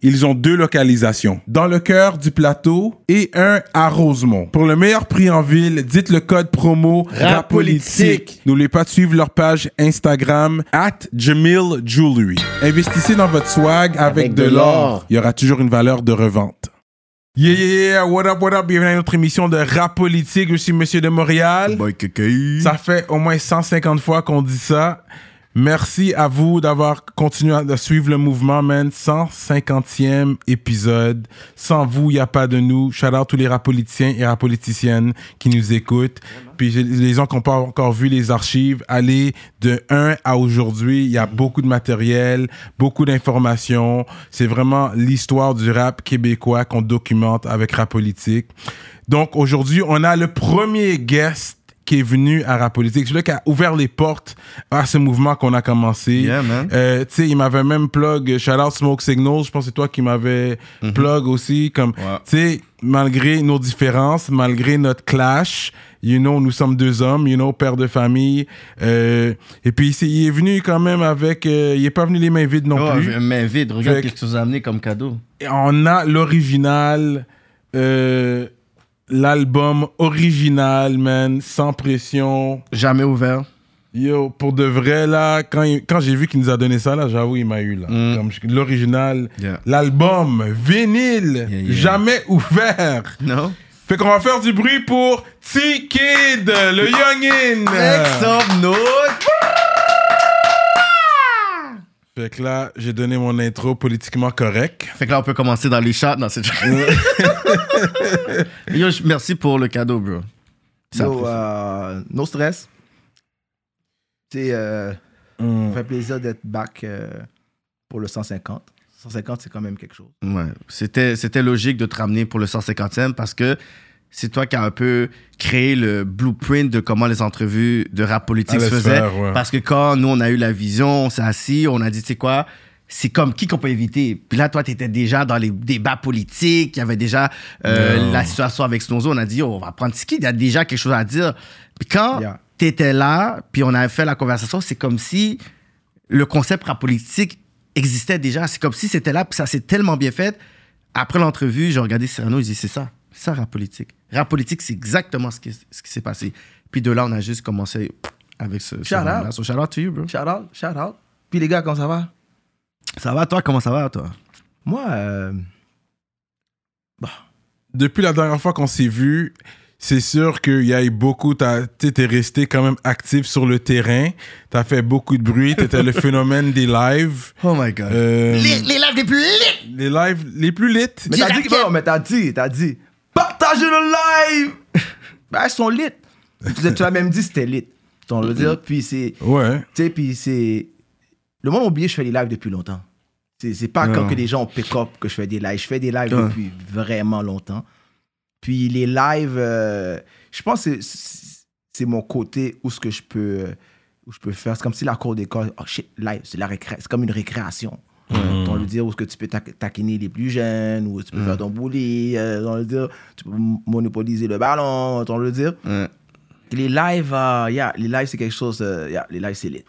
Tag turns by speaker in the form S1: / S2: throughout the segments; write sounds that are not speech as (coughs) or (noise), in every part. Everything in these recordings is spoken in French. S1: ils ont deux localisations, dans le cœur du plateau et un à Rosemont. Pour le meilleur prix en ville, dites le code promo RAPOLITIQUE. N'oubliez pas de suivre leur page Instagram at Jamil Jewelry. Investissez dans votre swag avec,
S2: Avec
S1: de
S2: de
S1: l'or.
S2: l'or.
S1: Il y aura toujours une valeur de revente. Yeah, yeah, yeah, what up, what up, bienvenue à notre émission de Rap Politique, je suis Monsieur de Montréal. Ça fait au moins 150 fois qu'on dit ça. Merci à vous d'avoir continué à suivre le mouvement, man. 150e épisode. Sans vous, il n'y a pas de nous. Shout out tous les rap politiciens et rap politiciennes qui nous écoutent. Puis j'ai- les gens qui n'ont pas encore vu les archives, allez de 1 à aujourd'hui. Il y a beaucoup de matériel, beaucoup d'informations. C'est vraiment l'histoire du rap québécois qu'on documente avec Rap Politique. Donc aujourd'hui, on a le premier guest qui est venu à Rap Politique. Celui qui a ouvert les portes à ce mouvement qu'on a commencé.
S3: Yeah, man.
S1: Euh, tu sais, il m'avait même plug, euh, shout out Smoke Signals, je pense que c'est toi qui m'avais plug aussi. Comme,
S3: Mhm. Ouais.
S1: tu sais, malgré nos différences, malgré notre clash, you know, nous sommes deux hommes, you know, père de famille. Euh, et puis, c'est- il est venu quand même avec, euh, il est pas venu les mains vides non
S2: Oh,
S1: plus.
S2: je- mais vite, regarde
S1: Fait que-
S2: qu'est-ce que tu nous as amené comme cadeau.
S1: Et on a l'original, euh, l'album original, man, sans pression.
S2: Jamais ouvert.
S1: Yo, pour de vrai, là, quand, il- quand j'ai vu qu'il nous a donné ça, là, j'avoue, il m'a eu, là.
S2: Mm.
S1: Comme je- l'original,
S3: Yeah.
S1: l'album, vinyle,
S3: yeah.
S1: jamais ouvert.
S2: Non.
S1: Fait qu'on va faire du bruit pour T-Kid, le Youngin.
S2: Ah.
S1: Fait que là, j'ai donné mon intro politiquement correct.
S2: Fait que là, on peut commencer dans les chats. Non, (laughs) c'est Yo, je- merci pour le cadeau, bro. Ça
S4: Yo,
S2: apprécie.
S4: euh, no stress. C'est, euh,
S3: Mm.
S4: ça fait plaisir d'être back euh, pour le 150. 150, c'est quand même quelque chose.
S2: Ouais. C'était, c'était logique de te ramener pour le 150e parce que c'est toi qui as un peu créé le blueprint de comment les entrevues de Ah, rap politique
S1: Allait
S2: se
S1: se
S2: faisaient.
S1: faire, ouais.
S2: Parce que quand nous, on a eu la vision, on s'est assis, on a dit, tu sais quoi, c'est comme qui qu'on peut éviter. Puis là, toi, tu étais déjà dans les débats politiques, il y avait déjà euh,
S1: Non.
S2: la situation avec Snozo. On a dit, oh, on va prendre Tiki, il y a déjà quelque chose à dire. Puis quand
S4: Yeah.
S2: tu étais là, puis on avait fait la conversation, c'est comme si le concept rap politique existait déjà. C'est comme si c'était là, puis ça s'est tellement bien fait. Après l'entrevue, j'ai regardé Cyrano, j'ai dit, c'est ça, c'est ça rap politique. Rap politique, c'est exactement ce qui, ce qui s'est passé. Puis de là, on a juste commencé avec ce.
S4: Shout out.
S2: là So shout out to you, bro.
S4: Shout out, shout out. Puis les gars, comment ça va?
S2: Ça va, toi? Comment ça va, toi?
S4: Moi, euh,
S1: Depuis la dernière fois qu'on s'est vu, c'est sûr qu'il y a eu beaucoup. t'as- t'sais, T'es resté quand même actif sur le terrain. T'as fait beaucoup de bruit.
S3: (laughs)
S1: T'étais le phénomène des lives.
S2: Oh my God.
S1: Euh,
S2: les, les lives les plus lit!
S1: les lives les plus lit.
S4: mais t'as dit,
S2: Raquel.
S4: non, mais t'as dit, t'as dit, partagez le (laughs) live! ben, elles sont lit. tu l'as- tu l'as même dit, c'était lit. On le dire, puis c'est,
S1: Ouais.
S4: tu sais, puis c'est, le monde a oublié, je fais des lives depuis longtemps. C'est, c'est pas quand que les gens ont pick up que je fais des lives. Je fais des lives
S2: Ouais.
S4: depuis vraiment longtemps. Puis les lives, euh, je pense que c'est- c'est c'est mon côté où ce que je peux, euh, où je peux faire. C'est comme si la cour d'école, oh shit, live, c'est, la récré- c'est comme une récréation. On le dire où ce que tu peux ta- taquiner les plus jeunes, où tu peux faire ton bully, euh, on le dire, tu peux m- monopoliser le ballon, on le dire. Les lives, euh, yeah, les lives c'est quelque chose, euh, yeah, les lives c'est lit.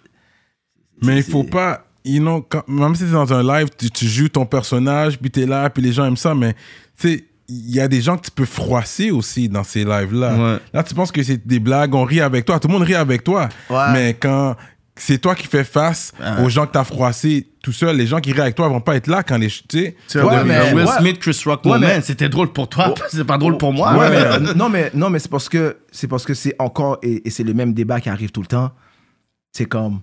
S1: Mais il
S4: C'est-
S1: faut pas. You know, quand- même si t'es dans un live, tu, tu joues ton personnage, puis t'es là, puis les gens aiment ça, mais tu sais, il y a des gens que tu peux froisser aussi dans ces lives-là.
S2: Ouais.
S1: Là, tu penses que c'est des blagues, on rit avec toi, tout le monde rit avec toi.
S4: Ouais.
S1: Mais quand c'est toi qui fais face aux gens que t'as froissés tout seul, les gens qui rient avec toi vont pas être là quand les. Tu sais.
S2: Le-
S4: Ouais,
S2: le
S4: mais-
S2: Will
S4: ouais.
S2: Smith, Chris Rock
S4: Ouais,
S2: moment,
S4: mais-
S2: c'était drôle pour toi, c'est pas drôle pour moi. (laughs) hein.
S4: Ouais, mais, euh, non, mais, non, mais c'est parce que c'est parce que c'est encore et, et c'est le même débat qui arrive tout le temps. C'est comme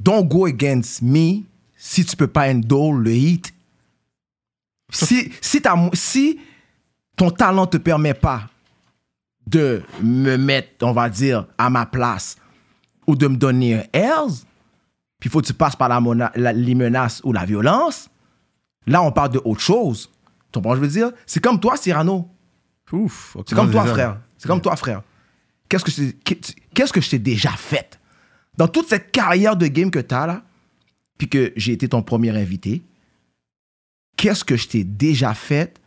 S4: don't go against me si tu peux pas endure le hit. Si si t'as mo- si ton talent te permet pas de me mettre, on va dire, à ma place ou de me donner un airs, puis faut que tu passes par la mona- la- les menaces ou la violence. Là, on parle de autre chose. Tu comprends ce que je veux dire? C'est comme toi, Cyrano.
S2: Ouf.
S4: C'est comme toi, frère. C'est comme toi, frère. Qu'est-ce que je t'ai- qu'est- qu'est-ce que je t'ai déjà fait dans toute cette carrière de game que t'as là, puis que j'ai été ton premier invité. Qu'est-ce que je t'ai déjà fait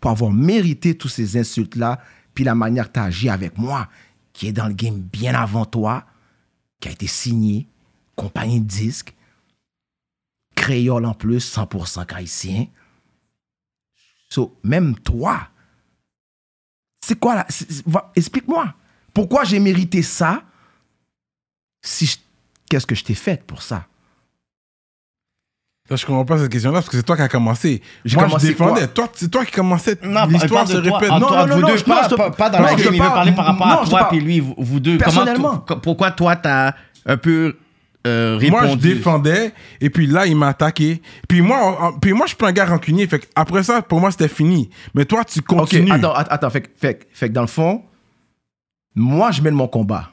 S4: pour avoir mérité tous ces insultes là, puis la manière que t'as agi avec moi, qui est dans le game bien avant toi, qui a été signé, compagnie de disques, créole en plus, 100% haïtien. So, même toi, c'est quoi là c'est- c'est- va- Explique-moi. Pourquoi j'ai mérité ça si je- Qu'est-ce que je t'ai fait pour ça
S1: Là, je comprends pas cette question-là parce que c'est toi qui as commencé.
S4: J'ai
S1: Moi,
S4: commencé Ah,
S1: je défendais. Toi, c'est toi qui commençais.
S5: Non,
S4: bah,
S1: L'histoire se répète.
S2: Ah,
S5: Non,
S4: entre-
S5: non,
S4: entre
S5: non,
S4: vous
S5: non,
S4: deux,
S5: je
S4: je parle-
S5: parle pas,
S4: pas-
S5: pas dans
S4: non,
S5: la
S4: je
S5: game, mais
S4: parle-
S5: parler par rapport
S4: non,
S5: à
S4: je
S5: toi
S4: parle-
S5: puis lui, vous, vous deux. comment
S4: Personnellement.
S2: Co- Pourquoi toi, t'as un peu euh, répondu
S1: Moi, je défendais, et puis là, il m'a attaqué. Puis moi, en- en- puis moi, je suis pas un gars rancunier. Fait que après ça, pour moi, c'était fini. Mais toi, tu
S4: Ok,
S1: continues.
S4: attends, att- attends. Fait, que- fait, que- fait que dans le fond, moi, je mène mon combat.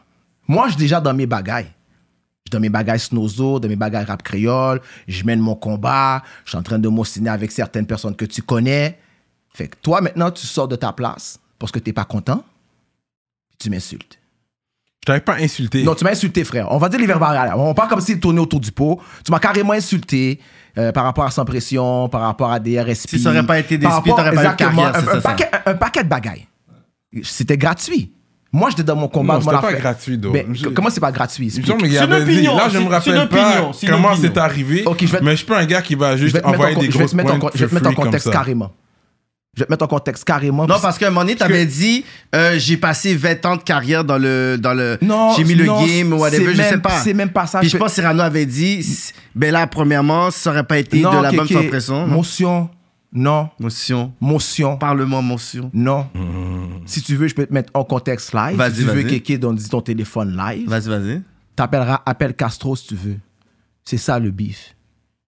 S4: Moi, je suis déjà dans mes bagailles. Je suis dans mes bagailles Snozo, dans mes bagailles rap créole. Je mène mon combat. Je suis en train de m'ostiner avec certaines personnes que tu connais. Fait que toi, maintenant, tu sors de ta place parce que t'es pas content. Tu m'insultes.
S1: Je t'avais pas insulté.
S4: Non, tu m'as insulté, frère. On va dire les verbes arrière. On parle comme s'il tournait autour du pot. Tu m'as carrément insulté euh, par rapport à Sans Pression, par rapport à DRSP.
S2: Si ça aurait pas été
S4: par
S2: DSP,
S4: rapport-
S2: t'aurais pas eu de
S4: exactement,
S2: carrière, c'est
S4: un,
S2: ça,
S4: un
S2: ça.
S4: paquet, un- un paquet de bagailles. C'était gratuit. Moi, j'étais dans mon combat.
S1: Non,
S4: moi,
S1: c'était pas
S4: l'affaire.
S1: gratuit, donc.
S4: Ben,
S1: Je-
S4: Comment c'est pas gratuit?
S1: Il me
S4: explique.
S1: semble qu'il
S5: C'est une
S1: avait dit.
S5: opinion,
S1: Là, je
S5: c'est-
S1: me
S5: c'est
S1: rappelle
S5: une
S1: pas
S5: opinion, c'est une
S1: comment
S5: opinion.
S1: c'est arrivé.
S4: Ok, je vais te-
S1: Mais je suis pas un gars qui va
S4: Je
S1: juste
S4: vais te mettre en
S1: envoyer
S4: con-
S1: des
S4: je vais
S1: grosses
S4: te mettre en con-
S1: pointes
S4: je vais te mettre en
S1: free comme
S4: contexte
S1: ça.
S4: carrément. Je vais te mettre en contexte carrément.
S2: Non,
S4: puis-
S2: parce qu'à un moment donné, t'avais dit, euh, j'ai passé 20 ans de carrière dans le. Dans le
S4: Non,
S2: j'ai mis le
S4: non,
S2: game ou
S4: c'est
S2: whatever, je sais
S4: même-
S2: pas.
S4: c'est même pas ça.
S2: Puis
S4: Je
S2: je
S4: peux-
S2: pense que Cyrano avait dit, s- ben là, premièrement, ça aurait pas été de
S4: Non,
S2: l'album
S4: ok,
S2: sans
S4: ok.
S2: pression. non?
S4: Motion. hein. Non.
S2: Motion.
S4: Motion.
S2: Parlement motion.
S4: Non. Si tu veux, je peux te mettre en contexte live.
S2: Mm-hmm. Vas-y,
S4: si tu veux,
S2: vas-y.
S4: Kéké, donne dis ton téléphone live.
S2: Vas-y, vas-y.
S4: T'appelleras Appel Castro si tu veux. C'est ça le bif.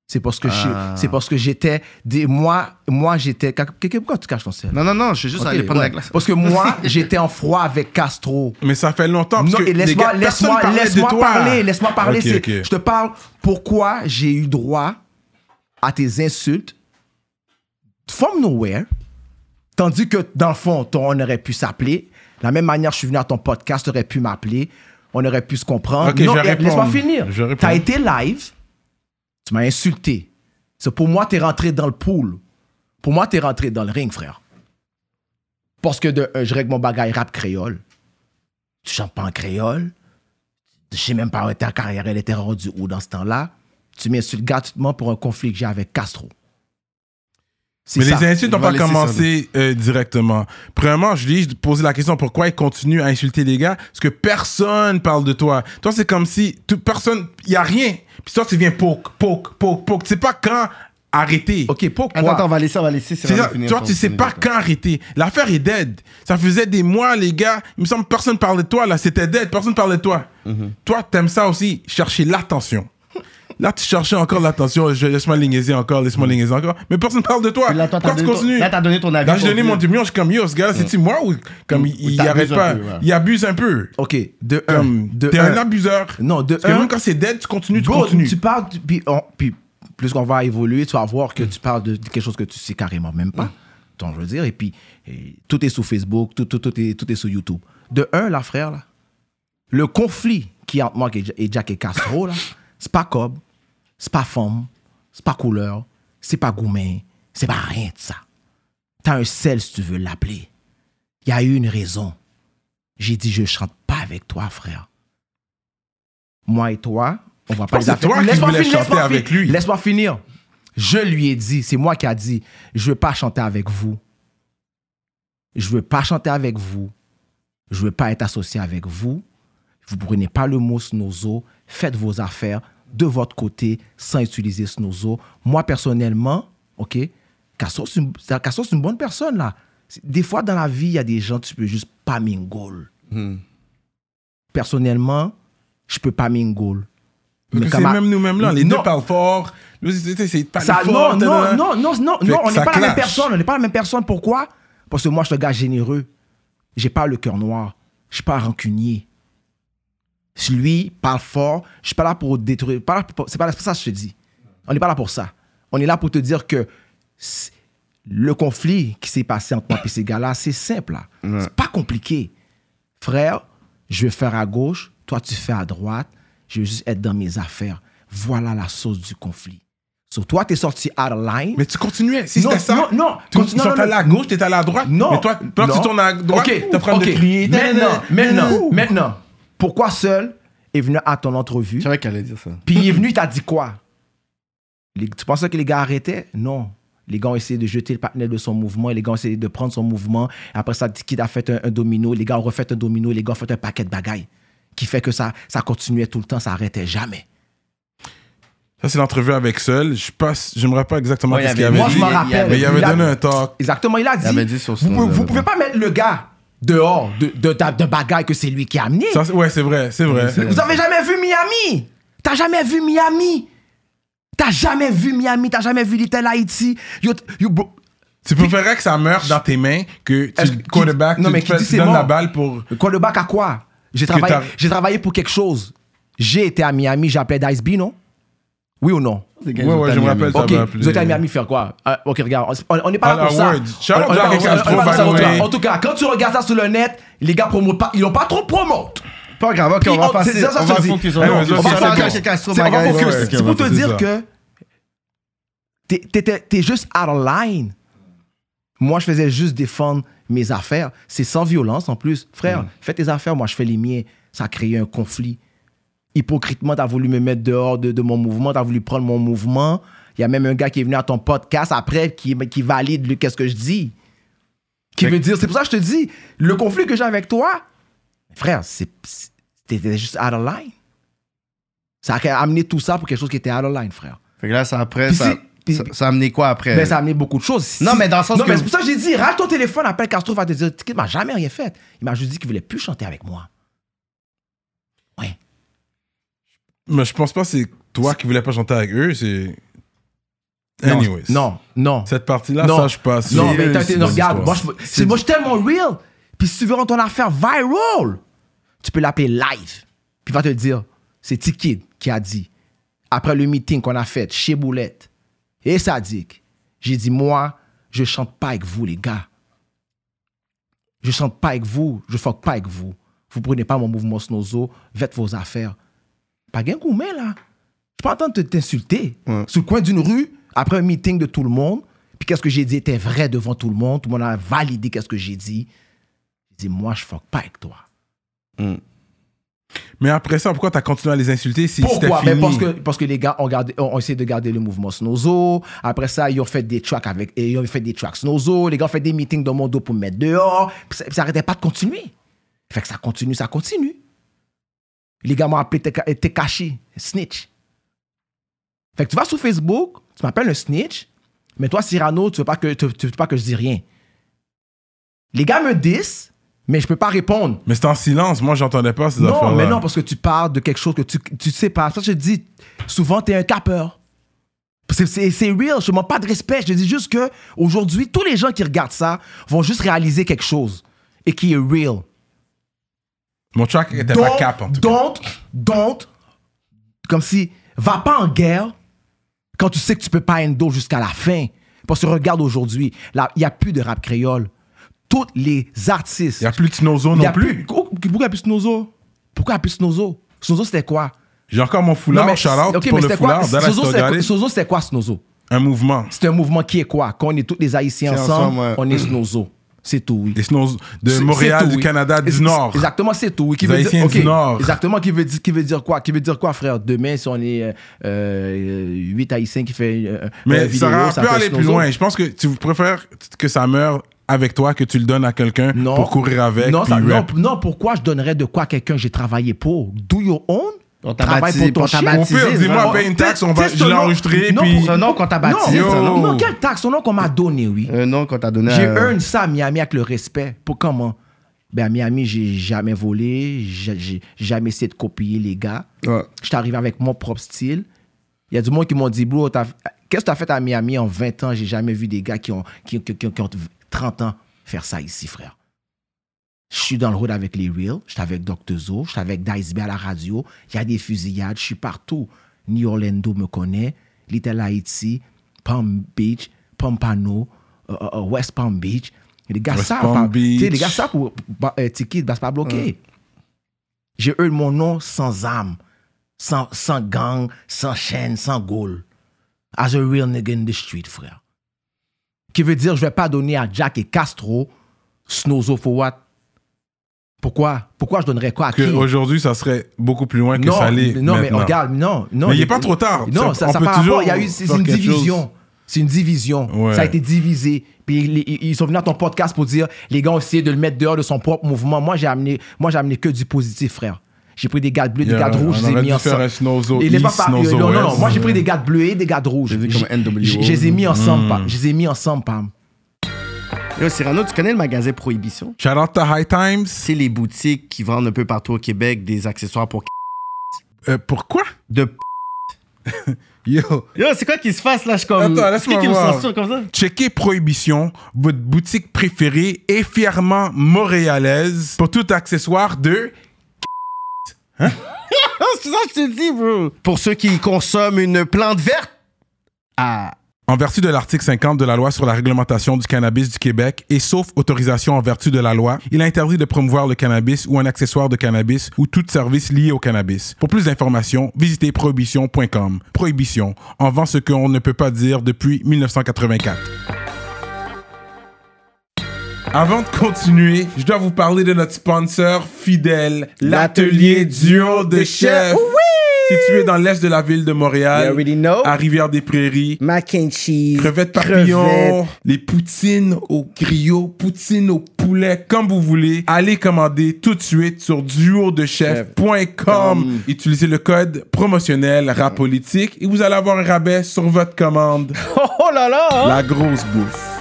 S4: C'est parce que
S2: Ah.
S4: j'ai- c'est parce que j'étais des moi moi j'étais Kéké, pourquoi tu caches ton sel
S2: Non, non, non, je suis juste
S4: Ok,
S2: allé prendre la
S4: ouais.
S2: glace.
S4: Parce que
S2: (laughs)
S4: moi j'étais en froid avec Castro.
S1: Mais ça fait longtemps. parce
S4: Non,
S1: que
S4: et
S1: les gars,
S4: laisse-moi laisse moi
S1: personne parlait de
S4: laisse-moi
S1: toi.
S4: parler, laisse-moi parler.
S1: Ok,
S4: c'est-
S1: ok.
S4: Je te parle pourquoi j'ai eu droit à tes insultes from nowhere, tandis que dans le fond, ton- on aurait pu s'appeler. De la même manière, je suis venu à ton podcast, tu aurais pu m'appeler, on aurait pu se comprendre.
S1: Ok,
S4: non,
S1: je vais
S4: et- laisse-moi
S1: répondre.
S4: finir.
S1: Je vais
S4: Tu as
S1: répondre.
S4: été live, tu m'as insulté. C'est pour moi, tu es rentré dans le pool. Pour moi, tu es rentré dans le ring, frère. Parce que de, un, je règle mon bagage rap créole. Tu chantes pas en créole. Je sais même pas où ta carrière elle était rendue où dans ce temps-là. Tu m'insultes gratuitement pour un conflit que j'ai avec Castro. C'est
S1: Mais
S4: ça.
S1: les insultes n'ont
S2: On va
S1: pas
S2: laisser ça,
S1: commencé euh, directement. Premièrement, je dis, je posais la question pourquoi ils continuent à insulter les gars Parce que personne parle de toi. Toi, c'est comme si tout, personne, il y a rien. Puis toi, tu viens poke, poke, poke, poke. Tu sais pas quand arrêter.
S4: Ok, pourquoi
S2: Attends, attends, on va laisser, on va laisser.
S1: C'est ça. Toi, tu sais pas quand arrêter. L'affaire est dead. Ça faisait des mois, les gars. Il me semble que personne parlait de toi, là. C'était dead. Personne parlait de toi.
S4: Mhm.
S1: Toi, t'aimes ça aussi, chercher l'attention. Là, tu cherchais encore l'attention. Je- Laisse-moi lignéser encore, laisse-moi
S4: Mhm.
S1: lignéser encore. Mais personne parle de toi.
S2: Là, toi, t'as
S1: Quand tu
S2: donné ton-
S1: continues.
S2: là, t'as donné ton avis
S1: Là, j'ai
S2: pour
S1: donné
S2: dire.
S1: mon opinion. Je suis comme, yo, ce gars-là, c'est-tu moi ou comme il, il arrête
S2: t'abuses un
S1: pas
S2: peu, ouais.
S1: Il abuse un peu.
S4: Ok, de
S1: Comme,
S4: un. De
S1: t'es un
S4: un.
S1: abuseur.
S4: Non, de
S1: Parce que
S4: un-
S1: même quand c'est dead, tu continues, tu
S4: Bro,
S1: continues.
S4: tu parles, du- puis, on- puis plus qu'on va évoluer, tu vas voir que tu parles de de quelque chose que tu sais carrément même pas. Donc, je veux dire, et puis et tout est sur Facebook, tout, tout, tout, est, tout est sur YouTube. De un, là, frère, là, le conflit qui est entre moi et Ja- et Jack et Castro, là, c'est pas cob, c'est pas forme, c'est pas couleur, c'est pas goumin, c'est pas rien de ça. T'as un sel si tu veux l'appeler. Il y a eu une raison. J'ai dit, je chante pas avec toi, frère. Moi et toi, on va pas
S1: pense que Oh, c'est toi qui
S4: Laisse-moi
S1: voulais
S4: finir,
S1: chanter
S4: laisse-moi
S1: avec
S4: finir.
S1: lui.
S4: Laisse-moi finir. Je lui ai dit, c'est moi qui a dit, je veux pas chanter avec vous. Je veux pas chanter avec vous. Je veux pas être associé avec vous. Vous prenez pas le mot snozo. Faites vos affaires de votre côté sans utiliser snozo. Moi, personnellement, OK, Castro, c'est une, Castro, c'est une bonne personne, là. C'est- Des fois, dans la vie, il y a des gens, tu peux juste pas mingle.
S1: Hmm.
S4: Personnellement, je peux pas mingle.
S1: Parce
S4: Mais
S1: que
S4: quand
S1: c'est
S4: ma-
S1: même nous-mêmes là. Les
S4: Non.
S1: deux parlent fort. Nous, c'est- c'est- c'est pas
S4: Ça-
S1: fort,
S4: non, non,
S1: nanana.
S4: non, non, non, non,
S1: que
S4: on n'est
S1: ça
S4: pas la même
S1: clash.
S4: personne. On n'est pas la même personne. Pourquoi Parce que moi, je suis un gars généreux. J'ai pas le cœur noir. Je suis pas rancunier. Je- Lui parle fort. Je suis pas là pour détruire. pas là pour- C'est pas là- c'est pour ça que je te dis. On n'est pas là pour ça. On est là pour te dire que c'est- le conflit qui s'est passé entre moi et ces gars-là, c'est simple. là. C'est pas compliqué. Frère, je vais faire à gauche, toi tu fais à droite, je vais juste être dans mes affaires. Voilà la source du conflit. So, toi, t'es sorti out of line.
S1: Mais tu continuais. Si
S4: Non,
S1: c'était ça.
S4: non, non.
S1: Tu,
S4: Continue-
S1: tu sortais
S4: non, non,
S1: à la gauche, t'étais à la droite.
S4: Non.
S1: Mais toi, toi
S4: non.
S1: tu tournes à droite,
S4: Ok,
S1: t'es en train
S4: ok.
S1: de crier.
S4: Maintenant, maintenant,
S1: Ouh.
S4: maintenant. Pourquoi seul est venu à ton entrevue?
S2: Je savais qu'elle allait dire ça.
S4: Puis il est venu, il t'a dit quoi? Les- tu pensais que les gars arrêtaient? Non. Les gars ont essayé de jeter le partenaire de son mouvement, les gars ont essayé de prendre son mouvement. Après ça, qui a fait un, un domino, les gars ont refait un domino, les gars ont fait un paquet de bagailles. Qui fait que ça, ça continuait tout le temps, ça arrêtait jamais.
S1: Ça, c'est l'entrevue avec Seul. Je passe, j'aimerais pas exactement
S2: Ouais,
S1: ce
S2: il y
S1: qu'il
S2: avait-
S1: avait
S4: Moi, je
S1: dit.
S4: m'en rappelle.
S1: Mais il avait
S4: Il a-
S1: donné un talk.
S4: Exactement, il a dit.
S2: avait dit sur son-
S4: vous, pouvez- vous pouvez pas mettre le gars dehors de, de, ta- de bagaille que c'est lui qui a amené.
S1: Ça, c'est- ouais, c'est vrai, c'est vrai.
S4: Vous avez jamais vu Miami T'as jamais vu Miami T'as jamais vu Miami T'as jamais vu Little Haïti Yo, yo, bro-
S1: Tu préférais que ça meure dans tes mains que
S4: Est-ce
S1: tu
S4: que-
S1: quarterback,
S4: qui- non,
S1: tu
S4: mais
S1: te
S4: qui
S1: fais-
S4: dit
S1: tu
S4: c'est
S1: donnes
S4: mort?
S1: la balle pour.
S4: Le quarterback à quoi J'ai
S1: Parce que
S4: travaillé,
S1: t'as-
S4: j'ai travaillé pour quelque chose. J'ai été à Miami, j'ai appelé Dice B, non Oui ou non
S1: Ouais, ouais, je me rappelle ça.
S4: Ok,
S1: m'a appelé.
S4: vous êtes à Miami faire quoi Ah, Ok, regarde, on on n'est pas
S1: Ah,
S4: là
S1: la
S4: pour ça.
S1: Word. Shout out
S4: On- on n'est
S1: à
S4: pas pour
S1: quelqu'un
S4: ça.
S1: qui
S4: on n'est pas pour ça. En tout
S1: trouve
S4: cas-
S1: Valorant.
S4: En tout cas, quand tu regardes ça sur le net, les gars promotent pas, ils l'ont pas trop promote.
S2: Pas grave, ok, on
S4: Ils-
S2: va
S4: c'est
S2: passer.
S4: ça, ça,
S2: on
S4: je
S2: va
S4: dis.
S2: focus,
S1: Eh,
S2: on
S1: mais ça,
S2: va
S1: c'est
S2: faire
S1: bon.
S2: Chez Castro,
S4: C'est
S2: my
S4: on va
S2: guys.
S4: focus.
S2: Ouais,
S4: C'est
S2: ok, on va
S4: pour te
S2: focus.
S4: dire
S1: ça.
S4: que t'es- t'es- t'es t'es juste out of line. Moi, je faisais juste défendre mes affaires. C'est sans violence en plus. Frère, fais tes affaires, moi, je fais les miens. Ça a créé un conflit. Hypocritement, t'as voulu me mettre dehors de, de mon mouvement, t'as voulu prendre mon mouvement. Il y a même un gars qui est venu à ton podcast après qui, qui valide lui, qu'est-ce que je dis. Qui veut dire, c'est pour ça que je te dis, le conflit que j'ai avec toi, frère, c'est- c'est- t'étais juste out of line. Ça a amené tout ça pour quelque chose qui était out of line, frère.
S2: Fait que là, ça après,
S4: Puis
S2: ça,
S4: si- puis-
S2: ça, ça a amené quoi après
S4: Ben, ça a amené beaucoup de choses.
S2: Euh, Non,
S4: Si-
S2: mais dans le sens
S4: non,
S2: que-
S4: mais c'est pour ça que j'ai dit, râle ton téléphone, appelle Castro, va te dire, il m'a jamais rien fait. Il m'a juste dit qu'il voulait plus chanter avec moi.
S1: Mais je pense pas que c'est toi qui voulais pas chanter avec eux, c'est.
S4: Non,
S1: Anyways.
S4: Non, non.
S1: Cette partie-là,
S4: Non.
S1: ça, je passe.
S4: Non, mais t'as-
S1: C'est
S4: non,
S1: des
S4: regarde, moi
S1: histoires.
S4: je, c'est- moi, je suis tellement real. Puis si tu veux rendre ton affaire viral, tu peux l'appeler live. Puis il va te dire, c'est Tikid qui a dit, après le meeting qu'on a fait chez Boulette et Sadik, j'ai dit, moi, je chante pas avec vous, les gars. Je chante pas avec vous, je fuck pas avec vous. Vous prenez pas mon mouvement Snozo, faites vos affaires. Pas gain gourmet, là. Je suis pas en train de te- t'insulter. Sur le coin d'une rue, après un meeting de tout le monde, puis qu'est-ce que j'ai dit était vrai devant tout le monde, tout le monde a validé qu'est-ce que j'ai dit. J'ai dit, moi, je fuck pas avec toi.
S2: Mm.
S1: Mais après ça, pourquoi t'as continué à les insulter si c'était
S4: Pourquoi?
S1: fini?
S4: Ben, parce, que, parce que les gars ont, gardé, ont, ont essayé de garder le mouvement Snozo. Après ça, ils ont fait des tracks avec, et ils ont fait des tracks Snozo. Les gars ont fait des meetings dans mon dos pour me mettre dehors. Puis ça, puis ça arrêtait pas de continuer. Fait que ça continue, ça continue. Les gars m'ont appelé Teka- Tekashi, snitch. Fait que tu vas sur Facebook, tu m'appelles un snitch, mais toi, Cyrano, tu veux pas que, tu, tu veux pas que je dise rien. Les gars me disent, mais je peux pas répondre.
S1: Mais c'était en silence, moi j'entendais pas ces
S4: Non,
S1: affaires-là.
S4: mais non, parce que tu parles de quelque chose que tu, tu sais pas. C'est pour Ça, que je te dis, souvent, t'es un capeur. C'est- C'est c'est real, je ne manque pas de respect. Je te dis juste que aujourd'hui, tous les gens qui regardent ça vont juste réaliser quelque chose et qui est real.
S1: Mon track était
S4: Donc,
S1: pas cap en tout cas.
S4: don't, don't, comme si, va pas en guerre quand tu sais que tu peux pas endo jusqu'à la fin. Parce que regarde aujourd'hui, là, il n'y a plus de rap créole. Tous les artistes.
S1: Il y a plus de Tinozo
S4: Il y
S1: non
S4: a
S1: plus.
S4: Oh, Pourquoi plus Snozo Pourquoi plus Snozo Snozo, c'était quoi
S1: J'ai encore mon
S4: Non, mais-
S1: foulard, shout out
S4: ok,
S1: pour le
S4: mais c'était quoi-
S1: foulard. Dallas
S4: Sozo, c'était quoi-
S1: Togalis.
S4: Sozo, c'était quoi Snozo
S1: Un mouvement.
S4: C'est un mouvement qui est quoi Quand on est tous les Haïtiens
S2: C'est ensemble,
S4: ensemble,
S2: ouais.
S4: on est Snozo. C'est tout, oui.
S1: Des Snozo
S4: C'est-
S1: de
S4: c'est
S1: Montréal,
S4: tout,
S1: du
S4: oui.
S1: Canada, du
S4: C'est-
S1: Nord.
S4: Exactement, c'est tout. oui. Qui
S1: Des
S4: veut dire-
S1: Haïtiens du
S4: ok,
S1: Nord.
S4: Exactement, qui veut, dire, qui veut dire quoi Qui veut dire quoi, frère Demain, si on est 8 Haïtiens qui fait euh, euh,
S1: Mais
S4: vidéo,
S1: ça aurait pu
S4: peut
S1: aller
S4: être
S1: plus
S4: Snozo.
S1: loin. Je pense que tu préfères que ça meure avec toi que tu le donnes à quelqu'un
S4: Non.
S1: pour courir avec.
S4: Non,
S1: puis
S4: ça- non,
S1: rap.
S4: non, pourquoi je donnerais de quoi à quelqu'un que j'ai travaillé pour Do your own
S2: On t'a
S4: Travaille
S2: baptisé, on
S4: pour ton
S2: t'a
S4: shit.
S1: Au
S2: baptisé,
S1: pire, dis-moi,
S2: vraiment.
S1: paye une taxe, on va,
S4: C'est
S1: je
S4: ce
S1: l'ai
S4: nom-
S1: enregistré,
S4: non,
S1: puis...
S4: pour-
S2: C'est un nom qu'on t'a baptisé.
S4: non,
S2: c'est
S1: Yo.
S2: un
S1: Euh,
S2: nom-
S4: non, quelle taxe Son nom qu'on m'a donné, oui.
S2: Un nom qu'on t'a donné.
S4: J'ai
S2: à-
S4: earn ça à Miami avec le respect. Pour comment Ben à Miami, j'ai jamais volé, j'ai j'ai jamais essayé de copier les gars.
S2: Ouais.
S4: Je suis arrivé avec mon propre style. Il y a du monde qui m'ont dit, bro, t'as- qu'est-ce que tu as fait à Miami en 20 ans J'ai jamais vu des gars qui ont, qui, qui- qui- qui ont 30 ans faire ça ici, frère. Je suis dans le road avec les Real, je suis avec Dr. Zo, je suis avec Dice B à la radio, il y a des fusillades, je suis partout. New Orlando me connaît, Little Haiti, Palm Beach, Pompano, euh, euh, West Palm Beach. Et les gars
S1: West
S4: savent.
S1: Palm
S4: hein. Tu sais, Les
S1: Beach.
S4: gars savent où bah, euh, Tiki ne pas bloquer. J'ai eu mon nom sans âme, sans, sans gang, sans chaîne, sans goal. As a real nigga in the street, frère. Qui veut dire, je vais pas donner à Jack et Castro Snowzo for what? Pourquoi? Pourquoi je donnerais quoi à qui?
S1: Que Aujourd'hui, ça serait beaucoup plus loin que
S4: non,
S1: ça l'est.
S4: non mais
S1: maintenant.
S4: regarde, non, non.
S1: Mais il est pas trop tard.
S4: Non,
S1: Ça-
S4: ça,
S1: on
S4: ça
S1: peut
S4: par
S1: toujours
S4: rapport, il y a eu, c'est
S1: faire
S4: une
S1: quelque chose.
S4: division. C'est une division.
S1: Ouais.
S4: Ça a été divisé. Puis ils, ils- ils sont venus à ton podcast pour dire, les gars ont essayé de le mettre dehors de son propre mouvement. Moi, j'ai amené, moi, j'ai amené que du positif, frère. J'ai pris des gars de bleus, des
S1: Yeah,
S4: gars de rouges,
S1: on
S4: je les ai
S1: aurait
S4: mis
S1: dû faire un
S4: ensemble.
S1: Snowzo
S4: Et les
S1: East,
S4: pas par- euh,
S1: Snowzo
S4: non, non, non,
S1: West.
S4: moi j'ai pris des gars de bleus et des gars de rouges.
S2: J'ai vu
S4: J'ai-
S2: comme NWO.
S4: j'ai- Je les ai
S2: Hmm.
S4: mis ensemble, Pam. Je les ai mis
S2: (laughs)
S4: ensemble, Pam.
S2: Yo, Cyrano, tu connais le magasin Prohibition?
S1: Shout out à High Times.
S2: C'est les boutiques qui vendent un peu partout au Québec des accessoires pour
S1: Euh, pourquoi
S2: de p-
S1: Yo.
S2: Yo, c'est quoi qui se passe là? Je suis comme.
S1: Attends, laisse-moi
S2: C'est qui me
S1: voir.
S2: censure comme ça?
S1: Checkez Prohibition, votre boutique préférée et fièrement montréalaise pour tout accessoire de.
S2: Ah, c'est ça que je te dis, bro. Pour ceux qui consomment une plante verte. Ah.
S1: En vertu de l'article 50 de la loi sur la réglementation du cannabis du Québec et sauf autorisation en vertu de la loi, il est interdit de promouvoir le cannabis ou un accessoire de cannabis ou tout service lié au cannabis. Pour plus d'informations, visitez prohibition.com. Prohibition, en vend ce qu'on ne peut pas dire depuis 1984. Avant de continuer, je dois vous parler de notre sponsor fidèle, l'atelier duo de chef. Situé dans l'est de la ville de Montréal, à Rivière-des-Prairies,
S6: mac and cheese.
S1: Crevettes papillons, les poutines au griot, poutines au poulet, comme vous voulez. Allez commander tout de suite sur duodechef.com.
S4: Mmh.
S1: Utilisez le code promotionnel rapolitique et vous allez avoir un rabais sur votre commande.
S4: Oh là là!
S2: hein.
S1: La grosse bouffe.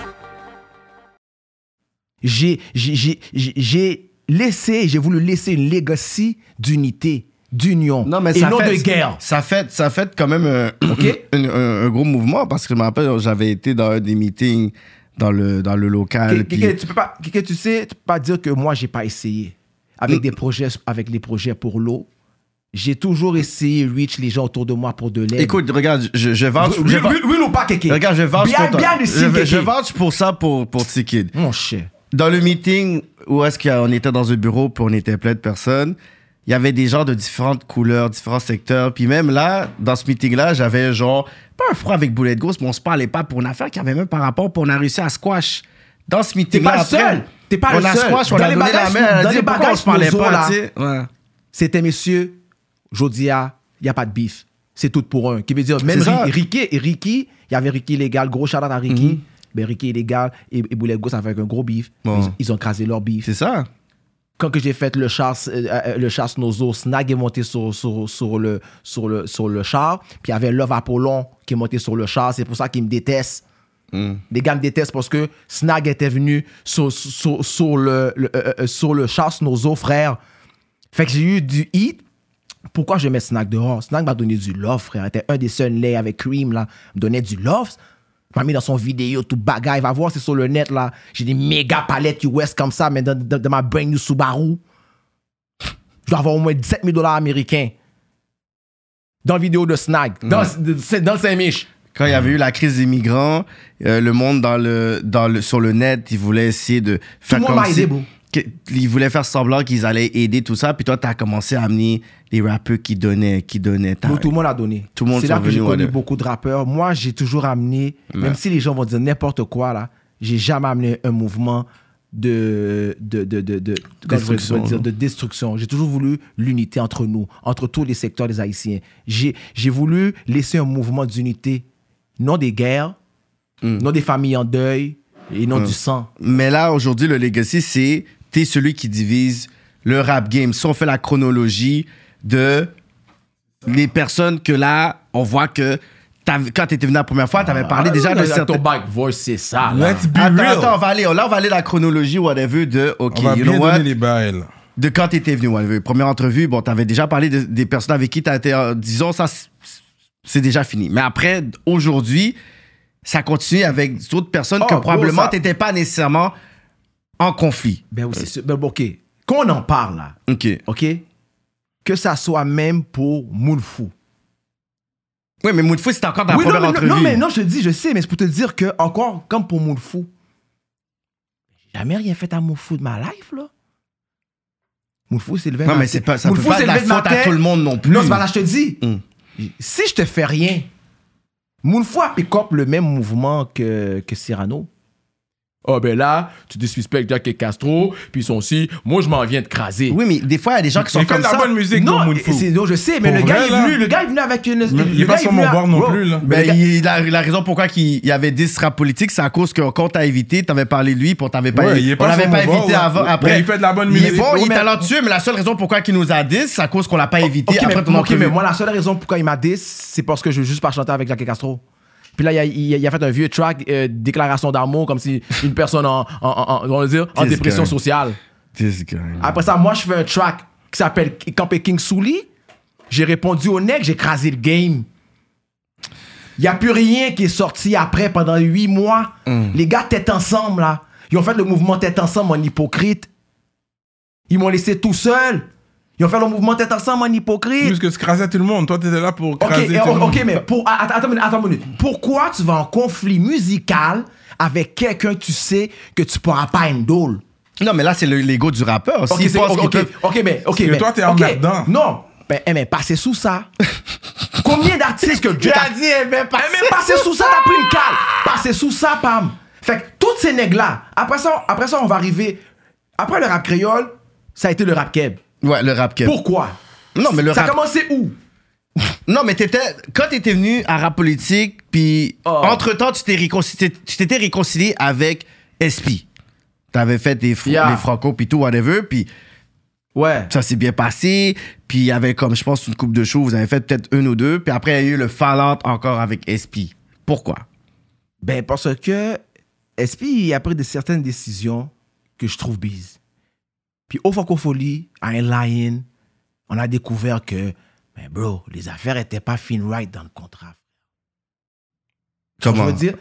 S4: j'ai, j'ai- j'ai, j'ai- j'ai laissé, j'ai voulu laisser une legacy d'unité, d'union,
S2: Non, mais
S4: et
S2: ça
S4: non
S2: fait,
S4: de guerre.
S2: Ça fait, ça fait quand même
S4: (clears throat)
S2: euh, un, un- un gros mouvement parce que je me rappelle, j'avais été dans un des meetings dans le, dans le local.
S4: Kéké,
S2: puis-
S4: tu peux pas, Kéké, tu sais, tu peux pas dire que moi j'ai pas essayé avec des projets, avec les projets pour l'eau. J'ai toujours essayé reach les gens autour de moi pour de
S2: (clears throat)
S4: l'aide.
S2: Écoute, regarde, je, je venge.
S4: Will-
S2: je
S4: Will-
S2: venge-
S4: Will- Will ou pas Kéké
S2: Regarde, je venge
S4: Bien-
S2: pour toi.
S4: bien le signe,
S2: je,
S4: Kéké.
S2: je venge pour ça pour, pour T-Kid.
S4: Mon cher.
S2: Dans le meeting où est-ce qu'on était dans un bureau puis on était plein de personnes, il y avait des gens de différentes couleurs, différents secteurs. Puis même là, dans ce meeting-là, j'avais genre, pas un froid avec boulet de gosse, mais on se parlait pas pour une affaire qui avait même par rapport, puis on a réussi à squash. Dans ce
S4: T'es
S2: meeting-là,
S4: pas le
S2: après,
S4: seul. T'es pas
S2: on
S4: le
S2: a
S4: seul.
S2: squash, on
S4: Dans
S2: a
S4: les
S2: donné la
S4: bagages-
S2: main, elle
S4: dans
S2: a dit
S4: les
S2: pourquoi on
S4: bagages
S2: se parlait
S4: Snowzo,
S2: pas,
S4: là.
S2: tu sais. Ouais.
S4: C'était messieurs, Jodia, il y a pas de bif. C'est tout pour un. Qui veut dire, même
S2: C'est ça.
S4: Ri- Ricky, et Ricky, il y avait Ricky légal, gros shout à Ricky. Ben Ricky illégal et, et Boulet Ghost avec un gros bif.
S2: Mm-hmm. Bon.
S4: Ils, ils ont crasé leur bif.
S2: C'est ça.
S4: Quand que j'ai fait le chasse, euh, euh, le chasse Nozo, Snag est monté sur, sur, sur, le, sur, le, sur le char. Puis il y avait Love Apollon qui est monté sur le char. C'est pour ça qu'ils me détestent.
S2: Mm.
S4: Les gars me détestent parce que Snag était venu sur, sur, sur le, le- euh, euh, sur le chasse Nozo, frère. Fait que j'ai eu du hit. Pourquoi je mets Snack dehors? Snack m'a donné du love, frère. Elle était un des seuls nés avec Cream, là. Il me donnait du love. Il m'a mis dans son vidéo, tout bagaille. Va voir, c'est sur le net, là. J'ai des méga palettes US comme ça, mais dans, dans- dans ma brand new Subaru. Je dois avoir au moins 17 000 dollars américains. Dans la vidéo de Snack. Dans, c'est dans le Saint-Mich.
S2: Quand il y avait eu la crise des migrants, euh, le monde dans le, dans le, sur le net, ils voulaient essayer de faire
S4: le monde
S2: comme
S4: m'a
S2: si-
S4: aidé, bro.
S2: que- ils voulaient faire semblant qu'ils allaient aider tout ça. Puis toi, t'as commencé à amener les rappeurs qui donnaient, qui donnaient. T'as-
S4: Nous, tout le monde a donné.
S2: Tout le monde
S4: C'est
S2: sont
S4: là que j'ai
S2: venus,
S4: connu
S2: ouais.
S4: beaucoup de rappeurs. Moi, j'ai toujours amené, même si les gens vont dire n'importe quoi, là, j'ai jamais amené un mouvement de, de, de, de, de, comment je
S2: Destruction.
S4: pourrais dire, de destruction. J'ai toujours voulu l'unité entre nous, entre tous les secteurs des Haïtiens. J'ai j'ai voulu laisser un mouvement d'unité, non des guerres,
S2: Hmm.
S4: non des familles en deuil et non du sang.
S2: Mais là, aujourd'hui, le legacy, c'est t'es celui qui divise le rap game. Si on fait la chronologie de les personnes que là, on voit que t'avais- quand t'étais venu la première fois, t'avais parlé déjà de certains...
S4: Ah, ton back voice, c'est ça. là.
S1: Let's be
S2: Attends,
S1: real.
S2: attends, on va aller, là, on va aller la chronologie, whatever, de, OK,
S1: On va
S2: you
S1: bien
S2: know
S1: donner
S2: what?
S1: les bails.
S2: De quand t'étais venu, whatever. Première entrevue, bon, t'avais déjà parlé de- des personnes avec qui t'as été, euh, disons, ça, c- c'est déjà fini. Mais après, aujourd'hui, ça continue avec d'autres personnes
S4: Oh,
S2: que
S4: gros,
S2: probablement
S4: ça-
S2: t'étais pas nécessairement en conflit.
S4: Ben oui, c'est sûr. Ben, OK. Qu'on en parle, là.
S2: OK.
S4: OK? Que ça soit même pour Moulfou.
S2: Oui, mais Moudfou, c'était encore dans la
S4: Oui, non,
S2: première
S4: mais, non,
S2: entrevue.
S4: non, mais non, je te dis, je sais, mais c'est pour te dire que, encore, comme pour Moulfou, jamais rien fait à Moufou de ma life, là. Moufou s'est levé
S2: Non,
S4: dans-
S2: mais c'est pas, ça peut
S4: Moufou
S2: pas
S4: s'est
S2: être la
S4: levé de ma
S2: faute à
S4: tête.
S2: tout le monde non plus.
S4: Non, c'est pas là, je te dis.
S2: Hum.
S1: Mm.
S4: Si je te fais rien, Moufou a pick up le même mouvement que, que Cyrano. Oh, ben là, tu te suspectes Jack et Castro, puis ils sont aussi, moi, je m'en viens de craser.
S2: Oui, mais des fois, il y a des gens qui sont
S1: Il fait
S2: comme
S1: de la
S2: ça.
S1: bonne musique,
S4: non,
S1: non,
S4: et c'est- non, je sais, mais
S1: Pour
S4: le gars,
S1: vrai,
S4: est
S1: là.
S4: venu, le gars est venu avec une. le
S1: Il est
S4: gars
S1: pas
S4: est
S1: sur
S4: venu
S1: mon
S4: à-
S1: bord non
S4: Bro,
S1: plus, là.
S4: Mais
S2: Ben,
S4: le gars-
S2: il- la, la raison pourquoi qu'il- il y avait 10 rap politiques, c'est à cause que- qu'on t'a invité, t'avais parlé de lui, puis on t'avait pas,
S1: Ouais, il est
S2: on
S1: pas
S2: l'avait
S1: sur
S2: pas
S1: mon bord,
S2: invité
S1: ouais.
S2: avant,
S1: Mais
S2: après.
S1: il fait de la bonne
S2: Il est
S1: musique.
S2: bon,
S4: Oui,
S2: il est
S4: mais-
S2: talentueux, mais la seule raison pourquoi qu'il nous a 10, c'est à cause qu'on l'a pas invité
S4: Ok,
S2: après
S4: mais,
S2: ton
S4: ok,
S2: entrevue.
S4: mais moi, la seule raison pourquoi il m'a dit, c'est parce que je veux juste pas chanter avec Jacques Castro. Puis là, il a, il a- il a fait un vieux track, euh, déclaration d'amour, comme si une personne en, en, en- en- on va dire, en
S2: This
S4: dépression
S2: guy.
S4: sociale.
S2: This guy.
S4: Après ça, moi, je fais un track qui s'appelle Campé King Souli. J'ai répondu au nec, j'ai crasé le game. Il n'y a plus rien qui est sorti après pendant huit mois. Les gars, tête ensemble, là. Ils ont fait le mouvement tête ensemble en hypocrite. Ils m'ont laissé tout seul. Ils ont fait le mouvement tête ensemble en hypocrite.
S1: Plus que tu crasais tout le monde. Toi, t'étais là pour
S4: Ok,
S1: craser
S4: eh,
S1: tout le
S4: ok,
S1: monde.
S4: mais pour, att- attends, une minute, attends une minute. Pourquoi tu vas en conflit musical avec quelqu'un que tu sais que tu pourras pas une dole?
S2: Non, mais là, c'est le- l'ego du rappeur.
S4: Ok,
S2: S'il
S4: c'est-
S2: pense
S4: ok,
S2: qu'il
S4: ok,
S2: peut-
S4: ok, mais ok.
S1: que
S4: mais-
S1: toi, t'es
S4: ok,
S1: emmerdant.
S4: Non, ben, eh, mais passer sous ça. Combien d'artistes que Dieu t'a dit, mais passer sous ça, t'as pris une cale. Passer sous ça, pam. Fait que toutes ces nègres là. Après ça, après ça, on va arriver. Après le rap créole, ça a été le rap keb.
S2: Ouais, le rap keb.
S4: Pourquoi?
S2: Non, mais le
S4: ça
S2: rap-
S4: a commencé où?
S2: Non, mais t'étais. Quand t'étais venu à rap politique, puis
S4: Oh.
S2: entre-temps, tu t'es réconci- t'es- tu t'étais réconcilié avec SP. T'avais fait des fr-
S4: Yeah.
S2: les franco, puis tout, whatever, puis
S4: Ouais.
S2: ça s'est bien passé. Puis il y avait, comme je pense, une coupe de show, vous avez fait peut-être une ou deux. Puis après, il y a eu le Fallant encore avec SP. Pourquoi?
S4: Ben, parce que SP a pris de certaines décisions que je trouve bise. Puis au Francofolie, à Lion, on a découvert que, ben bro, les affaires étaient pas fine right dans le contrat.
S2: Comment?
S4: Je veux dire,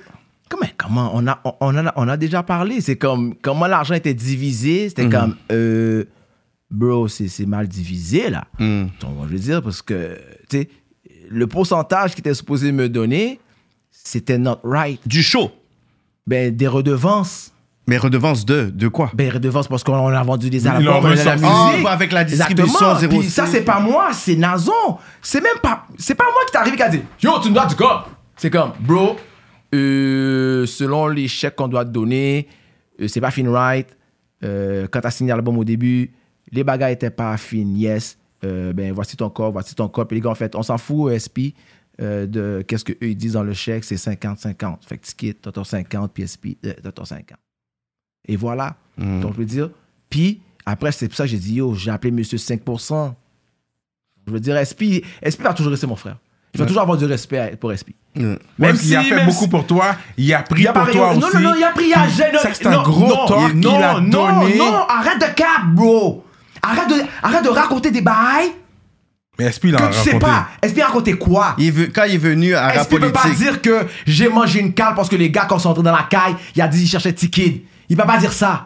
S4: comment, comment on, a, on, on en a, on a déjà parlé. C'est comme, comment l'argent était divisé. C'était comme, euh, bro, c'est c'est mal divisé là.
S2: Hmm.
S4: Donc, je veux dire, parce que, tu sais, le pourcentage qu'il était supposé me donner, c'était not right.
S2: Du show.
S4: Ben, des redevances.
S2: Mais redevance de, de quoi?
S4: Ben, redevances parce qu'on a vendu des albums,
S1: l'ont
S4: on a de la
S1: ressorti.
S4: musique.
S2: Ah, ouais, avec la distribution,
S4: Exactement.
S2: zéro
S4: Puis ça,
S2: six.
S4: c'est pas moi, c'est Nazon. C'est même pas... C'est pas moi qui t'arrive et qui a dit « Yo, tu me dois du corps! » C'est comme « Bro, euh, selon les chèques qu'on doit te donner, euh, c'est pas fin right. Euh, quand t'as signé l'album au début, les bagages étaient pas fin, yes. Euh, ben, voici ton corps, voici ton corps. Puis les gars, en fait, on s'en fout, euh, SP, euh, de qu'est-ce qu'eux, ils disent dans le chèque, c'est 50-50. Fait que ticket, t'entends 50, puis SP, euh, t'entends 50. Et voilà.
S1: Mm.
S4: Donc, je veux dire, puis après, c'est pour ça que j'ai dit, yo, j'ai appelé monsieur 5%. Je veux dire, SP, SP va toujours rester mon frère. Je vais toujours avoir du respect pour SP.
S2: Ouais.
S1: Même
S4: Même
S1: s'il a
S4: si-
S1: fait
S4: même
S1: beaucoup
S4: si-
S1: pour toi, il a pris
S4: Il a
S1: pour
S4: pas
S1: toi
S4: raison. non,
S1: aussi.
S4: Non, non, il a pris, il a gêné.
S1: Ça, c'est un
S4: Non,
S1: gros
S4: non,
S1: tort qu'il
S4: non,
S1: a
S4: non,
S1: donné.
S4: Non, arrête de cap, bro. Arrête de, arrête de raconter des bails
S1: Mais SP, il en
S4: que
S1: a
S4: tu sais
S1: raconté.
S4: pas. SP a raconté quoi
S2: Il est ve- quand il est venu à rap
S4: SP peut pas
S2: politique.
S4: dire que j'ai mangé une cale parce que les gars, quand ils sont entrés dans la caille, il a dit qu'ils cherchaient Tikid. Il peut pas dire ça.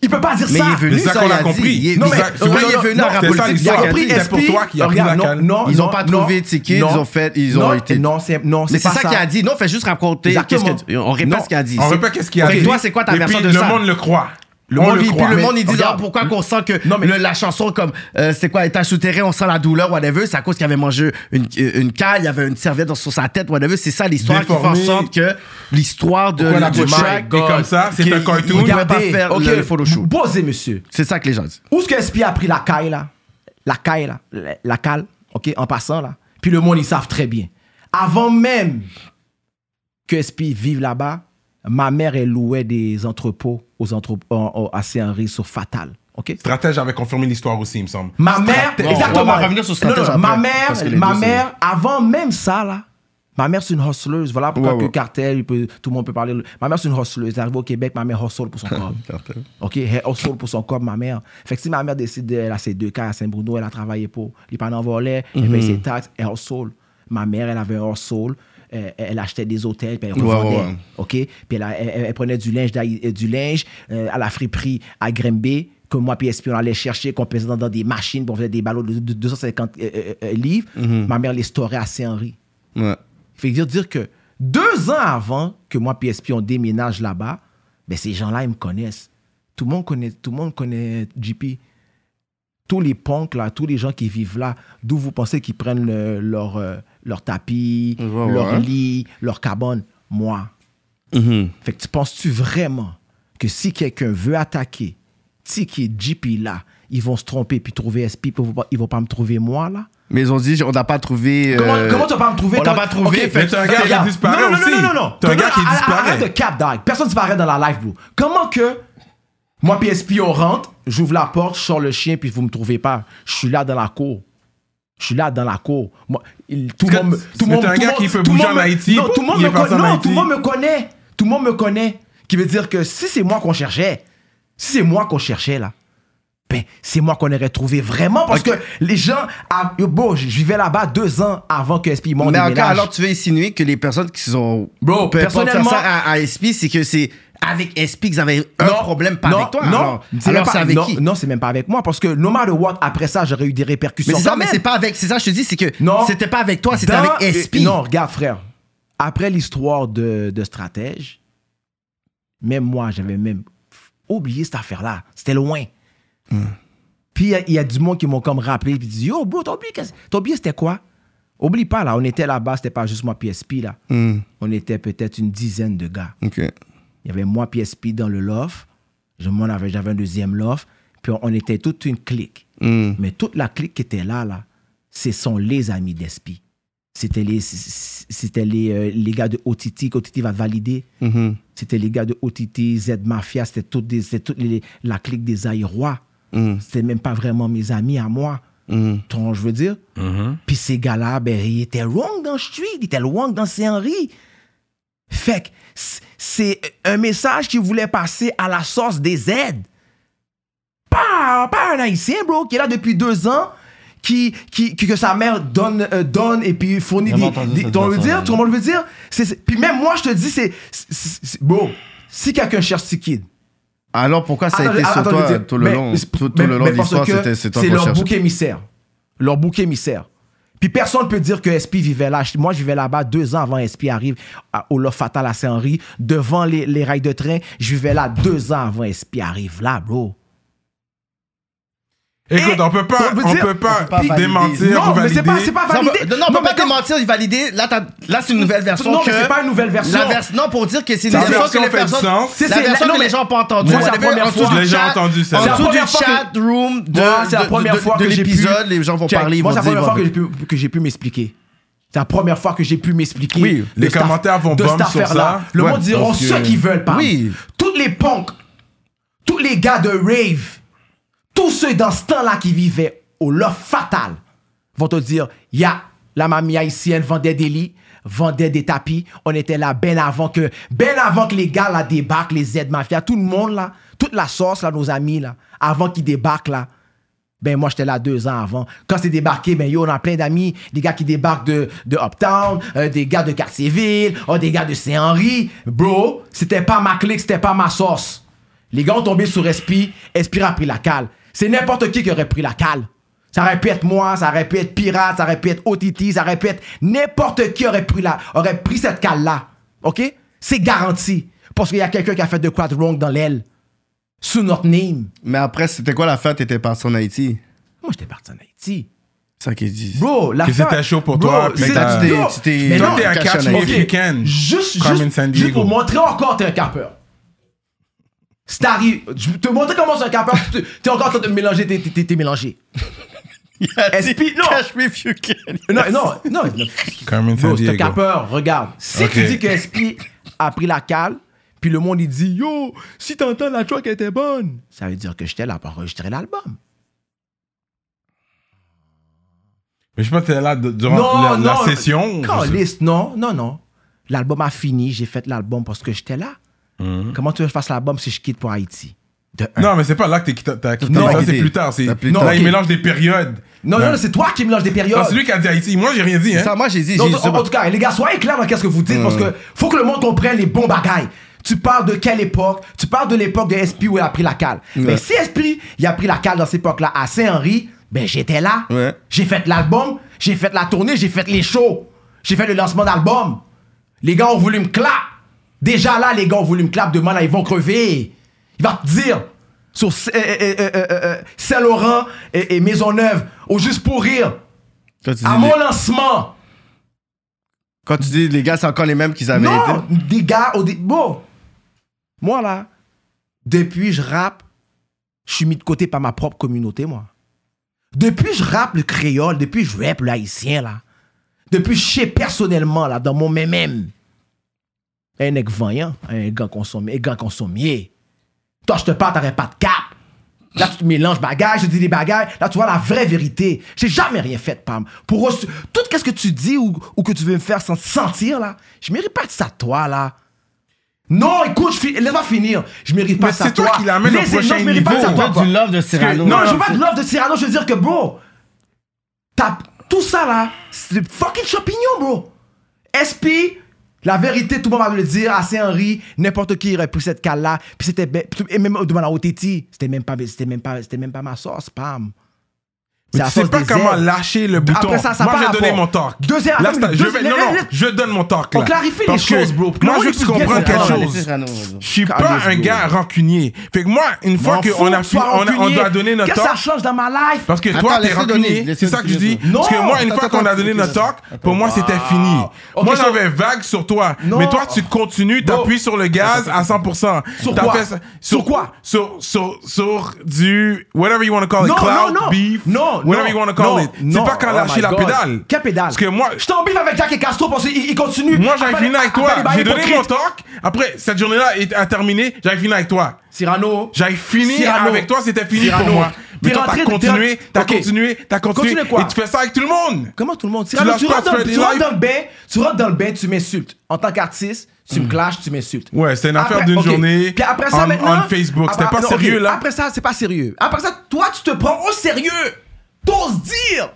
S4: Il peut pas dire
S2: Mais
S4: ça.
S2: il est venu,
S1: Mais ça
S2: ça,
S1: qu'on
S2: il
S1: a
S2: a dit.
S1: compris.
S2: Il est-
S1: Non,
S2: il-
S1: mais-
S2: quand
S1: non,
S2: il est
S1: non,
S2: venu
S1: non,
S2: à rap
S1: c'est ça,
S2: politique,
S1: l'histoire
S2: il a
S1: qu'il a
S2: dit-
S1: dit. c'est pour toi qui a pris la
S4: non,
S1: cale.
S4: non,
S2: Ils
S4: non,
S2: ont pas
S4: non,
S2: trouvé de ticket,
S4: non,
S2: ils ont fait- ils ont
S4: non,
S2: été-
S4: Non, c'est non,
S2: Mais
S4: c'est
S2: c'est
S4: pas
S2: ça, qu'il a dit. Non, fais juste raconter.
S4: Exactement.
S2: qu'est-ce que tu- on répète
S4: Non.
S2: ce qu'il a dit.
S1: On
S2: C'est-
S1: répète qu'est-ce qu'il a
S2: Fait
S1: dit.
S2: que toi, c'est quoi ta
S1: Et
S2: version
S1: puis,
S2: de
S1: le
S2: ça?
S1: monde le croit. Le
S2: On
S1: monde
S2: le
S1: le
S2: puis
S1: croit.
S2: le
S1: Mais-
S2: monde, il dit
S4: regarde.
S2: ah, pourquoi qu'on sent que
S4: Non, mais-
S2: le- la chanson, comme euh, c'est quoi, étage souterrain, on sent la douleur, whatever, c'est à cause qu'il avait mangé une, euh, une caille, il y avait une serviette sur sa tête, whatever. C'est ça l'histoire qui fait en
S1: Déformé.
S2: sorte que l'histoire de
S1: Pourquoi la
S2: du
S1: pochette
S2: track-
S1: est comme ça? C'est
S2: qu'il-
S1: un cartoon.
S2: il pouvait pas
S4: Regardez,
S2: faire
S4: ok,
S2: le photoshoot.
S4: Posez, monsieur.
S2: C'est ça que les gens disent.
S4: Où est-ce que SP a pris la caille, là La caille, là. La, la cale, OK, en passant, là. Puis le monde, ils savent très bien. Avant même que SP vive là-bas, ma mère, elle louait des entrepôts aux entrepôts à Saint-Henri sur Fatal, OK
S1: Stratège avait confirmé l'histoire aussi, il me semble.
S4: Ma mère,
S2: Bon,
S4: exactement.
S2: on va revenir sur ce stratège après,
S4: ma
S2: parce que
S4: mère,
S2: les
S4: ma
S2: deux,
S4: mère, avant même ça, là, ma mère, c'est une hustleuse. Voilà pourquoi
S2: Ouais,
S4: que
S2: ouais.
S4: cartel, il peut- tout le monde peut parler. Ma mère, c'est une hustleuse. Elle arrive au Québec, ma mère hustle pour
S2: (laughs)
S4: son corps. OK? Elle hustle pour son corps, ma mère. Fait que si ma mère décide, elle a ses deux cas à Saint-Bruno, elle a travaillé pour. Les panneaux volés,
S2: Mm-hmm.
S4: elle paye ses taxes, elle hustle. Ma mère, elle avait un hustle. Elle, elle achetait des hôtels, puis elle
S2: Ouais,
S4: revendait.
S2: ouais, ouais.
S4: OK? Puis elle, a- elle- elle prenait du linge, d'Haï- euh, du linge euh, à la friperie à Grimby, que moi, PSP, on allait chercher, qu'on pesait dans, dans des machines, puis on faisait des ballots de, de 250 euh, euh, euh, livres.
S2: Mhm.
S4: Ma mère les storait à Saint-Henri.
S2: Ouais.
S4: Fait que dire, dire que deux ans avant que moi, PSP, on déménage là-bas, ben ces gens-là, ils me connaissent. Tout le monde connaît, tout le monde connaît JP. Tous les punks, là, tous les gens qui vivent là, d'où vous pensez qu'ils prennent le- leur, euh, leur tapis,
S2: Ouais,
S4: leur
S2: ouais.
S4: lit, leur cabane? Moi.
S7: Mhm.
S4: Fait que tu penses-tu vraiment que si quelqu'un veut attaquer Tiki, JP là, ils vont se tromper puis trouver SP, puis ils vont pas- ils vont pas me trouver moi là?
S2: Mais ils ont dit, on n'a pas trouvé. euh,
S4: Comment, comment tu vas pas me trouver
S2: on l'a
S4: quand-
S2: pas trouvé,
S4: Ok,
S2: fait- Mais
S1: t'as un gars qui
S4: regarde.
S1: disparaît
S4: non, non,
S1: aussi.
S4: Non, non, non, non.
S1: T'as un
S4: Non,
S1: gars
S4: non,
S1: qui
S4: arrête-
S1: disparaît.
S4: Arrête de cap, dog. Personne disparaît dans la life, bro. Comment que moi PSP, on rentre, j'ouvre la porte, je sors le chien, puis vous me trouvez pas. Je suis là dans la cour. Je suis là dans la cour. Moi, il- tout le
S1: Parce que
S4: monde, me- tout le
S1: mais
S4: monde,
S1: t'es un
S4: tout le
S1: gars
S4: monde-
S1: qui fait
S4: tout le
S1: bouger
S4: monde
S1: en
S4: me-
S1: Haïti,
S4: Non, tout le monde
S1: il
S4: me
S1: est parti
S4: connaît.
S1: en
S4: Non,
S1: Haïti.
S4: tout le monde me connaît. Tout le monde me connaît. Qui veut dire que si c'est moi qu'on cherchait, si c'est moi qu'on cherchait là, ben, c'est moi qu'on aurait trouvé vraiment parce que les gens. ah, yo, Bon, je vivais là-bas deux ans avant que SP monte
S2: Mais
S4: le
S2: encore,
S4: ménage.
S2: alors tu veux insinuer que les personnes qui sont.
S4: Bro,
S2: peu importe,
S4: personnellement-
S2: ça, ça, à, à SP, c'est que c'est avec SP qu'ils avaient un
S4: Non,
S2: problème, pas
S4: non,
S2: avec toi.
S4: Non,
S2: alors,
S4: c'est
S2: alors
S4: même
S2: c'est
S4: pas-
S2: avec
S4: non,
S2: qui
S4: Non, c'est même pas avec moi parce que no matter what, après ça, j'aurais eu des répercussions.
S2: Mais c'est ça,
S4: quand
S2: mais
S4: même.
S2: c'est pas avec. C'est ça, je te dis, c'est que
S4: Non.
S2: c'était pas avec toi, c'était
S4: Dans-
S2: avec SP.
S4: et- Non, regarde, frère. Après l'histoire de, de stratège, même moi, j'avais même oublié cette affaire-là. C'était loin. Puis il y a- il y, a du monde qui m'ont comme rappelé puis dit Yo, bro, t'as oublié, qu'est-ce- t'as oublié c'était quoi Oublie pas, là, on était là-bas, c'était pas juste moi, PSP, là.
S7: Mhm.
S4: On était peut-être une dizaine de gars.
S7: Ok.
S4: Il y avait moi, PSP dans le loft. Je m'en avais, j'avais un deuxième loft. Puis on, on était toute une clique.
S7: Mhm.
S4: Mais toute la clique qui était là, là, ce sont les amis d'Espi. C'était les, c'était les, euh, les gars de OTT, qu'OTT va valider.
S7: Mhm.
S4: C'était les gars de OTT, Z Mafia, c'était toute, des, c'était toute les- la clique des Aïrois.
S7: Mhm.
S4: C'était même pas vraiment mes amis à moi.
S7: Mhm.
S4: Tu vois, je veux dire. Puis ces gars-là, ben, ils étaient wrong dans le street, ils étaient wrong dans Saint-Henri. Fait que c- c'est un message qui voulait passer à la source des aides. Pas, pas un haïtien, bro, qui est là depuis deux ans, qui, qui, qui- que sa mère donne, euh, donne et puis fournit
S7: J'avais
S4: des.
S7: entendu
S4: des-
S7: cette
S4: tu vois, je veux dire,
S7: version-là.
S4: tu vois, je veux dire. C'est- c'est- puis même moi, je te dis, c'est. c'est- c'est- Bro, si quelqu'un cherche ce kid,
S2: Alors pourquoi ça a
S4: Attends,
S2: été sur
S4: Ah, attends, je veux
S2: toi
S4: dire,
S2: tout le
S4: mais-
S2: long
S4: mais-
S2: Tout tout
S4: mais-
S2: le long
S4: mais
S2: de
S4: parce
S2: l'histoire,
S4: que
S2: c'était c'est toi
S4: C'est
S2: qu'on
S4: leur
S2: cherchait.
S4: bouc émissaire. Leur bouc émissaire. Puis personne ne peut dire que SP vivait là. Moi, je vivais là-bas deux ans avant SP arrive à- au Loft Fatal à Saint-Henri, devant les, les rails de train. Je vivais là deux ans avant SP arrive là, bro.
S1: Écoute,
S4: Et-
S1: on peut pas,
S4: on peut
S1: on
S4: dire-
S1: peut
S2: on
S1: pas,
S2: peut pas valider.
S1: démentir
S4: non,
S1: ou
S4: mais c'est
S1: valider.
S4: pas, c'est pas
S2: Ça, on
S4: validé.
S2: peut- Non, non, on peut pas
S4: mais comme-
S2: démentir, il validé. Là, t'as- là, c'est une nouvelle version.
S4: Non, mais
S2: que-
S4: c'est pas une nouvelle version.
S2: La version- non, pour dire que c'est une
S4: La
S2: version que
S1: version
S2: les
S1: fait du
S2: personnes.
S1: sens.
S4: C'est-
S2: La
S4: c'est-
S2: version
S4: non,
S2: que
S4: mais-
S2: les gens n'ont pas entendue.
S4: Moi, c'est la
S2: En dessous
S4: première
S2: du
S4: fois.
S2: chat-
S1: J'ai déjà entendu ça.
S2: En
S4: C'est la
S2: dessous du
S4: première fois que-
S2: chat room de,
S4: Moi, c'est la
S2: de- de-
S4: première
S2: de-
S4: fois
S2: de
S4: que j'ai pu-
S2: l'épisode, les gens vont
S4: Check.
S2: parler. ils
S4: Moi,
S2: vont
S4: c'est
S2: dire,
S4: la
S2: euh,
S4: première
S2: ils
S4: fois
S2: vont-
S4: que j'ai pu- que j'ai pu m'expliquer. C'est la première fois que j'ai pu m'expliquer.
S1: Oui,
S4: de
S1: les
S4: cette aff-
S1: commentaires vont
S4: de
S1: bomb
S4: cette
S1: sur
S4: affaire-là.
S1: ça.
S4: Le
S1: Ouais,
S4: monde diront
S1: parce que-
S4: ceux qui veulent pas.
S2: Oui.
S4: Toutes les punks, tous les gars de rave, tous ceux dans ce temps-là qui vivaient au loft fatal vont te dire Ya, la mamie haïtienne vendait des lits, vendait des tapis. On était là ben avant que, ben avant que les gars là débarquent, les Z Mafia, tout le monde là, toute la sauce là, nos amis là, avant qu'ils débarquent là. Ben moi j'étais là deux ans avant. Quand c'est débarqué, ben yo, on a plein d'amis, des gars qui débarquent de, de Uptown, euh, des gars de Cartierville, oh, des gars de Saint-Henri. Bro, c'était pas ma clique, c'était pas ma sauce. Les gars ont tombé sur Espy, Espy a pris la cale. C'est n'importe qui qui aurait pris la cale. Ça aurait pu être moi, ça aurait pu être Pirate, ça aurait pu être OTT, ça aurait pu être n'importe qui aurait pris, la, aurait pris cette cale-là. OK? C'est garanti. Parce qu'il y a quelqu'un qui a fait de quoi de wrong dans l'aile. Sous notre name.
S2: Mais après, c'était quoi la fin T'étais parti en Haïti.
S4: Moi, j'étais parti en Haïti.
S2: C'est ça qu'ils disent.
S4: Bro, la
S1: Que
S4: fin-
S1: c'était chaud pour
S4: Bro,
S1: toi, puis
S4: c'est-
S1: t'as-
S2: tu t'es-
S4: Yo,
S2: tu t'es-
S4: mais
S1: Toi,
S4: non,
S1: t'es un
S2: Cash
S1: catch
S2: and
S4: Ok.
S1: mexicain.
S4: Juste,
S1: Comme in
S4: juste,
S1: San
S4: juste pour
S1: Diego.
S4: montrer encore t'es un capeur. C'est arrivé. Je vais te montrer comment c'est un capeur. tu- T'es encore en train de mélanger tes, tes, tes- tes mélangés. SP, non.
S2: Cash me if you can.
S4: Non, non, non.
S1: (laughs)
S4: non.
S1: Carmen
S4: Bro, c'est un
S1: Sandiego.
S4: capeur. Regarde. Si
S1: Ok.
S4: tu dis que SP a pris la cale, puis le monde il dit Yo, si t'entends la track était bonne, ça veut dire que j'étais là pour enregistrer l'album.
S1: Mais je sais pas, t'es là de- durant
S4: Non,
S1: la, la
S4: non.
S1: session. je sais-
S4: Caliste, non, non, non. L'album a fini, j'ai fait l'album parce que j'étais là.
S1: Hum.
S4: Comment tu veux que je fasse l'album si je quitte pour Haïti De un.
S1: Non, mais c'est pas là que t'es quitté. t'as quitté.
S4: Non,
S1: ça, c'est
S2: quitté.
S1: plus tard. c'est-
S2: T'as plus
S1: Là,
S2: tard.
S1: il
S4: Ok.
S1: mélange des périodes.
S4: Non, non, non, c'est toi qui mélanges des périodes.
S1: Non, c'est lui qui a dit Haïti. Moi, j'ai rien dit. Hein.
S2: Ça, moi, j'ai dit.
S4: Non,
S2: j'ai dit- Mm.
S4: en, en tout cas, les gars, soyez clairs dans qu'est-ce que vous dites parce que faut que le monde comprenne les bons bagailles. Tu parles de quelle époque Tu parles de l'époque de SP où il a pris la cale. Mais si SP il a pris la cale dans cette époque-là à Saint-Henri, ben j'étais là.
S2: Ouais.
S4: J'ai fait l'album, j'ai fait la tournée, j'ai fait les shows, j'ai fait le lancement d'album. Les gars ont voulu me clap. Déjà là, les gars ont voulu me clap demain, là, ils vont crever. Il va te dire sur euh, euh, euh, euh, euh, Saint-Laurent et, et Maisonneuve, au juste pour rire,
S2: Quand tu dis,
S4: à
S2: les,
S4: mon lancement.
S2: quand tu dis les gars, c'est encore les mêmes qu'ils avaient
S4: Non,
S2: été.
S4: des gars, au dé- bon, moi là, depuis je rappe, je suis mis de côté par ma propre communauté, moi. Depuis je rappe le créole, depuis je rappe le haïtien, là. Depuis je sais personnellement, là, dans mon même un mec vaillant, un gars consommé, un gars consommier. Toi, je te parle, t'aurais pas de cap. Là, tu te mélanges bagages, je dis des bagages. Là, tu vois la vraie vérité. J'ai jamais rien fait, Pam. Pour reçu- tout ce que tu dis ou, ou que tu veux me faire sen- sentir, là, je mérite pas de ça, toi, là. Non, écoute, je fi- laisse-moi finir. Je mérite pas
S1: Mais
S4: de ça,
S1: c'est toi qui l'amène au
S4: Laissez- non,
S1: prochain
S4: je mérite pas de ça,
S1: niveau.
S4: toi,
S2: Tu
S4: quoi.
S2: veux du love de Cyrano.
S4: Non, je veux pas de l'offre de Cyrano, je veux dire que, bro, t'as tout ça là, c'est des fucking champignons, bro. SP, la vérité, tout le monde va le dire, à Saint-Henri, n'importe qui aurait pris cette cale là, puis c'était, ben- et même demande à OTT, c'était même pas, c'était même pas, c'était même pas ma sauce, pam.
S1: Mais
S4: à
S1: tu sais
S4: sauce
S1: pas
S4: des
S1: comment
S4: ailes.
S1: lâcher le bouton.
S4: Après ça, ça
S1: Moi,
S4: part
S1: j'ai
S4: rapport.
S1: donné mon torque.
S4: Deuxième-
S1: Là,
S4: attends,
S1: c'est-
S4: mais
S1: je,
S4: deuxième-
S1: vais- non, non,
S4: les- les-
S1: je donne mon torque.
S4: On
S1: là.
S4: clarifie les
S1: Parce que
S4: choses, bro.
S1: Moi,
S4: Comment
S1: je veux
S4: tu
S1: que tu
S4: guesses
S1: comprennes
S4: ça?
S1: quelque
S4: Non,
S1: chose. Je suis pas un gars rancunier. Fait que moi, une fois
S2: M'en fous,
S1: qu'on a fini,
S4: Sois
S1: on, a- on
S4: rancunier.
S1: doit donner notre
S4: Qu'est-ce que ça
S1: torque.
S4: change dans ma life?
S1: Parce que
S2: Attends,
S1: toi, t'es
S2: laisse-le donner,
S1: rancunier.
S2: laisse-le
S1: C'est ça que je
S2: donner,
S1: dis.
S2: laisse-le.
S1: Parce que
S4: Non,
S1: moi, une
S2: attends,
S1: fois qu'on a
S2: attends,
S1: donné
S2: attends,
S1: notre
S2: attends.
S1: torque, pour moi, c'était fini.
S4: Ok,
S1: Moi,
S4: so-
S1: j'avais vague sur toi.
S4: Ah. Non.
S1: Mais toi, tu continues, t'appuies sur le gaz à 100%.
S4: Sur
S1: T'as
S4: quoi?
S1: fait ça-
S4: Sur quoi?
S1: Sur, sur, sur du, whatever you want to call it,
S4: Non,
S1: cloud,
S4: non, non.
S1: beef,
S4: Non,
S1: whatever
S4: non,
S1: you want to call
S4: non,
S1: it. C'est
S4: non.
S1: pas quand
S4: Oh
S1: lâcher
S4: my
S1: la
S4: God.
S1: pédale.
S4: Quelle pédale?
S1: Parce que moi,
S4: Je t'ai en bif avec Jack et Castro parce qu'il il continue.
S1: moi,
S4: à
S1: j'avais
S4: faire des-
S1: fini avec
S4: à faire
S1: toi.
S4: des bails
S1: J'ai donné mon
S4: hypocrites.
S1: torque. Après, cette journée-là est- a terminé. J'avais fini avec toi.
S4: Cyrano.
S1: J'avais fini
S4: Cyrano.
S1: avec toi, c'était fini
S4: Cyrano.
S1: pour moi. Mais
S4: T'es
S1: toi, t'as
S4: rentré-
S1: continué,
S4: t'es-
S1: t'as
S4: Ok.
S1: continué, t'as continué.
S4: Continuez quoi
S1: Et tu fais ça avec tout le monde.
S4: Comment tout le monde Cyrano,
S1: lâches
S4: tu,
S1: pas
S4: rentres dans,
S1: Freddy
S4: tu rentres
S1: Life?
S4: dans le bain, tu rentres dans le bain, tu m'insultes. En tant qu'artiste, tu me clashes, tu m'insultes.
S1: Hmm. Ouais, c'était une affaire
S4: Après-
S1: d'une
S4: ok.
S1: journée.
S4: Puis après
S1: on-
S4: ça, maintenant.
S1: on Facebook. C'était
S4: après-
S1: pas
S4: non, ok.
S1: sérieux, là.
S4: Après ça, c'est pas sérieux. Après ça, toi, tu te prends au sérieux. T'oses dire.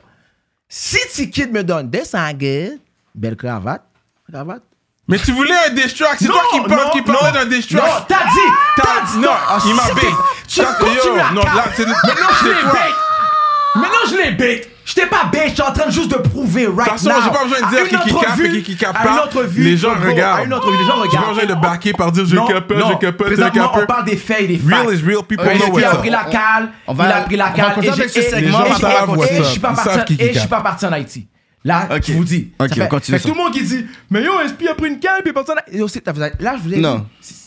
S4: Si T-Kid me donne des sangues, belle cravate, cravate.
S1: Mais tu voulais un diss track, c'est
S4: Non,
S1: toi qui parles,
S4: non,
S1: qui parlais d'un diss track.
S4: Non, t'as dit, t'as dit.
S1: Non,
S4: Ah,
S1: il m'a
S4: si,
S1: bait.
S4: Tu
S1: Ça,
S4: continues
S1: yo,
S4: à
S1: non,
S4: cap.
S1: là, c'est-
S4: Maintenant, je
S1: c'est
S4: l'ai
S1: toi.
S4: bait. Maintenant, je l'ai bait. Je t'ai pas bait, je suis en train juste de prouver right
S1: façon,
S4: now.
S1: j'ai pas besoin de
S4: À
S1: dire
S4: une
S1: qui qui
S4: entrevue,
S1: cap et qui qui cap
S4: à une
S1: pas.
S4: entrevue,
S1: Les gens
S4: bro,
S1: regardent.
S4: À une entrevue, les gens
S1: J'ai pas
S4: regardent.
S1: besoin de baquer par dire je
S4: Non,
S1: capote,
S4: non.
S1: je capote, je
S4: Présentement, on
S1: capote.
S4: parle des faits et des facts.
S1: Real is real, people
S4: Est-ce
S1: know
S4: qu'il a
S1: what's
S4: pris
S1: up.
S4: la cale,
S2: On va-
S4: il a pris la
S2: on
S4: cale.
S2: va continuer
S4: et
S2: avec
S4: j'ai-
S2: ce
S4: et-
S2: segment,
S4: et
S2: on va
S4: je-
S2: parler
S4: et
S2: après
S4: je
S1: ça.
S4: suis pas
S1: Ils
S4: parti-
S1: savent qui qui
S4: Et je suis
S1: cap.
S4: pas parti en Haïti. Là,
S2: Ok.
S4: je vous dis.
S2: Ok,
S4: Ça fait-
S2: on continue
S4: fait que
S2: ça.
S4: tout le monde qui dit, mais yo, SP a pris une cale, puis personne. Et aussi, t'as- Là, je vous ai dit.
S2: Non.
S4: c'est- c'est-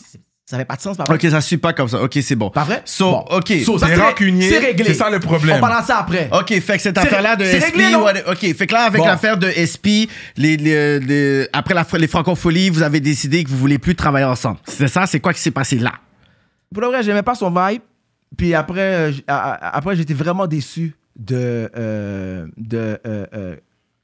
S4: Ça fait pas de sens, pas vrai.
S2: Ok, ça suit pas comme ça. Ok, c'est bon.
S4: Pas vrai?
S2: So,
S4: Bon.
S2: ok.
S4: So, ça,
S1: T'es
S4: c'est ré-
S1: rancunier,
S4: c'est réglé.
S1: c'est ça le problème.
S4: On parlera de ça après.
S2: Ok, fait que cette
S4: C'est ré-
S2: affaire-là de
S4: c'est
S2: SP,
S4: réglé, non?
S2: what- ok, fait que là avec
S4: Bon.
S2: l'affaire de SP, les, les- les- après la, les francopholies, vous avez décidé que vous voulez plus travailler ensemble. C'est ça, c'est quoi qui s'est passé là
S4: Pour le vrai, j'aimais pas son vibe. Puis après, euh, j- a- a- après j'étais vraiment déçu de, euh, de euh, euh,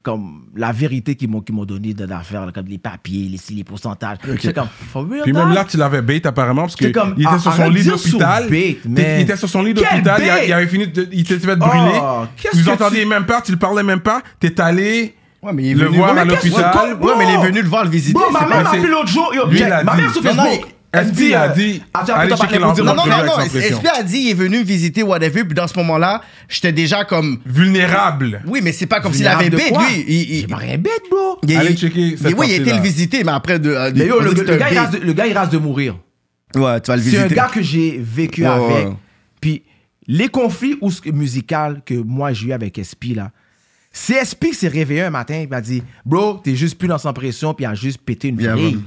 S4: comme la vérité qu'ils m'ont qu'ils m'ont donné de l'affaire, là, comme les papiers, les, les pourcentages. J'étais comme, for real,
S1: Puis même
S4: dog?
S1: là, tu l'avais bait apparemment parce que
S4: J'étais comme,
S1: il était
S4: ah,
S1: sur son
S4: arrête de
S1: lit
S4: dire sous
S1: d'hôpital.
S4: bait,
S1: T'es-
S4: man.
S1: Il était sur son lit
S4: Quel
S1: d'hôpital, il, a-
S4: bait? Oh,
S1: il avait fini, de- il s'était fait brûler.
S4: qu'est-ce
S1: Vous
S4: que
S1: entendiez même pas, tu le parlais même pas. T'es allé
S2: Ouais, mais il est
S1: le
S2: venu-
S1: voir
S2: Ouais,
S1: à
S2: mais qu'est-ce
S4: que
S1: l'hôpital.
S4: tu-
S2: Ouais, mais il est venu le voir, le visiter.
S4: Bon,
S2: c'est
S4: ma
S2: pas-
S4: mère m'a
S1: c'est-
S4: appelé l'autre jour. Yo,
S1: Lui,
S4: check,
S1: il a
S4: ma
S1: dit.
S4: mère sur
S2: Non, non,
S4: Facebook.
S1: il-
S4: elle me
S1: SP, il a
S4: euh,
S1: dit,
S4: Attends,
S1: allez
S4: attends,
S1: checker
S4: parlez-vous
S1: l'entrée.
S4: de-
S1: m'a
S2: Non, non,
S1: appelé
S2: non,
S1: avec
S2: non.
S1: sa pression.
S2: SP a dit, il est venu me visiter, whatever. Puis dans ce moment-là, j'étais déjà comme.
S1: Vulnérable.
S2: Oui, mais c'est pas comme s'il
S4: Vulnérable
S2: avait
S4: de
S2: bête,
S4: quoi?
S2: lui. Il, il-
S4: J'ai pas rien bête, bro.
S2: il-
S1: Allez
S2: il-
S1: checker cette
S2: il- Oui, il a été
S1: partie-là.
S2: le visiter, mais après de. euh,
S4: Mais yo,
S2: on
S4: le,
S2: dit que
S4: le
S2: c'est un
S4: gars, il
S2: bait.
S4: rase de- le gars, il rase de mourir.
S2: Ouais, tu vas le
S4: C'est un
S2: visiter.
S4: gars que j'ai vécu
S2: Ouais,
S4: avec.
S2: ouais.
S4: Puis les conflits ou ce- musicaux que moi j'ai eu avec SP là, c'est SP qui s'est réveillé un matin il m'a dit Bro, t'es juste plus dans sans pression, puis il a juste pété une
S2: Il a
S4: vrille.
S2: vraiment-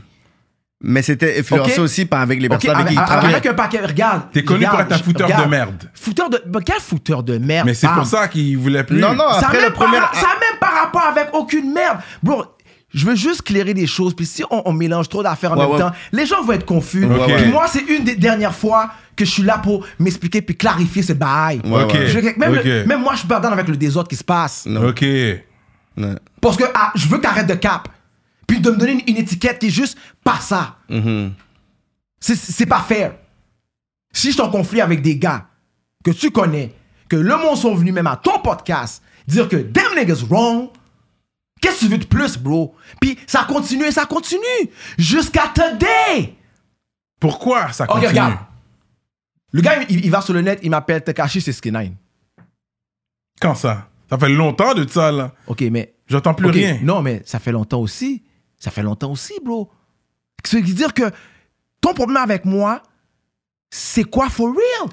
S2: Mais c'était influencé
S4: Ok.
S2: aussi par avec les
S4: Ok, ah,
S2: personnes avec qui
S4: avec,
S2: il
S4: avec-
S2: travaillait.
S4: avec un paquet, regarde.
S1: T'es connu pour
S4: regarde,
S1: être un
S4: je-
S1: fouteur
S4: regarde.
S1: de merde.
S4: Fouteur de. bah, Quel fouteur de merde Ah,
S1: Mais c'est
S4: bam.
S1: pour ça qu'il voulait plus.
S2: Non, non,
S4: ça a
S2: après
S4: même
S2: le premier.
S4: pas, ça a même pas rapport avec aucune merde. Bro, je veux juste clairer des choses. Puis si on, on mélange trop d'affaires en
S2: Ouais,
S4: même
S2: ouais.
S4: temps, les gens vont être confus.
S1: Ok.
S4: Puis moi, c'est une des dernières fois que je suis là pour m'expliquer puis clarifier ce bail.
S2: Ouais,
S1: Ok.
S2: ouais.
S4: Je- même, le-
S1: Ok.
S4: même moi, je suis perdant avec le désordre qui se passe.
S2: Non.
S1: Ok.
S2: Ouais.
S4: Parce que ah, je veux qu'arrête de cap. Puis de me donner une, une étiquette qui est juste pas ça.
S2: Mhm.
S4: C'est- C'est pas fair. Si je suis en conflit avec des gars que tu connais, que le monde sont venus même à ton podcast dire que damn niggas wrong, qu'est-ce que tu veux de plus, bro? Puis ça continue et ça continue jusqu'à today.
S1: Pourquoi ça
S4: Ok,
S1: continue
S4: Oh, regarde. Le gars, il, il va sur le net, il m'appelle Tekashi, c'est Skinine.
S1: Quand ça Ça fait longtemps de ça, là.
S4: Ok, mais
S1: J'entends plus
S4: Ok,
S1: rien.
S4: Non, mais ça fait longtemps aussi. Ça fait longtemps aussi, bro. Ce qui veut dire que ton problème avec moi, c'est quoi for real?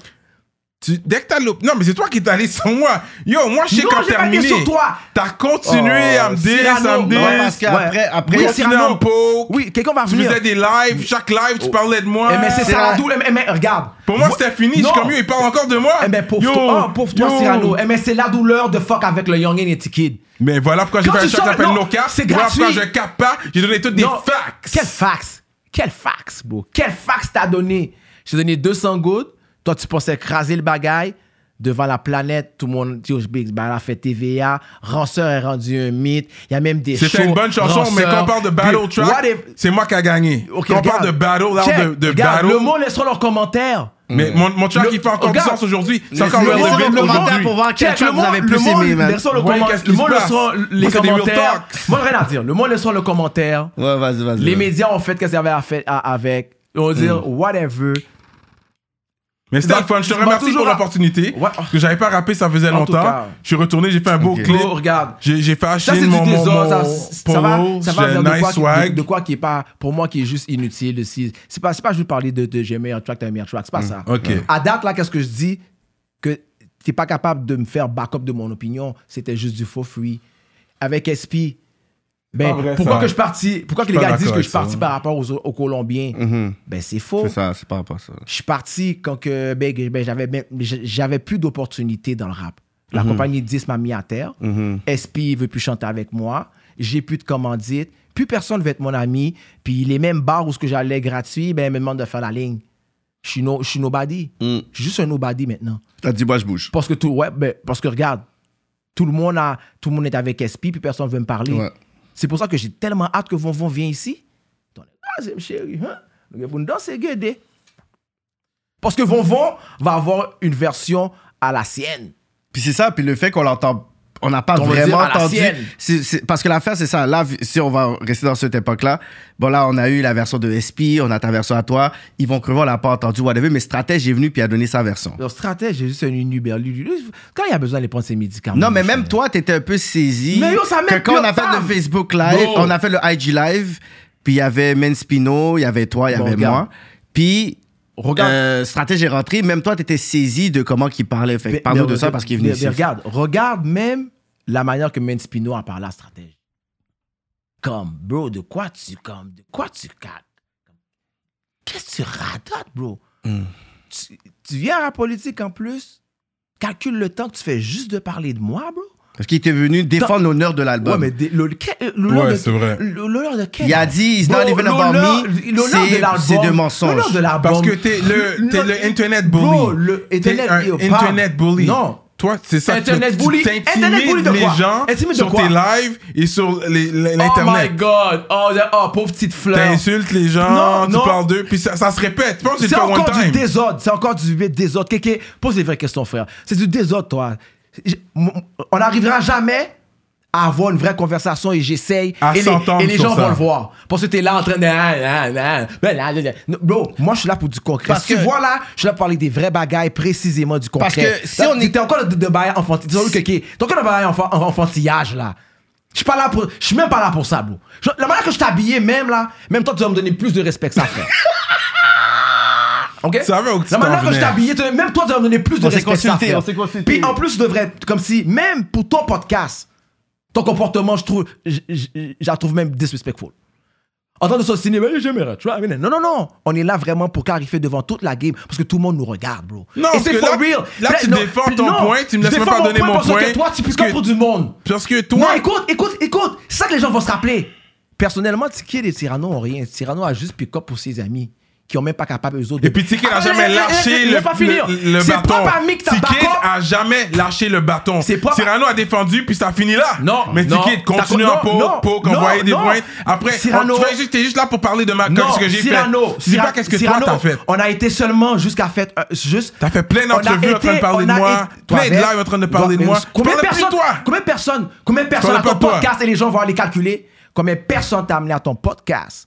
S1: Tu- dès que t'as l'op- Non, mais c'est toi qui t'es allé sur moi. Yo, moi, je sais
S4: Non,
S1: quand
S4: j'ai pas été
S1: terminé.
S4: sur toi.
S1: T'as continué
S4: Oh,
S1: à me dire,
S4: Cyrano.
S1: ça me
S2: Ouais,
S4: Ouais,
S1: dire.
S2: parce qu'après,
S4: Ouais.
S2: après,
S4: Oui,
S1: Continue
S4: Cyrano.
S1: à me poke.
S4: Oui, quelqu'un va
S1: Tu
S4: venir.
S1: faisais des lives. Chaque live, tu parlais de moi.
S4: Eh, mais c'est
S2: C'est
S4: ça la
S2: vrai.
S4: douleur. Eh, mais regarde.
S1: Pour moi,
S4: Vo-
S1: c'était fini. Je
S4: Non.
S1: suis comme yo, il parle encore de moi.
S4: Eh, mais pauvre
S1: Yo,
S4: toi, oh, pauvre toi,
S1: yo.
S4: Cyrano. Eh, mais c'est la douleur de fuck avec le Young et Kid.
S1: Mais voilà pourquoi j'ai
S4: Quand
S1: fait un
S4: tu
S1: show
S4: sors-
S1: qui s'appelle
S4: non,
S1: No Cap.
S4: c'est
S1: Voilà pourquoi
S4: gratuit.
S1: je cap pas. J'ai donné toutes des
S4: Non.
S1: facts.
S4: Quel fax Quel fax, bro Quel fax t'as donné Je t'ai donné 200 gouttes. Toi, tu pensais écraser le bagaille devant la planète. Tout le monde dit oh, Big bah, Ball a fait TVA. Ranceur est rendu un mythe. Il y a même des
S1: C'était
S4: shows
S1: une bonne chanson, mais
S4: Ranceur.
S1: quand on parle de Battle
S4: Puis, what
S1: Track,
S4: if-
S1: c'est moi qui a gagné.
S4: Ok,
S1: quand on
S4: regarde.
S1: parle de Battle,
S4: Check,
S1: là, de, de
S4: regarde,
S1: Battle.
S4: Le mot laisse dans leurs commentaires.
S1: Mais mon, mon track,
S4: Le-
S1: il fait encore du
S4: regarde.
S1: sens aujourd'hui. C'est
S2: Laissez-
S1: encore le
S2: laissez
S1: aujourd'hui.
S2: le commentaire pour voir quel
S4: Check,
S2: chat
S4: le
S2: vous
S4: monde-
S2: avez
S4: le
S2: plus
S4: monde
S2: aimé, man.
S4: laissera le
S1: Voyez
S4: comment-
S1: qu'est-ce qui
S4: le
S1: se
S4: monde
S1: passe.
S4: laissera les
S1: Moi, c'est des real
S4: commentaires.
S1: talks.
S4: Moi, rien à dire. Le monde laissera le commentaire.
S2: Ouais, vas-y, vas-y.
S4: Les
S2: vas-y.
S4: médias ont fait ce qu'ils avaient à faire à- avec. Ils vont dire
S1: Mm.
S4: whatever.
S1: Mais c'était
S4: Dans-
S1: le fun. Je te
S4: dans
S1: remercie
S4: toujours
S1: pour
S4: à-
S1: l'opportunité.
S4: Ouais.
S1: Parce que j'avais pas rappé, ça faisait
S4: En tout
S1: longtemps.
S4: cas.
S1: Je suis retourné, j'ai fait un beau
S2: Ok.
S1: clip.
S4: Oh, regarde.
S1: J'ai j'ai fait
S4: Ça,
S1: acheter
S4: c'est
S1: mon,
S4: du
S1: mon,
S4: désordre.
S1: mon
S4: Ça, ça va,
S1: polo.
S4: ça va
S1: J'ai
S4: vers
S1: un
S4: de,
S1: nice
S4: quoi, qui- de,
S1: swag.
S4: de quoi qui est pas, pour moi, qui est juste inutile. de si- C'est pas, c'est pas juste parler de, de j'ai un meilleur track, t'as un meilleur track. C'est pas ça.
S1: Mm. ok.
S4: À date, là, qu'est-ce que je dis Que t'es pas capable de me faire back-up de mon opinion. C'était juste du faux fruit. Avec SP, ben,
S1: pas vrai,
S4: pourquoi
S1: ça.
S4: que je partis Pourquoi que
S1: suis
S4: les
S1: pas
S4: gars disent
S1: d'accord
S4: que
S1: avec
S4: je suis
S1: ça. Mm-hmm.
S4: parti par rapport aux, aux Colombiens
S2: Mhm.
S4: Ben, c'est faux.
S2: C'est ça, c'est par rapport à ça.
S4: Je suis parti quand que ben, que- ben, j'avais ben, j'- j'avais plus d'opportunités dans le rap. La compagnie 10 m'a mis à terre.
S2: Mhm.
S4: SP veut plus chanter avec moi. J'ai plus de commandite. Plus personne veut être mon ami. Puis les mêmes bars où ce que j'allais gratuit, ben ils me demandent de faire la ligne. Je suis no- je suis nobody.
S2: Mm.
S4: Je suis juste un nobody maintenant.
S2: T'as dit, moi, je bouge.
S4: Parce que tout, ouais, ben, parce que regarde, tout le monde a, tout le monde est avec SP, puis personne veut me parler.
S2: Ouais.
S4: C'est pour ça que j'ai tellement hâte que Von Von vienne ici. Dans les troisième chérie, hein? Le gars, Pour nous danser, guédé. Parce que Von Von va avoir une version à la sienne.
S2: Puis c'est ça, puis le fait qu'on l'entend, on n'a pas
S4: Qu'on veut dire
S2: vraiment
S4: à la
S2: entendu.
S4: sienne.
S2: C'est- c'est- parce que l'affaire, c'est ça. Là, vu- si on va rester dans cette époque-là, bon, là, on a eu la version de SP, on a ta version à toi. Ils vont crever, on l'a pas entendu, whatever, mais Stratège est venu puis a donné sa version.
S4: Leur stratège, c'est juste un Uber. Quand il a besoin de prendre ses médicaments.
S2: Non, mais
S4: je
S2: même
S4: sais.
S2: toi, t'étais un peu saisi.
S4: Mais yo, ça
S2: que
S4: m'aide
S2: quand on a
S4: plus,
S2: fait
S4: femme.
S2: le Facebook Live,
S4: Bro.
S2: on a fait le IG Live, puis il y avait Men Spino, il y avait toi, il y
S4: Bon,
S2: avait
S4: regarde.
S2: moi. Puis,
S4: Regarde.
S2: euh, Stratège est rentré, même toi, t'étais saisi de comment qu'il parlait. Fait que
S4: Mais-
S2: parle-nous
S4: mais
S2: de ça
S4: regarde-
S2: parce qu'il est venu
S4: mais-
S2: ici.
S4: mais ben, regarde, regarde même la manière que Main Spino a parlé à stratégie. Comme, bro, de quoi tu, comme, de quoi tu cadres? Qu'est-ce que tu radotes, bro?
S2: Hmm.
S4: Tu, tu viens à la politique en plus, calcule le temps que tu fais juste de parler de moi, bro.
S2: Parce qu'il était venu défendre l'honneur de l'album.
S4: Ouais, mais des- le- euh, le- que- l'honneur
S1: Ouais,
S4: de-
S1: c'est vrai.
S4: L'honneur de quel?
S2: Il a dit, he's
S4: Bro,
S2: not even about
S4: l'honneur-
S2: me.
S4: l'honneur
S2: C'est-
S4: de l'album.
S2: C'est de mensonges.
S4: L'honneur de l'album.
S1: Parce que t'es le, t'es le internet bully.
S4: Bro, le internet,
S1: T'es un
S4: yo, parle.
S1: internet bully.
S4: Non.
S1: Toi, c'est ça. tu-
S4: Internet bully.
S1: Tu
S4: Internet bully
S1: t'intimides
S4: de
S1: les
S4: quoi
S1: gens
S4: Intimide de
S1: sur
S4: quoi
S1: tes lives et sur les- les-
S4: Oh
S1: l'internet.
S4: my god! Oh, the- oh, pauvre petite fleur!
S1: T'insultes les gens,
S4: Non,
S1: tu
S4: non.
S1: parles d'eux, puis ça, ça se répète. Tu penses que
S4: C'est
S1: tu one
S4: encore du
S1: time.
S4: désordre, c'est encore du désordre. Kéké, pose des vraies questions, frère. C'est du désordre, toi. J- m- On n'arrivera jamais à avoir une vraie conversation et j'essaye.
S1: À
S4: et, les-
S1: s'entendre
S4: et les
S1: sur
S4: gens
S1: ça.
S4: vont le voir. Parce que t'es là en train de. ah, ah, ah, ah, ah. Bro, moi je suis là pour du concret.
S2: Parce
S4: Parce que
S2: que-
S4: tu vois là, je suis là pour parler des vraies bagailles précisément du concret.
S2: Parce que si
S4: Là,
S2: on est-
S4: T'es encore de, de bail enfantillage. T'es encore de bail enfant- enfantillage là. Je suis pas là pour. Je suis même pas là pour ça, bro. Je- La manière que je t'habillais, même là, même toi, tu vas me donner plus de respect que ça, frère. Ok?
S1: Tu savais où que tu
S4: La
S1: t'en
S4: manière que je
S1: venais.
S4: t'habillais, tu- même toi, tu vas me donner plus de
S2: On s'est
S4: respect que ça,
S2: consulté,
S4: frère.
S2: hein. on s'est consulté.
S4: Puis en plus, je devrais être comme si, même pour ton podcast, ton comportement, je trouve. je- je- je la trouve même disrespectful. En train de s'ostiner, mais j'aime les rats, tu vois, mais non, non, non. On est là vraiment pour clarifier devant toute la game parce que tout le monde nous regarde, bro.
S1: Non,
S4: Et
S1: parce
S4: c'est
S1: que
S4: for
S1: là-
S4: real.
S1: là, tu défends
S4: puis
S1: ton point, tu me
S4: je
S1: laisses même
S4: défends
S1: pas donner mon
S4: Parce
S1: point.
S4: que toi, tu puisses
S1: Parce que-
S4: pour du monde.
S1: Parce que
S4: Non,
S1: toi,
S4: écoute, écoute, écoute. C'est ça que les gens vont se rappeler. Personnellement, Tiki et les Tyrannos ont rien. Cyrano a juste pick-up pour ses amis qui ont même pas capable eux autres. Ah, eh,
S1: Et puis Ticket n'a jamais lâché le, le- le
S4: C'est
S1: bâton.
S4: propre à Mick, t'as
S1: Ticket
S4: back-up.
S1: a jamais lâché le bâton.
S4: C'est propre-
S1: Cyrano a défendu, puis ça finit là.
S4: Non,
S1: Mais
S4: non.
S1: Ticket continue
S4: T'as-
S1: en poke,
S4: non, non,
S1: poke,
S4: non,
S1: envoyer des
S4: non.
S1: points. Après,
S4: Cyrano-
S1: on- tu fais juste- t'es juste là pour parler de ma
S4: Non,
S1: ce que j'ai fait.
S4: Cyrano,
S1: Je dis
S4: Cyra-
S1: pas qu'est-ce que
S4: Cyrano,
S1: toi t'as fait.
S4: On a été seulement jusqu'à fait euh, juste.
S1: T'as fait plein
S4: on a
S1: d'entrevues en train de
S4: été-
S1: parler
S4: on
S1: de
S4: a
S1: moi,
S4: été-
S1: plein de
S4: Toi,
S1: lives en train de parler de
S4: mais
S1: moi.
S4: Combien de
S1: Je parle plus de
S4: personnes
S1: toi.
S4: Combien de personnes Combien de personnes à
S1: parle
S4: ton
S1: pas de toi.
S4: podcast et les gens vont aller calculer Combien de personnes t'as amené à ton podcast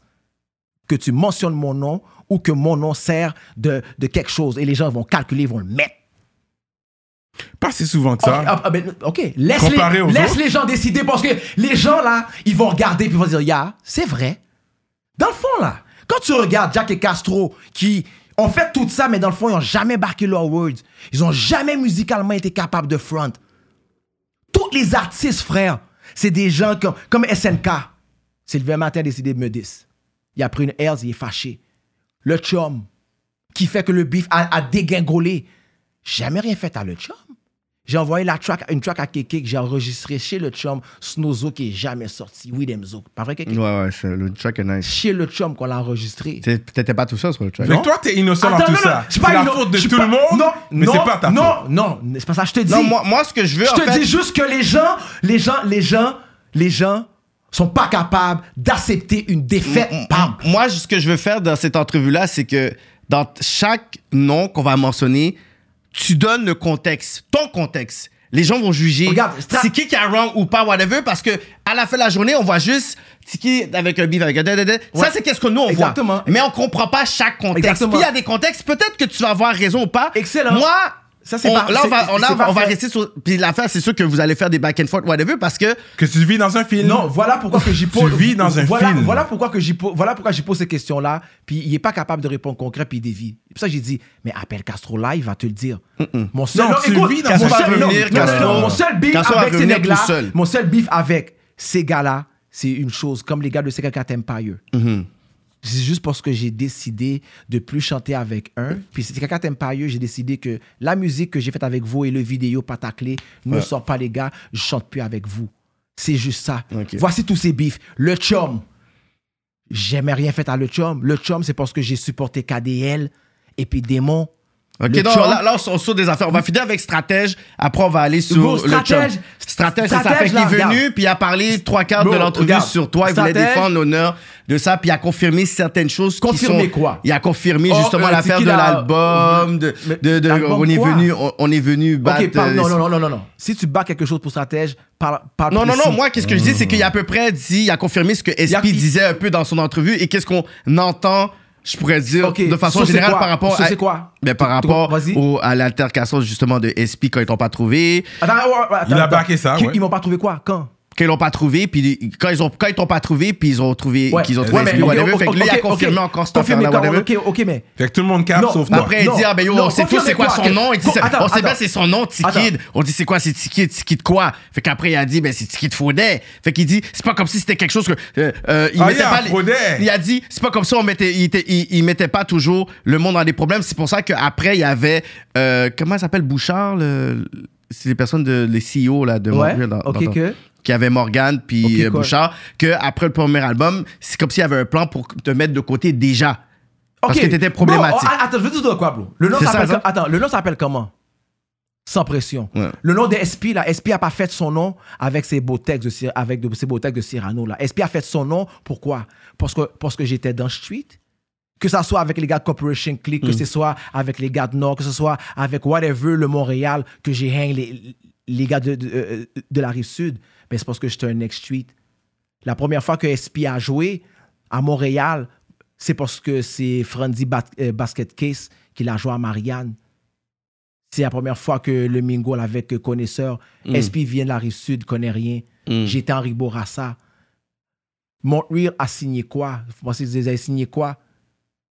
S4: que tu mentionnes mon nom ou que mon nom sert de, de quelque chose et les gens vont calculer, vont le mettre.
S1: Pas si souvent que
S4: Ok,
S1: ça.
S4: ah, ah, ben, ok, laisse,
S1: Comparé
S4: les,
S1: aux
S4: laisse
S1: autres.
S4: les gens décider parce que les gens là, ils vont regarder puis ils vont dire, ya, c'est vrai. Dans le fond là, Quand tu regardes Jack et Castro, qui ont fait tout ça, mais dans le fond, ils n'ont jamais barqué leurs words. Ils n'ont jamais musicalement été capables de front. Tous les artistes, frère, c'est des gens comme, comme SNK. Sylvain Matin a décidé de me dire. Il a pris une herse, il est fâché. Le chum, qui fait que le beef a, a dégingolé. Jamais rien fait à le chum. J'ai envoyé la track, une track à Keke que j'ai enregistrée chez le chum, Snowzo qui est jamais sorti. Oui, Demzo. Pas vrai, Keke?
S2: Ouais, ouais, c'est- le track est nice.
S4: Chez le chum qu'on l'a enregistré.
S2: T'es- T'étais pas tout seul sur le track.
S1: Fait que toi, t'es innocent dans
S4: Attends,
S1: tout
S4: non, non,
S1: ça.
S4: je suis
S1: C'est
S4: pas
S1: la
S4: inno-
S1: faute de
S4: je suis
S1: tout
S4: pas-
S1: le monde,
S4: non,
S1: mais
S4: non,
S1: c'est pas ta faute.
S4: Non, non, c'est pas ça, je te dis.
S2: Non, moi, moi, ce que je veux,
S4: je
S2: en
S4: te
S2: fait...
S4: dis juste que les gens, les gens, les gens, les gens sont pas capables d'accepter une
S1: Mm,
S4: défaite.
S2: M- m-
S4: Bam.
S2: Mm. Moi, ce que je veux faire dans cette entrevue-là, c'est que dans t- chaque nom qu'on va mentionner, tu donnes le contexte, ton contexte. Les gens vont juger
S4: Regarde, ça-
S2: c'est qui qui a wrong ou pas, whatever, parce que à la fin de la journée, on voit juste c'est qui avec un bif, avec un da, da, da. Ça,
S4: Ouais.
S2: c'est qu'est-ce que nous, on
S4: Exactement.
S2: voit. Mais on comprend pas chaque contexte.
S4: Exactement.
S2: Puis il y a des contextes, peut-être que tu vas avoir raison ou pas.
S4: Excellent.
S2: Moi,
S4: Ça, c'est
S2: on-
S4: par-
S2: là, on
S4: c'est-
S2: va, on, là,
S4: c'est
S2: on va- on va
S4: parfait.
S2: rester sur. Puis l'affaire, c'est sûr que vous allez faire des back and forth, whatever, parce que
S1: Que tu vis dans un film.
S4: Non, voilà pourquoi que j'y
S1: Tu
S4: pose.
S1: vis dans un
S4: voilà,
S1: film.
S4: Voilà pourquoi que j'y pose. Voilà pourquoi j'y pose ces questions-là. Puis il est pas capable de répondre concret. Puis il dévie. C'est pour ça que j'ai dit. Mais appelle Castro là, il va te le dire. Mon seul.
S1: Non, tu
S4: écoute,
S1: vis dans
S4: mon
S1: un
S4: seul-
S1: film.
S4: non,
S1: Venir,
S4: non,
S1: Castro.
S4: non, Mon seul beef
S2: Castro va
S4: avec ces
S2: venir tout
S4: nègres-là.
S2: seul.
S4: Mon seul beef avec ces gars-là, c'est une chose. Comme les gars de CKK Empire. C'est juste parce que j'ai décidé de plus chanter avec un. Puis c'était quelqu'un t'aime pas eux, j'ai décidé que la musique que j'ai faite avec vous et le vidéo pataclé ne sort pas les gars, je chante plus avec vous. C'est juste ça.
S2: Ok.
S4: Voici tous ces bifs. Le chum. J'aimais rien fait à le chum. Le chum, c'est parce que j'ai supporté KDL et puis Démon.
S2: Ok,
S4: Le
S2: donc
S4: chum.
S2: là, là, on sort des affaires. On va finir avec stratège. Après, on va aller sur
S4: Bro,
S2: le
S4: stratège-
S2: chum. Stratège, c'est ça.
S4: stratège,
S2: Fait qu'il est
S4: là,
S2: venu,
S4: regarde.
S2: puis il a parlé trois quarts de
S4: Bro,
S2: l'entrevue
S4: regarde.
S2: sur toi. Il voulait
S4: Stratège-
S2: défendre l'honneur de ça, puis il a confirmé certaines choses.
S4: Confirmé
S2: qui sont,
S4: quoi?
S2: Il a confirmé
S4: Oh,
S2: justement
S4: euh,
S2: l'affaire
S4: c'est
S2: de
S4: qu'il a-
S2: l'album. De,
S4: Mais
S2: de, de-
S4: l'album
S2: on, est
S4: quoi?
S2: venu, on, on est venu battre.
S4: ok, parle,
S2: euh,
S4: non, non, non, non, non, non. Si tu bats quelque chose pour stratège, parle, parle
S2: non, non,
S4: précis.
S2: non, moi, qu'est-ce que je dis, c'est qu'il a à peu près dit, il a confirmé ce que
S4: y a-
S2: SP disait un peu dans son entrevue et qu'est-ce qu'on entend, je pourrais dire,
S4: Ok,
S2: de façon
S4: ça, c'est
S2: générale
S4: quoi?
S2: par rapport
S4: Ça,
S2: à.
S4: c'est quoi?
S2: Mais par
S4: T'es- t'es-
S2: rapport
S4: vas-y.
S2: au- à l'altercation, justement, de SP quand ils t'ont pas trouvé,
S4: Attends, ouais, ouais, attends,
S1: Il a
S4: attends.
S1: backé ça,
S4: Qui-
S1: ouais.
S4: Ils m'ont pas trouvé quoi Quand
S2: qu'ils l'ont pas trouvé, puis les- quand ils ont, quand ils t'ont pas trouvé, puis ils ont trouvé,
S4: Ouais.
S2: qu'ils ont
S4: Ouais,
S2: trouvé
S4: mais-
S2: SP,
S4: ok,
S2: whatever.
S4: ok,
S2: fait que là, il a
S4: ok,
S2: confirmé
S4: ok.
S2: encore cette
S4: Confirmé
S2: affaire-là,
S4: quand-
S2: whatever.
S4: Ok, ok, mais.
S1: Fait que tout le monde capte
S4: Non,
S1: sauf
S4: non.
S1: toi.
S2: Après, il dit, ah ben yo,
S4: Non,
S2: on sait pas
S4: confirme
S2: c'est quoi
S4: quoi,
S2: son
S4: que-
S2: nom. Il dit, c'est-
S4: attends,
S2: on sait pas
S4: attends.
S2: c'est son nom, Tikid.
S4: Attends.
S2: On dit, c'est quoi, c'est Tikid, Tikid quoi? Fait qu'après, il a dit, ben c'est Tikid Faudet. Fait qu'il dit, c'est pas comme si c'était quelque chose que. euh, euh, il
S1: Ah,
S2: mettait
S1: yeah,
S2: pas les-
S1: Faudet.
S2: Il a dit, c'est pas comme ça, on mettait, il, était- il- il mettait pas toujours le monde dans des problèmes. C'est pour ça qu'après, il y avait. euh, comment il s'appelle Bouchard, le- C'est les personnes, de, les CEO là, de
S4: Ouais,
S2: Montréal, dans-
S4: ok,
S2: dans-
S4: que-
S2: qui avait Morgan puis
S4: Ok,
S2: euh,
S4: quoi.
S2: Bouchard, que après le premier album, c'est comme s'il y avait un plan pour te mettre de côté déjà. Parce
S4: Ok.
S2: que t'étais
S4: Bro,
S2: problématique.
S4: oh, attends, je veux te dire de quoi, bro. Le nom
S2: C'est ça,
S4: s'appelle
S2: ça.
S4: co- attends, le nom s'appelle comment Sans pression.
S2: Ouais.
S4: Le nom de SP là, SP a pas fait son nom avec ses beaux textes de Cyr- avec de, ses beaux textes de Cyrano là. SP a fait son nom pourquoi Parce que parce que j'étais dans Street. Que ça soit avec les gars de Corporation Click,
S2: Hmm.
S4: que ce soit avec les gars de Nord, que ce soit avec whatever le Montréal que j'ai hang les, les gars de, de, euh, de la rive sud, ben c'est parce que j'étais un next street. La première fois que SP a joué à Montréal, c'est parce que c'est Frandy Bat- euh, Basket Case qui l'a joué à Marianne. C'est la première fois que le Mingo avec euh, connaisseur. SP vient de la rive sud, connaît rien.
S2: Mm.
S4: J'étais en Riborassa. Montreal a signé quoi Vous pensez qu'ils avaient signé quoi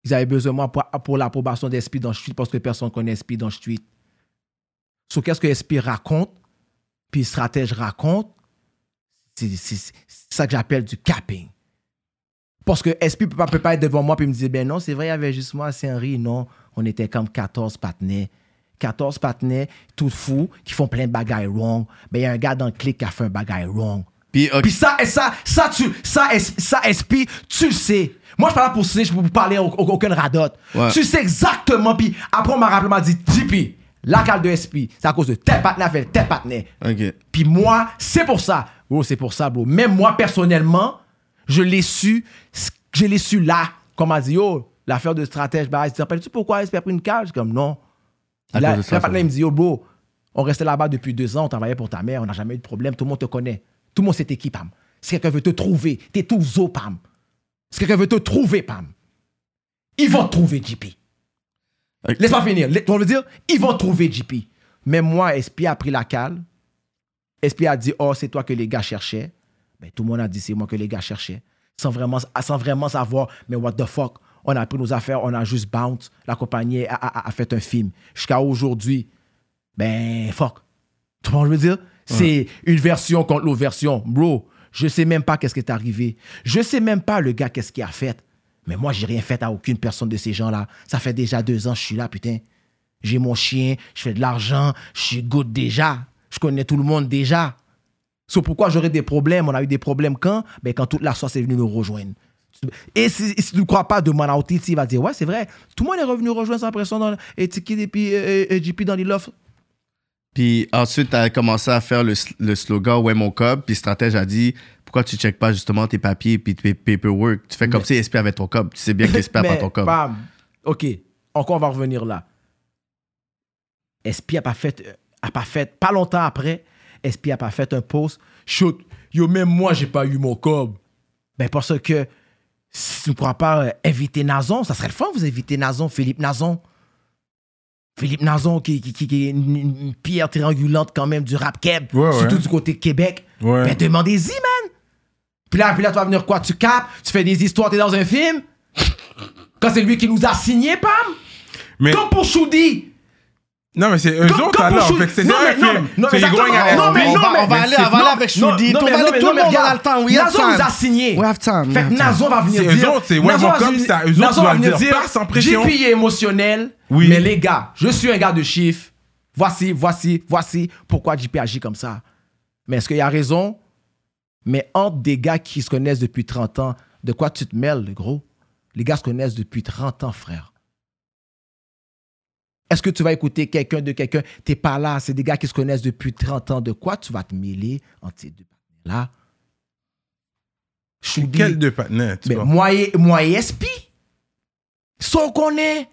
S4: Ils avaient besoin de moi pour, pour l'approbation d'SP dans le street parce que personne ne connaît SP dans le street. So, qu'est-ce que SP raconte Puis stratège raconte c'est- C'est c'est ça que j'appelle du capping. Parce que SP peut pas, peut pas être devant moi puis me dire, ben non, c'est vrai, il y avait juste moi à Saint-Henri. Non, on était comme 14 patinets. 14 patinets, tout fous, qui font plein de bagailles wrong. Ben, il y a un gars dans le clic qui a fait un bagaille wrong.
S2: Puis, ok.
S4: Puis ça, et ça, ça, tu, ça, es- ça, SP, tu le sais. Moi, je parle pour ça, je peux vous parler au- au- aucune radote.
S2: Ouais.
S4: Tu sais exactement. Puis après, on m'a rappelé, on m'a dit, JP, la cale de SP, c'est à cause de tel partenaire, fait tel partenaire.
S2: Ok.
S4: Puis moi, c'est pour ça. Bro, c'est pour ça, bro. Même moi, personnellement, je l'ai su. Je l'ai su là. Comme on m'a dit, yo, l'affaire de stratège, bah, tu te rappelles-tu pourquoi SP a pris une cage? Je suis comme, non.
S2: À
S4: Là,
S2: cause de ça,
S4: là,
S2: ça
S4: maintenant, il me dit, yo, bro, on restait là-bas depuis deux ans, on travaillait pour ta mère, on n'a jamais eu de problème, tout le monde te connaît. Tout le monde sait t'es qui, Pam. Si quelqu'un veut te trouver, t'es tout zo, Pam. Si quelqu'un veut te trouver, Pam, ils vont te trouver, JP.
S2: Ok.
S4: Laisse-moi finir. Laisse- On veut dire, ils vont te trouver, JP. Mais moi, SP a pris la cale. SP a dit, oh, c'est toi que les gars cherchaient. Ben, tout le monde a dit, c'est moi que les gars cherchaient. sans vraiment, sans vraiment savoir, mais what the fuck, on a pris nos affaires, on a juste bounce, la compagnie a, a- a- a fait un film. Jusqu'à aujourd'hui, ben fuck. Tu vois ce que je veux dire? C'est une version contre l'autre version. Bro, je sais même pas qu'est-ce qui est arrivé. Je sais même pas le gars qu'est-ce qu'il a fait. Mais moi, j'ai rien fait à aucune personne de ces gens-là. Ça fait déjà deux ans que je suis là, putain. J'ai mon chien, je fais de l'argent, je suis good déjà. Je connais tout le monde déjà. C'est pourquoi j'aurais des problèmes. On a eu des problèmes quand ben, Quand toute la sauce est venue nous rejoindre. Et si, si tu ne crois pas, demande à Otis, il va dire Ouais, c'est vrai, tout le monde est revenu rejoindre sa pression dans, et Tiki et puis euh, euh, JP dans les lofts.
S2: Puis ensuite, t'as commencé à faire le, s- le slogan Ouais, mon cop. Puis Stratège a dit Pourquoi tu checkes pas justement tes papiers puis tes paperwork Tu fais comme si SP avait ton cop. Tu sais bien que SP a pas
S4: (laughs) Mais,
S2: ton cop.
S4: bam. OK. Encore, on va revenir là. SP a pas fait, euh, a pas fait, pas longtemps après, SP a pas fait un post. Shoot, yo, même moi, j'ai pas eu mon cob. Ben, parce que si tu ne crois pas euh, inviter Nazon, ça serait le fun, vous invitez Nazon, Philippe Nazon. Philippe Nazon, qui, qui, qui- qui est une, une pierre triangulante quand même du rap keb,
S1: Ouais, ouais.
S4: surtout du côté Québec.
S1: Ouais.
S4: Ben, demandez-y, man! Puis là, puis là, tu vas venir quoi? Tu capes, tu fais des histoires, t'es dans un film? Quand c'est lui qui nous a signé, Pam?
S1: Mais,
S4: Comme pour Choudi!
S1: Non, mais c'est eux
S4: Comme-
S1: autres
S4: comme
S1: alors.
S4: pour
S1: Fait que c'est
S4: Shudi.
S1: c'est
S4: Non,
S1: un
S4: mais- non,
S1: film.
S4: mais- non,
S1: C'est
S4: mais
S1: Going
S4: attends,
S1: à
S4: non,
S1: SP.
S4: mais-
S2: on va, on va
S4: mais
S2: aller,
S4: c'est-
S2: on va aller
S4: non,
S2: avec
S4: non,
S2: Shudi.
S4: non,
S2: On
S4: mais-
S2: va
S4: non, mais-
S2: aller, tout
S4: non,
S2: le monde
S4: mais
S2: va
S4: regarde.
S2: dans le temps. We have
S4: Nazon nous a
S2: time.
S4: signé.
S2: We have time, we
S4: Fait
S2: have
S4: que
S2: time.
S4: Nazon va venir
S1: C'est eux
S4: dire.
S1: autres, c'est ouais,
S4: Nazon
S1: mon
S4: va
S1: cop,
S4: venir-
S1: ça, eux autres
S4: Nazon va
S1: doivent
S4: venir
S1: dire, par sans pression.
S4: JP est émotionnel,
S1: Oui.
S4: mais les gars, je suis un gars de chiffres. Voici, voici, voici pourquoi JP agit comme ça. Mais est-ce qu'il a raison? Mais entre des gars qui se connaissent depuis 30 ans, de quoi tu te mêles, le gros? Les gars se connaissent depuis 30 ans, frère. Est-ce que tu vas écouter quelqu'un de quelqu'un? T'es pas là, c'est des gars qui se connaissent depuis 30 ans. De quoi tu vas te mêler entre ces deux là? Choudi,
S1: Quel deux partenaires, tu
S4: ben,
S1: vois.
S4: moi et, moi et SP. Sans qu'on est.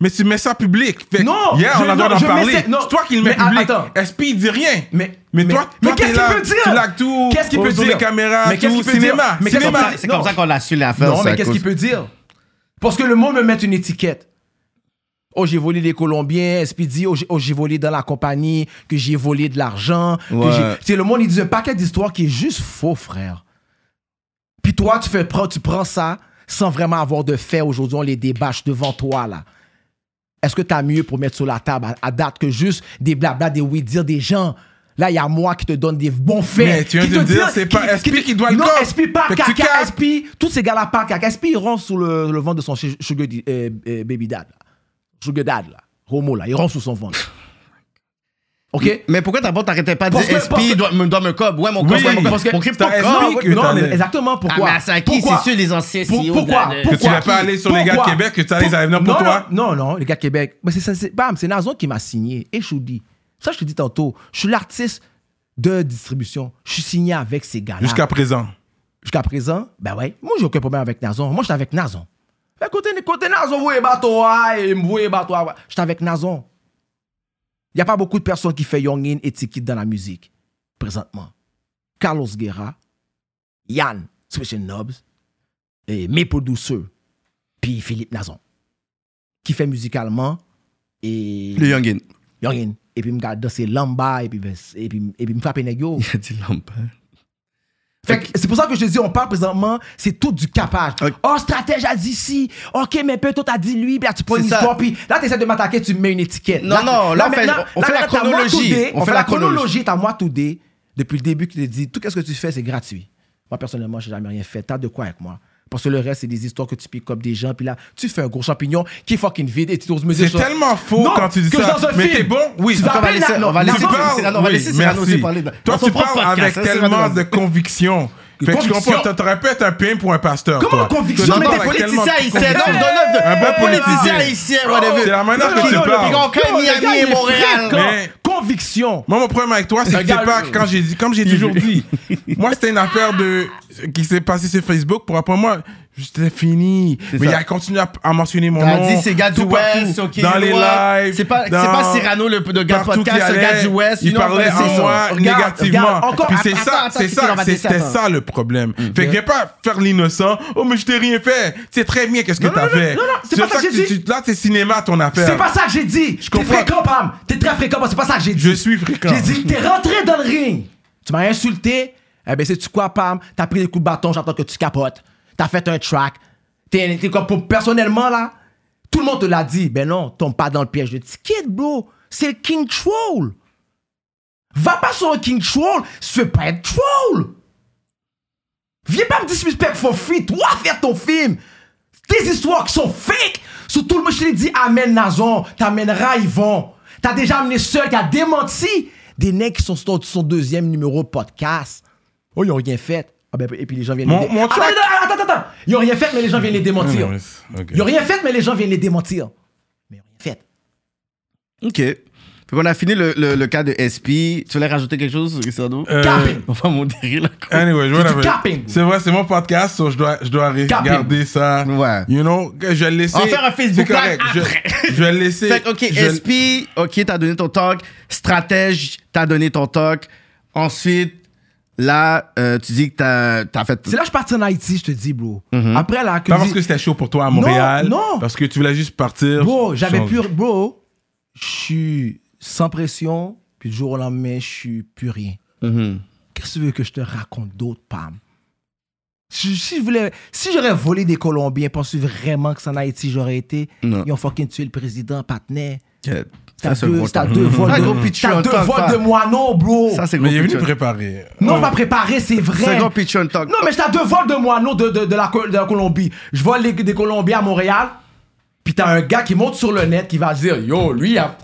S1: Mais tu mets ça public. Fait que,
S4: Non,
S1: yeah,
S4: je-
S1: on a le droit
S4: non,
S1: d'en
S4: je mets
S1: parler.
S4: ça- non.
S1: C'est toi qui le mets
S4: Mais, ah,
S1: public.
S4: attends.
S1: SP, il dit rien.
S4: Mais,
S1: Mais toi,
S4: mais
S1: toi,
S4: qu'est-ce
S1: t'es
S4: qu'il
S1: là,
S4: peut dire
S1: Tu laques tout.
S4: Qu'est-ce qu'il peut
S1: autour
S4: dire
S1: des caméras,
S4: Mais qu'est-ce
S1: tout,
S4: qu'il peut
S1: cinéma.
S4: dire Mais qu'est-ce
S1: cinéma.
S4: qu'il
S2: C'est comme
S4: Non.
S2: ça qu'on a su l'affaire.
S4: Non,
S2: c'est
S4: mais
S2: à
S4: qu'est-ce
S2: cause-
S4: qu'il peut dire Parce que le monde me met une étiquette. Oh, j'ai volé les Colombiens, SP dit, oh, j'ai- oh, j'ai volé dans la compagnie, que j'ai volé de l'argent. que
S2: Ouais.
S4: j'ai- Tu sais, le monde, il dit un paquet d'histoires qui est juste faux, frère. Puis toi, tu, fais, prends- tu prends ça sans vraiment avoir de fait. Aujourd'hui, on les débâche devant toi, là. Est-ce que t'as mieux pour mettre sur la table à, à date que juste des blabla, des oui-dire des gens Là, il y a moi qui te donne des bons faits.
S1: Mais tu viens
S4: qui
S1: de
S4: te
S1: dire,
S4: dit-
S1: c'est pas
S4: te-
S1: SP qui doit le
S4: Non,
S1: corps.
S4: SP pas
S1: Fait que tu
S4: caca,
S1: capes.
S4: SP. Tous ces gars-là pas caca. SP, ils rentrent sous le, le ventre de son ch- sugar di- euh, euh, baby dad. Là. Sugar dad, là. Homo, là. Ils rentrent sous son ventre. OK
S2: Mais pourquoi d'abord t'arrêtais pas de
S4: Parce
S2: dire
S4: que- parce que-
S2: SP doit me doit me cob Ouais, mon cop.
S1: Oui,
S2: ouais, mon cop.
S1: parce
S4: que-
S2: On crie
S1: (laughs) t'as SP.
S2: ton cop.
S4: Non,
S1: que
S4: non,
S1: t'en
S4: mais
S1: es-
S4: exactement. Pourquoi
S2: Ah, mais c'est à qui
S4: Pourquoi
S2: C'est sûr, les anciens oh
S4: Pour-
S2: CEO
S4: Pourquoi
S2: de- de-
S4: Pourquoi
S1: tu vas pas aller sur les gars de
S4: Pourquoi
S1: Québec que tu allais,
S4: Pour-
S1: ils allaient venir pour
S4: Non,
S1: toi?
S4: Non, non, les gars de Québec. Mais c'est ça, c'est bam, c'est Nazon qui m'a signé. Et Choudi. Ça, je te dis tantôt, je suis l'artiste de distribution. Je suis signé avec ces gars-là.
S1: Jusqu'à présent.
S4: Jusqu'à présent, ben ouais, moi, j'ai aucun problème avec Nazon. Moi, je suis avec Nazon. Fait que Côté, côté Nazon, vous et bateau, ah, et vous et bateau. ah, ouais. Je suis avec Nazon. Il n'y a pas beaucoup de personnes qui font Young In et Tiki dans la musique, présentement. Carlos Guerra, Yann, Switch and Knobs, et Maple Douceur, puis Philippe Nazon, qui fait musicalement et
S2: Le Youngin.
S4: Young In. Et puis, me garde danser lamba, et puis, et puis, et puis me frapper négio.
S2: (laughs) Il a dit Lampard.
S4: Fait que c'est pour ça que je te dis, on parle présentement, c'est tout du capage.
S2: Ok.
S4: Oh, stratège a dit si. Ok, mais peut-être t'as dit lui, puis là, tu prends une
S2: C'est ça.
S4: histoire, puis là, t'essaies de m'attaquer, tu me mets une étiquette.
S2: Non, non, là, on fait-
S4: maintenant-
S2: on fait la
S4: maintenant, t'as moi
S2: chronologie.
S4: tout dé,
S2: On
S4: On fait la chronologie,
S2: chronologie.
S4: t'as moi tout dé. Depuis le début, qui te dit, tout ce que tu fais, c'est gratuit. Moi, personnellement, j'ai jamais rien fait. T'as de quoi avec moi? Parce que le reste, c'est des histoires que tu piques comme des gens, puis là, tu fais un gros champignon qui est fucking vide et tu oses me dire
S1: C'est
S4: ça.
S1: tellement faux
S4: Non,
S1: quand tu dis
S4: que
S1: ça.
S4: dans un
S1: Mais
S4: film,
S1: t'es bon? Oui.
S4: Tu vas
S2: On va
S4: appeler
S2: laisser-
S4: la-
S2: on va
S4: non,
S2: laisser
S4: non,
S2: Cyrano, c'est- non, on va laisser Cyrano aussi parler de-
S1: Toi,
S2: dans son
S1: tu
S2: propre
S1: parles
S2: podcast,
S1: avec
S2: hein,
S1: tellement
S2: Cyrano.
S1: de conviction. Fait que je
S4: Conviction.
S1: comprends, t'aurais- t'aurais pu être un pain pour un pasteur.
S4: Comment
S1: toi.
S4: conviction?
S1: Tu
S2: Non, mais
S1: parles
S2: t'es
S1: avec tellement
S2: politicien
S1: de
S2: haïtien,
S1: conviction.
S2: donc donne
S1: Un bon
S2: politicien
S1: politicien.
S2: haïtien, whatever.
S1: C'est la manière que
S4: Non,
S1: tu
S4: non, le
S1: parles.
S4: gars,
S2: Encore
S4: non, le
S2: Miami
S4: gars,
S2: et
S4: il est
S2: Montréal.
S4: fréquent.
S1: Mais-
S4: Conviction.
S1: Moi, mon problème avec toi, c'est que c'est
S4: Regarde.
S1: pas quand j'ai dit, comme j'ai toujours dit, moi, c'était une affaire de qui s'est passé sur Facebook. Pour après moi, c'était fini. Mais
S2: ça.
S1: il a continué à, à mentionner mon
S2: On a
S1: nom.
S2: dit c'est gars du
S1: tout partout,
S2: West, ok.
S1: Dans les
S2: ouais.
S1: lives.
S2: C'est pas, c'est
S1: dans-
S2: pas Cyrano le, le gars de
S1: partout
S2: podcast,
S1: qu'il
S2: c'est le gars
S1: allait,
S2: du West.
S1: Il
S2: Non,
S1: parlait
S2: c'est
S1: en
S2: ça.
S1: moi
S4: Regarde,
S1: négativement.
S4: regarde, encore,
S1: Puis c'est
S4: attends,
S1: ça,
S2: attends,
S1: c'est
S2: c'est qui
S1: ça,
S2: qui va
S1: c'est-
S2: baisser,
S1: c'était
S4: hein.
S2: attends.
S1: ça le problème.
S4: Mm.
S1: Fait que viens pas faire l'innocent. Oh, mais je t'ai rien fait. C'est très bien qu'est-ce que
S4: Non,
S1: t'as
S4: non, non,
S1: fait.
S4: non, non,
S1: Tu
S4: c'est pas
S1: veux
S4: ça que
S1: que
S4: j'ai
S1: tu-
S4: dit.
S1: tu- Là, c'est cinéma ton
S4: C'est
S1: affaire.
S4: pas ça que j'ai dit. T'es
S1: comprends.
S4: fréquent, Pam. T'es très fréquent, mais c'est pas ça que j'ai dit.
S1: Je suis fréquent.
S4: J'ai dit, t'es rentré dans le ring. Tu m'as insulté. Eh ben, c'est-tu quoi, Pam? T'as pris des coups de bâton, j'entends que tu capotes. T'as fait un track. T'es t'es comme pour- personnellement, là, tout le monde te l'a dit. Ben non, tombe pas dans le piège de ticket, bro. C'est le King Troll. Va pas sur le King Troll. Tu veux pas être troll. Viens pas me disrespect for free. Toi, faire ton film. Tes histoires qui sont fake. Sur tout le monde, je te l'ai dit, amène Nazon. T'amèneras Yvon. T'as déjà amené seul, t'as démenti. Des nègres qui sont sur son deuxième numéro podcast. Oh, ils ont rien fait. Ah ben, et puis les gens viennent
S1: Mon-
S4: les dé-
S1: mon
S4: attends,
S1: track-
S4: attends, attends, attends. Ils ont rien fait, mais les gens viennent les démentir.
S1: Ah non, mais- ok.
S4: Ils ont rien fait, mais les gens viennent les démentir. Mais ils ont rien fait.
S2: OK. Fait qu'on a fini le, le, le cas de SP. Tu voulais rajouter quelque chose, Ricardo?
S1: Euh,
S4: Capping.
S2: On va modérer, là.
S1: Anyway, je
S4: du capping.
S1: C'est vrai, c'est mon podcast, so je dois, je dois ré-
S4: Capping.
S1: regarder ça.
S2: Ouais.
S1: You know, que je vais le laisser.
S2: On va faire un Facebook
S1: C'est correct.
S2: Live
S1: Je, je vais le laisser.
S2: Fait que, OK,
S1: je-
S2: SP, OK, t'as donné ton talk. Stratège, t'as donné ton talk. Ensuite, là, euh, tu dis que t'as, t'as fait...
S4: C'est là que je partais en Haïti, je te dis, bro. Après, là, que
S1: Pas
S4: je
S1: parce
S4: dis-
S1: que c'était chaud pour toi à Montréal.
S4: non.
S1: Parce que tu voulais juste partir.
S4: Bro, j'avais
S1: Sans-
S4: plus. Bro, je suis sans pression, puis du jour au lendemain, je suis plus rien. Mm-hmm.
S2: Mhm.
S4: Qu'est-ce que tu veux que je te raconte d'autre, Pam? Si, si je voulais, si j'aurais volé des Colombiens, penses-tu vraiment que c'est en Haïti j'aurais été?
S2: Non.
S4: Ils ont fucking tué le président, partenaire.
S2: Ça,
S4: T'as
S2: c'est un
S4: deux,
S2: gros
S4: t'as
S2: talk.
S4: deux vols
S2: Ah,
S4: de,
S2: gros pitch,
S4: t'as
S2: on
S4: deux
S2: talk,
S4: vols
S2: pas.
S4: de moineaux, bro.
S2: Ça, c'est gros
S1: Mais il est venu
S2: pitch.
S1: préparer.
S4: non, pas préparé, c'est vrai.
S2: C'est gros pitch on talk.
S4: Non, mais j'étais à deux vols de moineaux de, de, de la, Col- de la Colombie. Je vole les- des Colombiens à Montréal. Puis t'as un gars qui monte sur le net qui va dire Yo, lui, il a.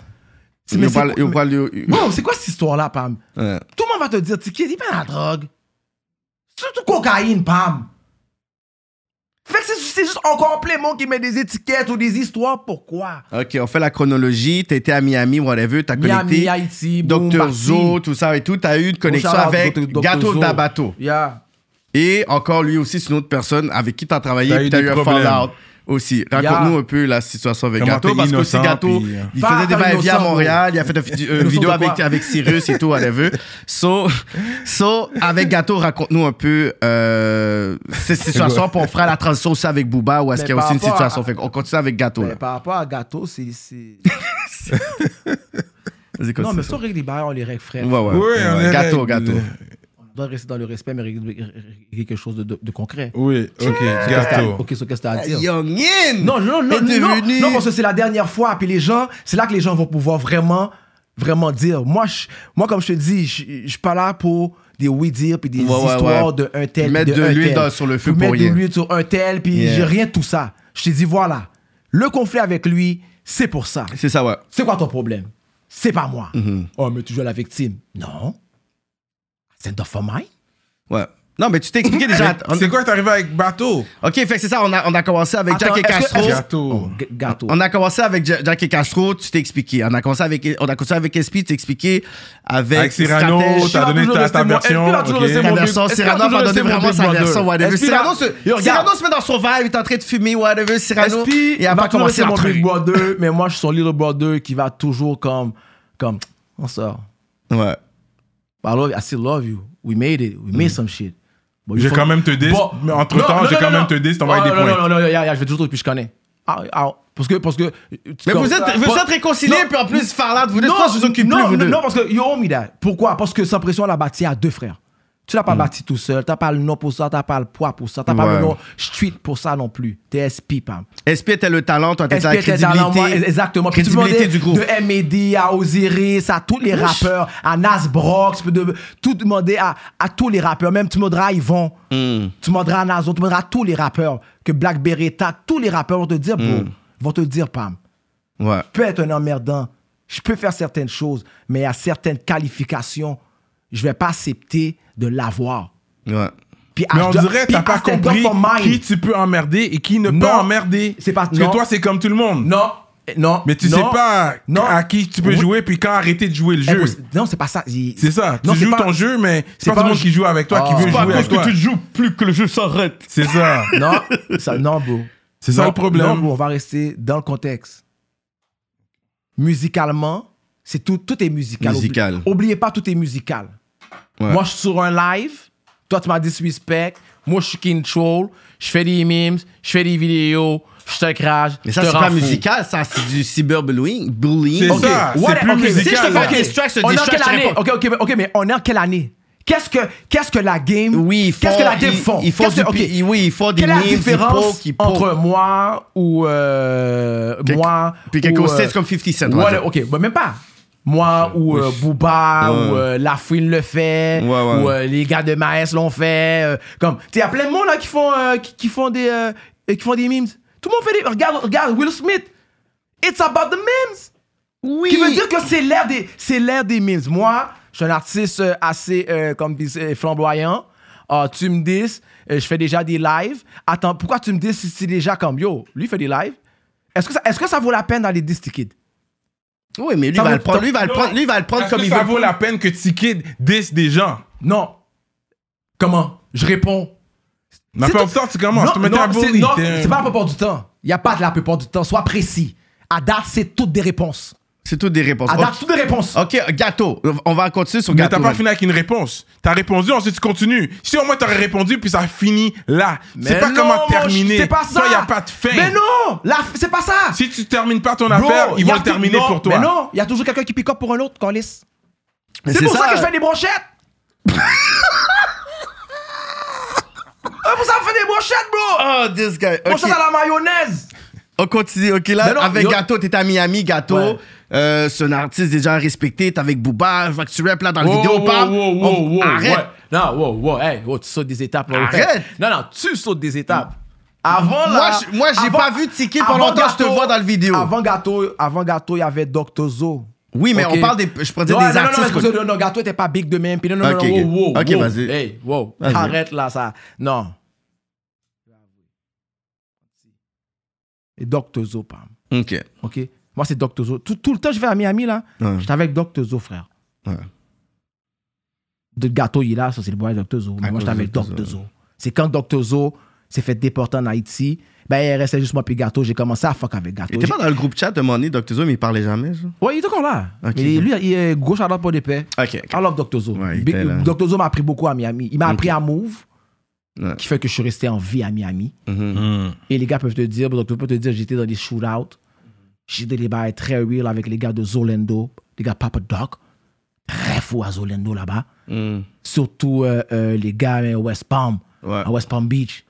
S2: Il
S4: Mais c'est
S2: parle-
S4: quoi-
S2: il parle- il-
S4: Wow, c'est quoi cette histoire-là, Pam
S2: Ouais.
S4: Tout le monde va te dire Ticket, il pas la drogue. Surtout cocaïne, Pam. Fait que c'est- c'est juste un complément qui met des étiquettes ou des histoires. Pourquoi
S2: OK, on fait la chronologie. T'étais à Miami, whatever, t'as connecté.
S4: Miami, Haïti, boum,
S2: Dr.
S4: parti.
S2: Zo, tout ça et tout, t'as eu une connexion
S4: shout-out,
S2: avec
S4: Dr. Zo.
S2: Gato Dabato.
S4: Yeah.
S2: Et encore, lui aussi, c'est une autre personne avec qui t'as travaillé,
S1: T'as
S2: puis
S1: eu
S2: t'as
S1: des
S2: eu un
S1: problèmes.
S2: fallout aussi. Raconte-nous un peu la situation avec
S1: Comment
S2: Gato,
S1: t'es
S2: parce que aussi
S1: innocent,
S2: Gato,
S1: puis, euh,
S2: il
S4: Pas
S2: faisait des
S4: faire
S2: va-et-vient à
S4: innocent,
S2: Montréal, il a fait une
S4: Innocent
S2: vidéo
S4: de
S2: avec,
S4: quoi?
S2: avec Cyrus et tout, whatever. So, so avec Gato, raconte-nous un peu euh, cette situation, puis on fera la transition aussi avec Booba, ou est-ce
S4: Mais
S2: qu'il y a
S4: par
S2: aussi une
S4: rapport
S2: situation.
S4: à-
S2: Fait on continue avec Gato,
S4: Mais
S2: là.
S4: Ben, par rapport à Gâteau, c'est.
S2: (laughs)
S4: c'est-
S2: Vas-y,
S4: non,
S2: continue.
S4: mais ça, règle les barrières, on les règle, frère.
S2: Ouais, ouais.
S1: Oui, on est-
S2: Gato, Gato.
S4: On doit rester dans le respect, mais régler- régler quelque chose de, de- de concret.
S1: Oui, ok, gâteau.
S4: Ok, so, qu'est-ce que t'as à dire?
S2: Youngin!
S4: Non, non, non,
S2: T'es
S4: non,
S2: devenu-
S4: non, parce que c'est la dernière fois. Puis les gens, c'est là que les gens vont pouvoir vraiment, vraiment dire. Moi, je- moi comme je te dis, je je suis pas là pour des oui-dire puis des
S2: Ouais, ouais,
S4: histoires
S2: ouais.
S4: de un tel.
S2: Mettre de
S4: un
S2: l'huile
S4: tel.
S2: dans- sur le feu
S4: Puis
S2: pour
S4: Mettre de
S2: rien.
S4: l'huile sur un tel, puis
S2: Yeah.
S4: j'ai rien de tout ça. Je te dis, voilà, le conflit avec lui, c'est pour ça.
S2: C'est ça, ouais.
S4: C'est quoi ton problème? C'est pas moi.
S2: Mm-hmm.
S4: Oh, mais tu joues à la victime. Non. C'est de for mine.
S2: Ouais. Non, mais tu t'es expliqué déjà.
S1: Mais (coughs) C'est quoi, t'es arrivé avec bateau?
S2: Ok, fait que c'est ça, on a, on a commencé avec
S4: Attends,
S2: Jack et
S4: est-ce que-
S2: Castro.
S4: est-ce-
S1: Gâteau.
S4: Oh, G- Gâteau.
S2: On a commencé avec Ja- Jack et Castro, tu t'es expliqué. On a commencé avec, on a commencé avec SP, tu t'es expliqué. Avec,
S1: Avec Cyrano,
S2: Stratège.
S1: t'as donné
S4: toujours
S1: ta,
S4: resté
S1: ta
S4: mon-
S1: version.
S4: est-ce qu'il a toujours
S1: ok.
S4: resté
S2: Ta
S4: mon-
S2: version,
S4: Est-ce qu'il a
S2: Cyrano
S4: toujours
S2: va donner
S4: resté mon
S2: vraiment
S4: Big
S2: sa
S4: Brother?
S2: version, whatever.
S4: Est-ce qu'il a-
S2: Cyrano se,
S4: Yo, regarde.
S2: Cyrano se met dans son vibe, il est en train de fumer, whatever. Cyrano,
S4: SP,
S2: il a
S4: va
S2: pas commencé
S4: toujours
S2: à
S4: être mon
S2: truc.
S4: Big Brother, mais moi, je suis son Little Brother qui va toujours comme, comme, on sort.
S2: Ouais.
S4: I, love you. I still love you. We made it. We
S2: Mm.
S4: made some shit. But
S1: Je
S4: you
S1: vais
S4: fuck-
S1: quand même te dis,
S4: Bon,
S1: mais
S4: non,
S1: entre-temps,
S4: non,
S1: je vais
S4: non,
S1: quand
S4: non,
S1: même te
S4: non.
S1: dis, c'est t'envoyer
S4: Oh,
S1: des
S4: non,
S1: points.
S4: Non, non, non, yeah, yeah, je vais toujours, puis je connais. Ah, ah, parce que, parce que.
S2: Mais vous êtes, vous êtes réconciliés,
S4: Non.
S2: puis en plus, Farlad, vous n'êtes
S4: non,
S2: pas, vous occupez
S4: non,
S2: plus, vous
S4: non,
S2: deux.
S4: non, parce que you owe me that. Pourquoi Parce que sans pression, on l'a bâti à deux frères. Tu l'as pas bâti tout seul. T'as pas le nom pour ça, t'as pas le poids pour ça, t'as pas
S2: Mm. Ouais.
S4: le nom street pour ça non plus. T'es SP, pam.
S2: SP était le talent, toi, t'étais
S4: SP
S2: la
S4: était
S2: crédibilité.
S4: talent, moi, exactement. Puis tu peux
S2: Crédibilité du
S4: demander
S2: groupe.
S4: De M.E.D. à Osiris, à tous les rappeurs, à Nas Brock, tu peux de- tout demander à, à tous les rappeurs. Même tu demanderas à Yvon,
S2: Mm.
S4: tu demanderas à Nazo, tu demanderas à tous les rappeurs que Black Beretta, tous les rappeurs vont te dire, bro,
S2: Mm.
S4: vont te dire, Pam,
S2: Ouais.
S4: je peux être un emmerdant, je peux faire certaines choses, mais à certaines qualifications, je vais pas accepter de l'avoir.
S2: Ouais.
S4: Puis
S1: Mais
S4: I
S1: on
S4: ju-
S1: dirait,
S4: puis
S1: t'as
S4: I
S1: pas
S4: stand up
S1: compris
S4: for mine.
S1: qui tu peux emmerder et qui ne
S4: Non.
S1: pas emmerder.
S4: C'est pas-
S1: Parce
S4: non.
S1: que toi, c'est comme tout le monde.
S4: Non, eh, non.
S1: Mais tu
S4: non,
S1: sais pas
S4: non.
S1: à qui tu peux
S4: Oui.
S1: jouer puis quand arrêter de jouer le jeu.
S4: Impossible. Non, c'est pas ça. Il-
S1: C'est ça.
S4: Non,
S1: tu
S4: c'est
S1: joues
S4: pas-
S1: ton jeu, mais c'est
S4: c'est
S1: pas,
S4: pas
S1: tout le monde
S4: un
S1: qui joue avec toi
S4: Ah.
S1: qui veut
S4: C'est
S1: jouer
S4: pas à
S1: avec toi.
S2: joues plus que le jeu s'arrête.
S1: C'est ça.
S4: Non, ça, non, bro.
S1: C'est ça
S4: Non,
S1: le problème.
S4: Non, bro, on va rester dans le contexte. Musicalement, c'est tout, tout est musical.
S2: Musical.
S4: Oublie- Oubliez pas, tout est musical.
S2: Ouais.
S4: Moi, je suis sur un live. Toi, tu m'as disrespect. Moi, je suis control. Je fais des memes. Je fais des vidéos. Je te crache.
S2: Mais ça,
S4: je te
S2: c'est pas
S4: rends fou.
S2: musical, ça, c'est du cyberbullying. Bullying.
S1: C'est
S2: Ok.
S1: ça. C'est
S4: What-
S1: plus
S4: ok,
S2: Si je te
S1: musical.
S2: fais
S1: là.
S2: des tracks,
S4: On est en
S2: des tracks,
S4: quelle
S2: je
S4: année
S2: réponds.
S4: ok, ok, mais- ok, mais on est en quelle année Qu'est-ce que, qu'est-ce que la game.
S2: Oui, ils font,
S4: Qu'est-ce que la game
S2: ils-
S4: font
S2: Ils font
S4: Qu'est-ce
S2: du,
S4: que- ok.
S2: pi- oui, ils font des
S4: Quelle est la
S2: memes, ils
S4: différence
S2: poke, ils poke.
S4: entre moi ou. euh,
S2: Quelque-
S4: moi.
S2: Puis quelqu'un
S4: ou,
S2: au
S4: euh,
S2: States comme 50 Cent.
S4: Voilà,
S2: ouais.
S4: ok, bah, même pas. Moi ou euh, Booba
S8: Ouais.
S4: ou euh, Lafouine le fait
S8: Ouais, ouais.
S4: ou euh, les gars de Maes l'ont fait. euh, comme, tu sais, y a plein de monde là qui font euh, qui, qui font des euh, qui font des memes. Tout le monde fait des. Regarde, regarde Will Smith. It's about the memes.
S2: Oui.
S4: Qui veut dire que c'est l'ère des, c'est l'ère des memes. Moi, je suis un artiste euh, assez, euh, comme dis, euh, flamboyant. Ah, tu me dis, euh, je fais déjà des lives. Attends, pourquoi tu me dis si c'est déjà comme yo, lui fait des lives? Est-ce que ça, est-ce que ça vaut la peine d'aller dis Kid?
S2: Oui, mais lui
S4: Ça
S2: va
S4: veut-
S2: le prendre, lui va le prendre, lui va le prendre
S1: Est-ce
S2: comme
S1: que
S2: il
S1: ça
S2: veut.
S1: vaut la peine que Ticket dise des gens?
S4: Non. Comment? Je réponds.
S1: Mais
S4: C'est
S1: peu
S4: tout-
S1: importe, tu commences.
S4: Non,
S1: Tu mets
S4: non,
S1: ta
S4: c'est-
S1: bully,
S4: non,
S1: t'es-
S4: c'est pas la plupart du temps. Il n'y a pas de la plupart du temps. Sois précis. À date, c'est toutes des réponses.
S2: C'est toutes des réponses.
S4: À date, toutes des réponses.
S2: Ok, Ok, gâteau. On va continuer sur
S1: Mais
S2: gâteau.
S1: t'as pas
S2: man.
S1: fini avec une réponse. T'as répondu, ensuite tu continues. Si au moins t'aurais répondu, puis ça finit là. C'est
S4: Mais
S1: pas
S4: non,
S1: comment
S4: mon
S1: terminer.
S4: ch- C'est pas ça.
S1: y a pas de fin.
S4: Mais non, la f- c'est pas ça.
S1: Si tu termines pas ton
S4: Bro,
S1: affaire, ils
S4: y a
S1: vont le
S4: tout-
S1: terminer
S4: non,
S1: pour toi.
S4: Mais non, il y a toujours quelqu'un qui pick up pour un autre, Colis.
S2: Mais
S4: C'est
S2: c'est
S4: pour ça,
S2: ça.
S4: que je fais des brochettes.
S1: (laughs)
S4: Ah, c'est pour ça que je fais des brochettes, bro.
S1: Ah,
S2: Oh, this guy. Ok.
S4: Brochettes à la mayonnaise.
S2: On continue. Ok,
S4: Mais
S2: là,
S4: non,
S2: avec
S4: yo-
S2: Gâteau, t'es à Miami, Gâteau.
S4: Ouais.
S2: Euh, c'est un artiste déjà respecté. T'es avec Booba. Je vois que tu rappes là dans la
S4: Wow,
S2: vidéo.
S4: wow,
S2: bam.
S4: wow,
S2: On-
S4: wow, wow,
S2: Arrête.
S4: ouais. Non, wow, wow, hey, wow, tu sautes des étapes. là, au fait.
S2: Arrête.
S4: Non, non, tu sautes des étapes. Avant,
S2: Moi,
S4: Oh là...
S2: je- moi, j'ai
S4: avant-
S2: pas vu Tiki
S4: avant
S2: pendant longtemps, je te
S4: Gâteau-
S2: vois dans le vidéo.
S4: Avant Gâteau, avant Gâteau, il y avait Dr. Zo.
S2: Oui, mais
S4: Ok.
S2: on parle des. Je prends des
S4: Ouais, non, non,
S2: artistes.
S4: Non, non,
S2: quoi.
S4: non, non, non, Gâteau était pas big de même. Puis non, non,
S2: Ok,
S4: non, non, wow,
S2: ok.
S4: wow,
S2: Ok,
S4: wow.
S2: vas-y.
S4: Hey, wow,
S2: Vas-y.
S4: arrête là, ça. Non. Et Dr. Zo, pam.
S2: Ok.
S4: OK? Moi, c'est Dr. Zo. Tout, tout le temps, je vais à Miami, là.
S2: Ouais.
S4: J'étais avec Dr. Zo, frère.
S2: Ouais.
S4: De gâteau, il est là, ça, c'est le boy Dr. Zo. Mais
S2: cause
S4: moi, j'étais
S2: de
S4: avec
S2: Dr.
S4: Dr. Ah, Zo. C'est quand Dr. Zo s'est fait déporter en Haïti, ben, il restait juste moi puis gâteau. J'ai commencé à fuck avec gâteau.
S2: Il était pas dans le groupe chat de Money, Dr. Zoom, mais il parlait jamais. genre.
S4: Ouais, il est encore là.
S2: Ok.
S4: Mais lui, il est gauche à droite pour des paix.
S2: Ok.
S4: I love Dr. Zo.
S2: Ouais, il
S4: Big-
S2: était là.
S4: Dr. Zo m'a appris beaucoup à Miami. Il m'a appris à move,
S2: Ouais.
S4: qui fait que je suis resté en vie à Miami.
S2: Mm.
S4: Et les gars peuvent te dire, Dr. Zo peut te dire, j'étais dans des shootouts. J'étais des bails très real avec les gars de Zolando, les gars Papa Doc. Très fou à Zolando là-bas.
S2: Mm.
S4: Surtout euh, euh, les gars à West Palm,
S2: Ouais.
S4: à West Palm Beach.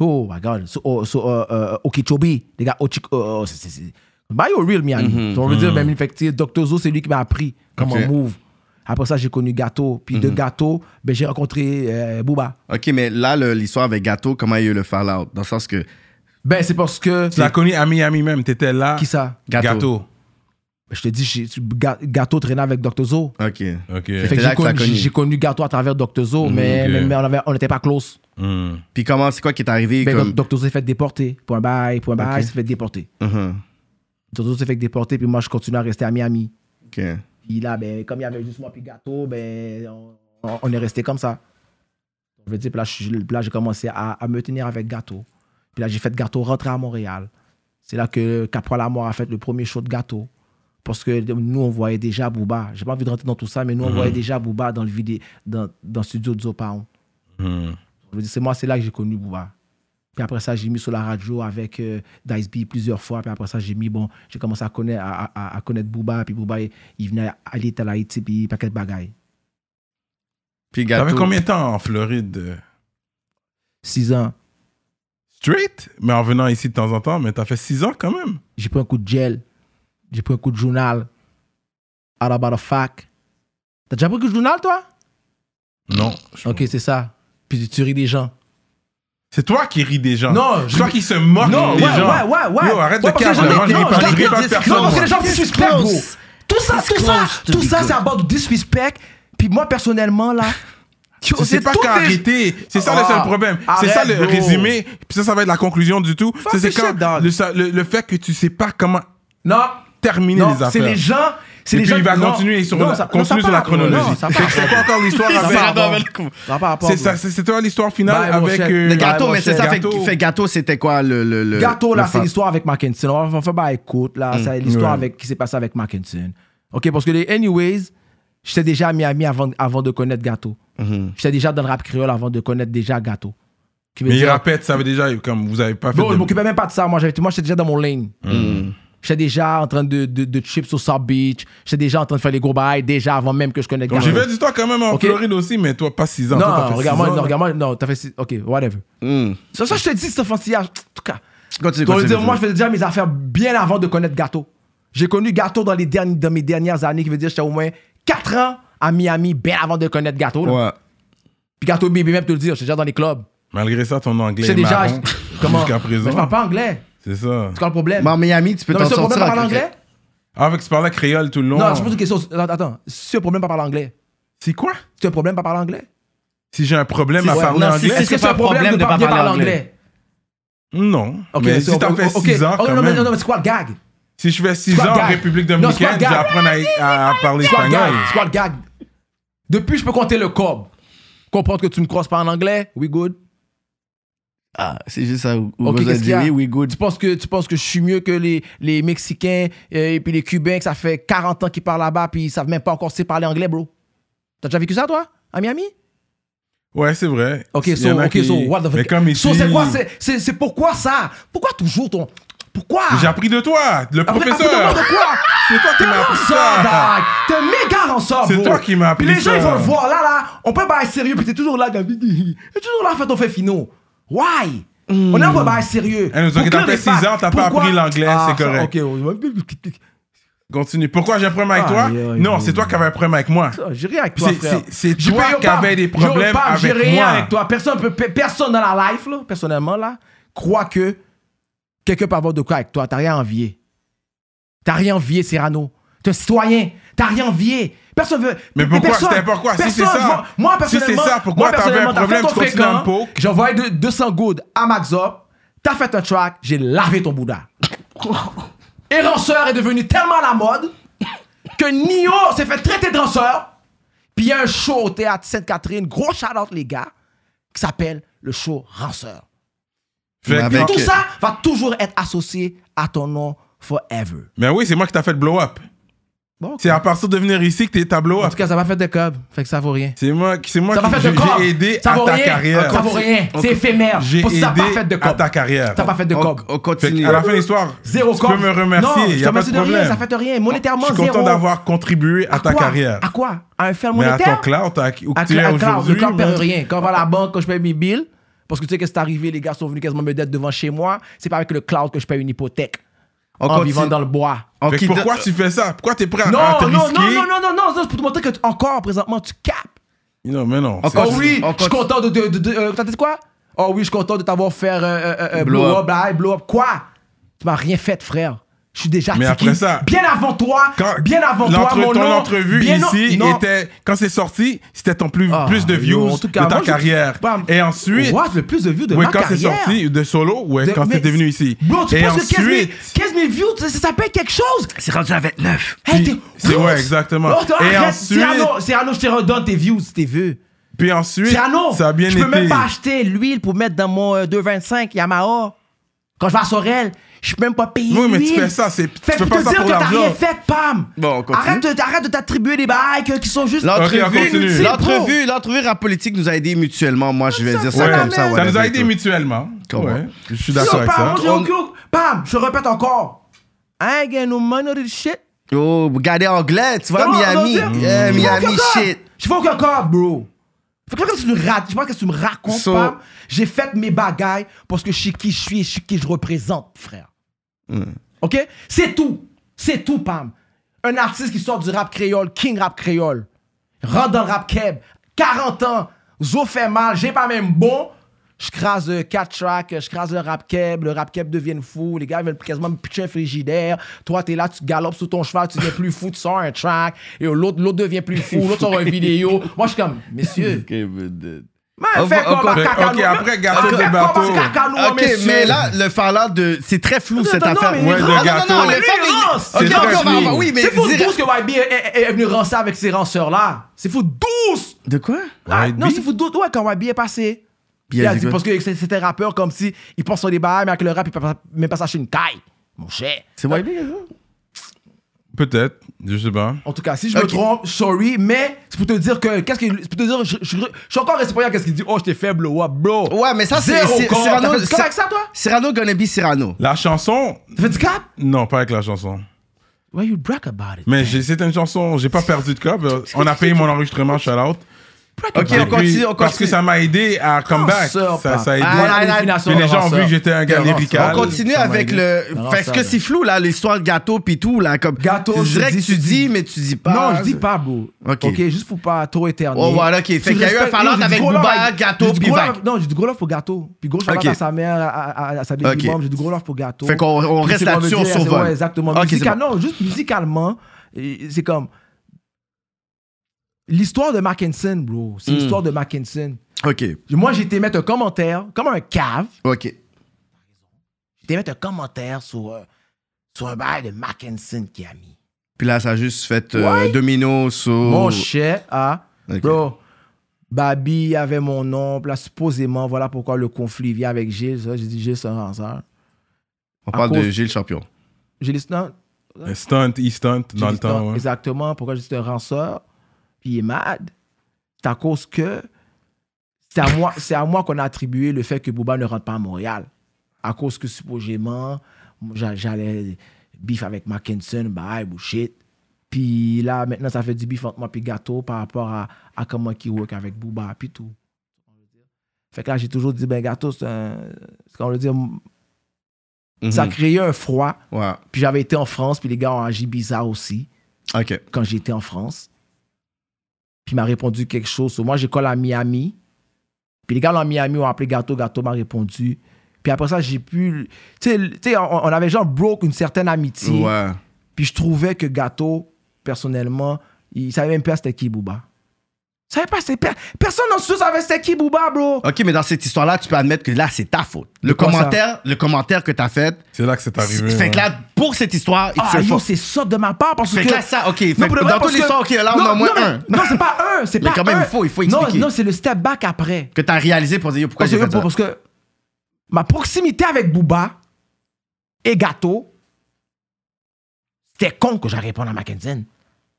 S4: Oh my God. So, oh, so, euh, euh, Okeechobee, les gars Ochik... Oh, oh, c'est- c'est- c'est- Bah, yo, real Miami.
S2: Mhm.
S4: Tu vois, on veut dire, même effectivement, Dr. Zo, c'est lui qui m'a appris comment
S2: Ok.
S4: move. Après ça, j'ai connu Gâteau. Puis de Gâteau, ben, j'ai rencontré euh, Booba.
S2: Ok, mais là, le- l'histoire avec Gâteau, comment il y a eu le fallout Dans le sens que.
S4: Ben, c'est parce que.
S1: Tu l'as connu à Miami même, t'étais là.
S4: Qui ça
S2: Gâteau.
S1: Gâteau.
S4: Ben, Je te dis, j'ai- Ga- Gâteau traînait avec Dr. Zo.
S2: Ok.
S1: Ok.
S4: Fait que
S2: là
S4: j'ai
S2: que tu l'as
S4: connu,
S2: connu.
S4: j'ai connu Gâteau à travers Dr. Zo, mais,
S1: ok.
S4: mais- mais on avait- on n'était pas close.
S1: Hmm.
S2: Puis comment, c'est quoi qui est arrivé
S4: Ben,
S2: comme...
S4: Dr. Zo s'est fait déporter. Point bail, point bail,
S2: Ok.
S4: il s'est fait déporter.
S2: Mhm.
S4: Dr. Zo s'est fait déporter, puis moi, je continue à rester à Miami.
S2: Ok.
S4: Puis là, ben, comme il y avait juste moi puis Gâteau, ben, on, on- on est resté comme ça. Je veux dire, puis là, je suis- puis là, j'ai commencé à, à me tenir avec Gâteau. Puis là, j'ai fait Gâteau rentrer à Montréal. C'est là que Caporal Amour a fait le premier show de Gâteau. Parce que nous, on voyait déjà Booba. J'ai pas envie de rentrer dans tout ça, mais nous, on voyait déjà Booba dans le, vidé, dans, dans le studio de Zopaon.
S1: Hmm.
S4: Je veux dire, c'est moi, c'est là que j'ai connu Booba. Puis après ça, j'ai mis sur la radio avec euh, Dice B plusieurs fois. Puis après ça, j'ai mis, bon, j'ai commencé à connaître, à, à- à connaître Booba. Puis Booba, il, il venait à l'île à Haïti, puis paquet de bagailles.
S2: Puis
S1: T'avais
S2: Gâteau.
S1: combien de temps en Floride euh,
S4: Six ans,
S1: Straight Mais en venant ici de temps en temps, mais t'as fait 6 ans quand même.
S4: j'ai pris un coup de gel. J'ai pris un coup de journal. Out about a fac. T'as déjà pris un coup de journal, toi?
S1: Non. je-
S4: Ok, c'est ça. Puis tu- tu ris des gens.
S1: C'est toi qui ris des gens.
S4: Non,
S1: c'est toi qui se moque
S4: Non,
S1: des
S4: ouais,
S1: gens.
S4: ouais, ouais, ouais.
S1: Yo, arrête
S4: Ouais,
S1: de
S4: parce que
S1: cash,
S4: j'en ai-
S1: là. Moi, je
S4: non,
S1: ris
S4: je
S1: pas- je
S4: l'ai
S1: ris pas
S4: dit,
S1: de
S4: c'est
S1: personne.
S4: Non, parce que
S1: moi.
S4: les gens vous
S2: It's
S4: suspectent,
S2: close.
S4: gros. Tout ça,
S2: It's
S4: tout ça,
S2: close to
S4: tout
S2: be
S4: ça,
S2: good.
S4: c'est à bord du disrespect. Puis moi, personnellement, là,
S1: (laughs)
S4: yo,
S1: Tu sais pas
S4: tout
S1: qu'à
S4: des-
S1: arrêter. C'est ça le
S4: Ah,
S1: seul problème. C'est
S4: arrête,
S1: ça le
S4: bro.
S1: résumé. Puis ça, ça va être la conclusion du tout. C'est- C'est
S4: this shit,
S1: quand
S4: dog.
S1: le, ça- le, le fait que tu sais pas comment
S4: Non,
S1: terminer
S4: non,
S1: les affaires.
S4: c'est les gens. C'est
S1: Et
S4: les
S1: puis
S4: gens
S1: il va
S4: non,
S1: continuer sur,
S4: non,
S1: la,
S4: ça- non,
S1: continuer
S4: ça
S1: sur la
S4: part, bro.
S1: chronologie.
S4: Non, ça
S1: Fait
S4: part.
S1: (laughs) que c'est pas encore l'histoire
S4: Ça
S1: avec.
S4: part,
S2: Arrête
S4: bro.
S2: avec le coup.
S4: Ça part, bro.
S1: C'est ça, c'est- c'est toi l'histoire finale
S4: Bye, mon
S1: avec.
S4: chef.
S1: euh,
S4: Le
S2: Gâteau, mais c'est ça. fait-
S1: Gâteau.
S2: Fait Gâteau, c'était quoi le. le, le-
S4: Gâteau, là,
S2: le
S4: c'est
S2: fa-
S4: l'histoire avec Mackinson. On va faire bah écoute, là, c'est l'histoire
S1: Mm. ouais.
S4: avec qui s'est passé avec Mackinson. OK, parce que les Anyways, j'étais déjà à Miami avant, avant de connaître Gâteau.
S1: Mm-hmm.
S4: J'étais déjà dans le rap créole avant de connaître déjà Gâteau. Qui veut
S1: Mais il
S4: dire-
S1: répète, ça veut déjà, comme vous avez pas fait.
S4: Bro, je
S1: de- Mm.
S4: m'occupais même pas de ça. Moi, j'avais- moi j'étais déjà dans mon lane. J'étais déjà en train de, de, de chips au South Beach. J'étais déjà en train de faire les gros bails, déjà avant même que je connaisse
S1: Donc j'ai
S4: Garfield.
S1: fait du temps quand même en
S4: Ok.
S1: Floride aussi, mais toi, pas 6 ans.
S4: Non,
S1: Toi, t'as fait six
S4: regarde-moi,
S1: ans,
S4: non,
S1: là.
S4: regarde-moi, non, t'as fait. six- Ok, whatever.
S2: Hum.
S4: Ça, ça, je te dis, cet enfantillage. En tout cas,
S2: Continue,
S4: Donc, je veux
S2: continue,
S4: dire, moi, je
S2: continue.
S4: faisais déjà mes affaires bien avant de connaître Gâteau. J'ai connu Gâteau dans, les derniers, dans mes dernières années, qui veut dire j'étais au moins 4 ans à Miami, bien avant de connaître Gâteau. là.
S2: Ouais.
S4: Puis Gâteau Baby, même te le dire, j'étais déjà dans les clubs.
S1: Malgré ça, ton anglais est
S4: J'étais déjà.
S1: marron
S4: (laughs) Comment
S1: jusqu'à
S4: Mais je
S1: présent.
S4: parle pas anglais.
S1: C'est ça.
S4: C'est quoi le problème
S2: Mais en Miami, tu peux
S4: Non,
S2: t'en
S4: mais c'est le
S2: sortir.
S4: problème pas parler
S2: avec-
S4: anglais
S1: Ah, fait que tu parlais créole tout le long.
S4: Non, je pose une question. Attends, attends. c'est le problème pas parler anglais,
S1: C'est quoi
S4: c'est un problème pas parler anglais
S1: Si j'ai un problème à
S2: Si- ouais,
S1: parler
S2: non, si
S1: anglais
S2: c'est- pas un problème de pas
S4: bien
S2: parler anglais
S1: Non.
S4: Ok,
S1: mais
S4: c'est-
S1: si t'as fait
S4: ok.
S1: 6 ans,
S4: Oh,
S1: quand
S4: non, mais
S1: même.
S4: non, mais c'est quoi le gag
S1: Si je fais 6
S4: Squad
S1: ans en
S4: gag.
S1: République
S4: Non,
S1: dominicaine,
S4: squad gag.
S1: j'apprends à, à- à parler
S4: C'est quoi le gag
S1: espagnol.
S4: C'est quoi le gag Depuis, je peux compter le cob. Comprendre que tu me crosses pas en anglais We good
S2: Ah, c'est juste ça. Où, où vous
S4: Ok,
S2: avez
S4: qu'est-ce
S2: dit
S4: qu'il y a
S2: oui, oui, good.
S4: Tu penses que tu penses que je suis mieux que les, les Mexicains euh, et puis les Cubains que ça fait 40 ans qu'ils parlent là-bas puis ils savent même pas encore c'est parler anglais, bro. T'as déjà vécu ça toi à Miami
S1: Ouais, c'est vrai.
S4: Ok,
S1: Il y
S4: so,
S1: en a
S4: ok,
S1: qui-
S4: so, what the fuck
S1: Mais comme ici...
S4: So, c'est quoi c'est- C'est c'est pourquoi ça Pourquoi toujours ton. Pourquoi
S1: J'ai appris de toi, le
S4: Ah. Après- après,
S1: professeur.
S4: demande de quoi
S1: C'est toi qui
S4: T'es
S1: m'as
S4: un
S1: appris
S4: renseur,
S1: ça.
S4: Dag T'es un méga renseur,
S1: C'est
S4: bro.
S1: toi qui m'as appris
S4: Puis les gens,
S1: ça.
S4: ils vont le voir, là, là. On peut pas être sérieux, puis t'es toujours là, Gabi. T'es toujours là à faire ton fait finaux. Why On est un peu pas être sérieux.
S1: Eh, Hmm. nous,
S4: Pour
S1: ok, t'as
S4: clear
S1: fait
S4: les
S1: six
S4: facts.
S1: ans, t'as pas
S4: Pourquoi
S1: appris l'anglais,
S4: Ah,
S1: c'est
S4: ça,
S1: correct.
S4: Ok, on-
S1: Continue. Pourquoi j'ai un problème avec
S4: Aïe,
S1: toi
S4: aïe,
S1: Non,
S4: aïe.
S1: c'est toi qui avais un problème avec moi.
S4: Ah, J'ai rien avec toi,
S1: C'est-
S4: frère.
S1: c'est- c'est
S4: J'ai
S1: toi
S4: rien
S1: qui
S4: pas-
S1: avais des
S4: j'ai
S1: problèmes
S4: pas- j'ai
S1: avec
S4: rien
S1: moi.
S4: avec toi. Personne, peut- pe- personne dans la life, là, personnellement, là, croit que quelqu'un peut avoir de quoi avec toi. T'as rien envié. T'as rien envié, Serrano. T'es un citoyen. T'as rien envié. Personne veut.
S1: Mais pourquoi?
S4: personne-
S1: C'était pourquoi? Si c'est
S4: personne-
S1: ça.
S4: Moi, moi,
S1: Si c'est
S4: personnellement.
S1: ça, pourquoi
S4: moi,
S1: t'avais un
S4: personnellement, t'as fait
S1: problème,
S4: ton
S1: tu continues
S4: fréquent,
S1: à me poke?
S4: J'ai envoyé de- 200 gouttes à Maxop. T'as fait un track. J'ai lavé ton
S1: (laughs)
S4: Bouddha. Et Ranceur est devenu tellement à la mode que Nio s'est fait traiter de danseur. Puis il y a un show au théâtre Sainte-Catherine, gros shout-out les gars, qui s'appelle le show Ranceur.
S1: Fait que-
S2: Avec-
S4: Tout
S2: Ok.
S4: ça va toujours être associé à ton nom forever.
S1: Mais oui, c'est moi qui t'as fait le blow-up.
S4: Bon,
S1: C'est à partir de venir ici que t'es ta
S4: en
S1: blow-up.
S4: tout cas, ça va faire de cob, fait que ça vaut rien.
S1: C'est moi, qui- c'est moi
S4: Ça va
S1: qui
S4: faire de cob.
S1: j'ai aidé
S4: ça
S1: à
S4: vaut
S1: ta
S4: rien.
S1: carrière.
S4: Ça vaut rien. C'est éphémère.
S1: J'ai
S4: Parce que t'as pas fait de
S1: aidé à
S4: cob.
S1: ta carrière.
S4: T'as pas fait de
S2: On,
S4: cob.
S2: on
S1: Fait
S2: continue.
S1: que à la fin de l'histoire,
S4: Zéro
S1: tu
S4: cob.
S1: peux me remercier,
S4: Non,
S1: il
S4: je
S1: n'y
S4: te
S1: a pas de
S4: remercie de rien.
S1: problème.
S4: Ça fait de rien. Monétairement,
S1: Je suis
S4: zéro.
S1: content d'avoir contribué à ta
S4: quoi?
S1: carrière.
S4: À quoi À un fer
S1: Mais à ton
S4: monétaire
S1: cloud, à qui- où
S4: À
S1: tu es
S4: Cla- à Cloud, le
S1: aujourd'hui.
S4: Cloud
S1: man.
S4: perd rien. Quand on va à la banque, quand je paye mes billes, parce que tu sais que c'est arrivé, les gars sont venus quasiment me dette devant chez moi, c'est pas avec le Cloud que je paye une hypothèque.
S2: On
S4: en
S2: continue.
S4: vivant dans le bois.
S2: On
S1: Fait que
S2: quitte-
S1: pourquoi tu fais ça Pourquoi t'es prêt à,
S4: Non,
S1: à te
S4: non, non, non,
S1: risquer
S4: non, non, non, non, c'est pour te montrer que tu- encore présentement tu capes.
S1: Non, mais non.
S2: Encore
S4: Oh
S1: c'est-
S4: oui,
S2: on
S4: je suis
S2: continue.
S4: content de. de, de, de euh, t'as dit quoi Oh oui, je suis content de t'avoir fait euh, euh, euh, euh, blow,
S2: Blow
S4: up, blah, blow up. Quoi Tu m'as rien fait, frère. Je suis déjà
S1: Mais
S4: tiki.
S1: après ça-
S4: Bien avant toi,
S1: Quand
S4: bien avant toi,
S1: l'entre-
S4: mon
S1: ton
S4: nom,
S1: entrevue
S4: bien
S1: ici
S4: non- non.
S1: était quand c'est sorti, c'était ton plus,
S4: Ah,
S1: plus de
S4: yo,
S1: views
S4: en tout cas,
S1: de ta
S4: moi, je-
S1: carrière.
S4: Bam.
S1: Et ensuite,
S4: What? le plus de vues de
S1: ouais,
S4: ma
S1: quand c'est
S4: carrière.
S1: sorti de solo, ouais,
S4: De-
S1: quand
S4: mais-
S1: c'est devenu ici.
S4: Bro, tu
S1: Et
S4: penses que 15 000,
S1: ensuite,
S4: 15 000 views, ça, ça paye quelque chose?
S2: C'est rendu à 29.
S4: Hey,
S1: Puis,
S4: t'es-
S1: c'est-
S4: bro,
S1: ouais, exactement.
S4: bro, t'as-
S1: Et
S4: arrête,
S1: ensuite-
S4: Cyrano, Cyrano, je te redonne tes views si t'es veux.
S1: puis ensuite,
S4: Cyrano,
S1: ça a bien
S4: je
S1: été.
S4: peux même pas acheter l'huile pour mettre dans mon euh, 225 Yamaha. Quand je vais à Sorel, je peux même pas payer
S1: Oui, mais tu
S4: l'huile.
S1: fais ça, c'est- tu
S4: Fait
S1: fais
S4: que
S1: pas
S4: te
S1: ça
S4: dire
S1: pour
S4: que t'as
S1: l'argent.
S4: rien fait, Pam.
S2: Bon, on continue.
S4: arrête, de, arrête de t'attribuer des bails que- qui sont juste...
S1: Ok, on continue.
S2: L'entrevue,
S1: C'est
S2: l'entrevue, l'entrevue rap politique nous a aidés mutuellement. Moi, je vais dire ça
S1: Ouais,
S2: comme ça.
S1: nous a
S2: whatever,
S1: aidés
S2: tout.
S1: mutuellement.
S2: Comment?
S1: Ouais, je suis
S4: Yo,
S1: d'accord avec
S4: Pam,
S1: ça.
S4: moi, j'ai
S2: On-
S4: aucun- Pam, je répète encore. I ain't get no money or this shit.
S2: Oh, regardez anglais, tu vois,
S4: Comment on
S2: Miami.
S4: va dire?
S2: Yeah,
S4: Je vois
S2: Miami
S4: aucun corps.
S2: shit.
S4: Je fais aucun corps, bro. Fait que là, quand tu me racontes, je sais pas que tu me racontes,
S2: So-
S4: Pam, j'ai fait mes bagailles parce que je sais qui je suis et je sais qui je représente, frère. OK? C'est tout. C'est tout, Pam. Un artiste qui sort du rap créole, king rap créole, rentre dans le rap keb, 40 ans, zo fait mal, j'ai pas même bon. Je crase 4 tracks, je crase le rap keb, le rap keb devient fou, les gars veulent quasiment me pitcher un frigidaire. Toi, t'es là, tu galopes sur ton cheval, tu deviens plus fou, tu sors un track, et l'autre l'autre devient plus fou, l'autre
S1: (laughs)
S4: sort une vidéo. Moi, je suis comme, messieurs, man,
S2: On
S4: fais
S2: va- on
S4: combat
S2: va-
S4: cacano.
S1: ok, après, gâteau
S4: Fais
S1: de
S4: combat
S1: bateau.
S4: cacano,
S2: Ok,
S4: messieurs.
S2: mais là, le parlant de. C'est très flou cette
S4: non,
S2: affaire.
S4: mais
S1: Ouais, de
S4: non, non, non,
S1: gâteau.
S4: non, mais lui, il
S2: Ok,
S4: rance.
S2: ok,
S1: C'est très
S2: on va- on va-
S1: flou.
S2: Oui, mais.
S4: C'est fou
S2: direct-
S4: douce que YB est, est- est venu rancer avec ces ranceurs-là. C'est fou douce.
S2: De quoi
S4: Ah,
S1: YB?
S4: non, c'est fou douce. Ouais, quand YB est passé.
S2: Bien
S4: il a
S2: dit
S4: dit,
S2: quoi?
S4: parce que c'est- c'était rappeur comme si il pense sur des barres, mais avec le rap, il peut pas- même pas s'acheter une caille. Mon cher.
S2: C'est YB,
S1: Peut-être, je sais pas.
S4: En tout cas, si je me
S2: Ok.
S4: trompe, sorry, mais c'est pour te dire que. Qu'est-ce que. C'est pour te dire, je, je- je suis encore responsable à qu'est-ce qu'il dit. Oh, j'étais faible, ouais, bro.
S2: Ouais, mais ça, c'est.
S4: Zéro
S2: c'est-
S4: corps.
S2: Cyrano,
S4: T'as fait du cap avec ça, toi
S2: Cyrano gonna be Cyrano.
S1: La chanson,
S4: T'as fait du cap?
S1: non, pas avec la chanson.
S4: Why you brag about it?
S1: Mais j'ai- c'est une chanson, j'ai pas perdu de cap. euh, On a payé mon enregistrement, shout out.
S2: Ok,
S1: Et
S2: on continue,
S1: puis,
S2: on
S1: Parce que
S2: continue.
S1: ça m'a aidé à come back.
S4: sœur,
S1: Ça,
S4: Oh, papa.
S1: ça a aidé.
S2: Ah, là, là,
S1: Puis les gens ont vu que j'étais un gars
S4: Avance,
S1: lyrical.
S2: On continue
S4: Ça m'a
S2: avec
S4: aidé.
S2: le.
S4: Non,
S2: Parce
S4: ça,
S2: que
S4: là.
S2: c'est flou, là, l'histoire de gâteau pis tout, là. Comme...
S4: Gâteau,
S2: Je
S4: je
S2: dirais que
S4: dis,
S2: tu
S4: tu
S2: dis,
S4: dis.
S2: mais tu dis pas.
S4: Non, je dis pas, bro.
S2: Ok.
S4: Ok, juste pour pas trop éternuer.
S2: Oh, voilà, ok. Fait
S4: Tu
S2: qu'il y a eu
S4: respectes-
S2: un fallout
S4: Non, j'ai
S2: avec
S4: du gros love
S2: Booba, gâteau,
S4: j'ai du
S2: puis
S4: gros
S2: vague.
S4: love- Non, j'ai du gros love pour gâteau. Puis gros shout
S2: Ok.
S4: à sa mère, à, à- à sa baby
S2: Ok.
S4: mom, j'ai du gros love pour gâteau.
S2: Fait qu'on on
S4: Puis
S2: reste
S4: c'est comme
S2: là-dessus,
S4: dire,
S2: on
S4: c'est-
S2: survole.
S4: ouais, exactement.
S2: Ok, c'est
S4: Musical-
S2: bon.
S4: Non, juste musicalement, et- c'est comme. L'histoire de Mackinson, bro. C'est
S2: Mm.
S4: l'histoire de Mackinson.
S2: Ok,
S4: Moi, j'ai été mettre un commentaire, comme un cave.
S2: ok.
S4: J'ai été mettre un commentaire sur, euh, sur un bail de Mackinson qui a mis.
S2: Puis là, ça a juste fait euh, domino sur.
S4: Mon chien a.
S2: Ok.
S4: Bro, Babi avait mon nom. puis Là, supposément, voilà pourquoi le conflit vient avec Gilles. ça, J'ai dit Gilles, c'est un ranceur.
S2: On
S4: à
S2: parle de
S4: cause-
S2: Gilles Champion.
S4: J'ai dit non.
S1: Un Stunt, il stunt
S4: j'ai
S1: dans
S4: dit
S1: le temps.
S4: non,
S1: ouais.
S4: Exactement, pourquoi j'étais un ranceur. Puis il est mad. C'est à cause que. C'est à moi, c'est à moi qu'on a attribué le fait que Booba ne rentre pas à Montréal. À cause que supposément, j'a- j'allais bif avec Mackinson, bye, bullshit. Puis là, maintenant, ça fait du bif entre moi puis Gâteau par rapport à, à comment il work avec Booba, puis tout. Fait que là, j'ai toujours dit, ben Gâteau, c'est un. C'est comme on le dit,
S1: Mhm.
S4: ça a créé un froid.
S2: Mhm. Ouais,
S4: Puis j'avais été en France, puis les gars ont agi bizarre aussi
S2: ok.
S4: quand j'étais en France. Puis il m'a répondu quelque chose. So, Moi, j'école à Miami. Puis les gars à Miami ont appelé Gâteau. Gâteau m'a répondu. Puis après ça, j'ai pu. Tu sais, tu sais, on, on avait genre broke une certaine amitié.
S2: Ouais.
S4: Puis je trouvais que Gâteau, personnellement, il savait même pas c'était qui Booba. Il savait pas c'était per- Personne dans ce savait c'était qui Booba, bro.
S2: Ok, mais dans cette histoire-là, tu peux admettre que là, c'est ta faute. Le
S4: quoi ça?
S2: commentaire, le commentaire que t'as fait,
S1: C'est là que c'est
S2: c'est-
S1: arrivé.
S2: fait que
S1: ouais.
S2: là, pour cette histoire, it's
S4: Ah,
S2: your
S4: yo,
S2: fault.
S4: c'est ça de ma part parce
S2: Fait
S4: que.
S2: que là, ça, ok. Fait
S4: Non, pour
S2: que
S4: de vrai,
S2: dans
S4: parce
S2: toute l'histoire, ok,
S4: que-
S2: là, on
S4: Non,
S2: a au moins
S4: non, mais-
S2: un.
S4: Non, c'est pas un, c'est
S2: Mais
S4: pas
S2: quand même,
S4: un.
S2: il faut- il faut
S4: Non,
S2: expliquer.
S4: Non, c'est le step back après.
S2: Que t'as réalisé pour dire pourquoi
S4: Parce
S2: j'ai
S4: que,
S2: fait ça.
S4: parce que ma proximité avec Booba et Gâteau, c'était con que j'allais répondre à Mackenzie.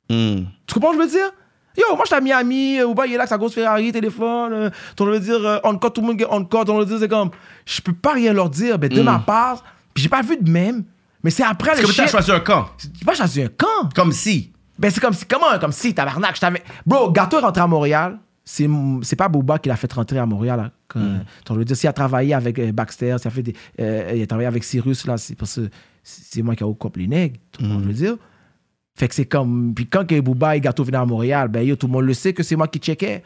S2: Hmm.
S4: Tu comprends ce que je veux dire? Yo, moi, je suis à Miami, euh, Booba, il est là avec sa grosse Ferrari, téléphone. euh, on veut dire, euh, encore, tout le monde on encore, on veut dire, c'est comme, je peux pas rien leur dire, mais de ma part, puis j'ai pas vu de même, mais c'est après
S2: Mm. Parce
S4: le
S2: que t'as
S4: shit.
S2: choisi un camp.
S4: J'ai pas choisi un camp.
S2: Comme si.
S4: Ben, c'est comme si, comment, comme si, tabarnak, je t'avais. Bro, Gâteau est rentré à Montréal. C'est, c'est pas Booba qui l'a fait rentrer à Montréal. hein, Là, Quand- Donc, je veux dire, s'il a travaillé avec euh, Baxter, s'il a, fait des- euh, il a travaillé avec Cyrus, là, c'est parce que c'est moi qui a au cop les nègres. Tu comprends ce que je veux dire. Fait que c'est comme. Puis quand que Booba et Gâteau venaient à Montréal, ben, yo, tout le monde le sait que c'est moi qui checkais.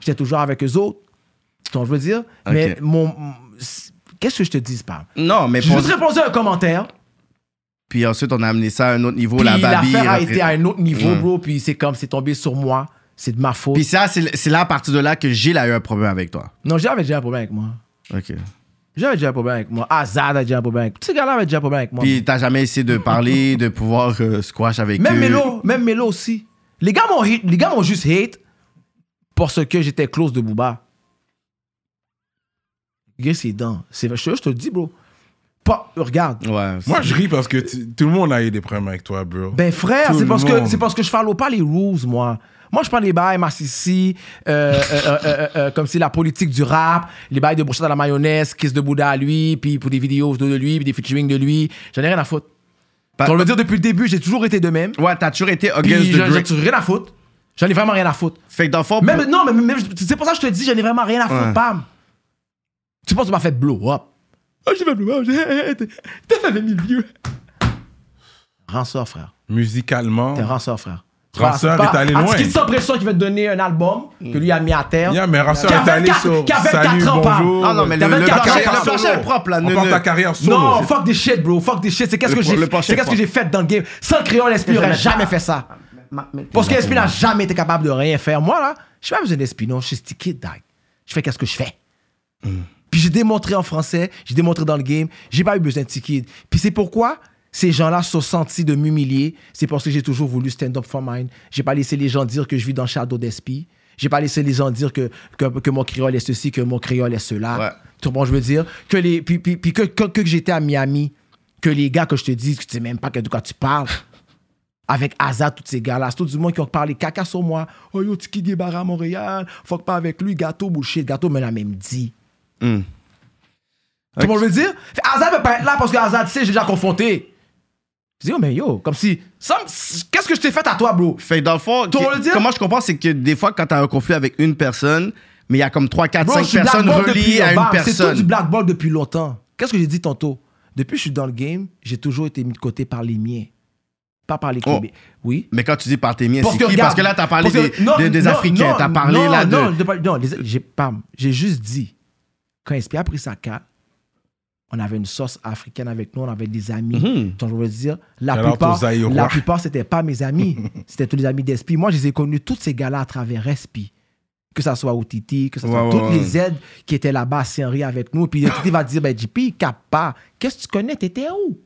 S4: J'étais toujours avec eux autres. Tu comprends ce que je veux dire.
S2: Ok.
S4: Mais mon. c'est- Qu'est-ce que je te dis, pas
S2: Non, mais
S4: Je
S2: pour-
S4: veux te répondre à un commentaire.
S2: Puis ensuite, on a amené ça à un autre niveau,
S4: Puis
S2: la babille.
S4: l'affaire a
S2: rentrée-
S4: été à un autre niveau,
S2: Mm.
S4: bro. Puis c'est comme, c'est tombé sur moi. C'est de ma faute.
S2: Puis ça, c'est c'est là, à partir de là, que Gilles a eu un problème avec toi.
S4: Non, j'avais déjà un problème avec moi.
S2: OK.
S4: J'avais déjà un problème avec moi. Azad a déjà un problème avec moi. Ce gars-là avait déjà un problème avec moi.
S2: Puis t'as jamais essayé de
S4: (laughs)
S2: parler, de pouvoir euh, squash avec
S4: même
S2: eux.
S4: Melo, même Melo aussi. Les gars m'ont hate- les gars m'ont juste hate parce que j'étais close de Booba. Gars, c'est dents. C'est je, je te le dis, bro. Pas, regarde.
S2: Ouais. c'est-
S1: Moi, je ris parce que tu- tout le monde a eu des problèmes avec toi, bro.
S4: Ben frère,
S1: Tout
S4: c'est
S1: le
S4: parce, que,
S1: monde.
S4: c'est parce que je follow pas les rules, moi. Moi, je prends les bails, ma sissi, euh, euh, euh, euh, euh, comme c'est la politique du rap, les bails de brochette à la mayonnaise, kiss de Bouddha à lui, puis pour des vidéos de lui, puis des featuring de lui. J'en ai rien à foutre.
S2: Pas-
S4: On veut dire, depuis le début, j'ai toujours été de même.
S2: Ouais, t'as toujours été
S4: Puis
S2: against the
S4: j'en j'en
S2: grain.
S4: ai rien à foutre. J'en ai vraiment rien à foutre.
S2: Fait que dans le fond,
S4: Même, non, mais même, c'est pour ça que je te dis, j'en ai vraiment rien à foutre.
S2: Ouais.
S4: Bam! Tu penses que tu m'as fait blow up? Ah, j'ai fait blow up. (laughs) j'ai- T'as fait 20 000 views. Ranceur, frère.
S1: Musicalement.
S4: T'es Ranceur, frère.
S1: Ranceur est allé
S4: Parce
S1: loin.
S4: qu'il sent pression qu'il va te donner un album que lui a mis à terre.
S1: Yeah, mais Rasseur
S4: Qui
S1: est
S4: avait
S1: allé
S4: quatre-
S1: sur
S4: qui avait
S1: Salut,
S4: quatre ans, pardon.
S1: bonjour.
S2: Ah Non, non, mais le,
S4: T'as
S2: le,
S4: 24
S2: plancher-
S4: ans,
S2: le plancher
S4: solo.
S2: est propre, là. ne-
S1: Encore
S2: ne-
S1: ta carrière solo.
S4: Non,
S1: C'est-
S4: fuck des shit, bro. Fuck des shit. C'est qu'est-ce
S2: Le
S4: que
S2: pro-
S4: j'ai
S2: le prochain
S4: c'est qu'est-ce que
S2: point.
S4: j'ai fait dans le game. Sans le crayon, l'esprit aurait jamais fait ça. Parce que l'esprit n'a jamais été capable de rien faire. Moi, là, je suis pas besoin d'esprit, non. Je suis sticky, dog. Je fais qu'est-ce que je fais. Puis j'ai démontré en français, j'ai démontré dans le game, j'ai pas eu besoin de ticket. Puis c'est pourquoi ces gens-là se sont sentis de m'humilier. C'est parce que j'ai toujours voulu stand up for mine. J'ai pas laissé les gens dire que je vis dans le Shadow d'Espy. J'ai pas laissé les gens dire que, que, que mon créole est ceci, que mon créole est cela.
S2: Ouais.
S4: Tout bon, je veux dire. Que les, puis puis, puis que, que, que j'étais à Miami, que les gars que je te dis, que tu sais même pas que de quoi tu parles. avec Azad, tous ces gars-là. C'est tout du monde qui ont parlé caca sur moi. Oh yo, Tiki débarras à Montréal, fuck pas avec lui, gâteau, bullshit, gâteau me l'a même dit.
S2: Hmm.
S4: Tu vois ce que je veux dire? Fait, Azad peut pas être là parce que Azad, tu sais, j'ai déjà confronté. Je dis, oh, mais yo, comme si. ça me- Qu'est-ce que je t'ai fait à toi, bro?
S2: Fait que dans le fond,
S4: Tu vas
S2: que-
S4: le dire?
S2: comment je comprends, c'est que des fois, quand t'as un conflit avec une personne, mais il y a comme 3, 4,
S4: Bro,
S2: 5
S4: je suis
S2: personnes
S4: blackball
S2: reliées
S4: depuis
S2: à
S4: le
S2: une
S4: bar. C'est tout du
S2: personne.
S4: blackball depuis longtemps. Qu'est-ce que j'ai dit tantôt Depuis que je suis dans le game, j'ai toujours été mis de côté par les miens. Pas par les
S2: Oh.
S4: Québécois. Oui.
S2: Mais quand tu dis par tes miens, c'est qui
S4: regarde,
S2: Parce que là, t'as parlé
S4: parce que-
S2: des,
S4: non,
S2: des- des
S4: non,
S2: Africains,
S4: non,
S2: t'as parlé
S4: non,
S2: là de.
S4: Non, j'ai pas- non, les- j'ai pas- j'ai juste dit, quand SP a pris sa carte, on avait une source africaine avec nous, on avait des amis.
S2: Mhm.
S4: Donc, je veux dire, la
S1: Alors,
S4: plupart,
S1: aux Aïrois.
S4: la plupart, c'était pas
S2: (laughs)
S4: mes amis. c'était tous les amis d'ESPI. Moi, je les ai connus, tous ces gars-là, à travers ESPI. Que ça soit Outiti, que ça soit
S2: Ouais,
S4: toutes
S2: ouais,
S4: les aides qui étaient là-bas, Saint-Henri avec nous. Puis Outiti va dire, ben, JP, il capte pas. Qu'est-ce que tu connais? T'étais où?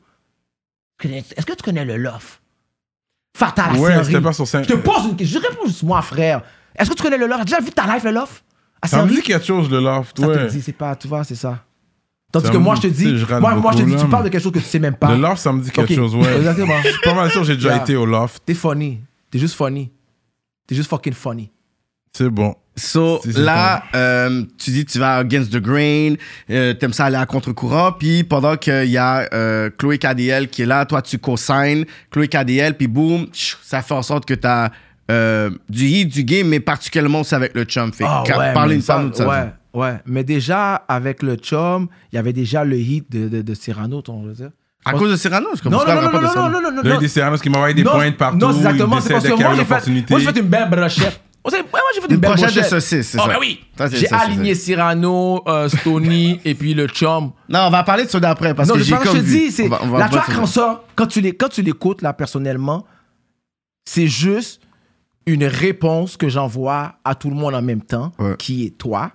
S4: Est-ce que tu connais le Loft? Fatal à
S1: Ouais,
S4: Saint-Henri.
S1: c'était pas sur scène.
S4: Je te pose une question. Je réponds juste moi, frère. Est-ce que tu connais le Loft? T'as déjà vu ta life, le Loft? À
S1: Ça me
S4: Saint-Henri?
S1: dit quelque chose, le loft.
S4: Ça
S1: Ouais.
S4: te dit, c'est pas, tu vois, c'est ça. Tandis
S1: Ça
S4: que
S1: me-
S4: moi, je te
S1: tu
S4: dis,
S1: sais, je râle
S4: moi, moi, je te
S1: beaucoup,
S4: dis,
S1: là,
S4: tu parles de
S1: mais-
S4: quelque chose que tu sais même pas.
S1: Le loft, ça me dit quelque
S4: Ok.
S1: chose, ouais.
S4: Exactement.
S1: Je suis pas mal sûr, j'ai déjà
S4: Yeah.
S1: été au loft.
S4: T'es funny. T'es juste funny. T'es juste fucking funny.
S1: C'est bon.
S2: So,
S1: Si, c'est
S2: là, euh, tu dis tu vas against the grain, euh, t'aimes ça aller à contre-courant, puis pendant qu'il y a euh, Chloé KDL qui est là, toi tu co-signes Chloé KDL, puis boum, tchou, ça fait en sorte que t'as euh, du hit, du game, mais particulièrement c'est avec le chum. Fait
S4: Ah,
S2: que quand
S4: ouais,
S2: parler
S4: mais
S2: une femme,
S4: ça,
S2: ça-
S4: Ouais, ouais. Mais déjà, avec le chum, il y avait déjà le hit de, de, de Cyrano, ton, je veux dire.
S2: À cause de Cyrano, je comprends
S4: Non, non,
S2: pas
S4: non,
S2: le rapport
S4: non,
S2: de
S4: non, non,
S2: Cyrano.
S4: non, non, non,
S1: Là, il y a
S4: non.
S1: des CRS qui m'envoient des
S4: Non,
S1: points de partout.
S4: Non, c'est exactement,
S1: ils
S4: c'est
S1: essaient
S4: parce
S1: de
S4: que moi,
S1: carrer
S4: j'ai fait,
S1: l'opportunité.
S4: moi, j'ai fait une belle brochette. Moi, j'ai- moi, j'ai fait une,
S2: Une
S4: belle
S2: brochette de
S4: brochette.
S2: saucisse, c'est
S4: Oh,
S2: ça.
S4: ben oui.
S2: Ça, c'est-
S4: J'ai
S2: ça, c'est-
S4: aligné Cyrano,
S2: (laughs)
S4: euh, Stony et puis le chum.
S2: Non, on va en parler de ça d'après, parce
S4: non,
S2: que
S4: je
S2: j'ai
S4: pense que
S2: comme
S4: je te
S2: vu.
S4: dis, c'est
S2: On va- on va
S4: la
S2: en parler
S4: track
S2: de
S4: en
S2: ça.
S4: sort, quand tu l'é- quand tu l'écoutes là personnellement, c'est juste une réponse que j'envoie à tout le monde en même temps,
S2: Ouais.
S4: qui est toi,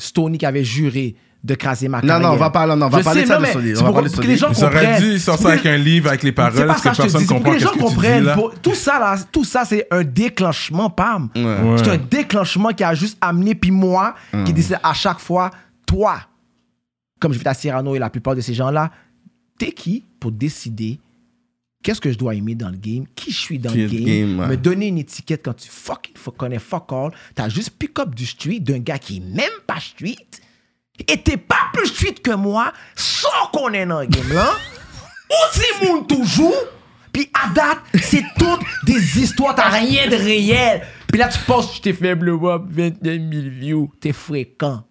S4: Stony qui avait juré de craser ma
S2: Non,
S4: carrière.
S2: non, on va parler, non, on va
S4: Je
S2: parler
S4: sais,
S2: de ça
S4: non,
S2: de
S4: mais
S2: Sony, on
S4: c'est
S2: va
S4: pour
S2: parler de
S4: que
S2: Sony.
S4: les gens
S1: Ils auraient
S4: comprennent.
S1: dû
S4: C'est pour
S1: sortir
S4: que-
S1: avec un livre avec les
S4: c'est
S1: paroles,
S4: pas
S1: parce
S4: ça
S1: que
S4: que je te
S1: personne
S4: dis, c'est pour
S1: comprend
S4: que les
S1: qu'est-ce
S4: gens
S1: que tu dis,
S4: comprennent.
S1: là.
S4: Pour- Tout ça, là, tout ça, c'est un déclenchement, Pam.
S2: Ouais.
S4: C'est
S1: Ouais. Mm.
S4: un déclenchement qui a juste amené, puis moi, qui disais à chaque fois, toi, comme je vais à Cyrano et la plupart de ces gens-là, t'es qui pour décider qu'est-ce que je dois aimer dans le game, qui je suis dans
S2: Qui
S4: le
S2: est le
S4: game,
S2: game, ouais.
S4: me donner une étiquette quand tu fucking faut connais fuck all, t'as juste pick up du street d'un gars qui est même pas street, et t'es pas plus street que moi, sans qu'on est dans le game
S2: (laughs)
S4: là, ou t'es moun toujours, puis à date, c'est toutes des histoires, t'as rien de réel, puis là tu penses que je t'ai fait blow up 22 000 views, t'es fréquent,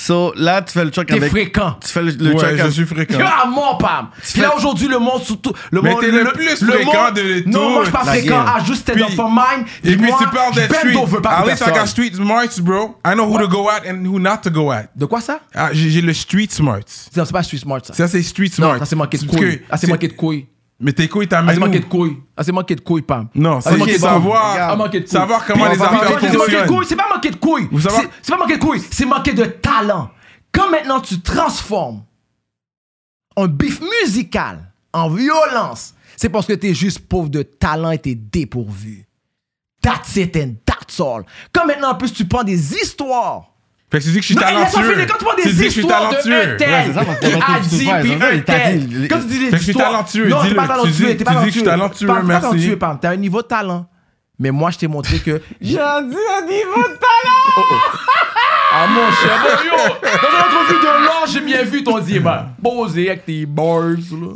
S2: So, là, tu fais le truc
S4: t'es
S2: avec.
S4: fréquent.
S2: Tu fais le, le
S1: Ouais,
S2: truc
S1: je
S2: avec-
S1: suis fréquent.
S4: Que à mort, Pam! Puis là, aujourd'hui, le monde, surtout. Le
S1: Mais
S4: monde,
S1: t'es le plus fréquent
S4: monde-
S1: de
S4: Non,
S1: tous.
S4: moi, je suis pas
S2: La
S4: fréquent.
S2: guerre.
S4: Ah, juste stand up
S1: Puis-
S4: for mine.
S1: Et puis
S4: moi,
S1: tu parles Ah
S4: je
S1: des
S4: bend over
S1: streets.
S4: par
S1: At least I
S4: personne.
S1: got street smarts, bro. I know who to go at and who not to go at.
S4: De quoi ça?
S1: Ah, J'ai j'ai le street smarts.
S4: Non, c'est pas Street Smart, ça.
S1: Ça, c'est street
S4: Non,
S1: smarts.
S4: ça, c'est manqué de
S1: Parce que
S4: couilles. Ah, c'est manqué de couilles.
S1: Mais tes couilles
S4: Ah, c'est
S1: t'amènent
S4: manqué
S1: où?
S4: de couilles. Ah, c'est manqué de couilles, Pam.
S1: Non,
S4: Ah, c'est
S1: c'est
S4: manqué de couilles. Ah,
S1: savoir,
S4: manqué de couilles.
S1: savoir comment
S2: Puis
S1: les
S2: on va
S4: Mais
S1: affaires
S4: quand je dis manqué de
S1: fonctionnent.
S4: couilles, c'est pas manqué de couilles.
S1: Vous savez-
S4: C'est- C'est pas manqué de couilles, c'est manqué de talent. Quand maintenant tu transformes un bif musical en violence, c'est parce que t'es juste pauvre de talent et t'es dépourvu. That's it and that's all. Quand maintenant en plus tu prends des histoires.
S1: Fait que tu dis que je suis
S4: Non, hey, laisse-moi
S1: talentueux.
S4: finir. Quand tu prends
S1: Tu
S4: des
S1: dis que je suis
S4: histoires de un
S1: talentueux.
S2: Ouais,
S4: tel
S2: c'est ça, parce que
S4: qui
S2: t'as
S4: a
S2: été
S4: dit
S2: super,
S4: puis
S2: c'est ça,
S4: un
S2: il t'a dit-
S4: tel. Quand tu
S1: Fait
S4: dis
S1: que
S4: des
S1: je suis
S4: histoires-
S1: talentueux,
S4: Non, t'es
S1: dis-le.
S4: pas
S1: Tu dis-
S4: talentueux. T'es
S1: tu dis
S4: pas
S1: que je
S4: talentueux.
S1: suis talentueux,
S4: Pam, t'es pas
S1: merci.
S4: talentueux, Pam. T'as un niveau de talent. Mais moi, je t'ai
S1: (laughs)
S4: montré que j'ai un niveau de talent. Ah mon cher,
S1: (laughs)
S4: bon, yo, dans une entrevue de l'or, j'ai bien vu ton diamant. Posé avec tes bars,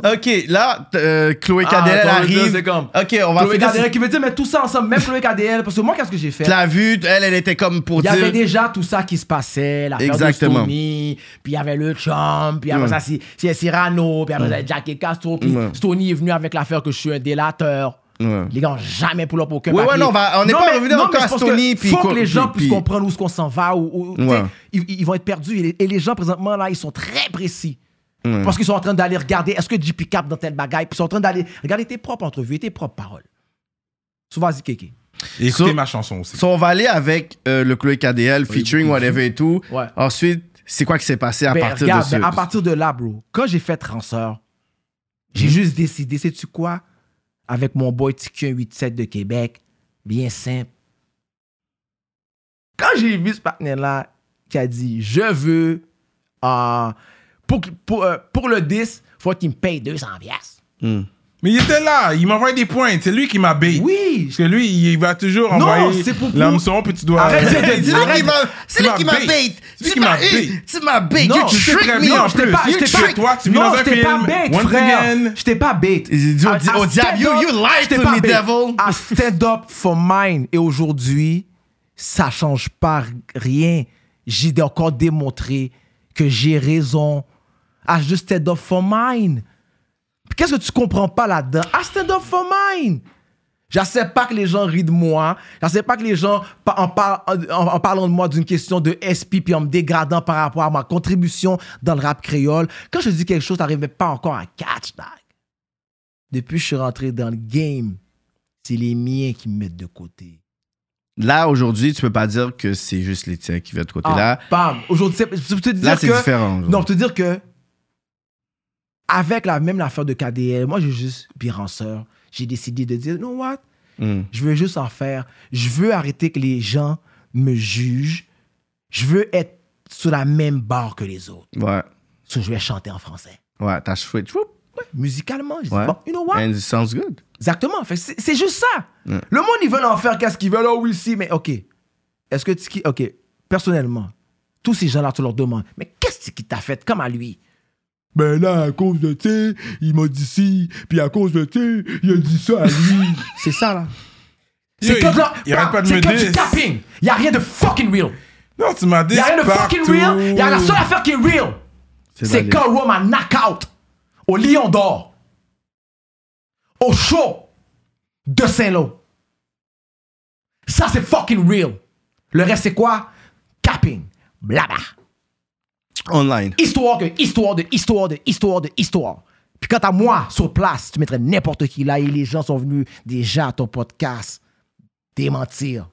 S4: là.
S2: Ok, là, t- euh, Chloé
S4: Ah,
S2: Cadel
S4: attends,
S2: arrive.
S4: c'est comme-
S2: Ok, on va
S4: Chloé
S2: finir-
S4: KDL qui veut dire, mais tout ça ensemble, même Chloé KDL, parce que moi, qu'est-ce que j'ai fait?
S2: Tu l'as vu, elle, elle était comme pour
S4: Il
S2: dire.
S4: y avait déjà tout ça qui se passait, l'affaire
S2: Exactement.
S4: de Stony, puis il y avait le chum, puis après
S2: Mm.
S4: ça, c'est- c'est Cyrano, puis après ça, Jack et Castro, puis
S2: Ouais.
S4: Stony est venu avec l'affaire que je suis un délateur.
S2: Ouais.
S4: Les gars n'ont jamais pour leur aucun
S2: Ouais, ouais,
S4: papier.
S2: non, on va- on n'est
S4: Non,
S2: pas
S4: mais-
S2: revenu
S4: non,
S2: encore
S4: mais
S2: à
S4: je pense
S2: Stony,
S4: que
S2: puis
S4: faut
S2: quoi-
S4: que les gens
S2: puis-
S4: puissent
S2: puis-
S4: comprendre où est-ce qu'on s'en va, ou, ou- tu sais,
S2: Ouais.
S4: ils, ils vont être perdus. Et les, et les gens, présentement, là, ils sont très précis. Parce qu'ils sont en train d'aller regarder, est-ce que JP Cap dans telle bagaille, puis ils sont en train d'aller regarder tes propres entrevues, et tes propres paroles. Souvent, vas-y, Kéké.
S1: Et Écoutez
S2: So-
S1: ma chanson aussi.
S2: So, on va aller avec euh, le Chloé KDL, featuring whatever et tout.
S4: Ouais.
S2: Ensuite, c'est quoi qui s'est passé à
S4: Ben,
S2: partir
S4: regarde,
S2: de ce.
S4: ben, à partir de là, bro, quand j'ai fait Transeur, j'ai juste décidé, sais-tu quoi? Avec mon boy TQ 87 de Québec, bien simple. Quand j'ai vu ce partenaire-là qui a dit Je veux, euh, pour, pour, euh, pour le 10, faut qu'il me paye 200$. piastres.
S1: Mais il était là, il m'envoie des points. C'est lui qui m'a bait.
S4: Oui.
S1: Parce que lui, il va toujours envoyer
S4: c'est pour- pour-
S1: l'hameçon, puis tu dois. (laughs)
S4: Arrête,
S1: Arrête,
S4: dis- dis-le
S1: arrête.
S4: qu'il m'a-
S2: C'est lui qui m'a
S1: bait.
S2: bait.
S1: C'est lui qui m'a bait.
S2: Tu m'as bait.
S4: Non,
S2: You
S4: tu
S1: sais très
S2: trick me.
S1: bien,
S4: Non,
S1: en
S4: je t'ai
S1: plus,
S4: pas,
S1: you
S4: je t'ai
S1: trick.
S4: pas.
S1: Toi, tu vis
S4: non,
S1: dans un
S4: je t'ai
S1: film.
S4: pas bête,
S1: Once
S4: frère.
S1: again.
S4: Je t'ai pas bête.
S2: Ils disent, oh, di-
S4: I- I
S2: oh,
S4: stand
S2: diable, you-
S4: up-
S2: you lied
S4: je t'ai
S2: to
S4: pas
S2: me,
S4: bête.
S2: devil.
S4: I stand up for mine. Et aujourd'hui, ça change pas rien. J'ai encore démontré que j'ai raison. I just stand up for mine. Qu'est-ce que tu comprends pas là-dedans? I stand up for mine. J'accepte pas que les gens rient de moi. J'accepte pas que les gens, pa- en, par- en- en parlant de moi d'une question de SP, puis en me dégradant par rapport à ma contribution dans le rap créole. Quand je dis quelque chose, t'arrivais pas encore à catch, dog. Depuis que je suis rentré dans le game, c'est les miens qui me mettent de côté.
S2: Là, aujourd'hui, tu peux pas dire que c'est juste les tiens qui viennent de côté.
S4: Ah,
S2: Là,
S4: bam. Aujourd'hui, c'est- je peux te dire
S2: là
S4: que...
S2: c'est différent.
S4: Non, je te dire que... Avec la même affaire de KDL, moi, j'ai juste Biranceur. J'ai décidé de dire, you know what?
S2: Mm.
S4: Je veux juste en faire. Je veux arrêter que les gens me jugent. Je veux être sur la même barre que les autres.
S2: Ouais.
S4: So, je vais chanter en français.
S2: Ouais, t'as switch. Whoop.
S4: Ouais, musicalement, je dis,
S2: Ouais.
S4: bon, you know what?
S2: And it sounds good.
S4: Exactement. Fait que c'est c'est juste ça.
S1: Mm.
S4: Le monde, ils veulent en faire qu'est-ce qu'ils veulent. Oh oui, si, mais OK. Est-ce que Tiki... OK, personnellement, tous ces gens-là, tu leur demandes, mais qu'est-ce qui t'a fait comme à lui? Ben là, à cause de tu, il m'a dit ci, puis à cause de tu, il a dit ça à lui. c'est ça, là.
S1: Yo,
S4: C'est
S1: il-
S4: comme là.
S1: il arrête pas de
S4: c'est
S1: me
S4: comme
S1: dire.
S4: du capping. Il a rien de fucking real.
S1: (laughs) Non, tu m'as dit.
S4: Il a rien de
S1: c'est
S4: fucking
S1: partout.
S4: real. Il y a la seule affaire qui est real. C'est
S2: valide.
S4: quand Roma knockout au Lion d'Or, au show de Saint-Lô. Ça, c'est fucking real. Le reste, c'est quoi? Capping. Blabla.
S2: Online.
S4: Histoire de histoire de histoire de histoire de histoire. Puis quant à moi, sur place, tu mettrais n'importe qui là et les gens sont venus déjà à ton podcast démentir.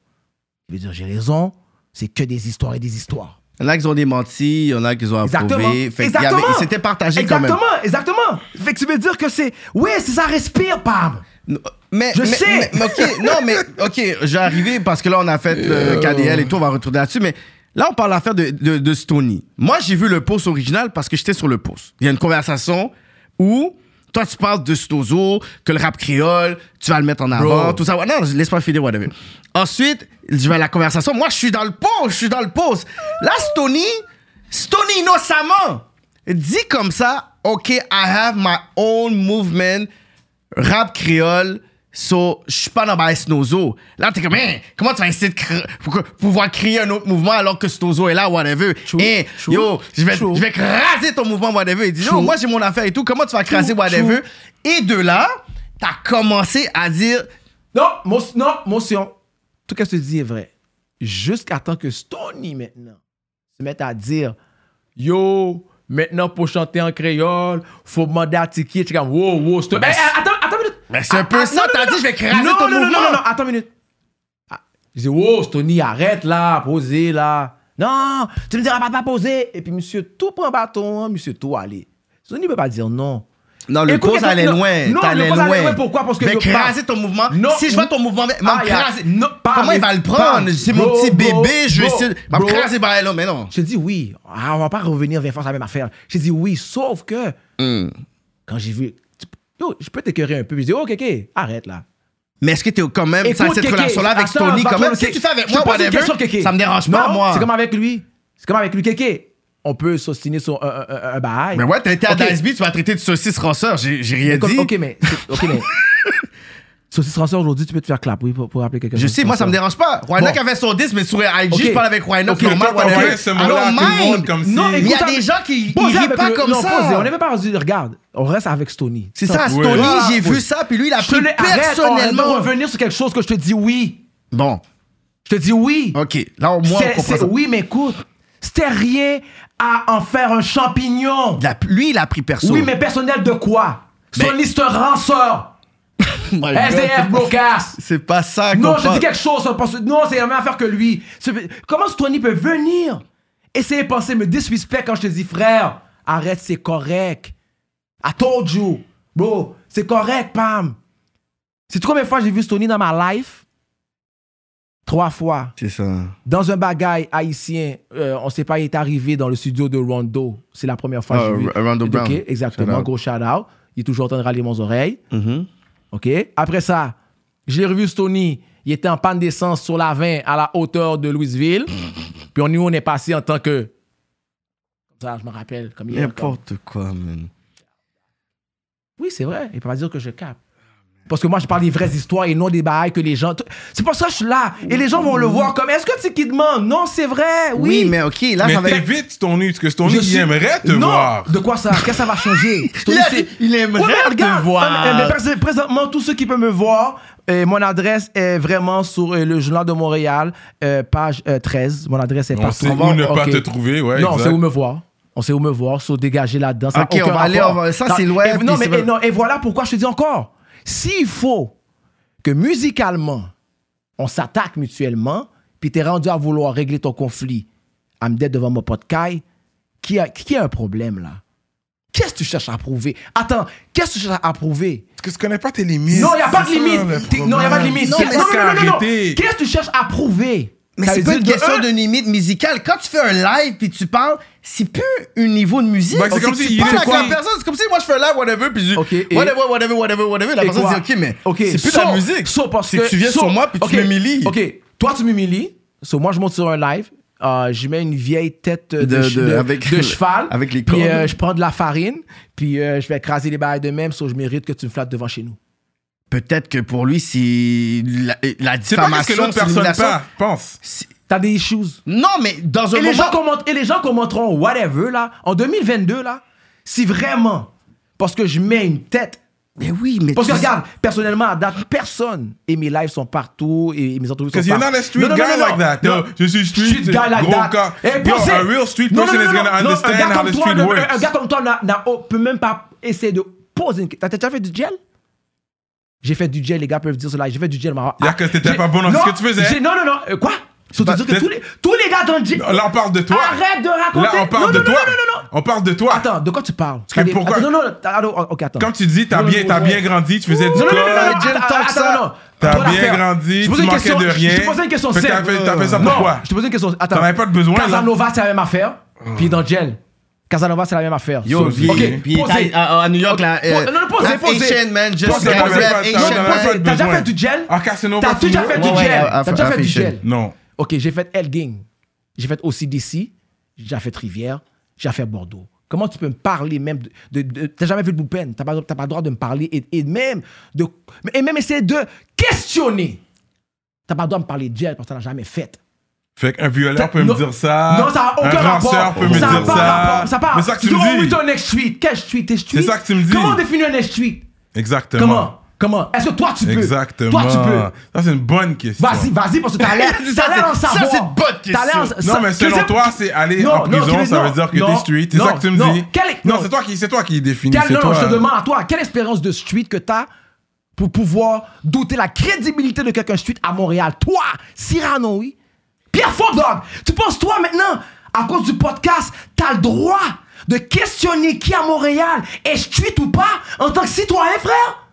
S4: Je veux dire, j'ai raison, c'est que des histoires et des histoires.
S2: Il y en a qui ont démenti, il y en a qui ont
S4: Exactement.
S2: approuvé. Fait qu'il y avait-
S4: exactement.
S2: et C'était partagé quand
S4: exactement,
S2: même.
S4: Exactement, Fait que tu veux dire que c'est. Oui, c'est ça respire, Pam.
S2: Non, Mais,
S4: Je
S2: mais-
S4: sais.
S2: mais- mais ok, non, mais ok, j'ai arrivé parce que là, on a fait euh, le KDL et tout, on va retourner là-dessus. Mais là, on parle l'affaire de, de, de Stony. Moi, j'ai vu le post original parce que j'étais sur le post. Il y a une conversation où toi, tu parles de Stozo, que le rap créole, tu vas le mettre en avant, tout ça. Non, je laisse pas filer, whatever. Ensuite, je vais à la conversation. Moi, je suis dans le post, je suis dans le post. Là, Stony, Stony innocemment dit comme ça, OK, I have my own movement rap créole. So, je suis pas dans ma Snozo. Là, t'es comme, Hein, comment tu vas essayer de cr- pour que- pouvoir créer un autre mouvement alors que Snozo est là, whatever? Hein,
S4: true,
S2: yo, je vais,
S4: true.
S2: je vais craser ton mouvement, whatever. Il dit, non, moi j'ai mon affaire et tout, comment tu vas craser, whatever? Et de là, t'as commencé à dire,
S4: Non, mon, non, motion. Tout ce que tu dis est vrai. Jusqu'à temps que Stony, maintenant, se mette à dire Yo, maintenant pour chanter en créole, faut demander à Tiki. Tu es comme, wow, wow, Stony. Mais attends, attends une minute.
S2: Mais c'est un peu
S4: Ah, ah,
S2: ça,
S4: non,
S2: t'as
S4: non,
S2: dit,
S4: non.
S2: je vais craser ton
S4: non,
S2: mouvement.
S4: Non, non, non, attends une minute. Ah, Je dis, wow, Stony, arrête là, posez là. Non, tu me diras pas, pas poser. Et puis, monsieur, tout prend bâton, hein, monsieur, tout aller. Stony ne peut pas dire non.
S2: Non, le
S4: Écoute,
S2: pose allait
S4: non,
S2: loin.
S4: non,
S2: t'allais
S4: le pose allait
S2: loin.
S4: loin, pourquoi? Parce que
S2: Mais
S4: je-
S2: craser ton mouvement.
S4: Non,
S2: si je vois ton mouvement, mais
S4: Ah,
S2: me
S4: y a-
S2: craser.
S4: non, pas,
S2: Comment il
S4: mais-
S2: va le prendre?
S4: pas.
S2: C'est mon
S4: Bro,
S2: petit
S4: bro,
S2: bébé, je vais
S4: bro,
S2: essayer. de- Va me
S4: bro.
S2: craser, bah, là, mais non.
S4: Je dis oui. Ah, on va pas revenir 20 fois sur la même affaire. Je dis oui, sauf que quand j'ai vu. tu- Yo, je peux t'écœurer un peu. puis Je dis, oh, ok, arrête là.
S2: Mais est-ce que t'es comme même, ça,
S4: Écoute,
S2: cette
S4: Kéké,
S2: relation-là avec
S4: attends,
S2: Tony,
S4: attends,
S2: quand même,
S4: Kéké.
S2: si tu fais avec
S4: Je
S2: moi,
S4: te pose une
S2: whatever,
S4: question, Kéké.
S2: ça me dérange
S4: Non,
S2: pas, moi.
S4: C'est comme avec lui. C'est comme avec lui, Kéké. On peut s'ostiner sur un, un, un, un bail.
S2: Mais ouais, t'as été à
S4: Ok.
S2: Dansby, tu m'as traité de saucisse rosseur, j'ai j'ai rien
S4: Mais comme-
S2: dit.
S4: Ok, mais. c'est-
S2: (laughs)
S4: Ok, mais. Saucisse Ranceur, aujourd'hui, tu peux te faire clap, oui, pour, pour appeler quelqu'un.
S2: Je sais, moi, ça me dérange pas. Roanoke
S4: Bon.
S2: avait son 10, mais sur IG,
S4: Ok.
S2: je parle avec Roanoke
S4: Ok,
S2: normal,
S4: ok,
S2: whatever.
S1: ok, ce mot-là,
S2: Alors,
S1: tout le monde
S2: mind.
S1: comme
S2: Non,
S1: si-
S2: mais il y a
S4: écoute,
S2: des gens qui
S4: Posez
S2: ils rient
S4: avec
S2: pas
S4: le-
S2: comme
S4: non, posez, on
S2: ça.
S4: n'avait pas rendu. Regarde, on reste avec Stony.
S2: C'est ça,
S1: Ouais.
S2: Stony,
S4: Ah,
S2: j'ai
S4: oui.
S2: vu ça, puis lui, il a
S4: Je te
S2: pris
S4: l'ai arrête, on va
S2: personnellement.
S4: revenir sur quelque chose que je te dis oui.
S2: Bon,
S4: Je te dis oui.
S2: ok. Là, au moins,
S4: C'est-
S2: Ah, on comprend
S4: c'est-
S2: ça.
S4: Oui, mais écoute, c'était rien à en faire un champignon.
S2: Il a- Lui, il a pris perso.
S4: Oui, mais personnel de quoi
S2: Mais-
S4: Son liste ranceur.
S2: Oh My God,
S4: SDF
S2: c'est pas-
S4: Brocasse.
S2: C'est pas ça qu'on
S4: Non, je
S2: parle.
S4: dis quelque chose. ça, parce que- Non, c'est la même affaire que lui. C'est- Comment Stony peut venir essayer de penser, me disrespect quand je te dis frère, arrête, c'est correct. I told you. Bro, c'est correct, Pam. C'est combien de fois j'ai vu Stony dans ma life Trois fois
S2: C'est ça.
S4: dans un bagaille haïtien, euh, on sait pas, il est arrivé dans le studio de Rondo. C'est la première fois que
S2: Ah,
S4: j'ai vu.
S2: R- Rondo Brown.
S4: Ok, exactement. Mm-hmm.
S2: Shout out.
S4: Gros shout out. il est toujours en train de râler mon oreille.
S2: Mhm.
S4: OK? Après ça, je l'ai revu, Stony. Il était en panne d'essence sur la 20 à la hauteur de Louisville. Puis on, nous, on est passé en tant que. Comme ça, je me rappelle. Comme hier, comme-
S2: N'importe quoi, man.
S4: Oui, c'est vrai. Il peut pas dire que je capte. Parce que moi, je parle des vraies histoires et non des bails que les gens. C'est pour ça que je suis là. Et les gens vont le voir comme est-ce que tu qui demande Non, c'est vrai. Oui.
S2: Oui, mais ok, là,
S1: Mais
S2: ça va
S1: t'es
S2: être.
S1: vite, Stony, parce que Stony,
S4: Je
S1: il
S4: suis-
S1: aimerait te
S4: non,
S1: voir.
S4: De quoi ça Qu'est-ce que ça va
S1: (laughs)
S4: changer
S2: Il a
S4: C'est-
S2: dit, il aimerait
S4: Ouais, mais
S2: te
S4: regarde,
S2: voir.
S4: euh, euh, mais prés- présentement, tous ceux qui peuvent me voir, euh, mon adresse est vraiment sur euh, le Journal de Montréal, euh, page euh, 13. Mon adresse est
S1: On
S4: partout.
S1: sait où ne pas te trouver, ouais,
S4: Non, on
S1: exact.
S4: sait où me voir. On sait où me voir, sur dégager là-dedans. ça a
S2: Ok,
S4: aucun
S2: on va aller,
S4: rapport.
S2: on va- ça, c'est loin,
S4: et-
S2: puis
S4: Non, mais
S2: c'est
S4: et,
S2: pas-
S4: non, et voilà pourquoi je te dis encore. S'il faut que musicalement, on s'attaque mutuellement, puis t'es rendu à vouloir régler ton conflit à me dire devant mon podcast, qui a, qui a un problème là? Qu'est-ce que tu cherches à prouver? Attends, qu'est-ce que tu cherches à prouver?
S1: Parce que tu connais pas tes limites.
S4: Non, il n'y a pas de
S1: C'est ça, le
S4: limite. T'es- Non, il n'y a pas de
S1: problème.
S4: limite.
S1: Non,
S4: Non,
S1: mais
S4: non,
S1: c'est
S4: non, non, non.
S1: arrêté.
S4: Qu'est-ce que tu cherches à prouver?
S2: Mais
S4: Ça
S2: c'est
S4: veut
S2: pas
S4: dire
S2: une
S4: de
S2: question
S4: un,
S2: de limite musicale. Quand tu fais un live puis tu parles, c'est plus un niveau de musique.
S1: Bah, c'est
S2: On
S1: comme
S2: sait que
S1: si-
S2: tu parles
S1: c'est
S2: avec
S1: quoi?
S2: la personne. C'est comme si moi je fais un live, whatever, puis je dis
S4: Ok, et-
S2: whatever, whatever, whatever, whatever. La
S4: Et
S2: personne
S4: quoi?
S2: dit ok, mais
S4: Ok,
S2: c'est plus de
S4: so-
S2: la musique.
S4: so parce
S2: C'est que tu viens
S4: so-
S2: sur moi puis
S4: ok,
S2: tu m'humilies.
S4: Ok, toi tu m'humilies. So, moi je monte sur un live. euh, je mets une vieille tête euh, de,
S2: De-
S4: ch-
S2: de-
S4: de-
S2: avec-
S4: de cheval.
S2: (laughs) avec les
S4: Puis
S2: cornes.
S4: euh, je prends de la farine. Puis euh, je vais écraser les barres de même. So, je mérite que tu me flattes devant chez nous.
S2: Peut-être que pour lui, c'est la, la
S1: C'est pas parce que
S2: diffamation.
S1: l'autre
S2: c'est
S1: personne
S2: l'humiliation.
S1: pas, pense.
S4: T'as des issues.
S2: Non, mais dans un
S4: Et
S2: moment.
S4: les, gens commentent, et les gens commenteront whatever là. En 2022 là. Si vraiment. Parce que je mets une tête
S2: Mais oui, mais.
S4: Parce que
S2: tu-
S4: regarde, personnellement, à date, personne. Et mes lives sont partout, et mes entrevues sont
S1: Because
S4: partout.
S1: you're not a street
S4: Non, non,
S1: guy
S4: non, non,
S1: like that.
S4: non.
S1: Yo, je suis street,
S4: guy like
S1: gros
S4: that.
S1: gars.
S4: Et
S1: Yo,
S4: pensez-
S1: a real street
S4: Non,
S1: person
S4: non,
S1: is
S4: non,
S1: gonna
S4: non, non,
S1: understand
S4: un gars
S1: how
S4: comme
S1: the
S4: toi
S1: street
S4: ne-
S1: works.
S4: Un gars comme toi n'a- n'a- oh, peut même pas essayer de poser une question. T'as déjà fait du gel? J'ai fait du gel, les gars peuvent dire cela. J'ai fait du gel, mais.
S1: Y'a que t'étais
S4: J'ai-
S1: pas bon dans
S4: Non,
S1: ce que tu faisais.
S4: j'ai- Non, non, non. euh, Quoi? Surtout
S1: Bah,
S4: dire que
S1: t'es-
S4: tous les, tous les gars dans le gel.
S1: Là, on parle de toi.
S4: Arrête de raconter.
S1: Là, on parle
S4: Non,
S1: de
S4: non,
S1: toi.
S4: Non, non, non, non.
S1: On parle de toi.
S4: Attends, de quoi tu parles?
S1: que
S4: T'as des-
S1: pourquoi-
S4: attends, Non, non, non, attends, ok, attends.
S1: Comme tu dis, t'as
S4: Non,
S1: bien,
S4: non,
S1: t'as
S4: ouais.
S1: bien grandi, tu faisais du
S4: Non, non, non, non, non,
S1: code.
S4: attends, attends, attends, non.
S1: T'as
S4: Toi,
S1: bien
S4: l'affaire.
S1: grandi,
S4: Je
S1: tu
S4: posais une
S1: manquais
S4: question-
S1: de rien.
S4: Je te posais une question
S1: Fait que t'as
S4: simple.
S1: fait- t'as fait ça
S4: Non,
S1: pourquoi
S4: je te posais une question. Attends.
S1: T'en avais pas de besoin, là. Oh.
S4: Casanova, c'est la même affaire. Puis dans Gel. Casanova, c'est la même affaire.
S1: So,
S2: Yo, puis,
S1: ok,
S2: puis
S4: posez.
S2: t'as- à, à New York, là. euh,
S4: Posez. Non, non, posez,
S2: rap
S4: posez.
S2: Asian, man, just
S4: Posez,
S2: rap,
S4: posez.
S2: rap
S4: Non,
S2: Asian,
S4: non,
S2: man.
S4: posez. T'as déjà
S1: besoin.
S4: fait du gel
S1: Ah, Casanova,
S4: T'as
S1: c'est
S4: déjà
S1: mieux.
S4: fait du
S2: Ouais, ouais,
S4: gel
S2: à- à-
S4: T'as déjà
S2: à
S4: fait du
S2: Fisher.
S4: gel
S1: Non.
S4: Ok, j'ai fait Elgin. J'ai fait OCDC. J'ai déjà fait Rivière. J'ai déjà fait Bordeaux. Comment tu peux me parler même de. de- de- T'as jamais fait de Boupen. T'as pas, t'as pas le droit de me parler et, et même de. Et même essayer de questionner. T'as pas le droit de me parler de gel parce que t'en as jamais fait.
S1: Fait qu'un violeur peut
S4: Non.
S1: me dire ça.
S4: Non, ça n'a aucun
S1: Un
S4: rapport.
S1: ranceur peut me
S4: ça a
S1: dire
S4: pas
S1: ça.
S4: rapport. Ça a pas
S1: Mais ça que tu
S4: dis, oh,
S1: me
S4: oui,
S1: dis.
S4: t'es un next tweet. Quel tweet, t'es tweet.
S1: C'est ça que tu me dis.
S4: Comment on définit un next tweet
S1: Exactement.
S4: Comment Comment Est-ce que toi, tu peux
S1: Exactement.
S4: Toi, tu peux.
S1: Ça, c'est une bonne question.
S4: Vas-y, vas-y, parce que t'as l'air
S1: (laughs)
S2: Ça,
S4: t'as l'air d'en
S2: c'est- ça,
S4: savoir.
S2: c'est une bonne question.
S4: T'as l'air d'en- ça-
S1: Non, mais
S4: que
S1: selon
S4: c'est-
S1: toi, c'est aller
S4: Non,
S1: en
S4: non,
S1: prison,
S4: tu-
S1: ça
S4: non,
S1: veut dire que
S4: non,
S1: t'es street. C'est ça que tu me
S4: non,
S1: dis.
S4: quel est-
S1: Non,
S4: non.
S1: c'est toi qui, c'est toi qui définis.
S4: Quel-
S1: c'est
S4: non,
S1: toi. euh,
S4: je te demande à toi, quelle expérience de street que t'as pour pouvoir douter la crédibilité de quelqu'un street à Montréal Toi, Cyrano, oui. Pierre Fondog, tu penses, toi, maintenant, à cause du podcast, t'as le droit de questionner qui à Montréal est street ou pas en tant que citoyen, frère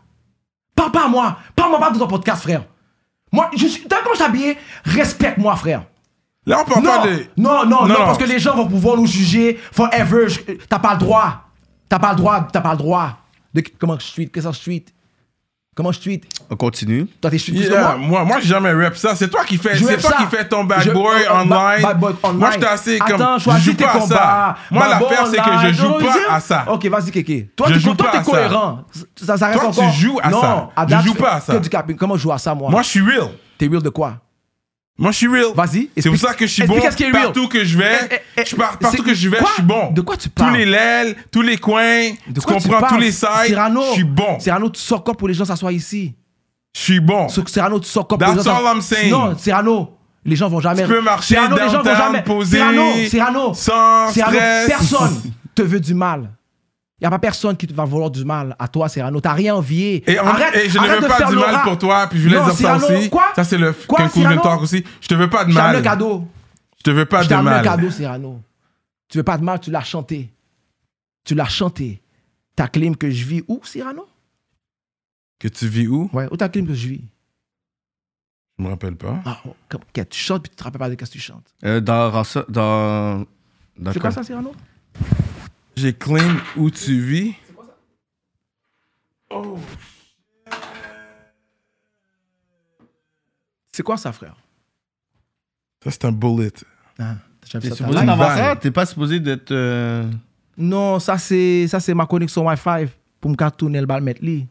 S4: Parle pas à moi. Parle-moi pas de ton podcast, frère. Moi, je suis. T'as vu comment je suis habillé Respecte-moi, frère.
S1: Là, on parle
S4: Non,
S1: pas de.
S4: non, non, non,
S1: non.
S4: parce que les gens vont pouvoir nous juger forever. Je- T'as pas le droit. T'as pas le droit. T'as pas le droit. De, comment je suis Qu'est-ce que je suis Comment je suis
S2: On continue.
S4: Toi, t'es suis plus que
S1: Yeah,
S4: moi
S1: moi, moi, j'ai jamais rap ça. C'est toi qui fais,
S4: Je
S1: c'est
S4: rap
S1: toi
S4: ça.
S1: qui fais ton bad
S4: Je-
S1: boy,
S4: oh, oh,
S1: online.
S4: bad boy online.
S1: Moi, je suis assez comme.
S4: Attends,
S1: je joue
S4: choisis tes
S1: pas à
S4: combats.
S1: ça. Moi,
S4: Bad boy
S1: l'affaire, c'est que je
S4: online.
S1: joue
S4: Oh,
S1: pas
S4: yeah.
S1: à ça.
S4: Ok, vas-y, Kéké. Toi,
S1: Je
S4: tu
S1: joue
S4: toi,
S1: pas
S4: t'es
S1: à ça.
S4: cohérent. Ça, ça reste
S1: Toi, tu
S4: encore-
S1: joues à
S4: non,
S1: ça.
S4: à
S1: Je
S4: date,
S1: joue
S4: tu
S1: pas
S4: fais
S1: à ça.
S4: que du capping. Comment je joue à ça, moi
S1: Moi, je suis real.
S4: T'es real de quoi
S1: Moi, je suis real.
S4: Vas-y,
S1: C'est pour
S4: explique-
S1: ça que je suis bon.
S4: explique qu'est-ce qui est real.
S1: Partout que je
S4: Eh,
S1: vais,
S4: eh, eh,
S1: je pars- partout
S4: c'est-
S1: que je vais,
S4: quoi?
S1: je suis bon.
S4: De quoi tu
S1: Tous
S4: parles?
S1: les lèvres, tous les coins.
S4: De
S1: Tu
S4: quoi
S1: comprends
S4: parles?
S1: tous les sides.
S4: Cyrano,
S1: Je suis bon.
S4: Cyrano, tu sors quand pour les gens s'asseoir ici
S1: Je suis bon.
S4: Ce- Cyrano, tu sors comme
S1: That's
S4: président.
S1: all I'm saying.
S4: Non, Cyrano, les gens vont jamais.
S1: Tu peux marcher
S4: Cyrano, les gens vont
S1: downtown,
S4: jamais.
S1: poser,
S4: Cyrano, Cyrano,
S1: sans
S4: Cyrano,
S1: stress.
S4: personne te veut du mal. Il n'y a pas personne qui te va vouloir du mal à toi, Cyrano. T'as rien envié.
S1: Et, on-
S4: arrête,
S1: et je ne
S4: arrête
S1: veux
S4: de
S1: pas
S4: faire
S1: du
S4: l'aura.
S1: mal pour toi, puis je voulais
S4: Non,
S1: dire ça
S4: Cyrano,
S1: aussi.
S4: Quoi
S1: Ça, c'est le
S4: quoi,
S1: quelqu'un de
S4: Cyrano?
S1: talk aussi. Je te veux pas de
S4: Je t'amène un
S1: mal.
S4: cadeau.
S1: Je te veux pas
S4: Je
S1: de
S4: t'amène un
S1: mal.
S4: cadeau, Cyrano. Tu veux pas de mal, tu l'as chanté. Tu l'as chanté. Ta clim que je vis où, Cyrano
S1: Que tu vis où
S4: Ouais, où ta clim que je vis
S1: Je me rappelle pas.
S4: ah, oh, comme- ok, Tu chantes, puis tu te rappelles pas de qu'est-ce que tu chantes.
S2: Euh, dans Rassa- Dans. dans
S4: C'est quoi ça, Cyrano
S1: J'ai claim où tu vis.
S9: C'est quoi ça, frère?
S1: Ça, c'est un bullet.
S9: Ah, t'as jamais
S2: T'es
S9: fait ça,
S2: supposé
S9: t'as-
S1: une
S2: d'avoir
S1: balle.
S2: ça? T'es pas supposé d'être. euh,
S9: Non, ça c'est ça c'est ma connexion Wi-Fi pour me faire tourner le bal mettre li.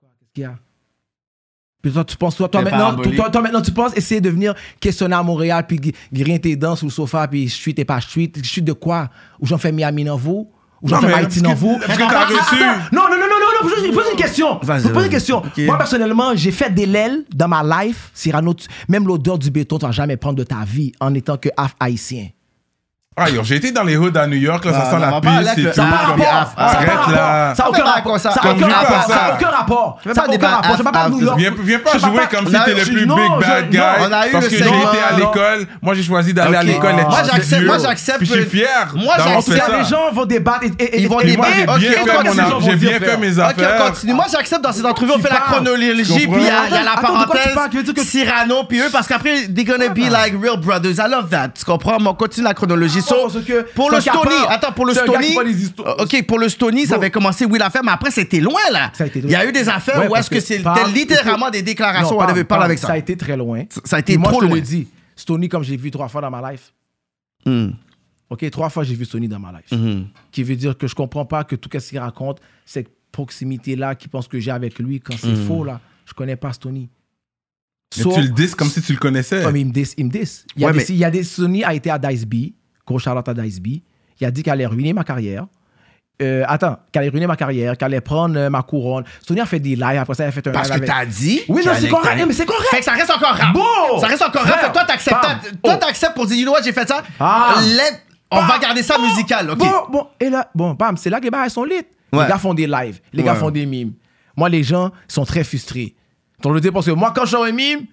S9: Qu'est-ce qu'il y a Puis toi tu penses toi, toi
S2: Les
S9: maintenant
S2: paraboliques.
S9: toi, toi, maintenant tu penses essayer de venir questionner à Montréal puis gui- guérir tes dents sous le sofa puis je suis t'es pas je suis je suis de quoi Ou j'en fais Miami dans vous Ou j'en
S1: Non,
S9: fais
S1: mais
S9: Haïti dans
S1: parce que-
S9: vous
S1: parce que t'as
S9: Attends,
S1: reçu.
S9: attends. Non non non non non, non je vous pose une question. Je
S2: Vas-y,
S9: vous pose
S2: vas-y.
S9: une question.
S2: Ok.
S9: Moi personnellement, j'ai fait des lèvres dans ma life, Cyrano, tu- même l'odeur du béton tu vas jamais prendre de ta vie en étant que half haïtien.
S1: Ah, yo, j'ai été dans les hoods à New York, là, ça sent
S2: Ah, non, on
S1: la
S2: va pas
S1: pisse
S2: aller
S1: et
S2: avec
S1: tout.
S2: le- Ah,
S1: comme-
S2: puis
S9: rapport.
S2: half,
S9: Ça a
S1: arrête
S9: aucun
S1: là.
S9: rapport. Ça a aucun
S2: Fais pas
S9: rapport. Ça
S2: ça.
S9: a
S1: Comme
S9: aucun
S1: je
S9: rapport.
S1: parle
S9: Ça a
S1: ça.
S9: aucun rapport.
S2: Fais
S9: Ça
S2: pas
S9: a aucun
S2: débat.
S9: rapport. Je
S2: Half,
S9: parle pas de
S2: half,
S9: New York.
S1: Viens, viens pas
S9: Je parle
S1: jouer comme si
S2: non,
S1: t'es le
S2: je-
S1: plus
S2: non,
S1: big
S2: je-
S1: bad
S2: non,
S1: guy.
S2: on a eu
S1: Parce
S2: le
S1: que j'ai
S2: segment,
S1: été à
S2: non.
S1: l'école. Moi, j'ai choisi d'aller à
S2: Ok.
S1: l'école. les
S2: Moi,
S1: petits
S2: j'accepte-
S1: vieux.
S2: moi, j'accepte
S1: Puis je
S2: que-
S1: suis fier.
S2: Moi,
S1: d'avoir fait
S2: j'accepte
S1: ça.
S4: Les gens vont débattre et- et- et-
S2: Ils vont
S4: et-
S1: Et moi, j'ai
S2: débattre.
S4: et-
S1: bien
S2: ben, Ok,
S1: fait,
S2: on
S1: mon
S2: continue,
S1: affaire.
S2: on
S1: j'ai
S4: va
S1: bien
S4: dire,
S1: fait
S4: frère.
S1: mes
S2: Ok, on
S1: affaires.
S2: continue. Moi, j'accepte dans ces entrevues, on
S4: Tu
S2: fait la
S4: parles.
S2: chronologie,
S1: Tu
S2: puis euh, il y a il y a la
S4: comprends? Attends, de quoi tu
S2: parenthèse,
S4: parles? Tu veux dire que-
S2: Cyrano, puis eux, parce qu'après, they're gonna be like real brothers. I love that. Tu comprends? Mais on continue la chronologie. So,
S4: Ah, parce que
S2: pour
S4: c'est
S2: le
S4: un capeur.
S2: Stony, attends, pour le
S4: C'est un gars
S2: Stony.
S4: qui
S2: euh,
S4: voit les histoires.
S2: Ok, pour le Stony, ça avait commencé, oui, l'affaire, mais après, c'était loin, là.
S4: Ça a été
S2: Il y a eu des affaires
S4: Ouais,
S2: où
S4: parce
S2: est-ce que
S4: que
S2: c'était
S4: parle-
S2: littéralement des déclarations. On avait parlé avec ça.
S4: a été très loin.
S2: Ça a été
S4: Moi,
S2: trop
S4: je te
S2: loin.
S4: le dis. Stoney, comme j'ai vu trois fois dans ma life.
S2: Hmm.
S4: OK, trois fois, j'ai vu Sony dans ma life.
S2: Mhm.
S4: Qui veut dire que je comprends pas que tout ce qu'il raconte, cette proximité-là qu'il pense que j'ai avec lui, quand c'est faux, là, je connais pas Sony.
S1: Mais tu le dis comme si tu le connaissais.
S4: il me dis, il me dis. Il y a
S2: Euh. Ouais,
S4: des,
S2: mais-
S4: il y a des- Sony a été à Dice B, gros Charlotte à Dice B. Il a dit qu'elle allait ruiner ma carrière. Euh, attends, qu'elle allait ruiner ma carrière, qu'elle allait prendre euh, ma couronne. Sony a fait des lives, après ça, elle a fait un
S2: Parce
S4: live
S2: que
S4: avec-
S2: t'as dit.
S4: Oui, non,
S2: qu'elle
S4: c'est
S2: est-
S4: correct, mais c'est correct.
S2: Fait que ça reste encore rap.
S4: Bon!
S2: Ça reste encore rap.
S4: Frère,
S2: Fait que toi, t'acceptes.
S4: bam.
S2: t'as- Toi,
S4: Oh.
S2: t'acceptes pour dire, you know what, j'ai fait ça.
S4: Ah.
S2: Let- On
S4: Bam.
S2: va garder ça
S4: Bon,
S2: musical, ok?
S4: Bon, bon, et là, bon, bam, c'est là que les barres sont lit.
S2: Ouais.
S4: Les gars font des lives, les gars
S2: Ouais.
S4: font des mimes. Moi, les gens sont très frustrés. Donc, je dis parce que moi, quand je fais un mime,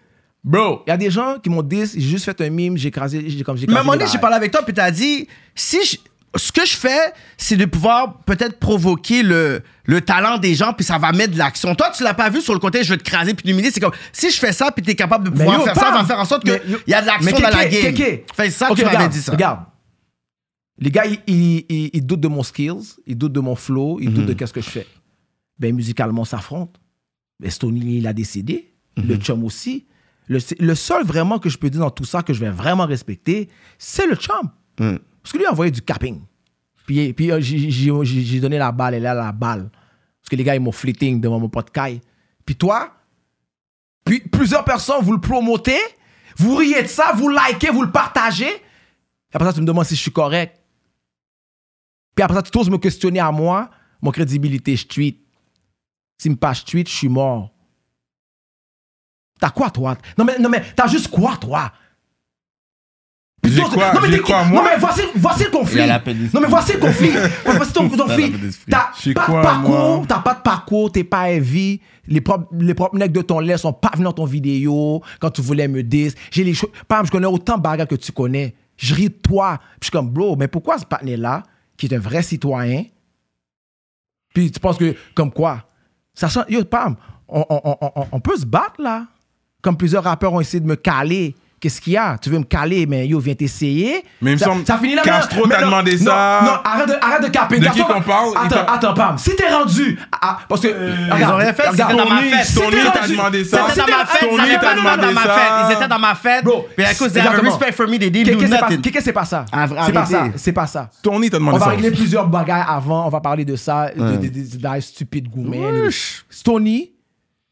S4: bro, il y a des gens qui m'ont dit, j'ai juste fait un mime, j'ai écrasé, j'ai comme j'ai
S2: Mais à un
S4: écrasé
S2: moment
S4: les
S2: donné, j'ai
S4: barres.
S2: parlé avec toi, puis t'as dit, si je- ce que je fais, c'est de pouvoir peut-être provoquer le, le talent des gens, puis ça va mettre de l'action. Toi, tu l'as pas vu sur le côté, je vais te craser, puis t'humilier. C'est comme, si je fais ça, puis t'es capable de
S4: Mais
S2: pouvoir
S4: yo,
S2: faire
S4: bam!
S2: ça, va faire en sorte qu'il
S4: Mais yo-
S2: y a de
S4: Mais
S2: l'action dans la
S4: Kéké,
S2: game.
S4: Kéké.
S2: Fait ça, que
S4: Ok,
S2: tu m'avais
S4: regarde,
S2: dit ça.
S4: Regarde. Les gars, ils, ils- ils- ils doutent de mon skills, ils doutent de mon flow, ils
S2: Mhm.
S4: doutent de qu'est-ce que je fais. Ben, musicalement, on s'affronte. Ben, Stoney, il a décédé.
S2: Mhm.
S4: Le chum aussi. Le, le seul vraiment que je peux dire dans tout ça que je vais vraiment respecter, c'est le chum.
S2: Mm.
S4: Parce que lui, il a envoyé du capping. Puis, puis euh, j'ai- j'ai j'ai- j'ai donné la balle, elle a la balle. Parce que les gars, ils m'ont flitting devant mon pote Kai. Puis toi, puis plusieurs personnes, vous le promotez, vous riez de ça, vous likez, vous le partagez. Et après ça, tu me demandes si je suis correct. Puis après ça, tu oses me questionner à moi, mon crédibilité, je tweet. Si me pas je tweet, je suis mort. T'as quoi, toi? Non, mais, non, mais t'as juste quoi, toi? Puis
S1: J'ai
S4: t'oses-
S1: quoi?
S4: non, mais
S1: J'ai
S4: t'es-
S1: quoi,
S4: Non,
S1: moi?
S4: mais voici, voici le conflit.
S2: Il a l'appel d'esprit.
S4: Non, mais voici le conflit.
S2: (laughs)
S4: voici ton, ton
S2: Il a
S4: conflit.
S2: l'appel d'esprit.
S4: T'as
S1: Je sais
S4: pas
S1: quoi,
S4: de parcours,
S1: moi?
S4: t'as pas de parcours, t'es pas heavy. Les propres, les propres necks de ton lait sont pas venus dans ton vidéo quand tu voulais me dire. J'ai les choses. Pam, je connais autant de bagarres que tu connais. Je ris de toi. Puis je suis comme, bro, mais pourquoi ce partenaire-là, qui est un vrai citoyen, puis tu penses que, comme quoi, sachant, yo, pam, on, on- on- on- on peut se battre là. Comme plusieurs rappeurs ont essayé de me caler. Qu'est-ce qu'il y a? Tu veux me caler, mais yo, viens t'essayer.
S1: Mais il me
S4: ça,
S1: semble-
S4: ça finit là mais-
S1: Castro
S4: mais
S1: t'a
S4: non,
S1: demandé
S4: non,
S1: ça.
S4: Non, arrête de, arrête de caper.
S1: De
S4: Castro
S1: qui
S4: va-
S1: qu'on parle? Il
S4: Attends,
S1: t'a-
S4: attends, pam. Si t'es rendu. à- à- parce que. regarde,
S2: Euh, Ils ont rien fait, c'était dans
S4: regarde,
S2: ma
S4: Tony,
S2: fête.
S4: si t'es
S1: Tony t'a
S4: rendu-
S1: demandé ça.
S4: si
S2: C'était dans
S4: t'es-
S2: ma fête,
S1: Tony,
S2: ça
S4: non,
S2: fait
S1: t'as
S4: non, non, non,
S2: pas
S1: demandé
S2: dans ma
S1: ça.
S2: fête. Ils étaient dans ma fête.
S4: Bro,
S2: Puis à cause de
S4: exactement.
S2: respect for me, they didn't
S4: Kéké,
S2: do
S4: c'est pas-
S2: nothing.
S4: Kéké, c'est pas ça.
S2: Arr-
S4: C'est pas
S2: arrêtez.
S4: ça. C'est pas ça.
S1: Tony t'a
S4: On
S1: demandé
S4: va
S1: ça.
S4: régler plusieurs bagailles avant. On va parler de ça, de- de- des bails stupides gourmets.
S2: Wesh.
S4: Stoney,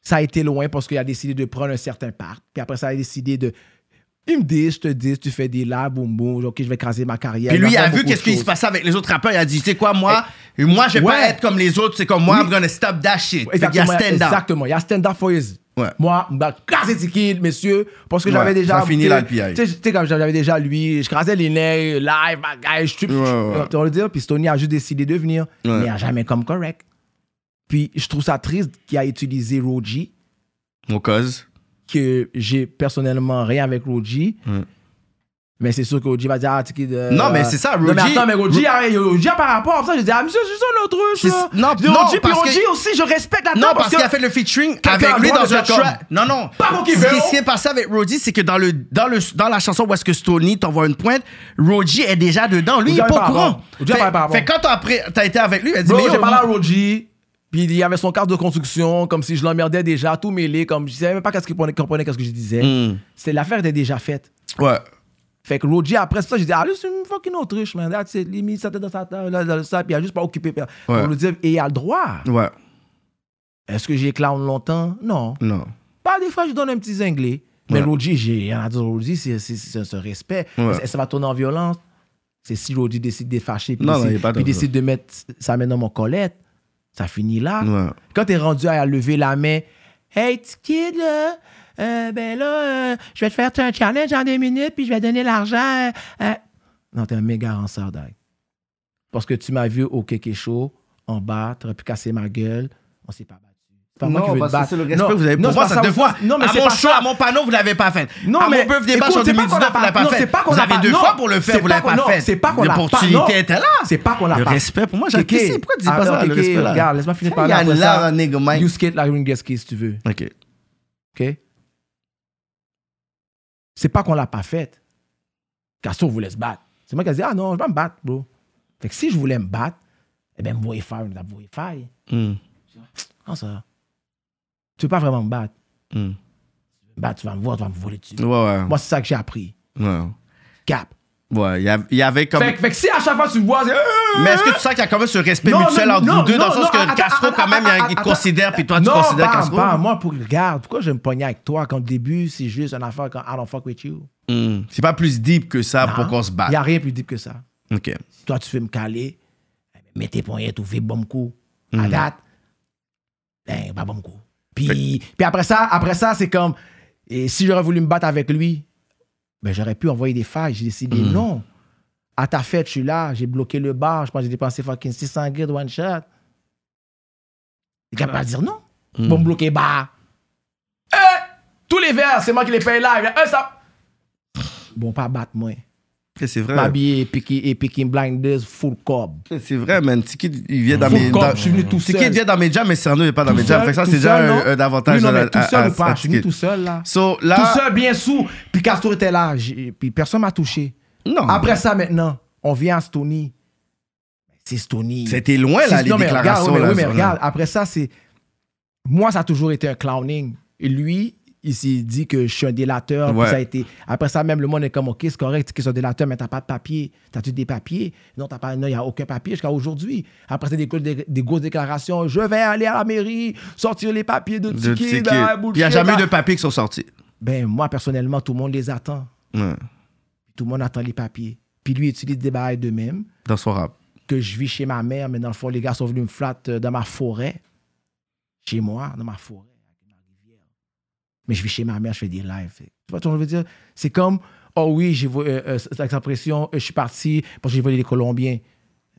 S4: ça a été loin parce qu'il a décidé de prendre un certain part. Puis après, ça a décidé de. Il me dit, je te dis, tu fais des là, boum, boum, ok, je vais écraser ma carrière.
S2: Puis lui,
S4: Je
S2: il
S4: vais
S2: a
S4: faire
S2: vu
S4: beaucoup
S2: qu'est-ce
S4: de
S2: qui
S4: choses.
S2: se passait avec les autres rappeurs. Il a dit, tu sais quoi, moi, moi, je vais pas
S4: Ouais.
S2: être comme les autres. C'est comme moi,
S4: Oui.
S2: I'm gonna stop that shit. Fait qu'il y a
S4: Exactement,
S2: stand up.
S4: exactement. Il y a stand up for his.
S2: Ouais.
S4: Moi, je vais craser Tiki, messieurs, parce que
S2: Ouais,
S4: j'avais déjà.
S2: ça finit
S4: tu sais,
S2: là, le PI.
S4: Tu sais, tu sais, comme j'avais déjà lui, je crasais les nez, live, bagaille, je suis.
S2: Ouais, ouais.
S4: On le dit, puis Stoney a juste décidé de venir,
S2: Ouais.
S4: mais il n'a jamais comme correct. Puis je trouve ça triste qu'il a utilisé Roji,
S2: Mon cause.
S4: que j'ai personnellement rien avec Roji. Mais c'est sûr que Roji va dire, ah, Tiki. de-
S2: Non, mais c'est ça,
S4: Non, mais
S2: Roji-
S4: attends, mais Roji, ah, Roji, par rapport à ça, je dis, ah, monsieur, c'est ça notre
S2: C'est-
S4: truc. là.
S2: non,
S4: Je dis,
S2: non,
S4: Roji, puis
S2: parce que-
S4: Roji aussi, je respecte la
S2: Non,
S4: table
S2: parce qu'il a fait le featuring avec
S4: a
S2: lui
S4: droit
S2: dans
S4: de
S2: un
S4: faire
S2: track. Non, non.
S4: Pas pour qu'il
S2: Ce qui
S4: veuille.
S2: s'est passé avec Roji, c'est que dans, le, dans, le, dans la chanson où est-ce que Stoney t'envoie une pointe, Roji est déjà dedans. Lui, il
S4: Roji
S2: est
S4: a
S2: pas au
S4: pas rapport.
S2: courant.
S4: Roji a
S2: Fait-
S4: pas rapport.
S2: Fait quand t'as après- t'as été avec lui, il a dit,
S4: Bro,
S2: mais yo,
S4: j'ai parlé à Roji. Puis il y avait son cadre de construction, comme si je l'emmerdais déjà, tout mêlé, comme je savais même pas qu'est-ce qu'il prenait- comprenait, qu'est-ce que je disais.
S2: Mm.
S4: C'était l'affaire était déjà faite.
S2: Hmm.
S1: Ouais.
S4: Fait que Roger, après c'est pour ça, j'ai dit, ah, lui, c'est une fucking autruche, man. That's it. Il a mis sa tête dans sa tête, là, dans ça, puis il a juste pas occupé. Puis On lui dit, et il a le droit.
S2: Ouais.
S4: Est-ce que j'ai clown longtemps? Non.
S2: Non.
S4: Pas des fois, je donne un petit zinglé. Mais
S2: Ouais.
S4: Roger, j'ai rien à dire. Roger, c'est c'est- c'est- c'est un respect.
S2: Ouais.
S4: Est-ce que Ça va tourner en violence. C'est si Roger décide de fâcher, puis
S2: Non, non,
S4: décide,
S2: il est pas
S4: puis
S2: dans ça.
S4: décide de mettre sa main dans mon collette, ça finit là.
S2: Ouais.
S4: Quand t'es rendu à lever la main, hey, petit kid, là, euh, ben là, euh, je vais te faire un challenge en deux minutes, puis je vais donner l'argent. euh, euh. Non, t'es un méga ranceur d'aigle. Parce que tu m'as vu au Kéké Show, en bas, t'aurais pu casser ma gueule, on s'est pas battu. C'est pas moi qui veux te battre.
S2: non, vous avez
S4: non,
S2: pour moi,
S4: c'est
S2: ça
S4: pas
S2: deux fois.
S4: Non, mais
S2: à
S4: c'est
S2: mon
S4: pas
S2: show,
S4: ça.
S2: à mon panneau, vous l'avez pas fait.
S4: Non,
S2: à
S4: mais-
S2: mon bœuf des
S4: écoute,
S2: bâches en
S4: c'est pas qu'on
S2: 2019,
S4: a
S2: vous
S4: pas-
S2: l'avez pas
S4: non,
S2: fait.
S4: c'est pas qu'on
S2: vous
S4: a
S2: avez
S4: pas-
S2: deux
S4: non,
S2: fois pour le
S4: c'est
S2: faire, vous
S4: pas
S2: l'avez
S4: qu'on-
S2: pas
S4: non,
S2: fait.
S4: c'est pas qu'on l'a pas- non.
S2: L'opportunité était là.
S4: C'est pas qu'on l'a
S2: Le
S4: pas
S2: respect, pour moi, j'ai
S4: Kéké,
S2: qu'est-ce Pourquoi tu dis pas
S4: alors,
S2: ça, le
S4: Kéké,
S2: respect, là?
S4: Regarde, laisse-moi finir par
S2: Il y
S4: là.
S2: a
S4: après
S2: là,
S4: ça.
S2: un nigga, man.
S4: You skate like Ringo Kid si tu veux.
S2: OK.
S4: OK? C'est pas qu'on l'a pas faite. Castro voulait se battre. C'est moi qui ai dit, ah non, je vais me battre, bro. Fait que si je voulais me battre, eh bien, me voyez faire, me voyez faire.
S2: Hum,
S4: Comment ça? Tu veux pas vraiment me battre.
S2: hum.
S4: Me battre, tu vas me voir, tu vas me voler dessus.
S2: Ouais, ouais.
S4: Moi, c'est ça que j'ai appris.
S2: Ouais.
S4: Cap.
S2: Ouais, il y av- il y avait comme.
S4: Fait, que- fait que si à chaque fois tu me vois, c'est. euh,
S2: Mais est-ce que tu sens qu'il y a quand même ce respect
S4: Non,
S2: mutuel
S4: non,
S2: entre
S4: non,
S2: vous deux, dans le
S4: non,
S2: sens
S4: non,
S2: que
S4: attends,
S2: Castro,
S4: attends,
S2: quand même, il y a un- il
S4: attends,
S2: considère, puis toi, tu
S4: non,
S2: considères
S4: pas,
S2: Castro
S4: pas. Moi, pour regarde, pourquoi je vais me pogner avec toi quand au début, c'est juste une affaire quand I don't fuck with you?
S2: Hmm. C'est pas plus deep que ça Ah, pour
S4: Non.
S2: qu'on se
S4: Il n'y
S2: batte.
S4: a rien plus deep que ça.
S2: Ok.
S4: toi tu veux me caler, eh ben, mets tes poignets, tout fait bon coup.
S2: Hmm.
S4: À date, ben, pas bon coup. Puis, puis après ça, après ça c'est comme, et si j'aurais voulu me battre avec lui, ben, j'aurais pu envoyer des failles. J'ai décidé
S2: Hmm.
S4: non. À ta fête, je suis là, j'ai bloqué le bar, je pense que j'ai dépensé fucking 600 guides one shot. Il est capable de dire non.
S2: Hmm.
S4: Bon, bloquer bar. Eh, tous les verres, c'est moi qui les paye live. Eh, ça... Bon, pas battre, moi.
S2: Ok, C'est vrai.
S4: M'habiller et piquer, et piquer blinders full cob.
S2: Ok, C'est vrai, man. Tiki, il vient dans
S4: Full
S2: mes.
S4: corps,
S2: dans-
S4: je suis venu tout
S2: Tiki
S4: seul.
S2: vient dans mes jams, mais Cerno n'est pas dans mes jams. Fait que ça,
S4: tout
S2: c'est déjà
S4: seul,
S2: un,
S4: non?
S2: un avantage.
S4: Oui, non,
S2: à-
S4: mais tout
S2: à-
S4: seul
S2: à-
S4: ou pas,
S2: à
S4: je suis venu
S2: Tiki.
S4: tout seul là.
S2: So, là.
S4: Tout seul, bien sous. Puis Castro était là, j'ai- puis personne m'a touché.
S2: Non.
S4: Après ça, maintenant, on vient à Stony. C'est Stony.
S2: C'était loin, là,
S4: C'est-
S2: les
S4: non, mais
S2: déclarations.
S4: Regarde, oui, mais,
S2: là,
S4: oui, mais
S2: sur- euh,
S4: regarde, après ça, c'est. Moi, ça a toujours été un clowning. Et lui, il s'est dit que je suis un délateur. puis
S2: Ouais.
S4: ça a été... Après ça, même le monde est comme, OK, c'est correct, tu es un délateur, mais t'as pas de papier. T'as-tu des papiers? Non, t'as pas. Non, il n'y a aucun papier jusqu'à aujourd'hui. Après, c'est des, gros- des, des grosses déclarations. Je vais aller à la mairie, sortir les papiers de
S2: de
S4: ticket.
S2: Tiki.
S4: bah,
S2: Il n'y a
S4: bullshit,
S2: jamais eu
S4: bah.
S2: de papiers qui sont sortis.
S4: Ben, moi, personnellement, tout le monde les attend.
S2: Ouais.
S4: Tout le monde attend les papiers. Puis lui, il utilise des bails de même
S2: Dans son rap.
S4: que je vis chez ma mère, mais dans le fond, les gars sont venus me flatter euh, dans ma forêt, chez moi, dans ma forêt, avec ma rivière. Mais je vis chez ma mère, je fais des lives. Tu vois ce que je veux dire? C'est comme, oh oui, j'ai vo- euh, euh, cette impression, euh, je suis parti parce que j'ai volé les Colombiens.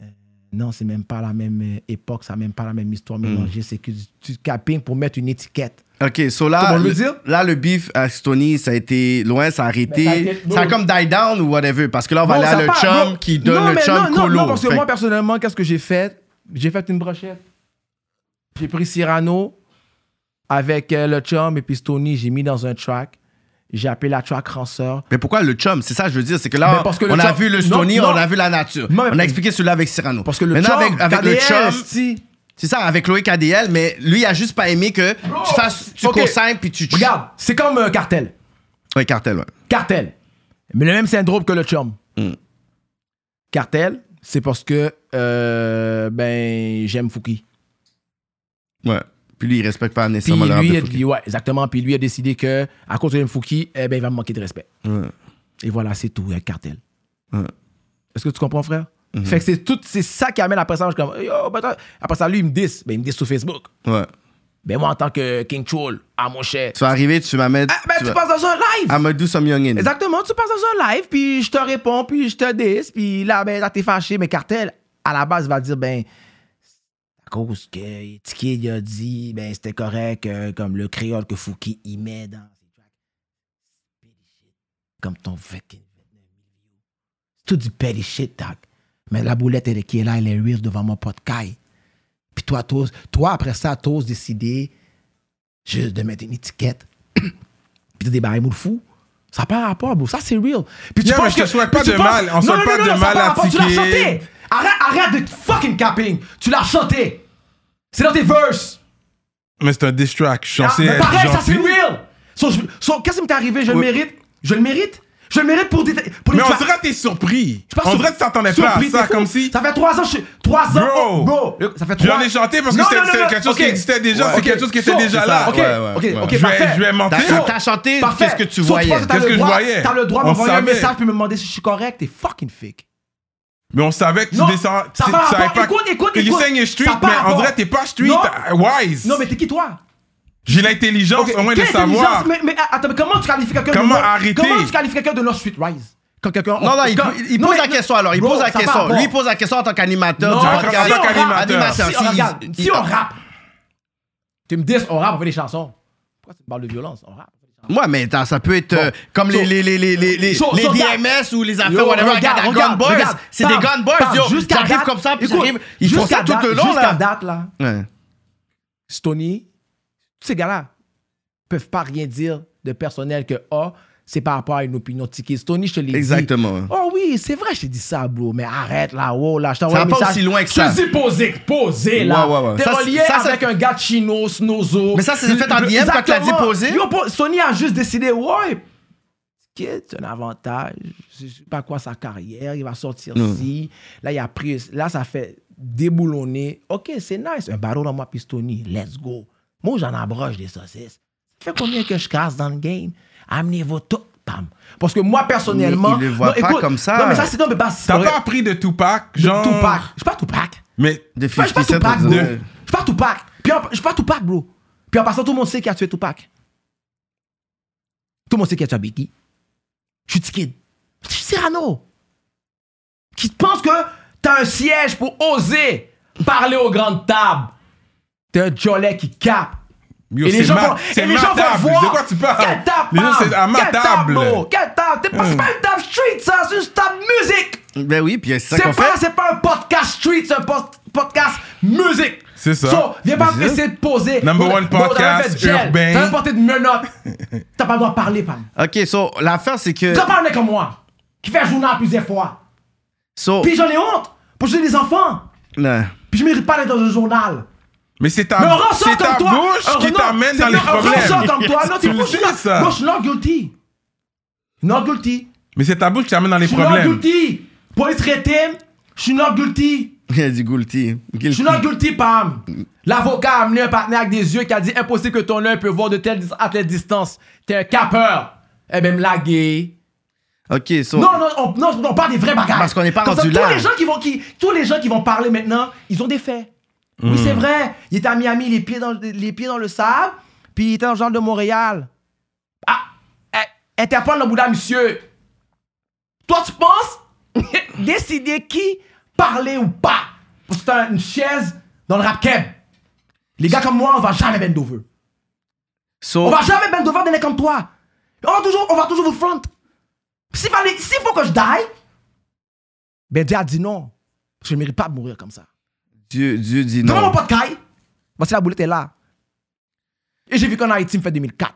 S4: Euh, non, c'est même pas la même euh, époque, ça n'a même pas la même histoire mélangée. C'est que tu, tu capping pour mettre une étiquette.
S2: Ok, so là,
S4: Comment le
S2: le-
S4: dire?
S2: là, le beef à Stony, ça a été loin, ça a arrêté. Ça
S4: ça a
S2: a,
S4: été- non.
S2: comme die down ou whatever. Parce que là, on va
S4: Non,
S2: aller
S4: ça
S2: à le
S4: pas-
S2: chum
S4: non.
S2: qui donne
S4: Non,
S2: le
S4: mais
S2: chum
S4: non, non,
S2: colo.
S4: non, parce que
S2: Fait
S4: moi, personnellement, qu'est-ce que j'ai fait J'ai fait une brochette. J'ai pris Cyrano avec euh, le chum et puis Stony, j'ai mis dans un track. J'ai appelé la track Ranceur.
S2: Mais pourquoi le chum C'est ça, je veux dire. C'est que là,
S4: Mais parce que le
S2: on a
S4: chum-
S2: vu le
S4: Non,
S2: Stony,
S4: non.
S2: on a vu la nature.
S4: Non, mais-
S2: on a expliqué celui-là avec Cyrano.
S4: Parce que le
S2: Maintenant,
S4: chum,
S2: avec, avec le
S4: KDL,
S2: chum,
S4: si.
S2: c'est ça, avec Loïc ADL, mais lui, il a juste pas aimé que tu fasses, tu
S4: ok.
S2: consignes puis tu.
S4: Regarde, c'est comme euh, Cartel.
S2: Ouais, cartel, ouais.
S4: Cartel. Mais le même syndrome que le chum.
S2: Mm.
S4: Cartel, c'est parce que euh, ben j'aime Fouki.
S2: Ouais. Puis lui, il respecte pas
S4: Puis
S2: nécessairement le rap
S4: lui,
S2: de
S4: il a
S2: Fouki.
S4: dit- ouais, exactement. Puis lui a décidé que à cause de j'aime Fouki, eh ben il va me manquer de respect.
S2: Ouais.
S4: Et voilà, c'est tout, un cartel.
S2: Ouais. Mhm.
S4: Est-ce que tu comprends, frère? Fait que c'est tout, c'est ça qui amène après ça. Je suis comme, yo, ben toi- après ça, lui, il me dit, ben il me dit sur Facebook.
S2: Ouais.
S4: Ben moi, en tant que King Troll, à mon cher.
S2: Tu vas arriver, tu vas mettre.
S4: Ah, ben tu,
S2: vas-
S4: passes dans un live!
S2: I'm gonna do some youngin.
S4: Exactement, tu passes dans un live, puis je te réponds, puis je te dis, puis là, ben là, t'es fâché. Mais cartel, à la base, va dire, ben, à cause que Tiki il a dit, ben c'était correct, euh, comme le créole que Fouki y met dans ses tracks. Comme ton fucking. C'est tout du petty shit, Doc. Mais la boulette, elle est qui est là, elle est rire devant mon pot de caille. Puis toi, t'oses, toi, après ça, t'oses décider juste de mettre une étiquette. (clears throat) puis des barils mou fou. Ça n'a pas rapport, bro. Ça, c'est real. Puis tu
S1: Yeah, mais
S4: penses
S1: je te
S4: que-
S1: souhaite
S4: puis
S1: pas
S4: tu
S1: de
S4: penses-
S1: mal. On
S4: Non,
S1: souhaite
S4: non,
S1: pas
S4: non,
S1: de
S4: non, ça
S1: mal
S4: a
S1: à
S4: rapport. Tu l'as
S1: Tiki.
S4: chanté. Arrête, arrête de fucking capping. Tu l'as chanté. C'est dans tes verses.
S1: Mais c'est un diss track. Je suis
S4: Ah,
S1: censé
S4: mais
S1: être
S4: pareil, ça
S1: gentil.
S4: c'est real. So, je- so, Qu'est-ce qui m'est arrivé Je le
S1: Ouais.
S4: mérite. Je le mérite. Je le mérite pour des. Pour des
S1: Mais on
S4: fa-
S1: dirait que t'es surpris.
S4: Je suis pas
S1: On
S4: sur-
S1: dirait que t'attendais pas à
S4: surpris,
S1: ça,
S4: t'es fou.
S1: comme si...
S4: Ça fait trois ans, je suis. Trois
S1: Bro.
S4: ans. oh, bro. Ça fait
S1: J'en
S4: trois
S1: ai chanté parce que
S4: Non,
S1: c'était-
S4: non, non,
S1: c'était
S4: non.
S1: quelque chose qui
S4: Ok.
S1: existait déjà, c'est quelque chose qui était
S4: So,
S1: déjà
S4: c'est
S1: là.
S4: ça. Ok,
S1: Ouais,
S2: ouais,
S4: ok, ok.
S2: ouais.
S1: je, vais,
S4: parfait.
S1: je vais mentir.
S2: T'as- t'as chanté
S4: Parfait.
S2: qu'est-ce que tu
S4: So, toi,
S2: voyais.
S4: t'as
S1: Qu'est-ce
S4: le
S1: que je
S4: droit-
S1: voyais?
S4: T'as le droit
S1: On
S4: d'envoyer un
S1: savait.
S4: message puis me demander si je suis correct. T'es fucking fake.
S1: Mais on savait que tu
S4: Non,
S1: descends.
S4: ça
S1: c'est-
S4: va
S1: tu savais
S4: rapport. Écoute, écoute,
S1: que
S4: écoute.
S1: You saying you're street,
S4: Ça va
S1: mais on
S4: rapport.
S1: dirait que t'es pas street,
S4: Non.
S1: t'as- wise.
S4: Non, mais t'es qui toi
S1: J'ai l'intelligence
S4: Ok,
S1: au moins de
S4: quelle
S1: savoir.
S4: intelligence? Mais, mais, attends, mais comment tu qualifies quelqu'un
S1: Comment
S4: de leur-
S1: arrêter?
S4: Comment tu qualifies quelqu'un de leur Street Rise Quand quelqu'un.
S2: Non, non, il,
S4: quand-
S2: il- il pose
S4: mais-
S2: la question alors. Il
S4: Bro,
S2: pose la
S4: ça par
S2: question.
S4: rapport.
S2: Lui, il pose la question en tant qu'animateur.
S4: Non,
S2: du
S4: en
S2: podcast.
S4: tant
S2: Si on rappe-
S1: qu'animateur.
S2: animateur,
S4: Si on
S2: si-
S4: regarde,
S2: il-
S4: si on rappe, tu me dis, on rappe, on fait des chansons. Pourquoi tu me parles de violence On rappe.
S2: Ouais, mais attends, ça peut être euh, comme
S4: So-
S2: les, les, les, les, les, les,
S4: So-
S2: les
S4: so-
S2: DMS ou les
S4: Yo,
S2: affaires, whatever,
S4: regarde,
S2: regarde,
S4: regarde,
S2: Gun Boys.
S4: regarde.
S2: C'est des
S4: Parle,
S2: Gun Boys,
S4: parle.
S2: yo.
S4: Jusqu'à
S2: J'arrive
S4: date-
S2: comme ça, puis
S4: écoute,
S2: j'arrive. Ils font
S4: jusqu'à
S2: ça tout
S4: date-
S2: le long,
S4: Jusqu'à
S2: là.
S4: date, là,
S2: Ouais.
S4: Stoney, tous ces gars-là peuvent pas rien dire de personnel que ah, c'est par rapport à une opinion ticket. Stoney, je te l'ai dit.
S2: Exactement.
S4: Oh oui, c'est vrai, je t'ai dit ça, bro. Mais arrête là, wow, là, je t'envoie
S2: Ça
S4: un
S2: va pas
S4: message.
S2: aussi loin que
S4: Je
S2: ça.
S4: te dis posé, posé là.
S2: Ouais, ouais, ouais.
S4: T'es
S2: Ça, c'est-
S4: relié
S2: ça, c'est-
S4: avec un gars de chino, snozo.
S2: Mais ça, c'est fait en DM quand tu l'as dit
S4: Exactement.
S2: posé.
S4: Yo, po- Sony a juste décidé, ouais, Kid, c'est un avantage. Je sais pas quoi sa carrière, il va sortir
S2: Mm.
S4: ici. Là, il a pris, là, ça fait déboulonner. Ok, c'est nice. Un barreau dans ma pistonie, let's go. Moi, j'en abroche des saucisses. Ça fait combien que je casse dans le game? Amenez-vous tout, pam. Parce que moi, personnellement.
S2: Mais il le voit pas comme ça.
S4: Non, mais ça, c'est non, mais bah, c'est
S1: T'as
S4: vrai.
S1: pas appris de Tupac,
S4: De
S1: genre.
S4: Tupac. Je suis pas Tupac.
S1: Mais
S2: De
S4: Je suis pas
S2: 50 Cent,
S4: Tupac,
S2: on
S4: bro. Je
S2: dirait.
S4: suis pas Tupac. Puis en- Je suis pas Tupac, bro. Puis en passant, tout le monde sait qui a tué Tupac. Tout le monde sait qui a tué Biggie. Je suis Tikid. Je suis Cyrano. Qui pense que t'as un siège pour oser parler aux grandes tables. T'es un jolet qui capte.
S1: Yo,
S4: Et les
S1: c'est
S4: gens
S1: ma-
S4: vont,
S1: c'est
S4: et les
S1: ma
S4: gens
S1: table.
S4: vont voir.
S1: De quoi tu parles
S4: Quelle table
S1: Les gens,
S4: Pam?
S1: c'est à ma
S4: Quelle
S1: table. Hmm.
S4: bro? Quelle table T'es pas, c'est pas une table street, ça. C'est une table musique.
S2: Ben oui, puis c'est ça
S4: C'est
S2: qu'on
S4: pas,
S2: fait.
S4: c'est pas un podcast street, c'est un post- podcast musique.
S1: C'est ça.
S4: So, viens pas
S1: C'est ça.
S4: essayer de poser.
S1: Number one
S4: Bon, t'en as
S1: podcast
S4: fait gel,
S1: urbain.
S4: T'as porté de menottes. T'as pas le droit de parler, Pam.
S2: Ok, so, l'affaire, c'est que.
S4: T'as pas un mec comme moi, qui fait un journal plusieurs fois.
S2: So.
S4: Puis j'en ai honte, pour j'ai des enfants.
S2: Non.
S4: Puis je mérite pas d'être dans un journal.
S1: Mais c'est
S4: Mais un
S1: ta,
S4: rançon
S1: Ah, c'est
S4: comme
S1: ta
S4: toi.
S1: bouche
S4: un-
S1: qui
S4: non,
S1: t'amène
S4: c'est
S1: dans les
S4: bien, Un rançon
S1: problèmes.
S4: comme toi. Non,
S1: Tu
S4: tu
S1: le
S4: fous, je suis
S1: sais, ça.
S4: not- moi, je suis not guilty. Not guilty.
S1: Mais c'est ta bouche qui t'amène dans les
S4: Je suis not
S1: problèmes.
S4: guilty. Pour les traiter, je suis not guilty.
S2: (laughs) Il a dit Goulty.
S4: Je suis not guilty, Pam. L'avocat a amené un partenaire avec des yeux qui a dit impossible que ton œil peut voir de telle dis- à telle distance. T'es un capeur. Eh ben, me laguer.
S2: Ok, so.
S4: Non, non, on, non, on parle des vrais bagages.
S2: Parce qu'on n'est pas
S4: Comme ça,
S2: rendu
S4: tous
S2: là.
S4: Les gens qui vont, qui, tous les gens qui vont parler maintenant, ils ont des faits.
S2: Hmm.
S4: Oui, c'est vrai. Il était à Miami, les pieds dans, les pieds dans le sable, puis il était dans le genre de Montréal. Ah, eh, interpelle le Bouddha, monsieur. Toi, tu penses (laughs) décider qui parler ou pas Parce que t'as une chaise dans le rap keb. Les gars comme moi, on va jamais bend over.
S2: So. Oh.
S4: On va jamais bend over des mecs comme toi. On va toujours, on va toujours vous front. S'il fallait- s'il faut que je die, ben Dieu a dit non. Parce que je ne mérite pas de mourir comme ça.
S2: Dieu, Dieu dit
S4: Devant mon
S2: non.
S4: pote Kai, voici la boulette est là. Et j'ai vu qu'en Haïti, il me fait 2004.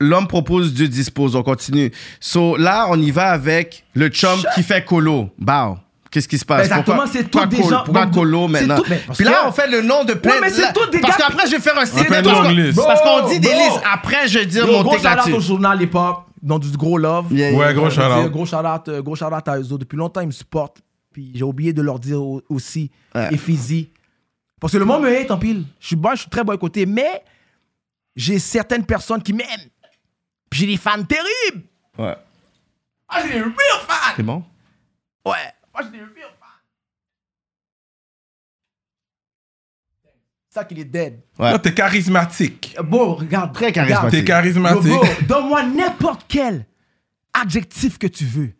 S2: L'homme propose, Dieu dispose. On continue. So, là, on y va avec le chum qui fait colo. Bah. Qu'est-ce qui se passe?
S4: Exactement,
S2: Pourquoi-
S4: Ben, c'est
S2: pourquoi
S4: tous des
S2: colo-
S4: gens-
S2: Pourquoi colo
S4: c'est
S2: maintenant?
S4: tout- mais parce
S2: Puis là,
S4: que-
S2: on fait le nom de plein
S4: Ouais, mais c'est
S2: là-
S4: tous des
S2: Parce
S4: gars-
S2: qu'après, je vais faire un site.
S1: fait une
S2: parce
S1: longue
S2: qu'on-
S1: liste.
S2: Parce qu'on dit des
S4: Bro.
S2: listes. Après, je vais dire
S4: Yo,
S2: mon
S4: gros
S2: texte
S4: shout-out au
S2: là-dessus.
S4: journal Hip Hop, dans du gros love.
S2: Yeah, yeah.
S1: Ouais, gros
S4: Euh, je veux dire,
S1: shout-out.
S4: Gros shout-out, euh, gros shout-out à eux autres. Depuis longtemps, ils me supportent. Puis j'ai oublié de leur dire au- aussi,
S2: Ouais.
S4: et Fizzy. Parce que le monde me hate en pile. Je suis bon, je suis très boycotté. Mais j'ai certaines personnes qui m'aiment. Puis j'ai des fans terribles.
S2: Ouais.
S4: Ah, j'ai des real fans.
S2: C'est bon?
S4: Ouais. Moi, j'ai des real fans. C'est ça qu'il est dead.
S2: Ouais.
S1: Non, t'es charismatique.
S4: Euh, Bon, regarde.
S2: Très
S4: regarde.
S2: charismatique.
S1: T'es charismatique.
S4: Yo, bro, Donne-moi n'importe quel adjectif que tu veux.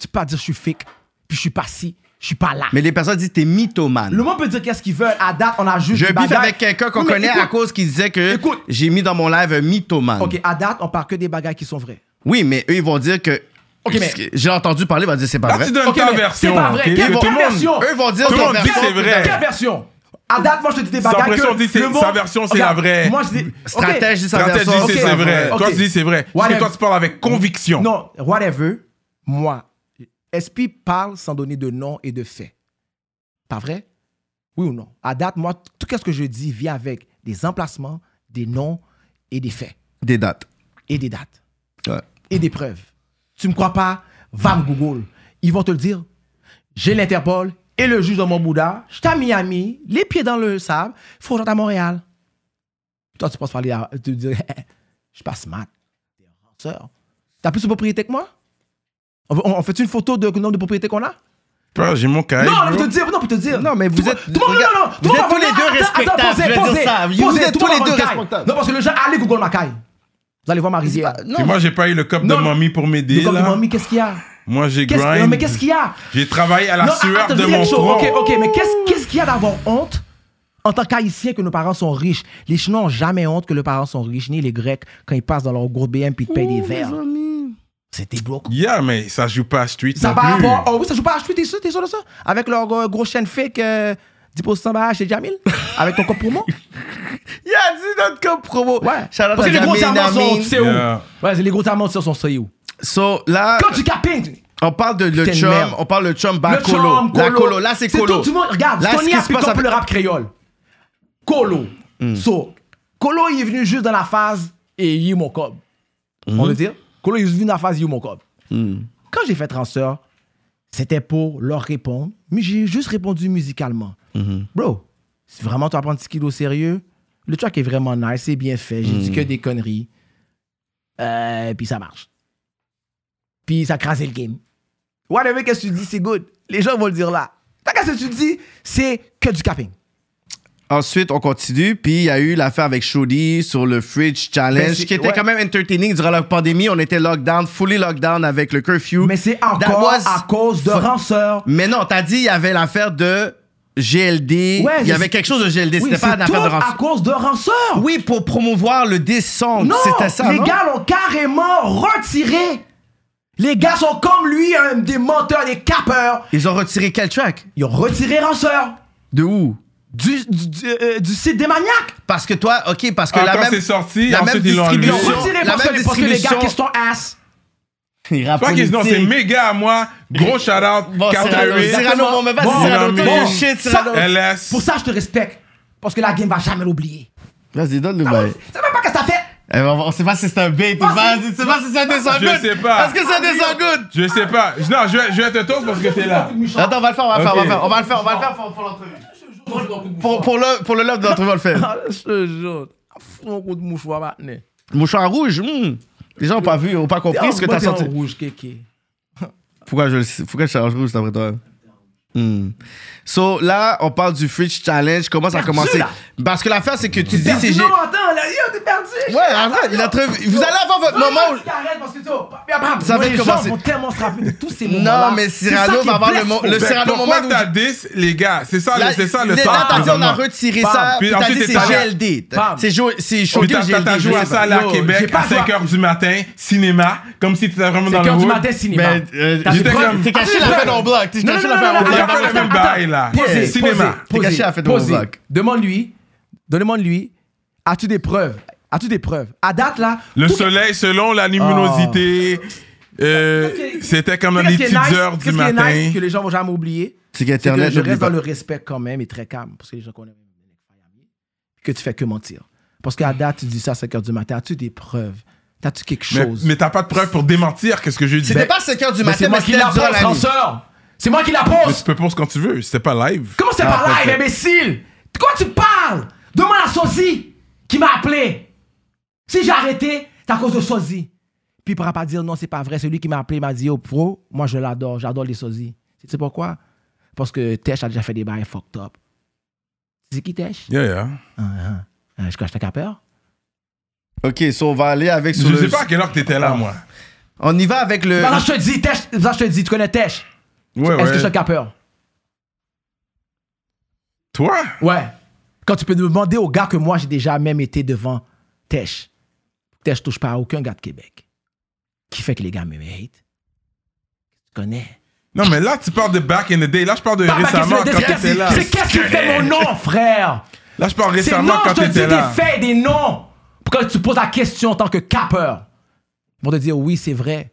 S4: Tu peux pas dire je suis fake, puis je suis pas ci, je suis pas là.
S2: Mais les personnes disent t'es mythomane.
S4: le monde peut dire qu'est-ce qu'ils veulent. À date, on a juste.
S2: Je
S4: des
S2: bif
S4: bagailles.
S2: avec quelqu'un qu'on
S4: Oui, mais
S2: connaît à
S4: écoute,
S2: cause qu'il disait que
S4: Écoute.
S2: j'ai mis dans mon live un mythomane.
S4: Ok, à date, on parle que des bagailles qui sont vraies.
S2: Oui, mais eux, ils vont dire que.
S4: Ok,
S2: Parce
S4: mais-
S2: que J'ai entendu parler, ils vont dire c'est pas
S1: Là,
S2: vrai.
S1: tu donnes
S4: Ok,
S1: quelle
S4: mais
S1: version?
S4: C'est pas vrai.
S1: ok?
S4: Quelle,
S1: Tout le
S4: quelle
S1: monde-
S4: version
S2: Eux vont dire
S1: Tout le
S2: ton
S1: monde dit
S2: version,
S1: c'est vrai.
S4: Quelle version À date, moi, je te dis des
S1: Sa
S4: bagailles.
S1: version
S4: que
S1: dit c'est-
S4: le monde-
S1: sa version, c'est
S4: Regarde,
S1: la vraie.
S4: Moi, je dis. ok,
S2: Stratège, c'est sa
S1: Quand t'as
S2: version.
S1: dit
S4: ok,
S1: c'est c'est vrai.
S4: ok.
S1: Toi, tu dis c'est vrai. Parce que
S4: Whatever.
S1: toi, tu parles avec conviction.
S4: Non, whatever, moi, SP parle sans donner de nom et de fait. Pas vrai? Oui ou non À date, moi, tout ce que je dis vient avec des emplacements, des noms et des faits
S2: Des dates.
S4: et des dates
S2: Ouais.
S4: et des preuves. Tu me crois pas Va me Google. Ils vont te le dire. J'ai l'Interpol et le juge de mon Bouddha. Je suis à Miami, les pieds dans le sable. Faut que j'entre à Montréal. Toi, tu penses parler à... Tu dis, (laughs) je passe mat. T'es un Tu T'as plus de propriété que moi On, on- on fait une photo de du nombre de propriétés qu'on a
S1: Bro, j'ai mon cahier.
S4: non, non,
S1: bro.
S4: pour te dire, non, pour te dire.
S2: Non, mais vous
S4: Tout-
S2: êtes-
S4: Tout le monde,
S2: regarde,
S4: non, non,
S2: vous
S4: tout le
S2: êtes
S4: monde
S2: tous
S4: va-
S2: les deux
S4: attends,
S2: respectables,
S4: attends,
S2: je vais
S4: posez,
S2: dire ça.
S4: posez,
S2: Vous
S4: posez,
S2: êtes
S4: tout le
S2: tous les
S4: monde va
S2: deux
S4: en caille.
S2: respectables. bah,
S4: Non, parce que le gens, allez Google ma caille. Vous allez voir ma rizière.
S1: Puis moi, j'ai pas eu le cop de
S4: Non.
S1: mommy pour m'aider.
S4: Mais comme
S1: là.
S4: mamie, qu'est-ce qu'il y a
S1: Moi, j'ai
S4: Qu'est-ce- Non,
S1: grind.
S4: mais qu'est-ce qu'il y a
S1: J'ai travaillé à la
S4: Non,
S1: sueur
S4: attends, je
S1: de
S4: veux dire
S1: mon
S4: quelque chose.
S1: front.
S4: Ok, ok, mais qu'est-ce qu'est-ce qu'il y a d'avoir honte en tant qu'haïtien que nos parents sont riches Les Chinois n'ont jamais honte que leurs parents sont riches, ni les Grecs quand ils passent dans leur gros BM puis ils te payent des verres. C'était broke.
S1: Yeah, mais ça joue pas à street.
S4: Ça
S1: non
S4: par
S1: plus.
S4: rapport. Oh oui, ça joue pas à H8, t'es sûr, t'es sûr de ça Avec leur euh, gros chaîne fake euh, 10% bah chez Jamil Avec ton code promo
S2: Il a dit notre cop promo.
S4: Ouais.
S2: Shout out
S4: Parce
S2: à
S4: que les gros
S2: Jamil,
S4: diamants sont,
S2: Namin.
S4: tu sais
S1: Yeah. Ah.
S4: où Ouais, les gros diamants sont, sont, sont où
S2: So, là,
S4: Quand tu capines
S2: on parle de le
S4: Putain de
S2: chum,
S4: merde.
S2: on parle de chum, bah,
S4: Le
S2: colo.
S4: charme,
S2: La colo, là, c'est colo.
S4: Tout, tout le monde, regarde,
S2: Là,
S4: Tony
S2: ce
S4: a
S2: qui se
S4: pick
S2: passe
S4: up
S2: avec- Hmm.
S4: le rap créole. Colo. So, Colo, il est venu juste dans la phase et il est mon cob. On
S2: Hmm.
S4: veut dire? Colo, il est venu dans la phase, il est mon cob.
S2: Mm.
S4: Quand j'ai fait transfert, c'était pour leur répondre, mais j'ai juste répondu musicalement.
S2: Mm-hmm.
S4: Bro, si vraiment tu vas prendre ce kilo au sérieux, le track est vraiment nice, c'est bien fait, j'ai
S2: Mm.
S4: dit que des conneries. Euh, puis ça marche. Puis ça crasait le game. Whatever que tu dis, c'est good. Les gens vont le dire là. T'as qu'à ce que tu dis, c'est que du capping.
S2: Ensuite, on continue. Puis, il y a eu l'affaire avec Shoddy sur le Fridge
S4: Mais
S2: Challenge,
S4: Ben, c'est-
S2: qui était
S4: ouais.
S2: quand même entertaining durant la pandémie. On était lockdown, fully lockdown avec le curfew.
S4: Mais c'est
S2: That
S4: encore
S2: was-
S4: à cause de Ranceur.
S2: Mais non, t'as dit, il y avait l'affaire de GLD.
S4: Ouais,
S2: il y
S4: je-
S2: avait quelque chose de GLD.
S4: Oui,
S2: C'était pas
S4: c'est
S2: une
S4: tout
S2: affaire de rançon.
S4: à cause de Ranceur.
S2: Oui, pour promouvoir le descendre.
S4: non,
S2: C'était ça,
S4: les
S2: non?
S4: gars l'ont carrément retiré. Les gars sont comme lui, hein, des menteurs, des capeurs.
S2: Ils ont retiré quel track?
S4: Ils ont retiré Ranceur
S2: De où?
S4: du, du, du, euh, du site des maniaques.
S2: Parce que toi, OK, parce que
S1: Ah,
S2: la
S1: quand
S2: même...
S1: c'est sorti,
S2: la
S1: ensuite,
S2: même
S1: ils l'ont
S4: Ils l'ont
S1: enlevé.
S2: distribution...
S4: retiré
S2: la
S4: parce que,
S2: même
S4: parce que les gars, qu'est-ce
S2: distribution...
S4: ton ass
S1: Pas qu'ils- non, c'est mes gars à moi. Gros shout out.
S2: Bon, Cyrano, Cyrano, bon, mais vas-y,
S4: Bon,
S2: Cyrano,
S1: Cyrano,
S2: t'es
S1: bon.
S2: shit,
S4: Oh. Ça-
S2: Cyrano.
S1: LS.
S4: Pour ça, je te respecte. Parce que la game va jamais l'oublier.
S2: Vas-y, donne-le,
S4: Tu
S2: bail.
S4: sais même pas que ça fait.
S2: Eh, on, on sait pas si c'est un bait ou
S4: Vas-y.
S2: pas. On sait pas si ça descend
S1: Je
S2: good.
S1: sais pas.
S2: Est-ce que ça descend good?
S1: Je sais pas. Non, je vais, je vais te toast parce que t'es là.
S2: Attends, on va le faire, on va le faire, on va
S1: Ok.
S2: le faire. On va le faire, on va le faire pour, pour l'entrevue. Pour, pour le, pour le love de l'entrevue, on le fait.
S4: Je te jure. Fous un coup de mouchoir maintenant.
S2: Mouchoir rouge, hmm. Les gens ont pas vu, ont pas compris ce que
S4: Ah,
S2: t'as senti.
S4: rouge, kéké.
S2: Pourquoi je, le sais- pourquoi je charge rouge d'après toi? Hmm. So là, on parle du Fridge Challenge. Comment ça a
S4: Perdu,
S2: commencé?
S4: là.
S2: Parce que l'affaire, c'est que tu dis c'est
S4: Perdu,
S2: G.
S4: non, attends, là, yo, t'es perdu.
S2: Ouais, arrête, l'entrevue. Vous allez avoir votre moment où.
S4: Arrête parce que tu
S2: Ça
S4: Ça
S2: vient de
S4: les gens
S2: commencer.
S4: vont tellement se rappeler de tous ces moments-là.
S2: Non, mais
S4: C'est ça
S2: Cyrano
S4: qui
S2: va avoir
S4: blesse,
S2: le, mo-
S4: faut-
S2: le,
S1: Fait que
S2: Cyrano moment
S1: Ben, Pourquoi
S2: où.
S1: t'as 10, les gars? C'est ça,
S2: Là,
S1: le- Ah, c'est ça le
S2: les-
S1: temps.
S2: là, t'as dit, on a
S1: présentement.
S2: retiré
S4: Bam.
S2: ça, puis
S1: Puis
S2: t'as
S1: ensuite,
S2: dit c'est
S1: t'as-
S2: GLD.
S4: Bam.
S2: C'est Jo- c'est
S1: Puis
S2: Chaudé
S1: t'as- t'as- T'as
S2: GLD.
S1: joué à ça là
S4: Yo,
S1: à
S4: j'ai
S1: Québec
S4: pas
S1: à
S4: joué à-
S1: 5h du matin, cinéma, comme si t'étais vraiment dans
S4: C'est
S1: le
S4: cœur du
S1: hood.
S4: matin cinéma.
S2: Mais euh,
S4: T'as
S2: j'ai-
S1: des
S2: t'es
S1: preuves?
S2: t'es caché
S4: Ah,
S2: la
S4: des
S2: fin
S4: preuves.
S2: dans le bloc. T'es
S4: Non,
S2: caché la fin
S4: non, non,
S2: dans
S4: non,
S2: le
S4: non,
S1: Il
S2: bloc.
S1: a
S4: Attends,
S1: pas le même
S4: attends,
S1: bail là.
S4: posez, posez.
S2: Cinéma. T'es
S4: Posez,
S2: caché à la fin de
S4: posez.
S2: mon bloc.
S4: Demande-lui, demande-lui, as-tu des preuves As-tu des preuves À date, là,
S1: Le
S4: tout-
S1: soleil, selon la luminosité, euh,
S4: Qu'est-ce qui-
S1: c'était comme dans
S4: qu'est-ce
S1: les
S4: qui est
S1: petites
S4: nice-
S1: heures du
S4: qu'est-ce qui est
S1: matin.
S4: nice que les gens vont jamais oublier,
S2: C'est
S4: c'est que
S2: qu'Internet,
S4: je
S2: n'oublie
S4: reste
S2: pas.
S4: dans le respect quand même et très calme parce que les gens connaissent que tu fais que mentir. Parce qu'à date, tu dis ça à 5 heures du matin. As-tu des preuves T'as-tu quelque
S1: Mais,
S4: chose
S1: mais t'as pas de preuve pour démentir qu'est-ce que je dis.
S2: C'était pas 5h du
S4: Mais
S2: matin,
S4: c'est
S2: mais
S4: moi qui
S2: c'était
S4: la
S2: durant
S4: pose,
S2: la nuit.
S4: Ranceur. C'est moi qui la
S1: Mais
S4: pose.
S1: tu peux pause quand tu veux, c'était pas live.
S4: Comment c'est
S2: Ah,
S4: par live,
S2: parfait.
S4: imbécile De quoi tu parles Demande à Sozi qui m'a appelé. Si j'ai arrêté, c'est à cause de Sozi. Puis il pourra pas dire non, c'est pas vrai. Celui qui m'a appelé m'a dit, oh pro, moi je l'adore, j'adore les Sozi. Tu sais pourquoi Parce que Tesh a déjà fait des bails fucked up. C'est qui Tesh
S1: Yeah, yeah.
S4: Ah, ah. Ah, Je cache ta capeur.
S2: Ok, so on va aller avec sur
S1: Je sais
S2: le.
S1: pas à quelle heure que t'étais là, moi.
S2: On y va avec le.
S4: Maintenant je te dis, Tesh, maintenant, je te dis, tu connais Tesh.
S1: Euh, Ouais,
S4: Est-ce que je suis
S1: ouais.
S4: un capeur
S1: Toi?
S4: Ouais. Quand tu peux demander aux gars que moi, j'ai déjà même été devant Tesh. Tesh touche pas à aucun gars de Québec. Qui fait que les gars me hate. Tu connais.
S1: Non, mais là, tu parles de back in the day. Là, je parle de
S4: Pas ma question,
S1: récemment
S4: c'est
S1: quand
S4: qu'est-ce
S1: t'étais là.
S4: c'est qu'est-ce qui fait mon nom, frère?
S1: Là, je parle
S4: C'est
S1: récemment
S4: non,
S1: quand
S4: je te dis
S1: t'étais là.
S4: des faits, des noms. Pourquoi tu poses la question en tant que capeur? Ils vont te dire oui, c'est vrai.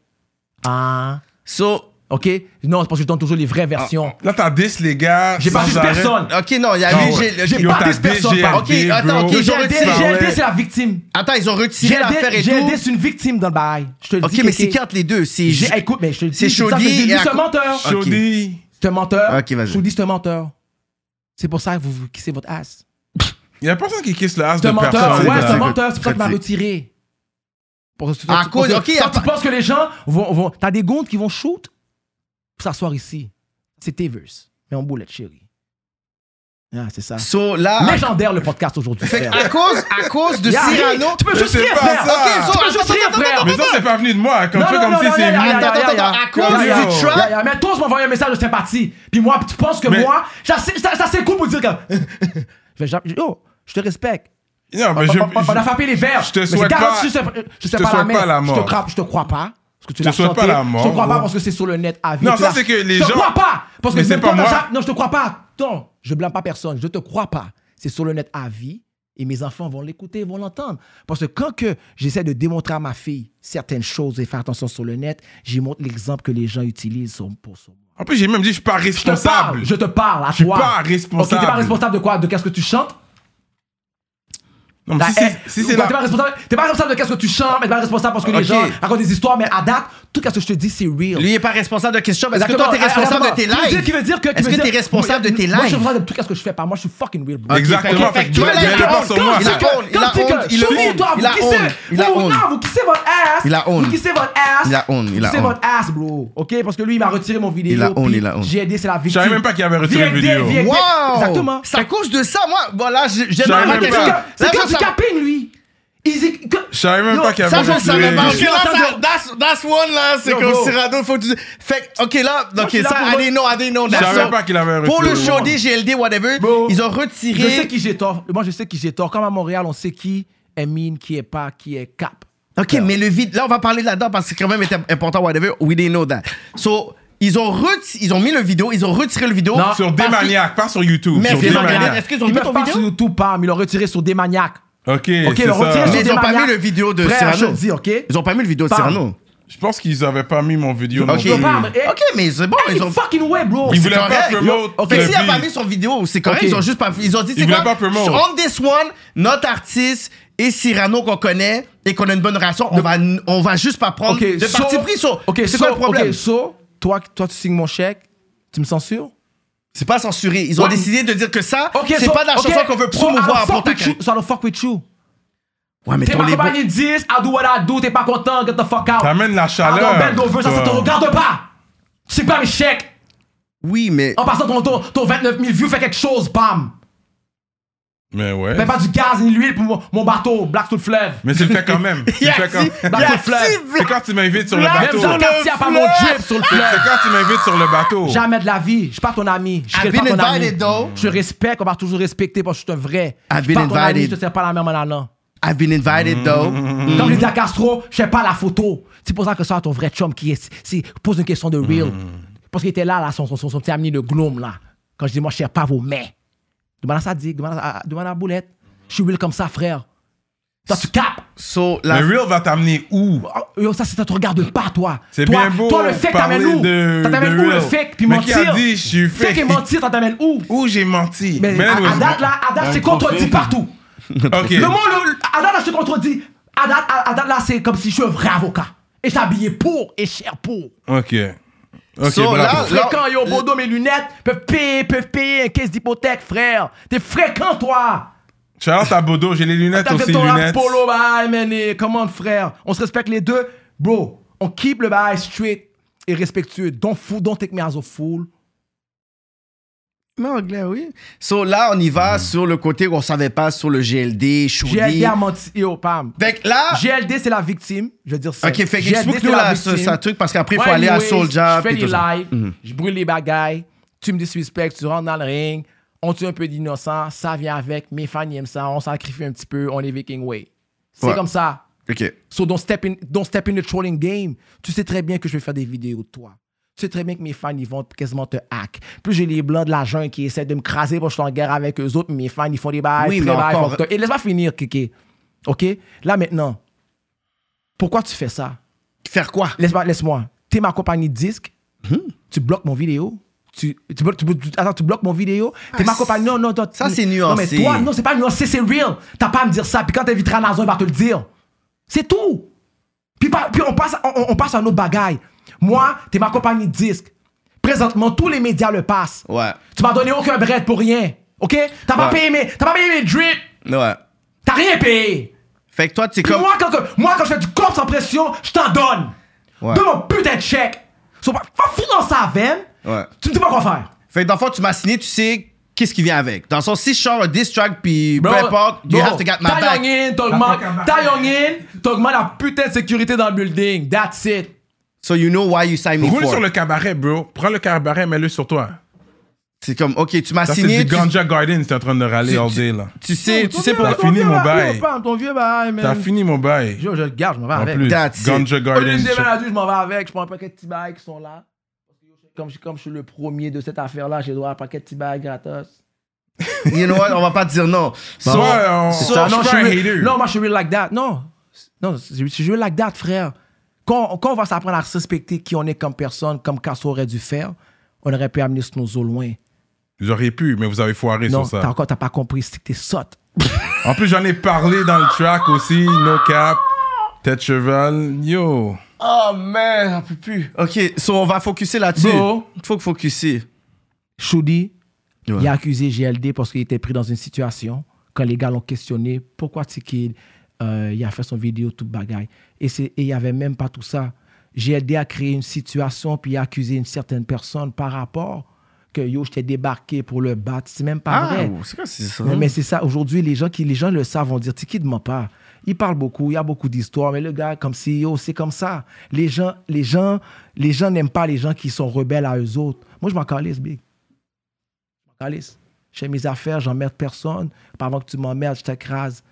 S4: Ah.
S2: So,
S4: OK? Non, c'est parce que je donne toujours les vraies versions.
S1: Là, t'as 10 les gars.
S4: J'ai pas
S1: Ah, sans
S4: dit
S1: arrêt.
S4: personne.
S2: Ok, non, il y a
S1: Ah
S2: les-
S1: ouais.
S2: j'ai-
S4: J'ai
S1: Yo,
S4: pas
S1: t'as
S4: dit personne, par-
S2: Ok, attends,
S1: bro.
S2: ok,
S4: GLD,
S2: j'ai un
S4: GLD, c'est la victime.
S2: Attends, ils ont retiré l'affaire
S4: GLD,
S2: et
S4: GLD,
S2: tout.
S4: c'est une victime dans le bail. Je te le
S2: Ok,
S4: dis.
S2: mais
S4: Kéké.
S2: c'est qui entre les deux C'est
S4: J'ai-
S2: ju-
S4: hey, écoute, mais je te le dis.
S2: C'est
S4: je te dis ça,
S2: Chaudi
S4: je te le dis,
S2: et
S4: lui,
S2: à
S4: C'est un
S2: co-
S4: menteur.
S2: Ok.
S1: Chaudi.
S4: C'est un menteur.
S2: Ok, vas-y.
S4: Chaudi, c'est un menteur. C'est pour ça que vous vous kissez votre ass.
S1: Il y a personne qui kiss le ass
S4: C'est
S1: de
S4: un menteur.
S1: personne.
S4: Ouais, c'est un
S1: là.
S4: menteur. C'est pour ça qu'il m'a
S2: Pratique.
S4: retiré. Pour-
S2: À
S4: pour-
S2: cause-
S4: parce
S2: ok,
S4: que- quand
S2: attends.
S4: tu penses que les gens vont. vont- T'as des gondes qui vont shoot pour s'asseoir ici. C'est Tavers. Mais en boulette, chérie. Ah, c'est ça.
S2: So, là,
S4: Légendaire le podcast aujourd'hui.
S2: fait
S4: frère.
S2: que à cause, à cause de
S4: Y a rien.
S2: Cyrano.
S4: Tu peux juste
S1: c'est
S4: rire,
S1: pas
S4: frère.
S1: ça.
S2: Ok, so,
S4: Tu peux juste
S2: attends,
S4: rire,
S2: attends,
S4: frère.
S2: attends,
S1: Mais ça, c'est pas venu de moi. Comme fais comme si c'est
S2: non,
S1: venu.
S2: non, Attends, attends, attends, à cause
S1: du Trump-
S4: Mais toi, tu m'envoyais un message de sympathie. Puis moi, tu penses que
S1: Mais-
S4: moi, ça, c'est- ça, ça, c'est cool pour dire que. (laughs) Je vais jamais- Oh, je te respecte.
S1: Non, mais
S4: On,
S1: je.
S4: on- on a frappé les verres.
S1: je te
S4: Mais c'est
S1: souhaite pas-
S4: garanti, je te, je
S1: je
S4: sais
S1: te
S4: pas, la
S1: souhaite
S4: mort.
S1: pas la
S4: Je
S1: mort.
S4: te, cra- je te crois pas. Parce que tu
S1: Je te
S4: l'as
S1: souhaite
S4: chanté.
S1: pas la
S4: Je
S1: mort,
S4: te crois pas
S1: ouais.
S4: parce que c'est sur le net à vie.
S1: Non,
S4: Tu
S1: ça,
S4: l'as-
S1: c'est que les
S4: Je te
S1: gens-
S4: crois pas. Parce que
S1: Mais c'est
S4: même
S1: pas
S4: toi, t'as
S1: moi.
S4: ça- Non, je te crois pas. Non, je blâme pas personne. Je te crois pas. C'est sur le net à vie. Et mes enfants vont l'écouter, vont l'entendre. Parce que quand que j'essaie de démontrer à ma fille certaines choses et faire attention sur le net, j'y montre l'exemple que les gens utilisent sur- pour ça.
S1: En plus, j'ai même dit, je suis pas
S4: Je te parle,
S1: responsable.
S4: je te parle à
S1: Je suis
S4: toi.
S1: pas
S4: Ok, t'es pas
S1: responsable.
S4: responsable de quoi De qu'est-ce que tu chantes
S1: Non, mais
S4: la
S1: si c'est-
S4: haie.
S1: si c'est
S4: Ou
S1: la.
S4: T'es pas responsable. T'es pas responsable de qu'est-ce que tu chantes, mais t'es pas responsable parce que
S1: Ok.
S4: les gens racontent des histoires, mais à date, tout ce que je te dis, c'est real.
S2: Lui est pas responsable de question, mais est-ce que toi,
S4: Exactement.
S2: t'es responsable de tes
S4: Qui veut dire- Qui
S2: lives
S4: veut dire que. qui
S2: Est-ce
S4: veut
S2: que
S4: dire-
S2: t'es responsable de tes
S4: Moi, je suis
S2: lives
S4: responsable de tout ce que je fais pas. Moi, je suis fucking real. bro.
S1: Exactement. Fait que
S2: Toi, là,
S1: tu
S2: il
S1: l'as
S2: a
S1: pas
S2: honte,
S1: sur moi.
S2: il a
S1: ça.
S2: honte, il a honte, il a honte, il a honte, il a honte.
S4: Vous kissez votre ass.
S2: Il a honte.
S4: Vous kissez votre ass.
S2: Il a honte, il a
S4: Vous kissez
S2: honte.
S4: votre ass, bro. Ok, parce que lui, il m'a retiré mon vidéo.
S2: Il a honte,
S4: puis
S2: il a honte.
S4: J'ai aidé, c'est la victime.
S1: savais même pas qu'il avait retiré
S4: Viens
S1: le
S4: aider,
S1: vidéo.
S4: viens aider.
S2: Wow!
S4: Exactement.
S2: C'est à cause de ça, moi. Bon, là, j'ai j'ai
S1: J'avais
S2: demandé
S1: même
S2: à
S1: pas.
S2: quelqu'un.
S4: C'est
S2: Là,
S4: quand
S2: ça,
S4: tu
S2: ça-
S4: capines, lui. Il dit que-
S1: Je savais même
S4: Yo,
S1: pas qu'il avait
S2: Ça, je le
S1: retiré
S2: savais
S1: le
S2: pas.
S1: vidéo.
S2: Ok, là,
S4: Attends,
S2: ça,
S4: je-
S2: that's, that's one, là, c'est
S4: Yo,
S2: comme
S4: bro.
S2: Cyrano, faut que tu... Fait que, OK, là, OK,
S4: Moi, je suis là
S2: ça,
S4: pour-
S2: allez, non, allez, non,
S1: Je savais pas qu'il avait
S2: Pour le
S1: retiré.
S2: show des GLD, whatever,
S4: Bro.
S2: ils ont
S4: Je sais
S2: retiré...
S4: qui j'ai tort. Moi, je sais qui j'ai tort. Comme à Montréal, on sait qui est mine, qui est pas, qui est cap.
S2: OK, mais le vide... Là, on va parler de là-dedans parce que c'est quand même était important, whatever. We didn't know that. So, ils ont reti- Ils ont mis le vidéo, ils ont retiré le vidéo.
S4: Non.
S1: Sur des
S2: Ah, Parce-
S1: maniaques, pas sur YouTube.
S2: Mais
S1: Sur
S2: c'est
S1: des
S2: pas grave.
S1: maniaques.
S2: Est-ce qu'ils ont
S4: Ils
S2: mis
S4: peuvent
S2: ton
S4: pas sur
S2: vidéo?
S4: YouTube, pas, mais ils l'ont retiré sur des maniaques.
S1: Ok,
S4: Ok,
S1: c'est
S4: le
S1: ça.
S4: retire sur
S2: Mais
S4: des
S2: ils ont pas
S4: maniaques.
S2: mis le vidéo de
S4: Frère,
S2: Cyrano.
S4: je te dis, ok.
S2: Ils ont pas mis le vidéo de
S4: Parle.
S2: Cyrano.
S1: Je pense qu'ils avaient pas mis mon vidéo.
S2: Ok.
S1: non
S2: Ils
S1: plus.
S2: ont
S4: pas- eh,
S2: OK, mais c'est bon,
S4: Hey,
S2: ils ont...
S4: fucking way, bro.
S1: Ils voulaient
S2: C'est
S1: pas
S2: correct.
S1: promote.
S4: Ok,
S2: Fait que
S1: le
S2: s'il a pas
S1: beat.
S2: mis son vidéo, c'est correct.
S4: Ok.
S2: Ils ont juste pas. Ils ont dit, c'est
S1: voulaient
S2: quoi?
S1: pas promote.
S2: Sur On This One, notre artiste et Cyrano qu'on connaît et qu'on a une bonne relation, on, va, on va juste pas prendre
S4: Ok,
S2: de
S4: so-
S2: parti pris. So,
S4: Ok,
S2: c'est
S4: so-
S2: quoi le problème?
S4: ok, so, toi, toi, tu signes mon chèque, tu me censures?
S2: C'est pas censuré. Ils ont
S4: Ouais.
S2: décidé de dire que ça,
S4: Ok,
S2: c'est
S4: so-
S2: pas de la
S4: ok,
S2: chanson qu'on veut
S4: so I don't
S2: promouvoir pour
S4: fuck
S2: ta
S4: with you-
S2: carrière.
S4: So I don't fuck with you.
S2: Ouais, mais
S4: T'es
S2: ton
S4: ma
S2: les
S4: compagnie 10, I do what I do, t'es pas content, get the fuck out.
S1: T'amènes la chaleur,
S4: I don't bend over, ça, ça te
S1: toi.
S4: regarde pas. C'est pas mes chèques.
S2: Oui, mais.
S4: En passant, ton, ton, ton 29 000 views fait quelque chose, bam.
S1: Mais ouais.
S4: Mets pas du gaz ni de l'huile pour mon, mon bateau, Black Sous le fleuve.
S1: Mais tu le fais quand même. Tu le
S2: Y'a
S1: fais quand-
S2: si-
S1: C'est
S4: Black
S2: y'a
S4: Sous le fleuve.
S2: si-
S1: quand tu m'invites sur le
S2: Black
S4: Même
S1: bateau.
S4: dans le
S2: Sous
S4: quartier, à pas mon
S2: fleuve.
S4: drip sur le
S1: C'est
S4: fleuve.
S1: quand tu m'invites sur le bateau.
S4: Jamais de la vie. Je suis pas ton ami. Je suis
S2: I've
S4: pas
S2: been
S4: ton ami.
S2: invited, though.
S4: Je te respecte, on va toujours respecter parce que je suis un vrai. Je
S2: I've
S4: suis
S2: been
S4: pas ton ami,
S2: invited.
S4: je te sers pas la même en allant.
S2: I've been invited though.
S4: Comme je dis à Castro, je sais pas la photo. C'est pour ça que ça, ton vrai chum qui est, si- pose une question de real. Parce qu'il était là, là son, son, son, son petit ami, le gnome, là. Quand je dis, moi, je sais pas vos mains. Demande à ça, dit, demande à, à- demande à Boulette. Je suis real comme ça, frère. Toi, tu capes.
S2: So, la.
S1: Le real va t'amener où
S4: Oh, yo, ça, ça te regarde pas, toi.
S1: C'est
S4: toi,
S1: bien beau.
S4: Toi, le fake,
S1: parler
S4: t'amènes où
S1: de-
S4: T'as- T'amènes
S1: de
S4: où le
S1: real.
S4: fake, puis
S1: Mais
S4: mentir
S1: qui a dit, je suis
S4: Fake et
S1: fake
S4: mentir, t'en t'amènes où
S1: Où j'ai menti
S4: Mais à, à
S1: anyways,
S4: date, là, à date, c'est contredit partout.
S1: Ok.
S4: Le monde, le- à date, là, je te contredis. À date, à- à date, là, c'est comme si je suis un vrai avocat. Et je suis habillé pour et cher pour.
S1: Ok. Ok,
S2: So,
S1: bravo.
S2: là-
S4: Fréquent, yo, Bodo, mes lunettes peuvent payer, peuvent payer un caisse d'hypothèque, frère. T'es fréquent, toi.
S1: Shout-out à Bodo, j'ai les lunettes
S4: Ah, T'as
S1: aussi,
S4: fait ton rap
S1: lunettes.
S4: polo, bye, man. et Comment, frère? On se respecte les deux. Bro, on keep le bail straight et respectueux. Don't fool, don't take me as a fool.
S2: Mais anglais, oui. So, là, on y va
S4: Mm-hmm.
S2: sur le côté qu'on savait pas sur le GLD, Shudi.
S4: GLD a menti. Yo, pam.
S2: Fait que là.
S4: GLD, c'est la victime. Je veux dire ça.
S2: Ok, fait que
S4: GLD,
S2: explique-nous
S4: c'est la
S2: là, ce,
S4: victime.
S2: ça truc, parce qu'après, il faut
S4: Moi,
S2: aller à
S4: anyways,
S2: Soulja.
S4: Je fais
S2: puis
S4: des
S2: tout ça. Mhm.
S4: lives, je brûle les bagailles, tu me disrespectes, tu rentres dans le ring, on tue un peu d'innocents, ça vient avec, mes fans ils aiment ça, on sacrifie un petit peu, on est Viking Way. C'est
S2: Ouais.
S4: comme ça.
S2: Ok.
S4: So don't step, in, don't step in the trolling game. Tu sais très bien que je vais faire des vidéos de toi. Tu sais très bien que mes fans, ils vont quasiment te hack. Plus j'ai les blancs de la jungle qui essaient de me craser parce que je suis en guerre avec eux autres, mais mes fans, ils font des bails,
S2: Oui,
S4: puis
S2: mais
S4: les bails,
S2: encore-
S4: fuck toi. Et laisse-moi finir, Kiki. OK? Là, maintenant, pourquoi tu fais ça?
S2: Faire quoi?
S4: Laisse-moi. Laisse T'es ma compagnie de disque.
S2: Hmm.
S4: Tu bloques mon vidéo. Tu, tu, blo- tu- tu- attends, tu bloques mon vidéo. T'es ma compagne. Non, non, toi-
S2: Ah, Ça, c'est
S4: Non, mais
S2: nuancé.
S4: toi, non, c'est pas nuancé, c'est real. T'as pas à me dire ça. Puis quand t'inviteras Nazo, il va te le dire. C'est tout. Puis, par- puis on, passe, on, on- on passe à nos bagailles. Moi, t'es ma compagnie de disque. Présentement, tous les médias le passent.
S2: Ouais.
S4: Tu m'as donné aucun bread pour rien. OK? T'as pas,
S2: Ouais.
S4: payé mes- t'as pas payé mes drips.
S2: Ouais.
S4: T'as rien payé.
S2: Fait que toi, t'es
S4: Puis
S2: comme.
S4: moi, quand, que- moi, quand je fais du corps sans pression, je t'en donne.
S2: Ouais.
S4: De mon putain de chèque. So, pas pas fou dans sa veine.
S2: Ouais.
S4: Tu me dis pas quoi faire.
S2: Fait que dans le fond, tu m'as signé, tu sais qu'est-ce qui vient avec. Dans le sens, si je sors un diss track, puis peu
S4: Bro,
S2: importe, you
S4: bro,
S2: have to get my
S4: ta
S2: back.
S4: young in, t'augmentes- ta young in, t'augmentes la putain de sécurité dans le building. That's it.
S2: So you know why you signed me
S1: Roule
S2: for.
S1: sur le cabaret, bro. Prends le cabaret, mets-le sur toi.
S2: C'est comme, OK, tu m'as
S1: Ça, c'est
S2: signé,
S1: du
S2: tu,
S1: Ganja Garden, c'est en train de râler
S2: Tu-
S1: all day, là.
S2: tu sais, tu sais
S1: T'as
S2: pourquoi.
S1: fini mon bail.
S4: Ton vieux bail, man.
S1: T'as
S2: Euh,
S1: fini mon bail.
S4: Je, je le garde, je m'en vais
S1: En
S4: avec.
S1: plus,
S2: That's it.
S1: Ganja
S4: Au lieu de
S1: Garden.
S4: lever la douche, je m'en vais avec. Je prends un paquet de petits bails qui sont là. Comme je, comme je suis le premier de cette affaire-là, j'ai droit à un paquet de petits bails gratos.
S2: You know what, on va pas te dire non. So,
S1: Soit euh, on.
S2: C'est
S1: Soit
S2: ça,
S1: je
S4: non, je
S1: suis
S4: suis
S1: un
S4: real-
S1: hater.
S4: non, moi, je suis real like that. Non, non je je suis real like that, frère. Quand, quand on va s'apprendre à respecter qui on est comme personne, comme Casso aurait dû faire, on aurait pu amener Snozo loin.
S1: Vous auriez pu, mais vous avez foiré
S4: Non,
S1: sur
S4: t'as
S1: ça.
S4: encore, t'as pas compris, c'est que t'es sotte.
S1: En plus, j'en ai parlé dans le track aussi. No cap. Tête cheval. Yo.
S2: Oh man, j'en peux plus. OK, so on va focuser là-dessus.
S4: Bro.
S2: Faut que focuser.
S4: Choudi,
S2: Ouais.
S4: il a accusé GLD parce qu'il était pris dans une situation quand les gars l'ont questionné pourquoi Tikid euh, il a fait son vidéo tout bagaille. Et c'est- et il n'y avait même pas tout ça. GLD a créé une situation puis il a accusé une certaine personne par rapport que yo, je t'ai débarqué pour le battre. C'est même pas vrai.
S2: Ah, c'est quoi c'est ça?
S4: Mais, mais c'est ça, aujourd'hui, les gens qui les gens le savent vont dire Tiki ne ment pas. Il parle beaucoup, il y a beaucoup d'histoires, mais le gars, comme CEO, c'est comme ça. Les gens, les gens, les gens n'aiment pas les gens qui sont rebelles à eux autres. Moi, je m'en calisse, Big. Je m'en calisse. Je fais mes affaires, j'emmerde personne. Pas avant que tu m'emmerdes, je t'écrase.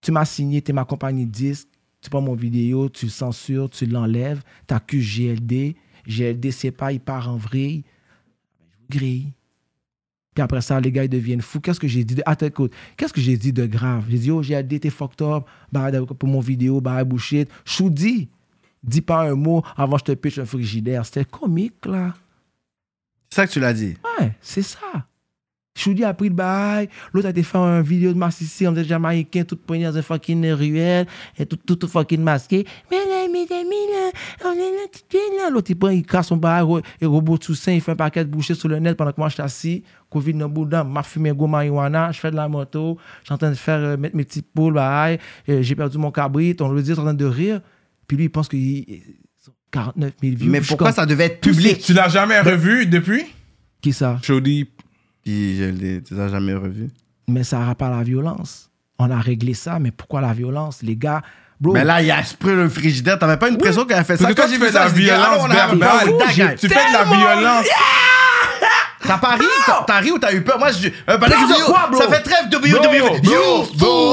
S4: Tu m'as signé, t'es ma compagnie de disque, tu prends mon vidéo, tu le censures, tu l'enlèves, t'accuses GLD. GLD, c'est pas, il part en vrille. Je vous grille. Puis après ça, les gars, ils deviennent fous. Qu'est-ce que j'ai dit de... Attends, écoute. Qu'est-ce que j'ai dit de grave? J'ai dit, oh, j'ai dit, t'es fucked up. Bah, d'accord, pour mon vidéo, bah, bullshit. Choudi, dis pas un mot avant que je te pitch un frigidaire. C'était comique, là.
S2: C'est ça que tu l'as dit.
S4: Ouais, c'est ça. Choudi a pris le bail. L'autre a été faire un vidéo de massicé en faisant jamaïcain, tout poigné dans un fucking ruelle, et tout, tout, tout fucking masqué. Mais là, mes amis, là, on est là, tu viens là. L'autre, il prend, il casse son bail, re- et robot Toussaint, il fait un paquet de bouchées sur le net pendant que moi, je suis assis. Covid dans le bout d'un, m'a fumé go marijuana, je fais de la moto, je suis en train de faire, euh, mettre mes petits poules, bail, euh, j'ai perdu mon cabrit, on le dit, en train de rire. Puis lui, il pense qu'il. il- 49 000 vues.
S2: Mais
S4: Je suis
S2: pourquoi
S4: comme,
S2: ça devait être public?
S1: Tu l'as jamais revu depuis?
S4: Qui ça?
S1: Chody.
S2: Puis je l'ai tu l'as jamais revu.
S4: mais ça n'aura pas la violence. On a réglé ça, mais pourquoi la violence, les gars Bro,
S2: Mais là, il a pris le frigidaire. T'avais pas une pression qu'elle a fait ça.
S1: Parce que toi,
S2: Quand
S1: tu
S2: j'ai vu
S1: fais de la
S2: ça, j'ai dit, ah non,
S1: violence
S2: on a-
S1: verbale.
S2: on a-
S1: Tu- Tu fais de la violence.
S2: T'as pas ri? T'as- T'as ri ou t'as eu peur? Moi, je. euh, pendant
S4: Peur
S2: que je dis,
S4: de
S2: yo,
S4: quoi, bro?
S2: Ça fait trêve de
S1: Bro,
S2: WWE.
S1: bro, bro,
S2: You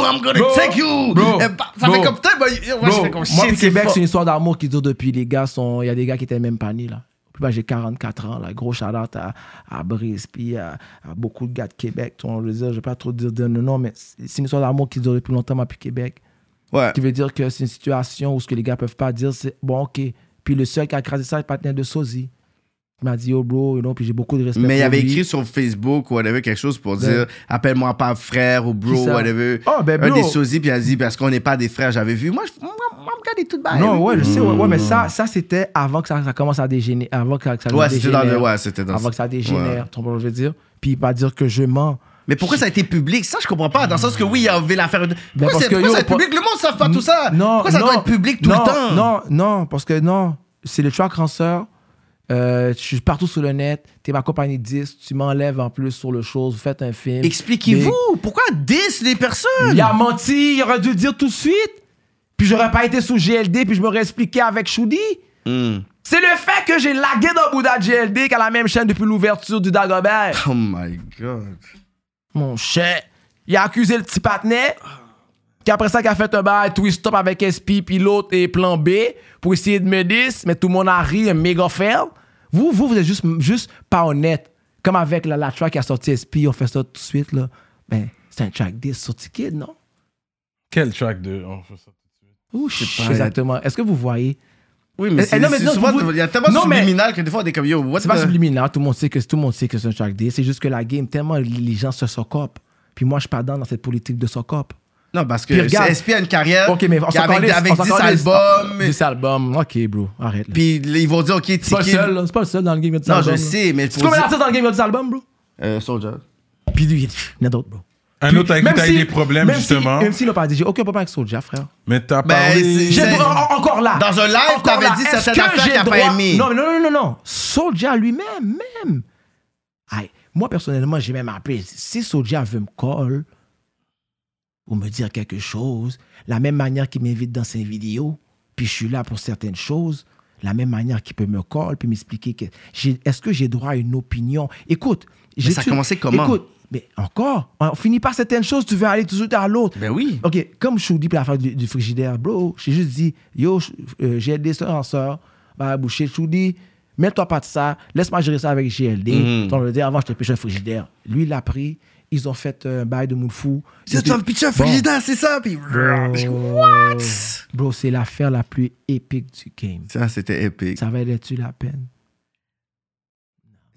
S2: fool, I'm gonna
S1: bro,
S2: take you.
S1: bro,
S2: Eh, bah, Ça
S1: bro.
S2: fait comme putain, bah, yo, moi, je
S1: Bro,
S2: fais comme
S4: moi,
S2: shit.
S4: puis Québec,
S2: fuck.
S4: c'est une histoire d'amour qui dure depuis les gars. sont- Il y a des gars qui étaient même pas nés, là. Puis moi, j'ai 44 ans, là. Gros shout-out à, à Brice, puis à, à beaucoup de gars de Québec. Tu vois, on veut dire, je vais pas trop dire de non, non, mais c'est c'est une histoire d'amour qui dure depuis longtemps, moi, puis Québec.
S2: Ouais.
S4: Qui veut dire que c'est une situation où ce que les gars peuvent pas dire, c'est bon, ok. Puis le seul qui a crasé ça, c'est le partenaire de Sozi. Il m'a dit, yo, bro, you know, puis j'ai beaucoup de respect.
S2: Mais il
S4: pour
S2: avait
S4: lui.
S2: écrit sur Facebook ou whatever quelque chose pour
S4: Ben.
S2: dire appelle-moi pas frère ou bro
S4: Qui ça?
S2: whatever.
S4: Ah, ben,
S2: Un
S4: bro.
S2: des sosies puis il a dit parce qu'on n'est pas des frères. J'avais vu. Moi je moi, moi, me regardais tout bas.
S4: Non, ouais, je sais, ouais, ouais, mais ça, ça c'était avant que ça, ça commence à dégénérer. Avant que ça, que ça
S2: Hmm. Ouais, c'était
S4: dégénère.
S2: dans le ouais, c'était dans.
S4: avant que ça
S2: Ouais.
S4: dégénère, tu comprends ce que je veux dire? Puis pas dire que je mens.
S2: Mais pourquoi ça a été public Ça je comprends pas dans le sens que oui, il a enlevé l'affaire. Pourquoi,
S4: parce
S2: c'est-
S4: que,
S2: pourquoi
S4: yo,
S2: ça a été
S4: pour-
S2: public Le monde ne savent pas tout ça.
S4: Non,
S2: Ah, pourquoi ça
S4: non,
S2: doit être public tout
S4: non,
S2: le temps
S4: Non, non, parce que non, c'est le track ranceur. Euh, je suis partout sur le net, t'es ma compagnie de 10, tu m'enlèves en plus sur le chose, vous faites un film.
S2: Expliquez-vous pourquoi 10 les personnes
S4: Mais Il a menti, il aurait dû le dire tout de suite. Puis j'aurais pas été sous GLD, puis je m'aurais expliqué avec Choudi.
S2: Hmm.
S4: C'est le fait que j'ai lagué dans Bouddha GLD qu'à la même chaîne depuis l'ouverture du Dagobert.
S2: Oh my god.
S4: Mon chien. Il a accusé le petit patinet. Puis après ça, il a fait un bail twist-up avec SP, puis l'autre et plan B pour essayer de me dire, mais tout le monde a ri, un méga fail. Vous, vous, vous êtes juste, juste pas honnête. Comme avec la, la track qui a sorti SP, on fait ça tout de suite, là. Ben, c'est un track 10 sur Ticket, non?
S1: Quel track de. on fait ça.
S4: Ouh, je sais
S2: pas.
S4: pas. Exactement. Est-ce que vous voyez?
S2: Oui, mais
S4: Eh,
S2: c'est
S4: non, mais
S2: c'est
S4: non,
S2: souvent-
S4: vous-
S2: il y a tellement de
S4: non, mais-
S2: subliminal que des fois, on est comme, yo, what
S4: C'est pas
S2: the-
S4: subliminal, tout le monde sait que tout le monde sait que c'est un track day. C'est juste que la game, tellement les gens se socopent. Puis moi, je suis pas dedans dans cette politique de socop.
S2: Non, parce
S4: Puis
S2: que
S4: regarde.
S2: SP a une carrière
S4: Ok, mais on s'en
S2: avec,
S4: calisse,
S2: avec
S4: on s'en
S2: 10
S4: calisse.
S2: albums.
S4: 10 albums, ok, bro, arrête. là.
S2: Puis ils vont dire, OK, Tiki.
S4: C'est pas le seul, là. c'est pas le seul dans le game qui a 10
S2: Non, je
S4: albums. là.
S2: sais, mais
S4: C'est
S2: faut
S4: combien
S2: dire-
S4: d'artistes dans le game qui a 10 albums, bro
S2: Euh, Soldier.
S4: Puis il y en a d'autres, bro.
S1: Un
S4: Puis,
S1: autre avec qui
S4: même
S1: t'as
S4: si-
S1: eu des problèmes,
S4: même si-
S1: justement.
S4: Même s'il n'a pas dit, j'ai aucun problème avec Soulja, frère.
S1: Mais t'as
S2: Ben,
S1: parlé.
S2: c'est-
S4: J'ai
S2: J'ai-
S4: droit- en- encore là.
S2: Dans un live,
S4: Encore
S2: t'avais
S4: là.
S2: dit
S4: Est-ce
S2: certaines
S4: que
S2: affaires
S4: j'ai
S2: qu'il a pas
S4: droit-
S2: aimées.
S4: Non, mais non, non, non, non. Soulja lui-même, même. Aïe, moi, personnellement, j'ai même appelé. Si Soulja veut me call ou me dire quelque chose, la même manière qu'il m'invite dans ses vidéos, puis je suis là pour certaines choses, la même manière qu'il peut me call puis m'expliquer que j'ai- est-ce que j'ai droit à une opinion. Écoute, j'ai
S2: ça a commencé comment?
S4: Écoute, mais encore, on finit par certaines choses, tu veux aller tout de suite à l'autre.
S2: Ben oui.
S4: OK, comme je vous dis pour l'affaire du, du frigidaire, bro, j'ai juste dit, yo, je- euh, GLD, c'est un sœur, va à la boucher, je vous dis, mets-toi pas de ça, laisse-moi gérer ça avec GLD.
S2: Mhm.
S4: On le dit, avant, je te pêche un frigidaire. Lui, il l'a pris, ils ont fait euh, un bail de moule fou.
S2: Tu vas me pitcher un
S4: Bon.
S2: frigidaire, c'est ça. Puis.
S4: What? Bro, c'est l'affaire la plus épique du game.
S2: Ça, c'était épique.
S4: Ça valait-tu la peine?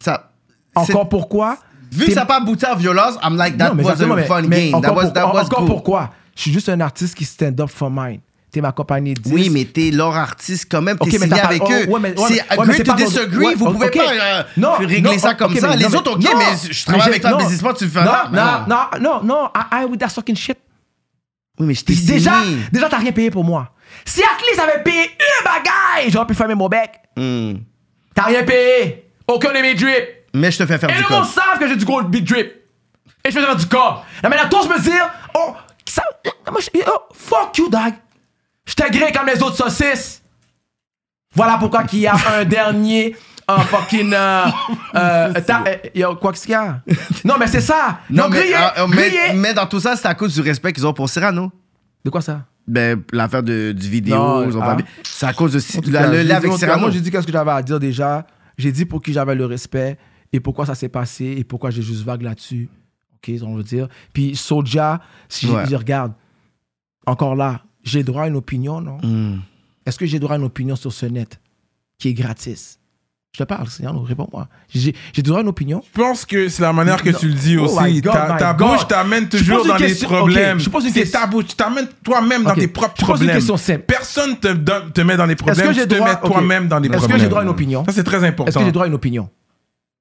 S2: Ça- c'est-
S4: Encore pourquoi?
S2: Vu que
S4: T'es-
S2: ça n'a pas abouti à violence, I'm like, that
S4: Non, mais
S2: was
S4: exactement,
S2: a
S4: mais-
S2: fun
S4: mais
S2: game. That
S4: Encore,
S2: was,
S4: pour-
S2: that was
S4: encore
S2: cool.
S4: pourquoi? Je suis juste un artiste qui stand up for mine. T'es ma compagnie 10.
S2: Oui, mais t'es leur artiste quand même, t'es
S4: Ok, mais
S2: signé
S4: t'as pas-
S2: avec
S4: oh,
S2: eux.
S4: ouais, mais- ouais, mais
S2: c'est
S4: c'est pas
S2: agree to
S4: pour-
S2: disagree,
S4: ouais,
S2: vous
S4: ok.
S2: pouvez pas euh,
S4: Non,
S2: régler
S4: non,
S2: ça
S4: ok,
S2: comme
S4: mais
S2: ça.
S4: non,
S2: Les
S4: mais-
S2: autres, ok,
S4: non,
S2: mais je travaille
S4: mais
S2: avec toi
S4: non,
S2: business plan, tu le fais
S4: Non,
S2: là.
S4: non, non, non, non, I, I with that fucking shit.
S2: Oui, mais je t'ai
S4: Puis
S2: signé.
S4: déjà, déjà, t'as rien payé pour moi. Si Atlas avait payé une bagaille, j'aurais pu fermer mon bec.
S2: Hmm.
S4: T'as rien payé. Aucun de mes drips.
S2: Mais je te fais faire
S4: Et
S2: du
S4: le monde
S2: cop.
S4: savent que j'ai du gros big drip. Et je fais faire du corps. La manière dont je me dire, oh, ça, moi, je- oh, fuck you, dog. Je t'agrée comme les autres saucisses. Voilà pourquoi qu'il y a
S2: (laughs)
S4: un dernier en fucking. Euh,
S2: Oh,
S4: euh, ta- euh, yo, quoi que ce qu'il
S2: (laughs)
S4: y a? Non, mais c'est ça. Non,
S2: mais,
S4: grillé,
S2: ah, mais-
S4: grillé.
S2: mais dans tout ça, c'est à cause du respect qu'ils ont pour Cyrano.
S4: De quoi ça?
S2: Ben, l'affaire de- du vidéo,
S4: Non,
S2: ils ont
S4: ah.
S2: pas bien- C'est à cause de Ci-
S4: En tout
S2: le
S4: cas, je
S2: le-
S4: l'ai dit,
S2: avec
S4: en tout cas,
S2: Cyrano.
S4: Moi, j'ai dit qu'est-ce que j'avais à dire déjà. J'ai dit pour qui j'avais le respect et pourquoi ça s'est passé et pourquoi j'ai juste vague là-dessus. OK, on veut dire. Puis Soja, si j'ai
S2: Ouais.
S4: dit, regarde, encore là, j'ai droit à une opinion, non
S2: Hmm.
S4: Est-ce que j'ai droit à une opinion sur ce net qui est gratis Je te parle, Seigneur, réponds-moi. J'ai j'ai droit à une opinion
S1: Je pense que c'est la manière que
S4: Non.
S1: tu le dis
S4: Oh my
S1: aussi.
S4: God,
S1: ta
S4: my
S1: ta
S4: God.
S1: bouche t'amène
S4: Je pose
S1: toujours
S4: une
S1: dans les
S4: question- ok,
S1: problèmes.
S4: je pose une
S1: c'est
S4: question.
S1: ta bouche. Tu t'amènes toi-même dans
S4: Ok,
S1: tes propres
S4: je pose une
S1: problèmes.
S4: question simple.
S1: Personne te, donne- te met dans les
S4: Est-ce
S1: problèmes.
S4: que j'ai
S1: tu te
S4: droit-
S1: mets
S4: ok.
S1: toi-même dans les
S4: Est-ce que
S1: problèmes.
S4: j'ai droit à une opinion
S1: Ça, c'est très
S4: Est-ce
S1: important.
S4: que j'ai droit à une opinion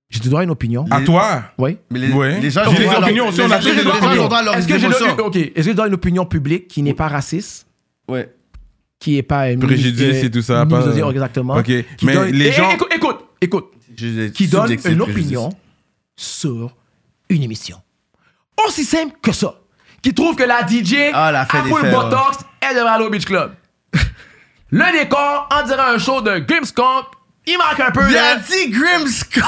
S4: J'ai droit à une opinion
S2: Ah.
S1: À toi
S4: Oui.
S2: Mais les,
S1: Ouais.
S2: les gens
S1: J'ai
S2: ils ont
S1: des
S2: droit à leur-
S1: opinions aussi, on a
S2: les gens-
S1: tous des
S2: les gens
S1: opinions.
S2: ont droit à leur
S4: Est-ce que j'ai
S2: émotions.
S4: droit- ok, est-ce que j'ai droit à une opinion publique qui n'est pas raciste
S2: Ouais.
S4: qui est pas une
S1: Préjudice et tout ça, pas-
S4: exactement.
S1: Ok,
S4: Qui
S1: mais
S4: donne-
S1: les
S4: et- et-
S1: gens-
S4: écoute, écoute, écoute, qui donne une opinion sur une émission. Aussi simple que ça. Qui trouve que la DJ
S2: Ah, la fête
S4: à
S2: des
S4: full
S2: fêtes,
S4: botox elle devrait aller au beach club. (laughs) Le décor, on dirait un show de Grimmskunk. Il manque un peu
S2: Il a
S4: là. Ah,
S2: dit Grimmscore.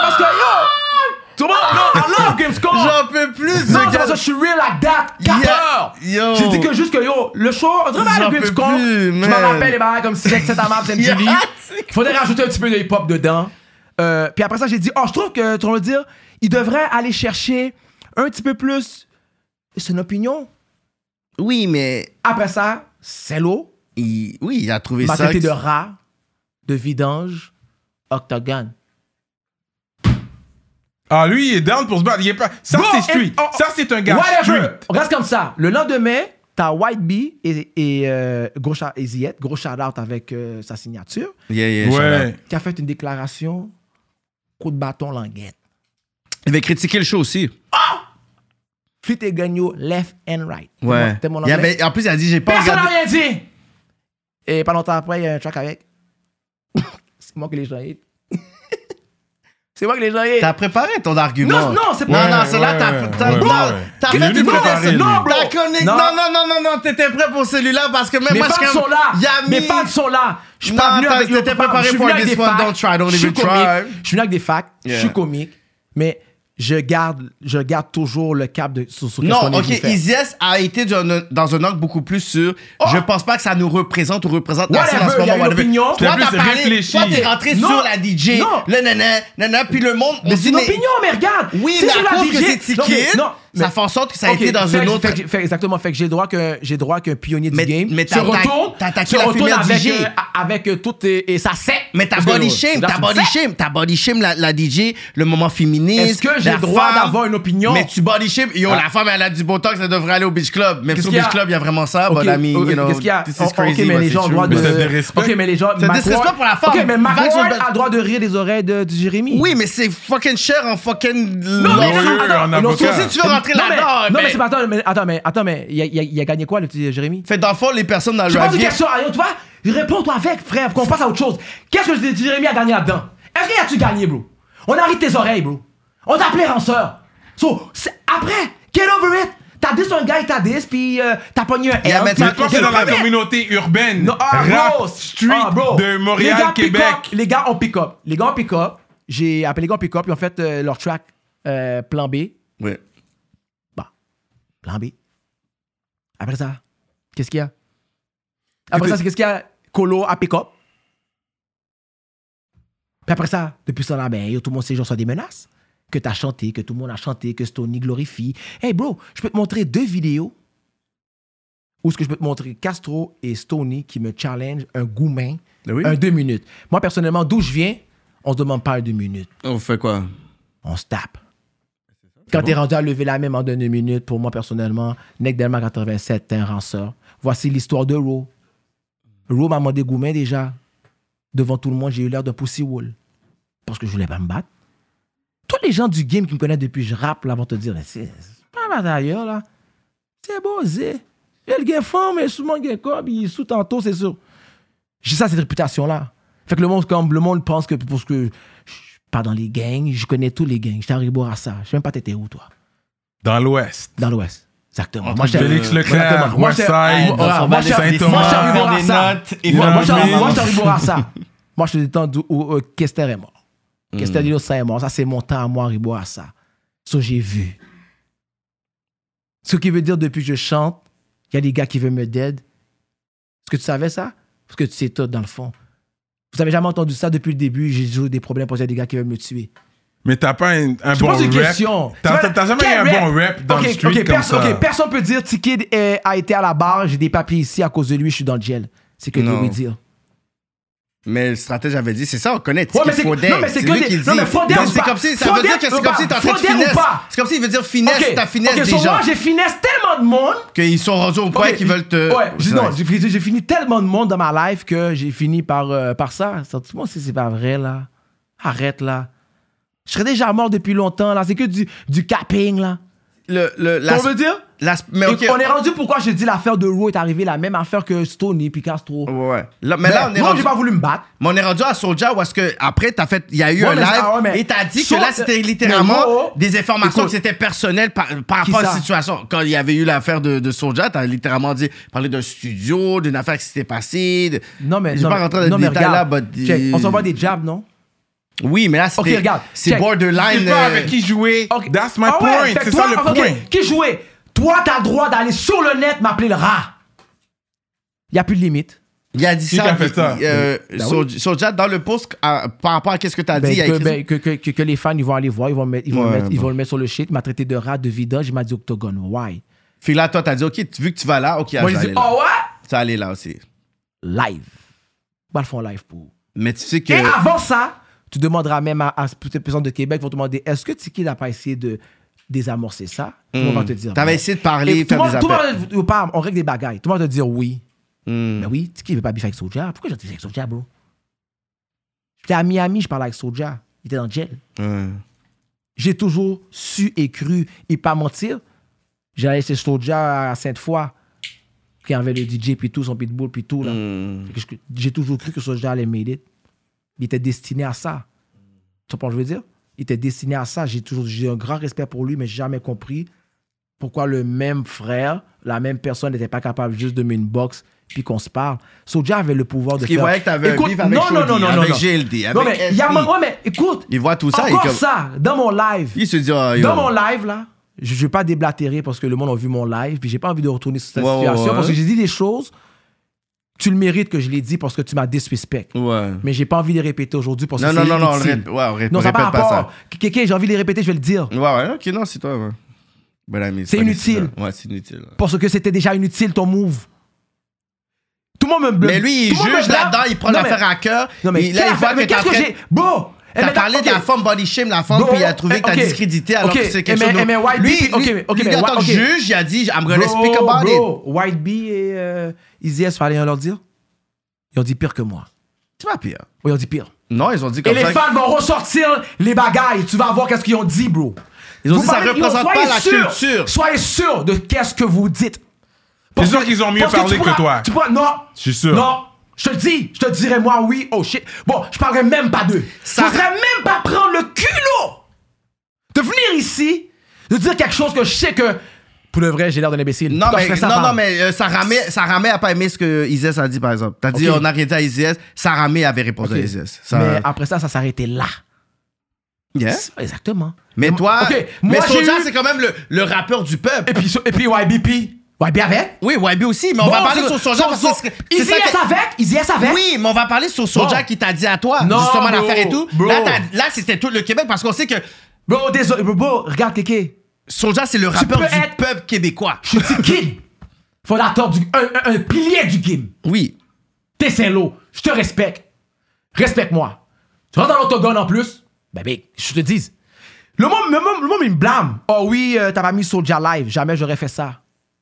S4: parce que yo, tout le monde, non, I love Grimmskunk.
S2: J'en peux plus.
S4: Non,
S2: ce
S4: c'est
S2: gars.
S4: pas ça, je suis real like that. 4
S2: Yeah.
S4: heures.
S2: Yo.
S4: J'ai dit que juste que yo, le show, on dirait
S2: Oh. J'en
S4: mal
S2: peux
S4: le con. Je
S2: plus,
S4: me
S2: man.
S4: rappelle les barrières comme 6,
S2: (laughs)
S4: 7 amable, saint Julie.
S2: Yeah.
S4: Faudrait rajouter un petit peu de hip-hop dedans. Euh, puis après ça, j'ai dit, oh, je trouve que, tu vas me dire, il devrait aller chercher un petit peu plus. C'est une opinion.
S2: Oui, mais
S4: Après ça, c'est l'eau.
S2: il, oui, il a trouvé
S4: Ma
S2: ça.
S4: traité de rat, de vidange, octogone.
S1: Ah, lui, il est down pour se battre. Il est pas... Ça,
S4: Bon,
S1: c'est
S4: et-
S1: street.
S4: oh, oh,
S1: ça, c'est un gars
S4: Whatever.
S1: street.
S4: On reste comme ça. Le lendemain, t'as White Bee et, et, euh, gros, shout- et Ziet, gros shout-out avec euh, sa signature,
S2: Yeah, yeah, shout out.
S1: Ouais.
S4: qui a fait une déclaration coup de bâton languette.
S2: Il avait critiqué le show aussi.
S4: Fit et Gagno, left and right.
S2: Ouais.
S4: T'es mon- t'es mon
S2: Il
S4: anglais?
S2: avait, en plus, il a dit j'ai pas
S4: Personne n'a
S2: regardé.
S4: rien dit. Et pas longtemps après, il y a un track avec. (laughs) C'est moi que les gens hate. (laughs) C'est moi que les gens hate.
S2: T'as préparé ton argument.
S4: Non, non, c'est
S2: Non,
S4: pas-
S2: non,
S1: Ouais,
S2: c'est là, t'as.
S1: ouais,
S2: t'as-
S1: ouais,
S2: non,
S1: ouais.
S2: T'as
S1: Il est
S2: fait
S1: venu
S2: une
S1: préparer,
S2: préparation.
S1: lui.
S4: Non, bro.
S2: T'as connecté.
S4: Non.
S2: Non, non, non, non, non, t'étais prêt pour celui-là parce que même
S4: Mes
S2: moi, je
S4: fans
S2: suis
S4: sont
S2: comme-
S4: là.
S2: Il a
S4: Mes
S2: mis-
S4: fans sont là. Je suis
S2: Non,
S4: pas venu
S2: attends,
S4: avec
S2: t'étais
S4: le-
S2: préparé
S4: je suis
S2: pour
S4: venu avec
S2: this
S4: des
S2: one,
S4: facts.
S2: don't try, don't
S4: Je suis
S2: even
S4: comique.
S2: try.
S4: Je suis venu avec des facts. Je suis
S2: Yeah.
S4: comique. Mais je garde, je garde toujours le cap de, sur, sur qu'est-ce
S2: Non,
S4: qu'on est
S2: ok,
S4: venu faire. Ah!
S2: Izias a été dans un, dans un angle beaucoup plus sûr. Je pense pas que ça nous représente ou représente la
S4: Whatever,
S2: scène en ce
S4: il y a
S2: moment.
S4: une
S2: whatever.
S4: opinion.
S2: Toi,
S1: T'as
S2: t'as
S1: plus
S2: parlé,
S1: réfléchi.
S2: toi, t'es rentré
S4: Non.
S2: sur la DJ,
S4: Non.
S2: le nana, nana, puis le monde. on
S4: Mais
S2: dit,
S4: c'est une opinion, mais regarde!
S2: Oui,
S4: c'est
S2: mais
S4: sur
S2: à
S4: la
S2: cause que
S4: DJ.
S2: c'est
S4: Non, mais-
S2: ticket,
S4: non, mais-
S2: ça fait en sorte que ça a
S4: Ok,
S2: été dans
S4: fait
S2: une
S4: que-
S2: autre...
S4: fait que- fait exactement, fait que j'ai droit que j'ai droit qu'un pionnier du
S2: Mais-
S4: game
S2: mais
S4: se
S2: t'as- t'as-
S4: retourne,
S2: t'as attaqué
S4: se
S2: la
S4: retourne
S2: femelle
S4: avec,
S2: DJ.
S4: euh, a- avec euh, tout et, et ça sait.
S2: Mais t'as
S4: Parce que,
S2: body
S4: euh,
S2: shame,
S4: là,
S2: t'as
S4: tu
S2: body
S4: sais.
S2: shame, t'as body shame la, la DJ, le moment féministe.
S4: Est-ce que j'ai
S2: la
S4: droit
S2: femme.
S4: d'avoir une opinion?
S2: Mais tu body shame, yo,
S4: Ah.
S2: la femme, elle a du botox, elle devrait aller au beach club. Même
S4: Qu'est-ce
S2: si au
S4: qu'il y a?
S2: beach club, il y a vraiment ça,
S4: Ok,
S2: but I mean,
S4: ok,
S2: you know,
S4: qu'est-ce qu'il y a?
S2: this
S4: Oh,
S2: is
S4: ok,
S2: crazy,
S4: mais
S2: but
S4: les
S2: it's
S4: gens ont
S2: true.
S4: droit de.
S1: Mais c'est dérespect.
S4: Ok, mais les gens.
S2: C'est
S4: Mac
S2: dérespect
S4: Ward-
S2: pour la femme.
S4: Ok, mais Mac
S2: Vague sur le
S4: Ward
S2: bas-
S4: a droit de rire des oreilles de, de Jérémy.
S2: Oui, mais c'est fucking cher en fucking...
S4: Non, mais
S1: Lawyer,
S4: attends, attends,
S1: en
S4: non,
S1: avocat.
S2: si tu veux rentrer
S4: Non, mais-
S2: là-dedans,
S4: Non,
S2: mais-
S4: mais c'est pas. Attends, mais attends, mais attends, mais il a- il a- il a gagné quoi, le petit Jérémy?
S2: Fait dans le fond, les personnes dans le
S4: Je pose
S2: rap
S4: une
S2: game-
S4: question, Ariel, tu vois? Réponds-toi avec, frère, qu'on passe à autre chose. Qu'est-ce que je- Jérémy a gagné là-dedans? Est-ce qu'il a-tu gagné, bro? On a ri de tes oreilles, bro. On t'a appelé ranceur. So, c'est- après, get over it. T'as dit sur un gars, il t'a dit, puis euh, t'as pogné un
S2: Il y a
S4: L,
S2: maintenant-
S4: puis-
S1: Toi,
S2: Ok,
S1: t'es dans la
S4: mais-
S1: communauté urbaine.
S4: Non, ah,
S1: rap,
S4: bro,
S1: street
S4: ah, bro.
S1: de Montréal,
S4: Les gars
S1: Québec.
S4: pick up, les gars ont pick-up. Les gars ont pick-up. J'ai appelé les gars en pick-up. Ils ont fait euh, leur track euh, plan B.
S2: Ouais.
S4: Plan B. Après ça, qu'est-ce qu'il y a? Après ça, c'est qu'est-ce qu'il y a? Colo à pick-up. Puis après ça, depuis ça là, ben, yo, tout le monde sait, j'en reçois des menaces. Que t'as chanté, que tout le monde a chanté, que Stoney glorifie. Hey bro, je peux te montrer deux vidéos où ce que je peux te montrer Castro et Stoney qui me challenge un goumin,
S2: Ben oui.
S4: un deux minutes. Moi, personnellement, d'où je viens, on se demande pas un deux minutes
S2: On fait quoi?
S4: on se tape. Quand t'es rendu à lever la même en deux minutes, pour moi personnellement, Nick Delma 87, t'es un ranceur. Voici l'histoire de Ro. Ro m'a demandé Goumen déjà. Devant tout le monde, j'ai eu l'air d'un pussy wall. Parce que je voulais pas me battre. Tous les gens du game qui me connaissent depuis que je rappe là, vont te dire, Mais c'est c'est pas mal d'ailleurs là. C'est beau, c'est. Il y a le fond, mais souvent il y a corps, puis il est sous tantôt, c'est sûr. J'ai ça, cette réputation-là. Fait que le monde, comme le monde pense que parce que je suis pas dans les gangs, je connais tous les gangs. J'étais à Ribourassa. Je sais même pas t'étais où, toi?
S1: Dans l'Ouest.
S4: Dans l'Ouest. Exactement. j'étais-
S1: Félix
S4: euh, Exactement.
S1: Leclerc,
S4: Moi, j'étais-
S1: Westside,
S4: Ouais, moi, j'étais- moi, j'étais à
S1: Saint-Thomas.
S4: Ribourassa.
S1: et
S4: Moi, moi, j'étais à-
S1: Lambert.
S4: moi, j'étais à Ribourassa. Moi, je suis du temps d'où- où euh, Kester est mort.
S2: Hmm. Mm.
S4: Kester Innocent est mort. Ça, c'est mon temps à moi, à Ribourassa. Ça, j'ai vu. Ce qui veut dire, depuis que je chante, il y a des gars qui veulent me dead. Est-ce que tu savais ça? Parce que tu sais tout, dans le fond. Vous avez jamais entendu ça depuis le début. J'ai toujours des problèmes parce qu'il y a des gars qui veulent me tuer.
S1: Mais t'as pas un, un
S4: Je
S1: bon
S4: pose une
S1: rap.
S4: question.
S1: T'as-
S4: Tu vois,
S1: T'as t'as jamais eu
S4: quel
S1: un bon rap dans
S4: Ok,
S1: le street
S4: ok,
S1: comme
S4: perso-
S1: ça.
S4: ok, personne peut dire Ticket euh, a été à la barre, j'ai des papiers ici à cause de lui, je suis dans le gel. C'est que
S2: Non.
S4: Louis dire.
S2: Mais le stratège avait dit, c'est ça, on connaît.
S4: Ouais, mais c'est-
S2: Faudel.
S4: non, mais c'est que
S2: lui
S4: des-
S2: qui le dit.
S4: non, mais Faudel
S2: Donc,
S4: ou
S2: c'est
S4: pas?
S2: comme si, ça
S4: Faudel
S2: veut dire que
S4: ou
S2: c'est
S4: pas?
S2: comme si t'es en train de
S4: Faudel ou
S2: finesse.
S4: pas?
S2: C'est comme s'il veut dire finesse,
S4: Ok,
S2: ta finesse
S4: ok,
S2: des
S4: so
S2: gens.
S4: moi, j'ai finesse tellement de monde.
S2: Qu'ils sont rendus au point
S4: Ok,
S2: qu'ils veulent te.
S4: Ouais, j'ai- non,
S2: Ouais.
S4: j'ai fini, j'ai fini tellement de monde dans ma life que j'ai fini par, euh, par ça. Tout le monde sait que c'est pas vrai, là. Arrête, là. Je serais déjà mort depuis longtemps, là. C'est que du, du capping, là.
S2: Le, le,
S4: Tu
S2: l'as-
S4: vois ce qu'on veut dire?
S2: l'as- mais
S4: Et
S2: ok.
S4: On est rendu pourquoi j'ai dit l'affaire de Rowe est arrivée, la même affaire que Stoney puis Castro.
S2: Ouais, ouais. Là- mais là, on est
S4: Rowe,
S2: rendu.
S4: Ben, j'ai pas voulu me battre.
S2: Mais on est rendu à Soulja où est-ce que après t'as fait, il y a eu
S4: Ouais,
S2: un
S4: mais-
S2: live
S4: ah ouais, mais-
S2: et t'as dit que
S4: Sauf-
S2: là c'était
S4: Mais
S2: littéralement
S4: oh, oh.
S2: des informations
S4: Écoute.
S2: qui étaient personnelles par, par
S4: Qui
S2: rapport à la
S4: ça?
S2: situation. Quand il y avait eu l'affaire de, de Soulja, t'as littéralement dit parler d'un studio, d'une affaire qui s'était passée. de-
S4: Non, mais.
S2: Je vais
S4: non,
S2: pas
S4: mais-
S2: rentrer dans les
S4: non, mais
S2: détails
S4: regarde.
S2: là, but-
S4: Check, On s'envoie des jabs, non?
S2: Oui, mais là
S4: Ok,
S2: c'était
S4: regarde,
S2: c'est
S4: check.
S1: Je sais
S2: borderline.
S1: pas
S2: euh,
S1: avec qui jouer.
S4: Ok.
S1: That's my
S4: Ah ouais,
S1: point.
S4: fait que
S1: C'est
S4: toi-
S1: ça le
S4: ok,
S1: point.
S4: Qui jouait? Toi, t'as le droit d'aller sur le net m'appeler le rat. Y a plus de limite.
S2: Il a dit
S1: Qui
S2: ça.
S1: qui a fait
S2: puis,
S1: ça?
S2: euh, Soulja- Soulja, dans le post à- par rapport à qu'est-ce que t'as
S4: Ben,
S2: dit, il a
S4: que,
S2: écrit ça.
S4: ben, que, que- que- que les fans ils vont aller voir, ils vont, le mettre, ils vont, le
S2: Ouais,
S4: mettre, ils
S2: bon.
S4: vont le mettre sur le shit. Il m'a traité de rat, de vidange, il m'a dit octogone. Why?
S2: Puis là, toi, t'as dit, OK, tu- vu que tu vas là, OK,
S4: Moi,
S2: je
S4: j'ai
S2: vais
S4: dit,
S2: aller là.
S4: oh ouais?
S2: Tu vas aller là aussi.
S4: Live. Bah, le font live pour.
S2: Mais tu sais que.
S4: Et avant ça, tu demanderas même à, à toutes les personnes de Québec, ils vont te demander est-ce que Tiki n'a pas essayé de désamorcer ça Tout le monde va te dire.
S2: Hmm. T'avais
S4: non.
S2: essayé de parler,
S4: Et tout
S2: faire
S4: le monde-
S2: des
S4: tout le
S2: appels.
S4: monde- on parle, on règle des bagailles. Tout le monde va te dire oui.
S2: Hmm.
S4: Mais oui, Tiki ne veut pas biffer avec Soja. Pourquoi j'ai avec Soja, bro J'étais à Miami, je parlais avec Soja. Il était dans le gel.
S2: Ouais.
S4: J'ai toujours su et cru et pas mentir. J'allais chez Soja à Sainte-Foy, qui avait le DJ, puis tout, son pitbull, puis tout. là.
S2: Hmm.
S4: Fait que je- J'ai toujours cru que Soja allait m'aider. Il était destiné à ça. Tu comprends ce que je veux dire? Il était destiné à ça. J'ai toujours j'ai un grand respect pour lui, mais j'ai jamais compris pourquoi le même frère, la même personne n'était pas capable juste de mettre une box puis qu'on se parle. Soulja avait le pouvoir de
S2: Parce qu'il
S4: faire.
S2: voyait que t'avais un
S4: Écoute,
S2: beef avec
S4: non, non,
S2: Shorty,
S4: non, non, non,
S2: avec
S4: non.
S2: GLD, avec
S4: non, mais, il y a
S2: SB.
S4: un moment- ouais, mais écoute,
S2: Il voit tout ça, il
S4: encore
S2: comme-
S4: ça, dans mon live.
S2: Il se dit, ah, yo.
S4: Dans mon live, là, je ne vais pas déblatérer parce que le monde a vu mon live, puis j'ai pas envie de retourner sur cette
S2: Ouais, ouais,
S4: situation
S2: ouais.
S4: parce que j'ai dit des choses. Tu le mérites que je l'ai dit parce que tu m'as disrespect.
S2: Ouais.
S4: Mais j'ai pas envie de les répéter aujourd'hui parce que
S2: Non,
S4: c'est
S2: non, non, non, on le
S4: inutile.
S2: répète- ouais, on ré-
S4: non, ça
S2: répète
S4: n'a
S2: pas
S4: pas rapport. Kéké, j'ai envie de les répéter, je vais le dire.
S2: Ouais, ouais, ok, non, c'est toi, ouais. Bon ami,
S4: C'est
S2: pas
S4: inutile.
S2: nécessaire. Ouais, c'est inutile. ouais.
S4: Parce que c'était déjà inutile ton move. Tout le monde me blâme.
S2: Mais lui, il
S4: Tout le monde me
S2: juge
S4: blâme.
S2: là-dedans, il prend
S4: Non,
S2: l'affaire
S4: mais-
S2: à cœur.
S4: Non, mais
S2: il- là,
S4: quelle
S2: il voit
S4: affaire- mais
S2: que t'as
S4: qu'est-ce que
S2: fait-
S4: j'ai. eh, Bon!
S2: T'as parlé de la femme body shame, la femme,
S4: Bon,
S2: puis il a trouvé que t'as
S4: ok.
S2: discrédité alors
S4: Ok,
S2: que c'est quelque
S4: mais-
S2: chose. de-
S4: mais white
S2: lui,
S4: people- ok, mais- ok,
S2: lui,
S4: mais
S2: en tant que
S4: white- ok.
S2: juge, il a dit, I'm gonna speak about it.
S4: White Bee et euh, Easy S, fallait rien leur dire. Ils ont dit pire que moi.
S2: C'est pas pire.
S4: Oui, ils ont dit pire.
S2: Non, ils ont dit
S4: Et
S2: comme
S4: les
S2: ça.
S4: fans vont ressortir les bagailles. Tu vas voir qu'est-ce qu'ils ont dit, bro.
S2: Ils ont
S4: Vous
S2: dit, ça
S4: parlez-
S2: représente
S4: yo, soyez
S2: pas la
S4: sûrs-
S2: culture.
S4: Soyez sûr de qu'est-ce que vous dites. Parce
S1: sûr
S4: que-
S1: qu'ils ont mieux
S4: parce tu
S1: parlé que
S4: pourras-
S1: toi.
S4: Tu pourras- non. Je
S1: suis sûr.
S4: Non. Je te le dis, je te dirais moi oui, oh shit. Bon, je parlerai même pas d'eux.
S2: Ça-
S4: Ça... Je voudrais même pas prendre le culot de venir ici, de dire quelque chose que je sais que, pour le vrai, j'ai l'air d'un imbécile.
S2: Non,
S4: Pourquoi
S2: mais,
S4: je fais ça,
S2: non,
S4: pardon?
S2: non, mais euh, Saramé, Saramé a pas aimé ce que Isès a dit, par exemple. T'as dit,
S4: Ok.
S2: on a rien dit à Isès, Saramé avait répondu
S4: Ok.
S2: à Isès. Ça- Hein?
S4: Mais ah, après ça, ça s'arrêtait là.
S2: Yeah.
S4: Exactement.
S2: Mais toi,
S4: Ok,
S2: mais
S4: moi, j'ai
S2: Soulja,
S4: eu-
S2: c'est quand même le, le rappeur du peuple.
S4: Et puis, et puis YBP. YB avec.
S2: Oui, YB aussi, mais on
S4: Bon,
S2: va parler
S4: c'est-
S2: sur Soulja parce que c'est- c'est
S4: Easy
S2: ça
S4: S
S2: que-
S4: avec, Easy S avec.
S2: Oui, mais on va parler sur Soulja
S4: Bon.
S2: qui t'a dit à toi,
S4: Non,
S2: justement,
S4: bro,
S2: l'affaire et tout.
S4: bro.
S2: Là, t'as- là, c'était tout le Québec parce qu'on sait que
S4: Bro, désolé, bro, bro, regarde Kéké.
S2: Soulja, c'est le rappeur
S4: peux
S2: du
S4: être-
S2: peuple québécois.
S4: Je suis kid. Fondateur du. Un, un- un pilier du game.
S2: Oui.
S4: T'es Saint-Lô. Je te respecte. Respecte-moi. Tu rentres dans l'autogone en plus. Ben, mec, je te dis. Le monde, le, monde, le monde, il me blâme. Oh oui, euh, t'as pas mis Soulja Live. Jamais j'aurais fait ça.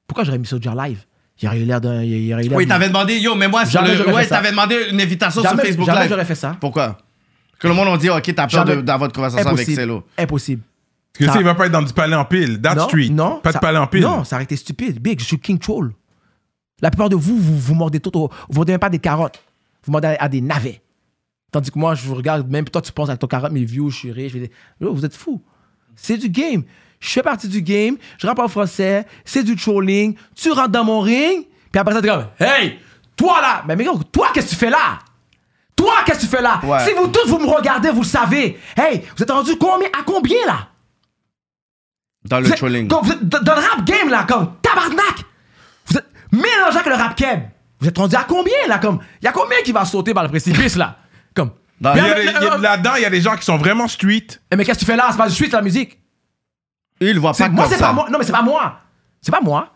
S4: Pourquoi j'aurais mis Soulja Live Il aurait eu l'air d'un. il aurait eu l'air
S2: Oui,
S4: d'un-
S2: t'avais demandé, yo, mais moi, sur
S4: Jamais
S2: le,
S4: j'aurais
S2: ouais,
S4: fait ça.
S2: t'avais demandé une invitation
S4: Jamais-
S2: sur Facebook
S4: jamais
S2: Live.
S4: j'aurais fait ça.
S2: Pourquoi? Que le monde on dit, ok, t'as peur
S4: Jamais.
S2: de- d'avoir une conversation avec
S4: Impossible.
S2: Celo.
S4: Impossible.
S1: Parce que
S4: Ça-
S1: ça, il va pas être dans du palais en pile. That
S4: non,
S1: street.
S4: Non,
S1: Pas de
S4: ça-
S1: palais en pile.
S4: Non, ça aurait été stupide. Big, je suis King Troll. La plupart de vous, vous, vous mordez tout. au- Vous mordez même pas des carottes. Vous mordez à, à des navets. Tandis que moi, je vous regarde, même toi, tu penses à ton 40 000 views, je suis riche. Je vais dire, Yo, vous êtes fous. C'est du game. Je fais partie du game. Je rappe en français. C'est du trolling. Tu rentres dans mon ring. Puis après ça, t'es comme, hey, toi là. Mais, mais gros, toi, qu'est-ce que tu fais là? Toi, qu'est-ce que tu fais là?
S2: Ouais.
S4: Si vous tous, vous me regardez, vous le savez. Hey, vous êtes rendu combien, à combien là?
S2: Dans le
S4: Vous êtes-
S2: trolling.
S4: donc, vous êtes dans dans le rap game, là, comme tabarnak! Vous êtes mélangé avec le rap game. Vous êtes rendu à combien, là, comme? Il y a combien qui va sauter par le précipice, là? Comme.
S2: Dans-
S4: Puis
S1: Il y a
S4: avec-
S1: des- il y a- Là-dedans, il y a des gens qui sont vraiment street.
S4: Eh, Mais qu'est-ce que tu fais là? C'est pas du suite, la musique.
S2: Il voit pas
S4: C'est- moi,
S2: comme
S4: c'est
S2: ça.
S4: pas moi. Non, mais c'est pas moi. C'est pas moi.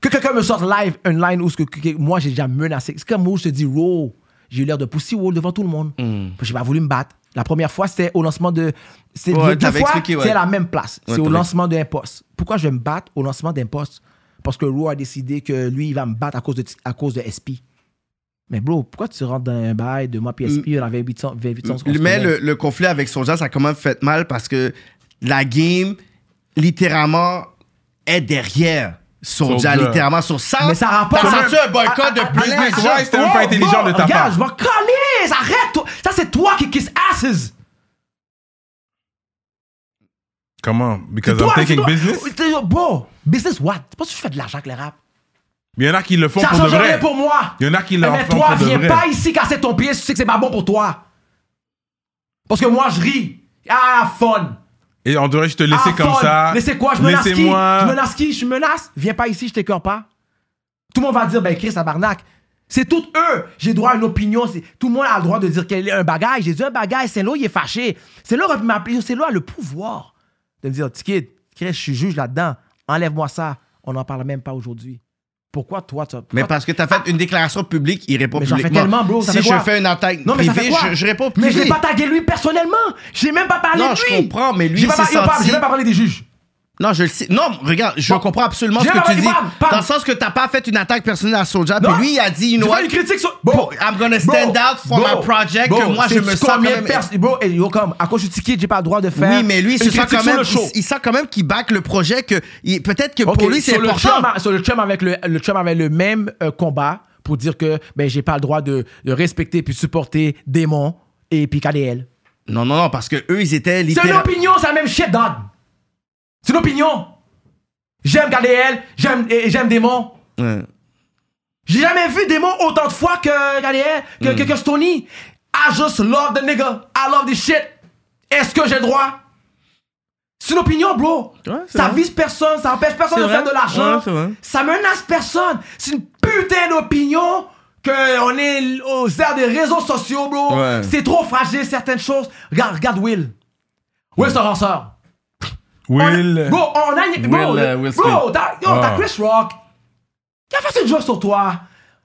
S4: Que quelqu'un me sorte live une line où ce que, que- que- moi, j'ai déjà menacé. C'est comme où je te dis, wow, j'ai eu l'air de Pussy Wall devant tout le monde.
S2: Hmm.
S4: J'ai pas voulu me battre. La première fois, c'était au lancement de. C'est
S2: Ouais,
S4: les deux
S2: t'avais
S4: fois,
S2: expliqué, ouais.
S4: c'est à la même place.
S2: Ouais,
S4: c'est au
S2: t'avais-
S4: lancement d'un poste. Pourquoi je vais me battre au lancement d'un poste Parce que Raw a décidé que lui, il va me battre à cause de, à cause de SP. Mais bro, pourquoi tu rentres dans un bail de moi puis SP, on avait 800, 2800 qu'on se
S2: Euh, Mais
S4: connaît?
S2: le, le conflit avec Soulja, ça a quand même fait mal parce que la game, littéralement, est derrière Soulja,
S1: Soulja.
S2: littéralement sur ça.
S4: Mais ça rapporte.
S2: Ah, T'as
S4: Quand
S2: senti
S4: même.
S2: un boycott de
S4: Ah, ah,
S2: plus
S1: business
S2: de gens.
S1: wise, c'était même pas
S4: Oh,
S1: intelligent
S4: bon,
S1: de ta
S4: Regarde,
S1: part.
S4: je m'en calisse, arrête toi. Ça, c'est toi qui kiss asses.
S1: Comment? Because I'm
S4: Toi, c'est
S1: taking
S4: toi.
S1: business?
S4: T'es- Bon, business what? Tu penses que je fais de l'argent avec les rap?
S1: Il y en a qui le font
S4: Ça
S1: pour de
S4: change rien
S1: vrai.
S4: pour moi.
S1: Il y en a qui le
S4: Mais
S1: font
S4: toi,
S1: pour de
S4: viens
S1: vrai.
S4: pas ici casser ton pied si tu sais que c'est pas bon pour toi. Parce que moi, je ris. Ah, fun.
S1: Et on dirait que je te
S4: Ah,
S1: laissais comme
S4: fun.
S1: ça.
S4: Laissez quoi? Je menace qui? Je
S1: Laissez-moi.
S4: menace qui? Je menace? Viens pas ici, je t'écœure pas. Tout le monde va dire, ben Chris, tabarnak. C'est tout eux. J'ai droit à une opinion. C'est- Tout le monde a le droit de dire qu'elle est un bagage. J'ai dit un bagage. C'est là, il est fâché. C'est là, il m'a appelé. C'est là, le pouvoir de me dire, Tikid, Chris, je suis juge là-dedans. Enlève-moi ça. On n'en parle même pas aujourd'hui. Pourquoi toi, tu as-
S2: Mais
S4: pourquoi-
S2: parce que t'as fait une déclaration publique, il répond
S4: Mais j'en fais
S2: publiquement.
S4: tellement, bro, ça
S2: si
S4: fait
S2: je
S4: quoi?
S2: fais une attaque
S4: Non, mais ça fait
S2: privée,
S4: quoi?
S2: je, je réponds
S4: Mais
S2: privé.
S4: je l'ai pas tagué lui personnellement. J'ai même pas parlé
S2: Non,
S4: de
S2: je
S4: lui.
S2: comprends, mais lui,
S4: J'ai pas,
S2: il s'est
S4: par- il parle-
S2: senti-
S4: j'ai même pas parlé des juges.
S2: Non, je le sais. Non, regarde, je
S4: Bon.
S2: comprends absolument ce
S4: J'ai
S2: que
S4: pas
S2: tu
S4: dit,
S2: dis.
S4: bam, bam.
S2: Dans le sens que t'as pas fait une attaque personnelle à Soulja, puis
S4: Non.
S2: lui, il a dit, you
S4: J'ai
S2: know
S4: fait
S2: what?
S4: une critique sur.
S2: Bon, I'm gonna stand out for my project, que moi, je me
S4: sais
S2: sens quand
S4: combien
S2: même-
S4: de personnes. Bro, et yo, comme, à cause du ticket, j'ai pas le droit de faire.
S2: Oui, mais lui, il se sent
S4: une critique
S2: quand
S4: sur
S2: même,
S4: le show.
S2: il, il sent quand même qu'il back le projet, que il- peut-être que
S4: Ok,
S2: pour lui, c'est
S4: sur le
S2: important.
S4: chum, sur le chum avec le, le chum avait le même euh, combat pour dire que ben j'ai pas le droit de, de respecter puis supporter Démon et puis KDL.
S2: Non, non, non, parce que eux, ils étaient
S4: C'est une
S2: littéralement.
S4: opinion, c'est la même shit, Don. C'est une opinion. J'aime KDL, j'aime et- et j'aime Démon.
S2: Ouais.
S4: J'ai jamais vu Démon autant de fois que KDL, que,
S2: Hmm.
S4: que, que Stoney. I just love the nigga. I love this shit. Est-ce que j'ai le droit? C'est une opinion, bro.
S2: Ouais, c'est
S4: ça
S2: vrai.
S4: vise personne, ça empêche personne
S2: C'est
S4: de faire
S2: vrai.
S4: de l'argent.
S2: Ouais, c'est vrai.
S4: ça menace personne. C'est une putain d'opinion qu'on est aux airs des réseaux sociaux, bro.
S2: Ouais.
S4: C'est trop fragile, certaines choses. Regarde, regarde Will. Will, c'est un ranceur.
S1: Will.
S4: Bro, on a une. Bro,
S2: Will, euh, Will
S4: bro t'as yo, t'as
S1: Ah.
S4: Chris Rock. Il a fait une joke sur toi.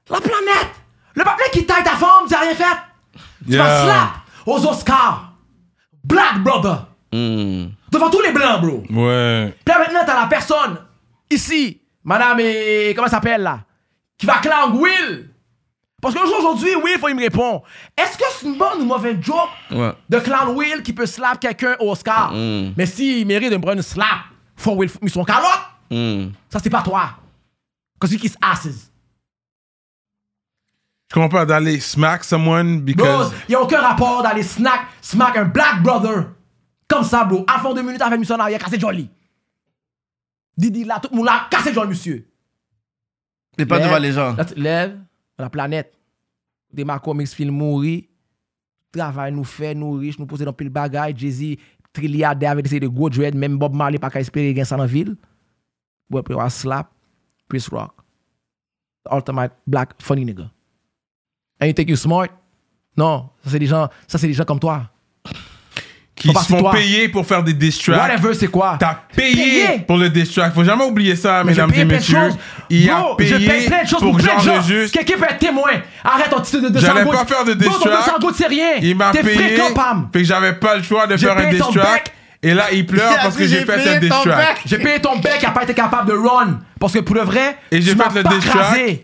S4: La planète. Le papier qui taille ta femme, tu n'as rien fait. Tu
S1: Yeah.
S4: vas slap aux Oscars. Black brother.
S2: Hmm.
S4: Devant tous les blancs, bro. Puis
S1: Ouais.
S4: là maintenant, t'as la personne. Ici, madame, et comment elle s'appelle là Qui va clang Will. Parce qu'un jour aujourd'hui, Will, faut il me répond. Est-ce que c'est une bonne ou mauvaise joke
S2: Ouais.
S4: de clown Will qui peut slap quelqu'un au Oscar. Mais s'il mérite de me prendre une slap, faut Will mais son calotte,
S2: Hmm.
S4: ça c'est pas toi. Cause you kiss asses.
S1: Je comprends pas d'aller smack someone
S4: Bro,
S1: because.
S4: y a aucun rapport dans les snacks, smack un black brother. Comme ça, bro. À fond deux minutes, avec mission en arrière, cassé joli. Didi là, tout le monde là, cassé joli, monsieur.
S2: T'es pas
S4: Lève.
S2: devant les gens.
S4: Là, tu te lèves, la planète. Des Marco Mixfield mourir. Travail nous fait, nous riches, nous poser dans pile bagaille. Jay-Z, trilliardaire avec des de gros dread. Même Bob Marley, pas qu'à espérer gagner ça dans la ville. Ouais, puis on va slap Chris Rock. Ultimate black funny nigga. And you think you smart? Non, ça c'est des gens, ça c'est des gens comme toi.
S1: Qui
S4: Faut
S1: se font
S4: partir toi.
S1: payer pour faire des diss tracks.
S4: Whatever, c'est quoi?
S1: T'as payé,
S4: Payé.
S1: pour le diss track. Faut jamais oublier ça,
S4: Mais j'ai
S1: mesdames
S4: payé
S1: et
S4: plein de
S1: messieurs.
S4: choses.
S1: Il
S4: Bro,
S1: a
S4: j'ai payé
S1: payé
S4: plein de choses
S1: pour
S4: pour plein de
S1: Jean
S4: gens.
S1: Juste.
S4: Quelqu'un peut être témoin. Arrête ton titre de 200
S1: J'allais
S4: gouttes.
S1: pas faire de
S4: Bro, ton
S1: diss track.
S4: 200 gouttes, c'est rien.
S1: Il m'a
S4: T'es
S1: payé.
S4: fréquent, Pam.
S1: Fait que j'avais pas le choix de
S4: J'ai
S1: faire un
S4: payé
S1: diss
S4: ton
S1: track.
S4: bec.
S1: Et là, il pleure parce que j'ai fait ce diss track.
S4: J'ai payé ton bec à pas été capable de run. Parce que pour le vrai,
S1: Et j'ai
S4: tu
S1: fait
S4: m'as
S1: le
S4: pas
S1: diss track.
S4: crasé.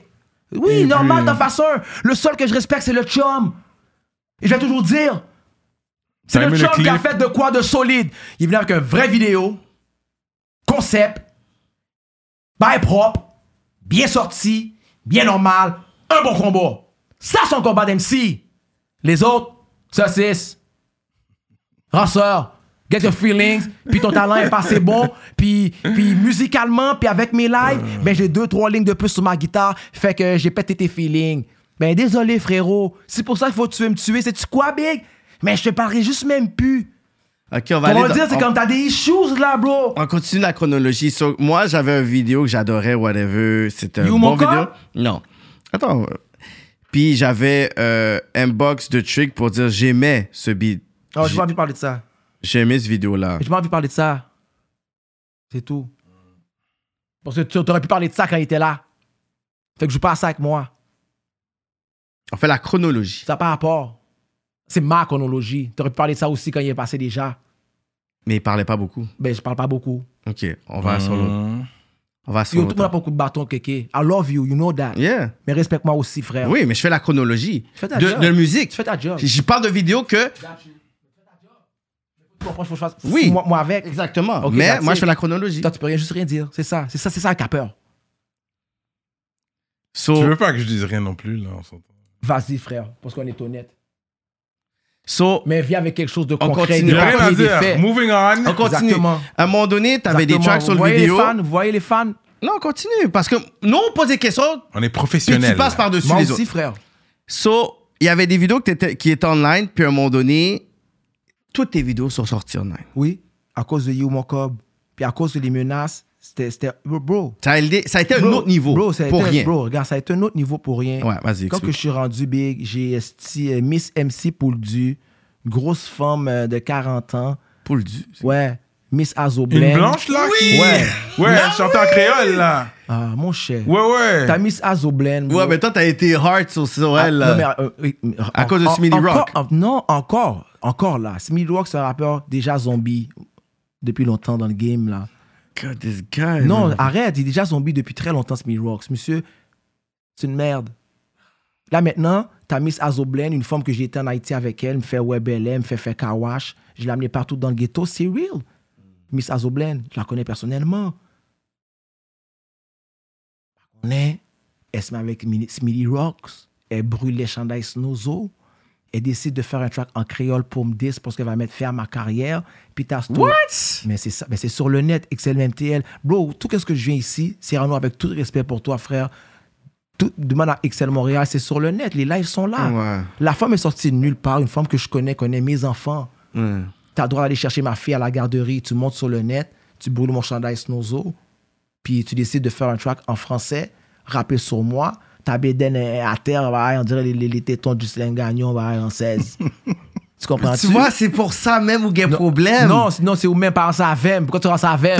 S4: Oui,
S1: Et
S4: normal,
S1: puis-
S4: t'en façon. Le seul que je respecte, c'est le chum. Et je vais toujours dire, c'est
S1: T'as
S4: le
S1: aimé
S4: chum
S1: le
S4: qui a
S1: clip?
S4: fait de quoi de solide. Il vient avec une vraie vidéo, concept, bail propre, bien sorti, bien normal, un bon combat. Ça, c'est un combat d'MC. Les autres, saucisses, Rasseur, get your feelings, puis ton talent est passé bon, puis, puis musicalement, puis avec mes lives, ben j'ai deux, trois lignes de plus sur ma guitare, fait que j'ai pété tes feelings. Ben désolé frérot, c'est pour ça qu'il faut que tu veux me tuer, c'est-tu quoi Big? Mais je te parlerai juste même plus.
S2: Ok, on va
S4: On
S2: aller.
S4: va
S2: dans-
S4: dire, c'est
S2: on-
S4: comme t'as des issues là, bro.
S2: On continue la chronologie. So, moi, j'avais une vidéo que j'adorais, whatever. C'était un
S4: You
S2: bon
S4: Mocha?
S2: vidéo. Non. Attends. euh. Puis j'avais euh, un box de trick pour dire j'aimais ce beat.
S4: Oh, j'ai
S2: J'ai-
S4: pas envie de parler de ça.
S2: J'aimais cette vidéo-là.
S4: J'ai pas envie de parler de ça. C'est tout. Parce que tu- t'aurais pu parler de ça quand il était là. Fait que je joue pas à ça avec moi.
S2: On fait la chronologie.
S4: Ça n'a pas rapport. C'est ma chronologie. T'aurais pu parler de ça aussi quand il est passé déjà.
S2: Mais il parlait pas beaucoup.
S4: Ben, je parle pas beaucoup.
S2: Ok, on
S4: Hmm.
S2: va sur l'autre.
S1: Mmh.
S2: On va sur
S4: Yo, tout le monde a
S2: l'autre.
S4: pas beaucoup de bâton, kéké. I love you, you know that.
S2: Yeah.
S4: Mais respecte-moi aussi, frère.
S2: Oui, mais je fais la chronologie
S4: Fais ta
S2: de,
S4: job.
S2: de musique.
S4: Tu fais ta job.
S2: Je parle de vidéos que.
S4: Tu comprends, faut que je fasse-
S2: Oui.
S4: Moi, moi avec.
S2: Exactement.
S4: Ok,
S2: mais
S4: that's
S2: moi,
S4: it.
S2: je fais la chronologie.
S4: Toi, tu peux rien, juste rien dire. C'est ça. C'est ça, c'est ça, un capeur.
S2: So,
S1: Tu veux pas que je dise rien non plus, là, on s'entend.
S4: Vas-y, frère, parce qu'on est honnête.
S2: so,
S4: Mais viens avec quelque chose de
S2: On
S4: concret.
S2: continue.
S4: de
S1: J'ai rien à
S4: papier, des
S1: dire.
S4: faits.
S1: Moving on.
S2: on continue.
S4: Exactement.
S2: À un moment donné, tu avais des
S4: Exactement.
S2: tracks sur
S4: vous
S2: le
S4: voyez
S2: vidéo.
S4: Les fans, vous voyez les fans
S2: Non, continue. Parce que nous, on pose des questions,
S1: On est
S2: puis
S1: professionnels.
S2: tu passes par-dessus
S4: Moi
S2: les
S4: aussi,
S2: autres.
S4: frère.
S2: So, il y avait des vidéos que t'étais- qui étaient online, puis à un moment donné, toutes tes vidéos sont sorties online.
S4: Oui, à cause de You Mokob, puis à cause de les menaces, c'était. c'était- Bro, bro,
S2: Ça a, été- ça a été un
S4: bro,
S2: autre niveau.
S4: Bro, ça a
S2: pour
S4: été un-
S2: rien.
S4: Bro, regarde, ça a été un autre niveau pour rien.
S2: Ouais, vas-y,
S4: Quand
S2: explique.
S4: que je suis rendu big, j'ai esti- euh, Miss MC Pouldu, grosse femme euh, de 40 ans.
S2: Pour le du.
S4: Ouais, Miss Azoblen.
S1: Une blanche, là qui-
S4: Ouais.
S1: Ouais, elle chantait en créole, là.
S4: Ah, mon cher.
S1: Ouais, ouais.
S4: T'as Miss Azoblen. bro.
S2: Ouais, mais toi, t'as été hard sur, sur
S4: Ah,
S2: elle.
S4: non,
S2: là.
S4: mais, euh, oui, mais,
S2: À
S4: en-
S2: cause de
S4: en-
S2: Smitty
S4: encore-
S2: Rock.
S4: en- non, encore. Encore là. Smitty Rock, c'est un rappeur déjà zombie depuis longtemps dans le game, là.
S2: God, this guy.
S4: Non, ah,
S2: man.
S4: arrête, il est déjà zombie depuis très longtemps, Smith Rocks. Monsieur, c'est une merde. Là maintenant, t'as Miss Azoblen, une femme que j'ai été en Haïti avec elle, me fait Webelem, me fait faire Kawash. Je l'ai amenée partout dans le ghetto, c'est real. Miss Azoblen, je la connais personnellement. On est, elle se met avec Mini- Smiley Rocks, elle brûle les chandails Snozo,
S9: Elle décide de faire un track en créole pour me dire parce qu'elle va mettre fin à ma carrière. Puis t'as
S4: What?
S9: Mais c'est ça, mais c'est sur le net, XLMTL. Bro, tout ce que je viens ici, Cyrano, avec tout le respect pour toi, frère, tout, demande à XL Montréal, c'est sur le net, les lives sont
S4: ah.
S9: là.
S2: Ouais.
S9: La femme est sortie de nulle part, une femme que je connais, connaît mes enfants.
S2: Ouais.
S9: T'as le droit d'aller chercher ma fille à la garderie, tu montes sur le net, tu brûles mon chandail Snozo, puis tu décides de faire un track en français, rapper sur moi. Ta bédaine est à terre, bah, on dirait les, les- les tétons du sling gagnon bah, en
S2: (laughs)
S9: 16. tu comprends-tu?
S2: Tu vois, c'est pour ça même où il y a problème.
S4: Non, c'est- non, c'est ou même pense à Vem. Pourquoi tu penses à
S2: (laughs)
S4: Vem?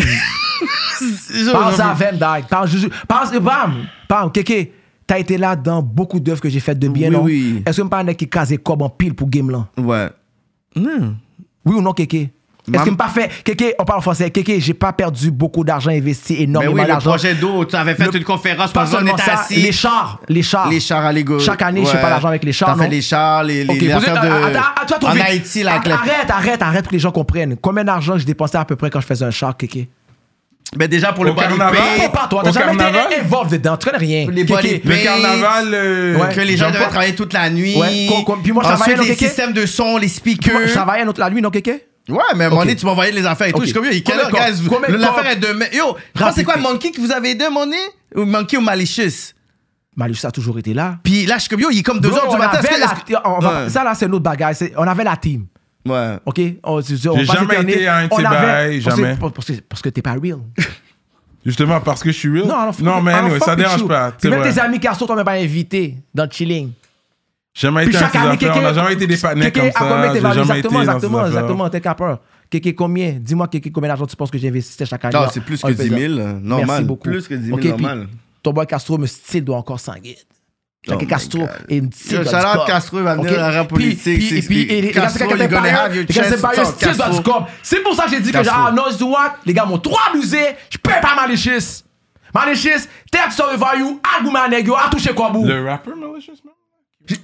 S2: Je-
S4: pense à Vem, Dag. Pense Juju. Pense, bam, bam, Kéké. T'as été là dans beaucoup d'œuvres que j'ai faites de bien,
S2: Oui,
S4: non?
S2: oui.
S4: Est-ce que me parle qui case cob en pile pour game là?
S2: Ouais. Ben Non.
S4: Oui ou non, Kéké? Est-ce
S2: Mam-
S4: que me pas fait, Kéké, on parle français, Kéké, j'ai pas perdu beaucoup d'argent investi,
S2: Mais
S4: énormément
S2: oui, le
S4: d'argent.
S2: projet d'eau, tu avais fait
S4: Le-
S2: une conférence
S4: pas
S2: parce qu'on
S4: seulement
S2: était
S4: ça,
S2: assis.
S4: les chars, les chars.
S2: Les chars allégoriques.
S4: Chaque année, je fais pas l'argent avec les chars,
S2: T'as fait
S4: non?
S2: les chars, les, les,
S4: Ok,
S2: les
S4: posez-
S2: affaires de.
S4: attends, attends, attends,
S2: en
S4: vite.
S2: Haïti, là, avec la
S4: Arrête, arrête, arrête pour que les gens comprennent. Combien d'argent je dépensais à peu près quand je faisais un char, Kéké?
S2: Mais Ben, déjà pour le
S1: Au
S2: party
S1: carnaval.
S4: Pas
S2: pay,
S4: pas toi,
S1: Au
S4: t'as jamais
S1: carnaval?
S4: été involved dedans, tu connais rien.
S2: Les
S4: Kéké.
S2: body
S1: Le
S2: Mais-
S1: carnaval. euh,
S2: que les gens devaient travailler toute la nuit.
S4: Ouais, qu'on- qu'on- puis moi, je
S2: Ensuite,
S4: travaillais,
S2: les
S4: ok, ok.
S2: systèmes de son, les
S4: Moi,
S2: speakers.
S4: Je travaillais un autre la nuit, non, Kéké?
S2: Ouais, mais à un moment donné, tu m'envoyais les affaires et tout.
S4: Ok.
S2: Je suis comme, yo, il est quelle
S4: Combien
S2: heure,
S4: de
S2: guys?
S4: corps? Combien de
S2: L'affaire
S4: corps?
S2: est demain. Yo, je pense que c'est quoi, Monkey qui vous avez aidé, Monkey? Ou Monkey ou Malicious?
S4: Malus a toujours été là.
S2: Puis là, je suis comme, yo, il est comme 2
S4: Bro,
S2: h du
S4: on
S2: matin.
S4: avait
S2: est-ce que-
S4: la-
S2: est-ce que-
S4: on va-
S2: Ouais.
S4: Ça, là, c'est une autre bagaille. C'est- On avait la team.
S2: Ouais.
S4: OK? On, c'est- on
S1: J'ai
S4: va
S1: jamais
S4: s'éterniser.
S1: été à un de
S4: On
S1: ces
S4: avait-
S1: bails,
S4: parce que-
S1: jamais.
S4: Parce que, parce que t'es pas real.
S1: Justement, parce que je suis real.
S4: (laughs) alors,
S1: Non, mais
S4: alors,
S1: anyway,
S4: fuck
S1: ça
S4: with
S1: dérange
S4: you.
S1: pas.
S4: Puis
S1: c'est
S4: Même
S1: vrai.
S4: tes amis carceaux t'ont même pas invité dans le chilling.
S1: J'ai jamais
S4: Puis
S1: été un de
S4: chaque
S1: ces
S4: année,
S1: affaires.
S4: Kéké.
S1: On n'a jamais été des partenaires
S4: Kéké,
S1: comme
S4: à combien
S1: ça.
S4: t'es
S1: J'ai
S4: valable?
S1: jamais été
S4: Exactement,
S1: dans ces
S4: exactement,
S1: affaires.
S4: exactement. T'es capeur. Kéké, combien? Dis-moi, Kéké, combien d'argent tu penses que j'investissais chaque année?
S2: Non,
S4: là,
S2: c'est plus
S4: en
S2: que
S4: le
S2: 10 000,
S4: faisant?
S2: euh, normal.
S4: Merci beaucoup.
S2: Plus que 10 000,
S4: OK, puis
S2: normal.
S4: Ton boy Castro me style doit encore sanguer. Fait
S2: Oh
S4: que
S2: my
S4: Castro
S2: God.
S4: et me style.
S2: Yo, shout
S4: doit du
S2: out
S4: corps.
S2: Castro, il va venir
S4: OK?
S2: dans le rap
S4: Puis-
S2: politique,
S4: puis-
S2: c'est-
S4: puis-
S2: c'est-
S4: et- et- et-
S2: Castro,
S4: regarde,
S2: you're gonna
S4: c'est
S2: have your
S4: pas- regarde,
S2: chance
S4: c'est pas
S2: to
S4: un
S2: talk,
S4: style doit
S2: Castro.
S4: du corps. C'est pour ça que j'ai dit que
S2: Castro.
S4: genre, ah, non, je dis what? Les gars m'ont trop abusé. Je peux pas Malicious. Malicious, Tech Survivor, you, Agouman Negyo, a touché Kwabou.
S1: Le rapper malicious, man?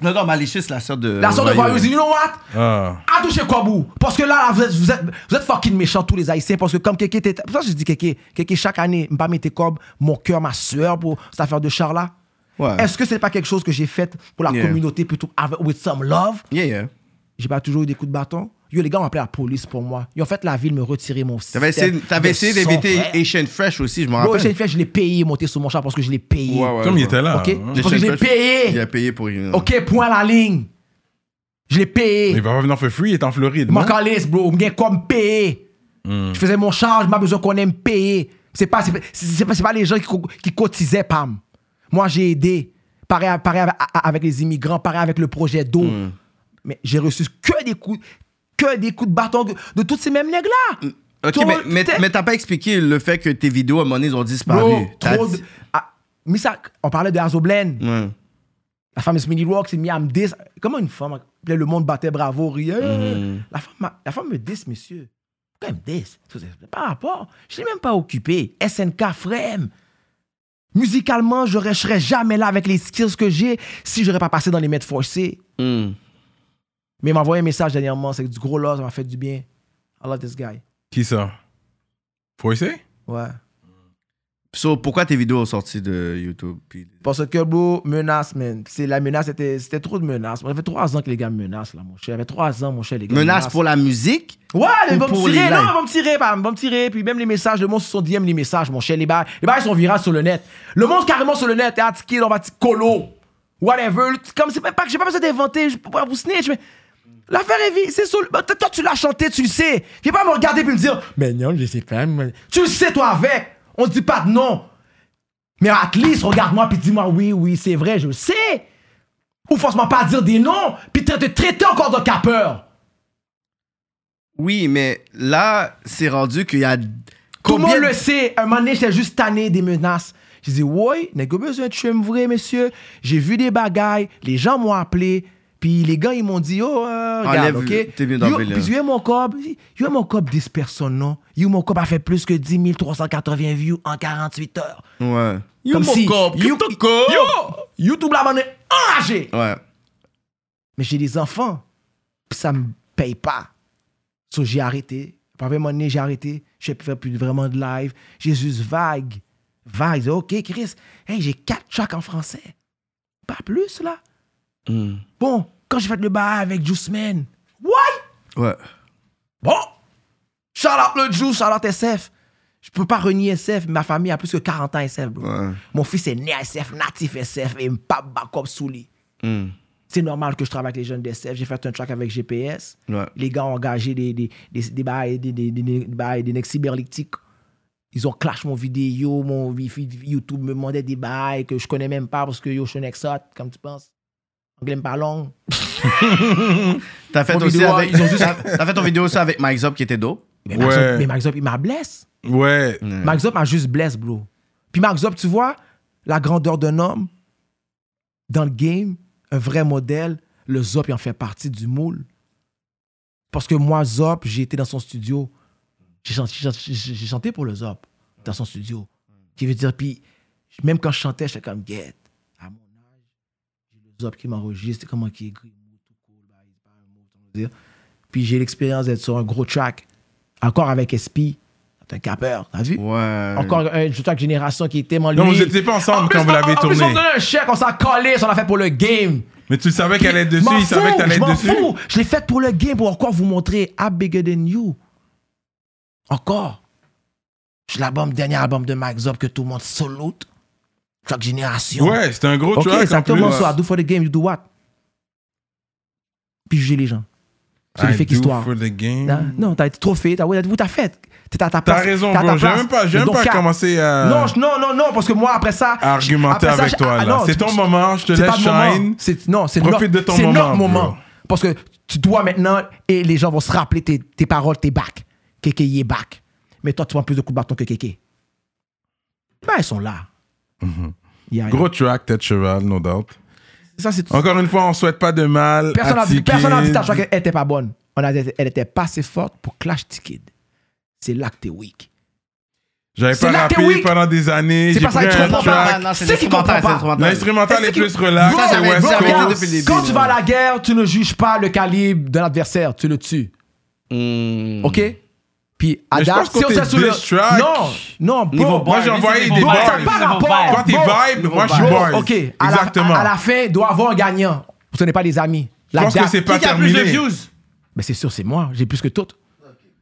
S2: Non, non, Malicious, la sœur de.
S4: La sorte de
S2: Voyou.
S4: voyous, you know what?
S1: Ah.
S4: à toucher Kwabou. Parce que là, là, vous, êtes, vous, êtes, vous êtes fucking méchants, tous les Haïtiens. Parce que comme Kéké était. Pour ça, je dis Kéké, Kéké, chaque année, me pas mettre Kob, mon cœur, ma sueur pour cette affaire de char là.
S2: Ouais.
S4: Est-ce que c'est pas quelque chose que j'ai fait pour la
S2: Yeah.
S4: communauté plutôt avec, with some love?
S2: Yeah, yeah.
S4: J'ai pas toujours eu des coups de bâton. Yo, les gars ont appelé la police pour moi. Ils ont fait la ville me retirer mon système.
S2: T'avais essayé, t'avais
S4: de
S2: essayé
S4: sang,
S2: d'éviter
S4: frère.
S2: Asian Fresh aussi, je m'en
S4: Bro, j'ai
S2: rappelle.
S4: fait, je l'ai payé, monter sur mon char parce que je l'ai payé.
S2: Ouais, ouais,
S1: Comme
S2: ouais.
S1: il était là.
S4: Ok?
S1: hein.
S4: Parce que je l'ai payé.
S2: Il a payé pour une.
S4: Ok, point à la ligne. Je l'ai payé.
S1: Il va pas venir for free, il est en Floride.
S4: Mon
S1: non?
S4: calice, bro, je quoi me payer.
S2: Hmm.
S4: Je faisais mon charge, m'a besoin qu'on aime me payer. C'est pas, c'est, c'est- c'est pas, c'est pas les gens qui, co- qui cotisaient, Pam. Moi, j'ai aidé. Pareil, à- pareil avec, à- avec les immigrants, pareil avec le projet d'eau.
S2: Hmm.
S4: Mais j'ai reçu que des coups, que des coups de bâton de, de tous ces mêmes nègres-là.
S2: Ok,
S4: Trop-
S2: mais, mais,
S4: t'es-
S2: mais t'as pas expliqué le fait que tes vidéos, à un moment donné, ils ont
S4: Bro,
S2: disparu. Bah T'as
S4: trop
S2: dit-
S4: de- Ah, mais ça, on parlait de Azoblen.
S2: Ouais.
S4: La femme de Smitty Rock s'est mise à me dis. Comment une femme. Là, le monde battait bravo, rien.
S2: Mm-hmm.
S4: La, femme, m'a- la femme me dis, monsieur. Pourquoi elle me dis Par rapport. Je ne l'ai même pas occupé. SNK Frame. Musicalement, je ne serais jamais là avec les skills que j'ai si je n'aurais pas passé dans les maîtres forcés.
S2: Hmm.
S4: Mais il m'a envoyé un message dernièrement. C'est que du gros là, ça m'a fait du bien. I love this guy.
S1: Qui ça? Faut essayer?
S4: Ouais.
S2: So, pourquoi tes vidéos ont sorti de YouTube? Puis...
S4: Parce que, bro, menace, man. C'est, la menace, c'était, c'était trop de menaces. Moi, Ça fait trois ans que les gars me menacent, là, mon cher. Ça fait trois ans, mon cher, les gars. me
S2: Menace
S4: menacent.
S2: pour la musique?
S4: Ouais, ils
S2: Ou
S4: vont me
S2: pour les
S4: tirer, non,
S2: lives.
S4: ils vont me tirer, pam, ils vont me tirer. Puis même les messages, le monde se sont DM les messages, mon cher, les bails. Les bails sont virales sur le net. Le monde carrément sur le net, hein, t'es attiqué, on va te colo. Whatever. Comme c'est même pas que j'ai pas besoin d'inventer, je peux pas vous snitch, mais. L'affaire est vie, c'est sur le- Bah, t- Toi, tu l'as chanté, tu le sais. Viens pas me regarder puis me dire, mais non, je sais pas. moi. Tu le sais, toi, avec. On se dit pas de non. Mais at least, regarde-moi puis dis-moi, oui, oui, c'est vrai, je le sais. Ou forcément pas dire des noms, puis te te traiter encore de capeur.
S2: Oui, mais là, c'est rendu qu'il y a.
S4: Tout le
S2: combien
S4: monde
S2: de-
S4: le sait. Un moment donné, j'étais juste tanné des menaces. J'ai dit, ouais, n'a pas besoin de chum vrai, monsieur. J'ai vu des bagailles, les gens m'ont appelé. Puis les gars, ils m'ont dit, oh, euh, regarde,
S2: Enlève,
S4: ok.
S2: t'es bien
S4: You-
S2: d'enlever, là.
S4: Puis you mon cob, you mon cob 10 personnes, non? You mon cob a fait plus que 10 380 views en 48 heures.
S2: Ouais.
S4: Comme si-
S2: you mon cop.
S4: Yo! YouTube là, m'en est enragé.
S2: Ouais.
S4: Mais j'ai des enfants. Puis ça me paye pas. So, j'ai arrêté. Puis à un moment donné, j'ai arrêté. Je ne fais plus vraiment de live. J'ai juste vague. Vague. OK, Hmm. Chris. Hey, j'ai quatre tracks en français. Pas plus, là. Bon, quand j'ai fait le bail avec Juice Man. Why?
S2: Ouais.
S4: Bon, shout out le Juice, shout out SF. Je peux pas renier SF, ma famille a plus que 40 ans SF, bro.
S2: Ouais.
S4: Mon fils est né à SF, natif SF, et pas backup sous lui.
S2: Hmm.
S4: C'est normal que je travaille avec les jeunes d'SF. J'ai fait un track avec GPS.
S2: Ouais.
S4: Les gars ont engagé des, des, des, des bails, des, des, des, des bails, des necks cyberlictiques. Ils ont clash mon vidéo, mon vi- vi- YouTube me demandait des bails que je connais même pas parce que yo, je suis un exote, comme tu penses. Anglais me pas long.
S2: T'as fait
S4: Mon
S2: aussi
S4: vidéo,
S2: avec.
S4: ils ont juste-
S2: T'as (laughs) t'as fait ton vidéo aussi avec Mike Zop qui était dope.
S4: Mais Max
S1: Ouais.
S4: Up- mais Max Up, il m'a blessé.
S1: Ouais.
S2: Hmm.
S4: Max Zop m'a juste blesse, bro. Puis Max Zop, tu vois, la grandeur d'un homme, dans le game, un vrai modèle, le Zop, il en fait partie du moule. Parce que moi, Zop, j'ai été dans son studio. J'ai chanté, j'ai chanté- j'ai chanté pour le Zop, dans son studio. Qui veut dire, puis même quand je chantais, j'étais comme, get, à mon âge, j'ai le Zop qui m'enregistre, comment qui écrit, tout cool, bah, il parle, mot, on va dire. Puis j'ai l'expérience d'être sur un gros track, encore avec SP, t'es un capeur, t'as vu?
S2: Ouais.
S4: Encore un track génération qui était mon
S1: Euh, Non, vous étiez pas ensemble quand vous l'avez
S4: On
S1: tourné.
S4: s'en donnait un chèque, on s'en collé, on l'a fait pour le game.
S1: Mais tu savais qu'elle allait être dessus,
S4: M'en
S1: il savait que
S4: fous,
S1: t'allais
S4: je
S1: être
S4: m'en
S1: dessus.
S4: fous. Je l'ai fait pour le game pour encore vous montrer I'm bigger than you. Encore. C'est l'album, dernier album de Max Zop que tout le monde salute. Track génération.
S1: Ouais, c'était un euh, gros
S4: ok,
S1: track en plus.
S4: exactement. So I do for the game, you do what? Puis juger les gens. C'est
S1: I
S4: les fake
S1: do
S4: histoire.
S1: for the game.
S4: Hein? Non, t'as été trop fait, t'as ouais, t'as fait. T'es à ta place.
S1: T'as raison,
S4: t'es à ta
S1: bro. J'ai
S4: place.
S1: même pas, j'ai même
S4: Donc,
S1: pas
S4: qu'à-
S1: commencé à,
S4: non, je- non, non, non, parce que moi, après ça.
S1: à Euh, argumenter
S4: après ça,
S1: avec
S4: je-
S1: toi.
S4: ah,
S1: là.
S4: non,
S1: c'est
S4: tu-
S1: ton moment, je te
S4: c'est
S1: laisse
S4: pas le moment.
S1: shine.
S4: C'est- Non, c'est
S1: Profite
S4: notre-
S1: de ton
S4: c'est
S1: moment,
S4: notre
S1: bro.
S4: moment. Parce que tu dois maintenant, et les gens vont se rappeler tes, tes paroles, tes bacs. Kéké, il est back. Mais toi, tu prends plus de coups de bâton que Kéké. Ben, ils sont là. Yeah,
S1: Mhm. Gros track, tête cheval, no doubt.
S4: yeah. Ça, c'est tout.
S1: Encore une fois, on souhaite pas de mal.
S4: Personne
S1: à
S4: n'a dit,
S1: T-Kid.
S4: personne n'a dit ta qu'elle était pas bonne. On a dit, elle était pas assez forte pour clash Ticket. C'est là que t'es weak.
S1: J'avais
S4: C'est
S1: pas
S4: là que t'es
S1: rappé
S4: weak.
S1: pendant des années.
S4: C'est
S1: J'ai
S4: pas ça
S1: pris
S4: que tu
S1: un
S4: comprends pas.
S1: track.
S2: Non, non, c'est
S4: C'est qui comprend
S2: l'instrumental, c'est
S4: pas.
S2: l'instrumental.
S1: L'instrumental est
S4: Est-ce
S1: plus
S4: que-
S1: relax.
S4: Bro,
S2: Ça, j'avais
S1: ouais,
S2: dit,
S4: bro,
S2: j'avais
S4: regarde,
S2: dit depuis le début,
S4: Quand tu
S2: ouais.
S4: vas à la guerre, tu ne juges pas le calibre de l'adversaire, tu le tues.
S2: Mm.
S4: OK Puis à
S1: Mais je
S4: date,
S1: pense
S4: si on
S1: côté
S4: sait sur le
S1: diss track,
S4: Non, non, bro.
S1: Moi, j'ai envoyé des
S4: Bro, ça
S1: bars.
S4: n'a pas rapport.
S1: Quand t'es
S4: Bro,
S1: vibe, moi, je suis
S4: bro,
S1: boy.
S4: OK, à la,
S1: Exactement.
S4: à la fin, il doit y avoir un gagnant. Vous n'est pas des amis.
S1: Je
S4: La
S1: pense que
S4: date-
S1: c'est pas
S4: Qui a-
S1: terminé.
S4: Mais c'est sûr, c'est moi, j'ai plus que tout.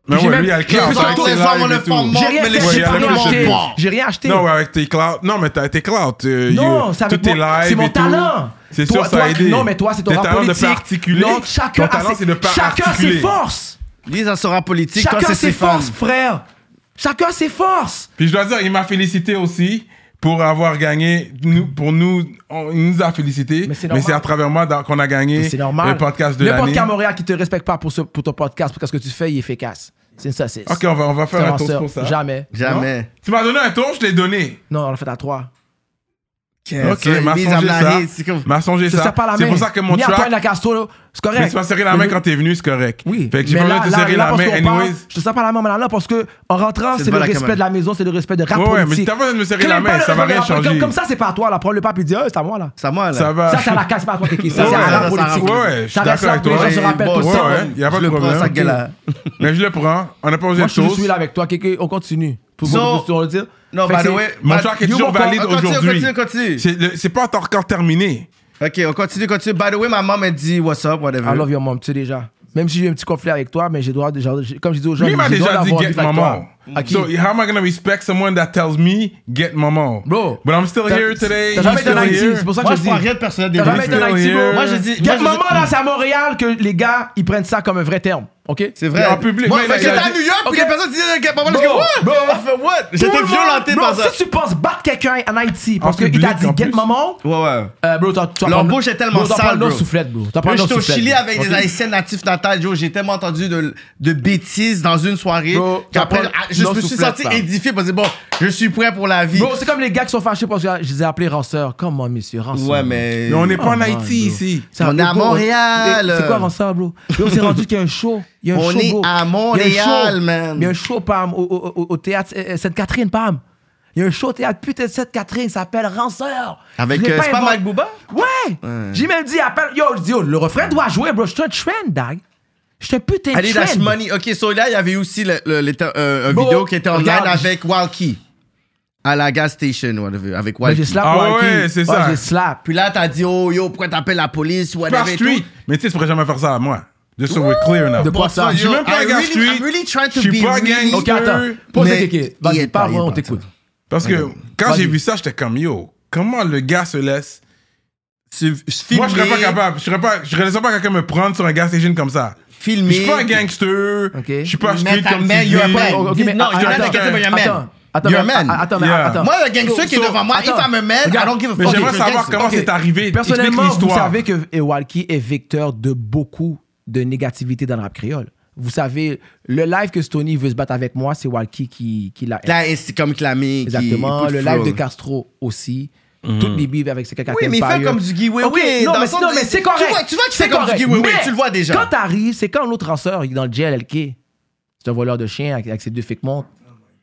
S1: Mais
S4: J'ai
S1: ouais,
S4: même-
S1: lui, il a le
S4: j'ai
S1: clap.
S4: plus
S1: avec
S4: que
S1: ses
S4: tout.
S2: Ensemble,
S1: lives
S2: on
S1: et
S2: le
S1: tout.
S2: forme.
S4: J'ai
S2: Mort,
S4: rien
S2: mais
S4: fait,
S2: les
S1: chiffres
S4: j'ai
S1: sont
S4: rien acheté.
S2: morts.
S4: J'ai rien acheté.
S1: Non, ouais, avec tes clouds. Non, mais t'as tes clouds. euh,
S4: Non,
S1: you-
S4: c'est
S1: tous
S4: avec
S1: tes
S4: moi.
S1: lives
S4: C'est
S1: et
S4: mon
S1: tout.
S4: talent.
S1: C'est
S4: Toi-
S1: sûr, ça
S4: toi-
S1: a aidé.
S4: Non, mais toi, c'est ton
S1: Tes
S4: rap
S1: talents de
S4: politique.
S1: faire articuler.
S4: Non, chacun
S1: Ton
S4: a
S1: talent,
S4: ses-
S1: c'est de pas
S4: Chacun a ses
S1: articuler.
S4: forces.
S2: Lui, dans son rap politique, toi,
S4: Chacun a
S2: c'est
S4: ses
S2: ses fans.
S4: forces, frère. Chacun a ses forces.
S1: Puis je dois dire, il m'a félicité aussi pour avoir gagné. Nous, pour nous, on- il nous a félicité.
S4: Mais c'est
S1: Mais
S4: normal.
S1: c'est à travers moi dans- qu'on a gagné
S4: Et C'est normal.
S1: le podcast de
S4: Le
S1: l'année.
S4: podcast Montréal qui te respecte pas pour, ce, pour ton podcast, pour ce que tu fais, il est efficace. C'est ça, c'est.
S1: Ok, on va, on va faire un toast pour ça.
S4: Jamais.
S2: Jamais.
S1: Tu m'as donné un tour, je l'ai donné.
S4: Non, on l'a fait à trois.
S1: Ok,
S2: Ils
S1: m'a
S2: disent,
S1: songé
S2: I'm
S1: ça.
S2: like, c'est comme-
S1: M'a songé
S4: Ça
S1: ça.
S4: sert pas la main.
S1: C'est pour ça que mon
S4: Ni Antoine
S1: track.
S4: Lacasto, là, c'est correct.
S1: Mais tu m'as serré la main quand t'es venu, c'est correct.
S4: Oui.
S1: Fait que j'ai
S4: Mais
S1: pas besoin
S4: là-
S1: de
S4: là-
S1: serrer
S4: là,
S1: la
S4: parce
S1: main,
S4: qu'on parle,
S1: anyways.
S4: Je te sers pas la main, mais là, là, parce que en rentrant,
S2: C'est
S4: c'est le
S2: devant la
S4: respect
S2: caméra.
S4: de la maison, c'est le respect de rap
S1: Ouais, ouais, mais
S4: politique.
S1: t'as pas besoin de me serrer
S4: Claim
S1: la
S4: pas
S1: main,
S4: le
S1: ça va
S4: respect de
S1: rien
S4: rap- comme-
S1: changer.
S4: Comme ça, c'est pas à toi, là. Prends le pape et dis, Eh, c'est à moi, là.
S2: C'est à moi, là.
S1: Ça va.
S4: Ça, c'est à la casse, c'est pas à toi, Kiki. Ça,
S2: Ouais,
S4: c'est à la
S2: ça,
S4: rap
S2: ça
S4: politique.
S1: Ouais, ouais, je suis
S4: Ça reste
S1: d'accord avec
S4: là,
S1: toi.
S4: les gens se rappellent
S2: Bon,
S4: tout ça.
S1: Ouais, ouais, y a pas
S2: Je
S1: de
S2: le prends,
S1: problème.
S2: ça gueule-là.
S1: (laughs) Mais je le prends. On n'a pas besoin
S4: Moi,
S1: de
S4: je suis- je suis
S1: toast.
S4: là avec toi, Kiki. On continue. Pour-
S2: So-
S4: pour- pour le dire.
S2: Non,
S4: Fait
S2: by
S4: que
S2: the
S4: c'est-
S2: way,
S1: Mon
S2: by-
S1: track est
S4: Yo,
S1: toujours
S4: mon corps-
S1: valide
S2: on continue,
S1: aujourd'hui.
S2: continue, continue.
S1: C'est le- C'est pas encore terminé.
S2: Ok, on continue, continue. By the way, ma mom, elle dit what's up, whatever.
S4: I love your mom, tu sais déjà. Même si j'ai eu un petit conflit avec toi, mais j'ai droit de. genre, j'ai- Comme je dis aux gens,
S1: Lui m'a
S4: j'ai droit
S1: déjà dit
S4: d'avoir un
S1: get
S4: beef avec
S1: maman.
S4: toi. À qui
S1: So how am I gonna respect someone that tells me get maman?
S4: Bro,
S1: But I'm still
S4: t'as-
S1: here today.
S4: T'as jamais
S1: he's
S4: été en
S1: still
S4: Haïti,
S1: here.
S4: c'est pour ça que
S2: Moi,
S4: je
S2: je
S4: dis.
S2: prends rien de personnel des
S4: T'as
S2: gens.
S4: jamais été en Haïti, bro.
S2: Moi, je dis.
S4: Get
S2: moi, je
S4: maman,
S2: dis-
S4: là, c'est à Montréal que les gars, ils prennent ça comme un vrai terme, ok?
S2: C'est vrai.
S1: En public,
S2: Moi,
S1: mais
S2: fait que
S1: il a
S2: j'étais à
S1: dit-
S2: New York, puis
S4: Ok.
S2: les personnes disaient Get maman, je dis
S4: Bro,
S2: what?
S4: bro.
S2: I fait what?
S4: Tout
S2: J'étais
S4: le monde-
S2: violenté
S4: Bro,
S2: par ça.
S4: Si tu penses battre quelqu'un en Haïti parce
S1: En
S4: qu'il t'a
S1: public,
S4: dit
S1: Ah, en
S4: get
S1: plus.
S4: maman,
S2: Ouais, ouais.
S4: euh, bro, t'as- tu vas
S2: Leur
S4: prendre-
S2: bouche est tellement
S4: bro, t'as
S2: sale,
S4: prendre notre
S2: bro.
S4: soufflette, bro. T'as
S2: Yo,
S4: prendre
S2: J'étais
S4: notre
S2: au
S4: soufflette,
S2: Chili
S4: bro.
S2: avec des
S4: Ok?
S2: Haïtiens natifs natales, yo, j'ai tellement entendu de, de bêtises dans une soirée
S4: Bro,
S2: qu'après,
S4: t'as pas-
S2: ah, je
S4: non
S2: me suis
S4: soufflette,
S2: senti
S4: ça.
S2: édifié parce que bon, je suis prêt pour la vie.
S4: Bro, c'est comme les gars qui sont fâchés parce que je les ai appelés ranceurs. Comment, monsieur, ranceur?
S2: ouais, mais.
S1: Mais on n'est pas en
S4: man,
S1: Haïti
S4: bro.
S1: ici.
S4: C'est
S2: On est à
S4: bro,
S2: Montréal.
S4: C'est quoi ranceur, bro? Bro, c'est rendu qu'il y a un show. Il y a un
S2: On
S4: show,
S2: est
S4: bro.
S2: à
S4: Il y a un
S2: Montréal,
S4: show.
S2: man.
S4: Il y a un show, Pam, au, au- au- au théâtre euh, euh, Sainte-Catherine, Pam. Il y a un show au théâtre putain de Sainte-Catherine, ça s'appelle Ranceur.
S2: Avec,
S4: Je l'ai
S2: euh, c'est pas
S4: inventé.
S2: Mike Booba?
S4: Ouais! J'ai même dit, appelle. Yo, je dis, yo, le refrain doit jouer, bro. Je suis un trend, dag. Je suis un putain de
S2: Allez, Dash
S4: trend.
S2: Money. Ok, so là, il y avait aussi le, le- l'éta- euh, une
S4: Bro,
S2: vidéo qui était en ligne
S4: regarde,
S2: avec Wild Key. à la gas station, whatever, avec
S4: Mais
S2: White.
S4: j'ai slap
S1: Ah
S4: Walkie.
S1: ouais, c'est ça.
S4: J'ai slap.
S2: Puis là, t'as dit, oh yo, pourquoi t'appelles la police, whatever.
S1: Par
S2: et
S1: street.
S2: tout.
S1: Mais tu sais, tu pourrais jamais faire ça à moi. Just so we're clear now.
S4: De pas ça.
S1: Je suis même pas
S2: I
S1: un gars
S2: really-
S1: street.
S2: I'm really trying to
S1: Je suis
S2: be
S1: pas
S2: really-
S1: gangster.
S4: Ok, attends. Pose
S2: Mais
S4: la kéké.
S2: il
S4: Vas-y,
S2: est pas, il est
S4: parle, on
S2: pas,
S4: t'écoute.
S1: Parce que quand
S4: Vas-y.
S1: j'ai vu ça, j'étais comme yo, comment le gars se laisse
S2: Se- se filmer,
S1: Moi, je serais pas capable. Je serais pas, je laisserais pas quelqu'un me prendre sur un gas station comme ça. Je
S2: Filmer.
S1: suis pas un gangster.
S4: Ok.
S1: Je suis pas
S2: Mais
S1: street
S2: ta
S1: comme
S2: mère,
S1: tu dis.
S2: you're a man.
S4: Ok,
S2: Dis-
S4: mais
S2: non,
S4: attends,
S2: je te laisse
S4: attends,
S2: quelqu'un, mais il y a man.
S4: Attends, attends,
S2: You're
S4: mais-
S2: a man.
S4: ah, Attends, mais
S1: Yeah.
S4: attends.
S2: Moi, le gangster qui est devant moi, il
S4: attends.
S2: va me mettre. I
S4: Regarde.
S2: don't give a
S1: Mais
S2: fuck.
S1: j'aimerais
S2: je
S1: savoir
S2: gangster.
S1: comment
S4: Ok.
S1: c'est arrivé. Explique
S4: Personnellement, vous
S1: l'histoire.
S4: savez que Ewalki est vecteur de beaucoup de négativité dans le rap créole. Vous savez, le live que Stony veut se battre avec moi, c'est Walkie qui, qui l'a.
S2: Là, c'est comme clamé.
S4: Exactement. Le live de Castro aussi. Toutes les bibles avec ses caca
S2: Mhm. Oui, mais il fait comme du giveaway.
S4: Ok,
S2: oui,
S4: non,
S2: dans
S4: mais,
S2: le sens
S4: non,
S2: de-
S4: mais c'est correct.
S2: Tu vois, tu vois qu'il
S4: C'est
S2: fait comme du
S4: correct.
S2: giveaway, oui,
S4: Mais
S2: tu le vois déjà.
S4: Quand t'arrives, c'est quand l'autre ranceur, il est dans le jail LK. C'est un voleur de chien avec, avec ses deux fake montres.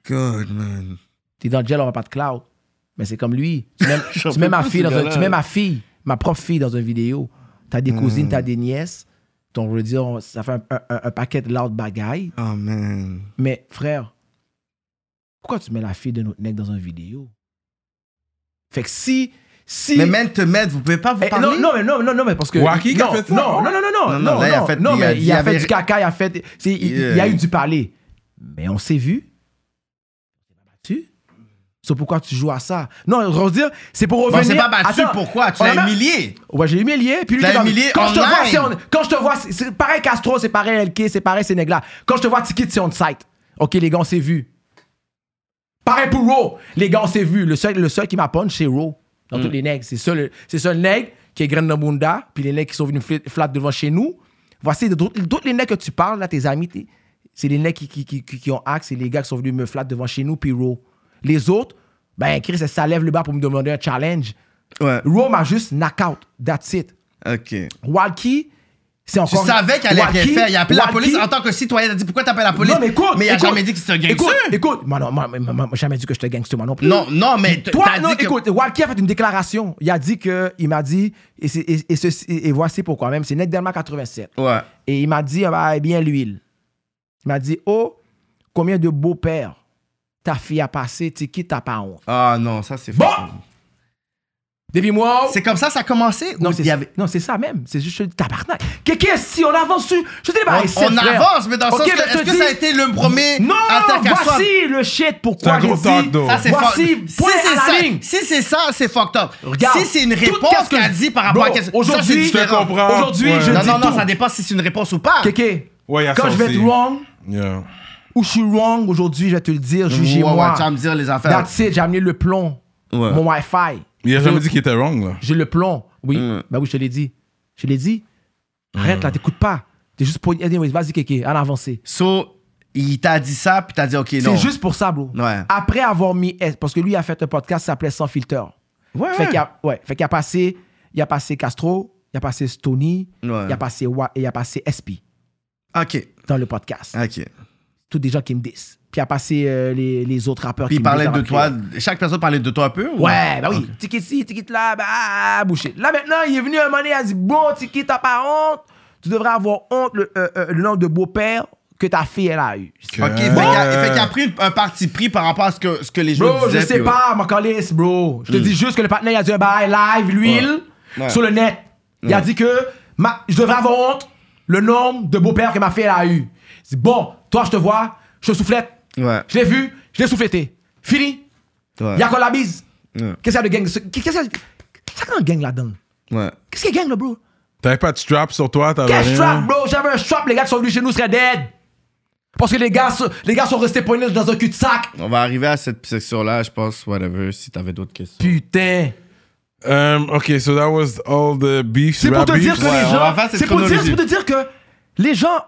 S2: God, man.
S4: T'es dans le jail, on va pas de cloud. Mais c'est comme lui. Tu mets, tu mets ma fille, dans un- tu mets ma fille, ma propre fille dans une vidéo. T'as des cousines, t'as des nièces. Donc, je veux dire, on- ça fait un, un- un- un paquet de lourdes bagailles.
S2: Oh, man.
S4: Mais frère, pourquoi tu mets la fille de notre nec dans une vidéo? Fait que si. si
S2: Mais man, te mettre, vous pouvez pas vous
S4: Eh, non,
S2: parler.
S4: non, mais non, non, non, mais parce que.
S1: Wacky qui a
S4: non,
S1: fait ça,
S4: Non,
S1: hein?
S4: non, non, non, non,
S2: Non, non,
S4: non,
S2: là, il a
S4: non,
S2: fait-
S4: non,
S2: il a-
S4: mais il
S2: il
S4: a
S2: avait-
S4: fait du caca, il a fait. c'est- Il, il- il y a
S2: Yeah.
S4: eu du parler. Mais on s'est vu. On s'est pas battu. C'est pourquoi tu joues à ça. Non, on va dire, c'est pour
S2: Bon,
S4: revenir.
S2: c'est pas battu,
S4: Attends,
S2: pourquoi Tu
S4: on
S2: l'as
S4: a-
S2: humilié.
S4: Ouais, j'ai humilié. Puis
S2: Tu
S4: lui,
S2: l'as
S4: t'es comme-
S2: humilié
S4: quand je te vois,
S2: online.
S4: c'est on- quand je te vois, c'est- c'est pareil Castro, c'est pareil LK, c'est pareil Sénégla. Quand je te vois Ticket, c'est on site. Ok, les gars, on s'est vu. Pareil pour Raw. Les gars, on s'est vu. Le seul, le seul qui m'a punch, c'est Raw. Dans tous les nègres. C'est ça, le, c'est ça le nègre qui est graine de Bunda. Puis les nègres qui sont venus fl- flat devant chez nous. Voici de- d'autres d'autres les nègres que tu parles, là, tes amis. t'es- c'est les nègres qui, qui, qui, qui- qui ont axe. C'est les gars qui sont venus me flat devant chez nous. Puis Raw. Les autres, ben, Chris, elle s'élève le bas pour me demander un challenge.
S2: Ouais.
S4: Raw m'a juste knockout. That's it.
S2: Ok.
S4: Walkie, c'est
S2: Tu
S4: encore.
S2: savais qu'elle allait rien
S4: Walkie-
S2: faire. Il a appelé la
S4: Walkie-
S2: police en tant que citoyen. Il a dit pourquoi t'appelles la police
S4: Non, mais écoute.
S2: il a
S4: écoute,
S2: jamais dit que c'était un gangster.
S4: Écoute, écoute. Moi, non, moi, moi, moi, moi, jamais dit que j'étais gangster, moi non plus.
S2: Non, non, mais t-
S4: Toi,
S2: t'as
S4: non,
S2: dit que-
S4: écoute, Walkie a fait une déclaration. Il a dit que, il m'a dit, et, c'est- et, et ceci- et voici pourquoi même, c'est Net Delma 87.
S2: Ouais.
S4: Et il m'a dit, ah bah, eh bien l'huile. Il m'a dit, oh, combien de beaux-pères ta fille a passé, tu qui t'as pas honte.
S2: Ah non, ça c'est
S4: Bon!
S2: fou.
S4: Depuis moi,
S2: C'est comme ça ça a commencé
S4: non,
S2: ou
S4: c'est
S2: il y avait-
S4: ça- non, c'est ça même. C'est juste le tabarnak. Quelqu'un, si on avance sur. Je te dis, bah,
S2: On,
S4: c'est
S2: on
S4: frère.
S2: avance, mais dans le
S4: Ok,
S2: sens
S4: mais
S2: que est-ce
S4: te
S2: que
S4: dis-
S2: ça a été le premier
S4: Non,
S2: altercation
S4: voici le shit
S1: C'est
S4: pourquoi
S1: un
S4: j'ai
S1: gros talk,
S4: dit.
S1: though.
S2: Ça c'est
S4: voici,
S2: fuck-
S4: point
S2: Si c'est
S4: à la
S2: ça,
S4: ligne.
S2: si c'est ça, c'est fucked up.
S4: Regarde,
S2: si c'est une
S4: tout
S2: réponse
S4: qu'est-ce que-
S2: qu'elle dit par rapport à
S4: Bro,
S2: qu'est-ce ça, c'est
S4: aujourd'hui,
S1: Je te
S2: différent.
S1: comprends.
S4: Aujourd'hui,
S1: Ouais.
S4: je
S2: Non
S4: dis
S2: non non,
S4: tout.
S2: ça dépend si c'est une réponse ou pas.
S4: Kéké,
S1: Ouais, il y a
S4: quand
S1: ça
S4: je vais
S1: aussi.
S4: être wrong,
S1: Yeah.
S4: ou je suis wrong, aujourd'hui, je vais te le dire,
S2: Ouais, ouais,
S4: jugez-moi.
S2: tu vas me dire les affaires.
S4: That's it, j'ai amené le plomb.
S2: Ouais.
S4: Mon Wi-Fi.
S1: Il a
S4: J'ai-
S1: jamais dit qu'il était wrong, là.
S4: J'ai le plomb. Oui,
S2: Mm.
S4: bah oui, je te l'ai dit. Je te l'ai dit. Arrête là, t'écoutes pas. T'es juste pour. Anyway, vas-y, Kéké, en avancée.
S2: So, il t'a dit ça puis t'as dit OK non.
S4: C'est juste pour ça, bro.
S2: Ouais.
S4: Après avoir mis S, parce que lui a fait un podcast qui s'appelait Sans filtre.
S2: Ouais,
S4: Fait
S2: ouais.
S4: qu'il a, ouais, fait qu'il a passé, il a passé Castro, il a passé Stony,
S2: Ouais.
S4: il a passé Wa- et il a passé SP
S2: OK.
S4: dans le podcast.
S2: OK.
S4: Tous des gens qui me disent. Puis il a passé euh, les, les autres rappeurs
S2: Puis
S4: qui
S2: il
S4: me
S2: parlait
S4: disent
S2: de
S4: en
S2: toi,
S4: privé.
S2: chaque personne parlait de toi un peu ou-
S4: Ouais, bah oui. Ticket ci, ticket là, bah, bouché. Là maintenant, il est venu un moment donné, il a dit Bon, Ticket, t'as pas honte. Tu devrais avoir honte le, euh, euh, le nombre de beaux-pères que ta fille, elle a eu.
S2: OK, fait qu'il a, fait qu'il a pris un parti pris par rapport à ce que, ce que les gens
S4: Bro, je
S2: disaient.
S4: sais
S2: puis- Hmm.
S4: pas, mon calice, bro. Je te dis juste que le partenaire, il a dit un bail live, l'huile,
S2: Ouais.
S4: sur le net. Il a dit que ma- je devrais avoir honte le nombre de beaux-pères que ma fille elle a eu. Je dis, bon, toi, je te vois, je te soufflette.
S2: Ouais.
S4: Je l'ai vu, je l'ai soufflété. Fini.
S2: Ouais.
S4: Y'a quoi la bise?
S2: Ouais.
S4: Qu'est-ce qu'il y a de gang? Qu'est-ce qu'il y a qu'est-ce qu'il y a de gang là-dedans?
S2: Ouais.
S4: Qu'est-ce qu'il y a de gang, là, bro?
S1: T'avais pas de strap sur toi, t'avais
S4: Quel
S1: rien.
S4: strap, bro? J'avais un strap, les gars qui sont venus chez nous seraient dead. Parce que les gars, se- les gars sont restés poignés dans un cul-de-sac.
S2: On va arriver à cette section-là, je pense, whatever, si t'avais d'autres questions.
S4: Putain.
S1: Um, okay, so that was all the beefs.
S4: C'est pour
S1: rap
S4: te dire
S1: beefs.
S4: que
S2: Ouais,
S4: les
S2: on
S4: gens.
S2: va faire cette
S4: C'est pour, dire-
S2: chronologie.
S4: c'est pour te dire que les gens,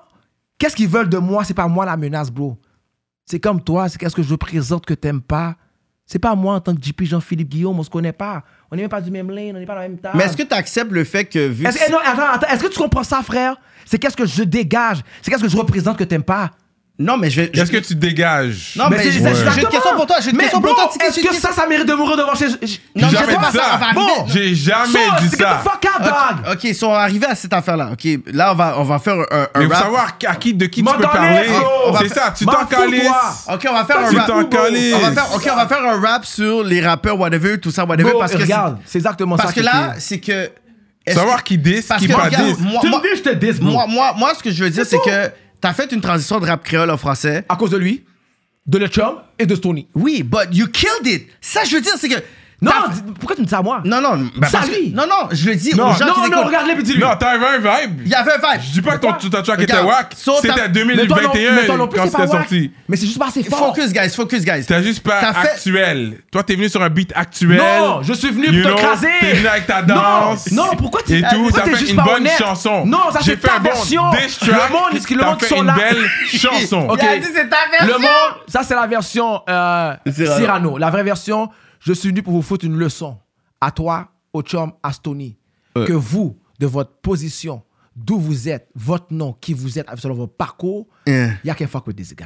S4: qu'est-ce qu'ils veulent de moi? C'est pas moi la menace, bro. C'est comme toi, c'est qu'est-ce que je présente que t'aimes pas. C'est pas moi en tant que JP Jean-Philippe Guillaume, on se connaît pas. On n'est même pas du même lane, on n'est pas dans la même table.
S2: Mais est-ce que t'acceptes le fait que, vu
S4: Ah. Est-ce-
S2: que
S4: eh non, attends, attends, est-ce que tu comprends ça, frère? C'est qu'est-ce que je dégage? C'est qu'est-ce que je représente que t'aimes pas?
S2: Non, mais je vais. je-
S1: Qu'est-ce que tu dégages
S2: Non, Ah, mais,
S4: c'est-
S2: j'ai
S4: c'est-
S2: j'ai
S4: exactement.
S2: une question pour toi. J'ai une
S4: Mais
S2: question
S4: bro,
S2: pour toi. Tiki,
S4: est-ce
S2: Tiki,
S4: que
S2: Tiki.
S4: ça, ça mérite de mourir devant chez.
S2: Non,
S1: J'ai
S2: mais
S1: jamais
S2: c'est pas
S1: dit
S2: ça, on
S1: ça.
S2: va
S1: Bon,
S2: arriver-
S1: J'ai
S4: So,
S1: jamais dit
S4: c'est que
S1: ça.
S4: the fuck out, dog!
S2: Ok, ils sont arrivés à cette affaire-là. Ok, là, on va, on va faire un, un
S1: Mais faut
S2: rap.
S1: savoir à qui, de qui
S4: M'en
S1: tu peux
S4: donner,
S1: parler.
S4: frérot.
S1: C'est ça, tu
S4: M'en
S1: t'en
S4: fous, toi.
S1: calisses.
S2: Ok, on va faire
S4: Toi,
S2: un
S1: Tu
S4: Bro,
S2: rap.
S1: t'en
S4: fou, bro.
S1: calisses.
S2: On va faire, ok, on va faire un rap sur les rappeurs, whatever, tout ça, whatever.
S4: Bro,
S2: parce que c'est-
S4: regarde, c'est exactement
S2: Parce
S4: ça
S2: que
S4: qui
S2: là,
S4: était-
S2: c'est que. est-ce
S1: Savoir
S2: que-
S1: qui diss,
S2: Parce
S1: qui
S2: que
S1: pas
S2: regarde,
S1: diss.
S2: moi,
S4: Tu
S2: moi,
S4: me dis, je te dis, bro.
S2: moi, moi, moi, ce que je veux dire, c'est
S4: tout.
S2: que t'as fait une transition de rap créole en français.
S4: À cause de lui, de le chum et de Stoney.
S2: Oui, but you killed it. Ça, je veux dire, c'est que.
S4: Non,
S2: t'as-
S4: dis- pourquoi tu me dis ça à moi?
S2: non, non,
S4: Dis ça à
S2: parce que-
S4: lui.
S2: non, non, je le dis aux
S4: non,
S2: gens qui
S4: non, non,
S2: t'écoutent.
S4: regarde les petits lui.
S1: Non, t'avais un vibe.
S2: Il y avait un vibe.
S1: Je dis pas que ton, ta track était
S2: Regarde.
S1: whack.
S2: So,
S1: C'était
S2: t'as-
S4: Mais toi non- mais toi
S1: 2021
S4: non plus,
S1: quand
S4: c'est pas
S1: c'était
S4: wack.
S1: sorti.
S4: Mais c'est juste pas assez fort.
S2: Focus, guys, focus, guys.
S1: T'as juste pas
S2: T'as fait-
S1: actuel. Toi, t'es venu sur un beat actuel.
S4: Non, je suis venu
S1: You
S4: pour te
S1: know,
S4: craser.
S1: T'es venu avec ta danse.
S4: Non, non, pourquoi tu
S1: Et tout,
S4: pourquoi
S1: t'as
S4: t'es
S1: fait
S4: juste
S1: une
S4: pas
S1: bonne
S4: honnête?
S1: chanson.
S4: Non, ça,
S1: J'ai
S4: c'est ta
S1: un bon
S4: version.
S1: diss
S4: Le
S1: track.
S4: monde, est-ce que le
S1: T'as
S4: monde
S1: fait
S4: sont
S1: une
S4: là? (laughs)
S1: belle chanson.
S4: Ok.
S2: Il a dit, c'est ta version. (laughs)
S4: Le monde, ça c'est la version euh,
S2: Cyrano.
S4: Cyrano. La vraie version, je suis venu pour vous foutre une leçon. À toi, au chum, à Stony. Que vous, de votre position, d'où vous êtes, votre nom, qui vous êtes, selon votre parcours,
S2: Yeah.
S4: y'a qu'un fuck with this guy.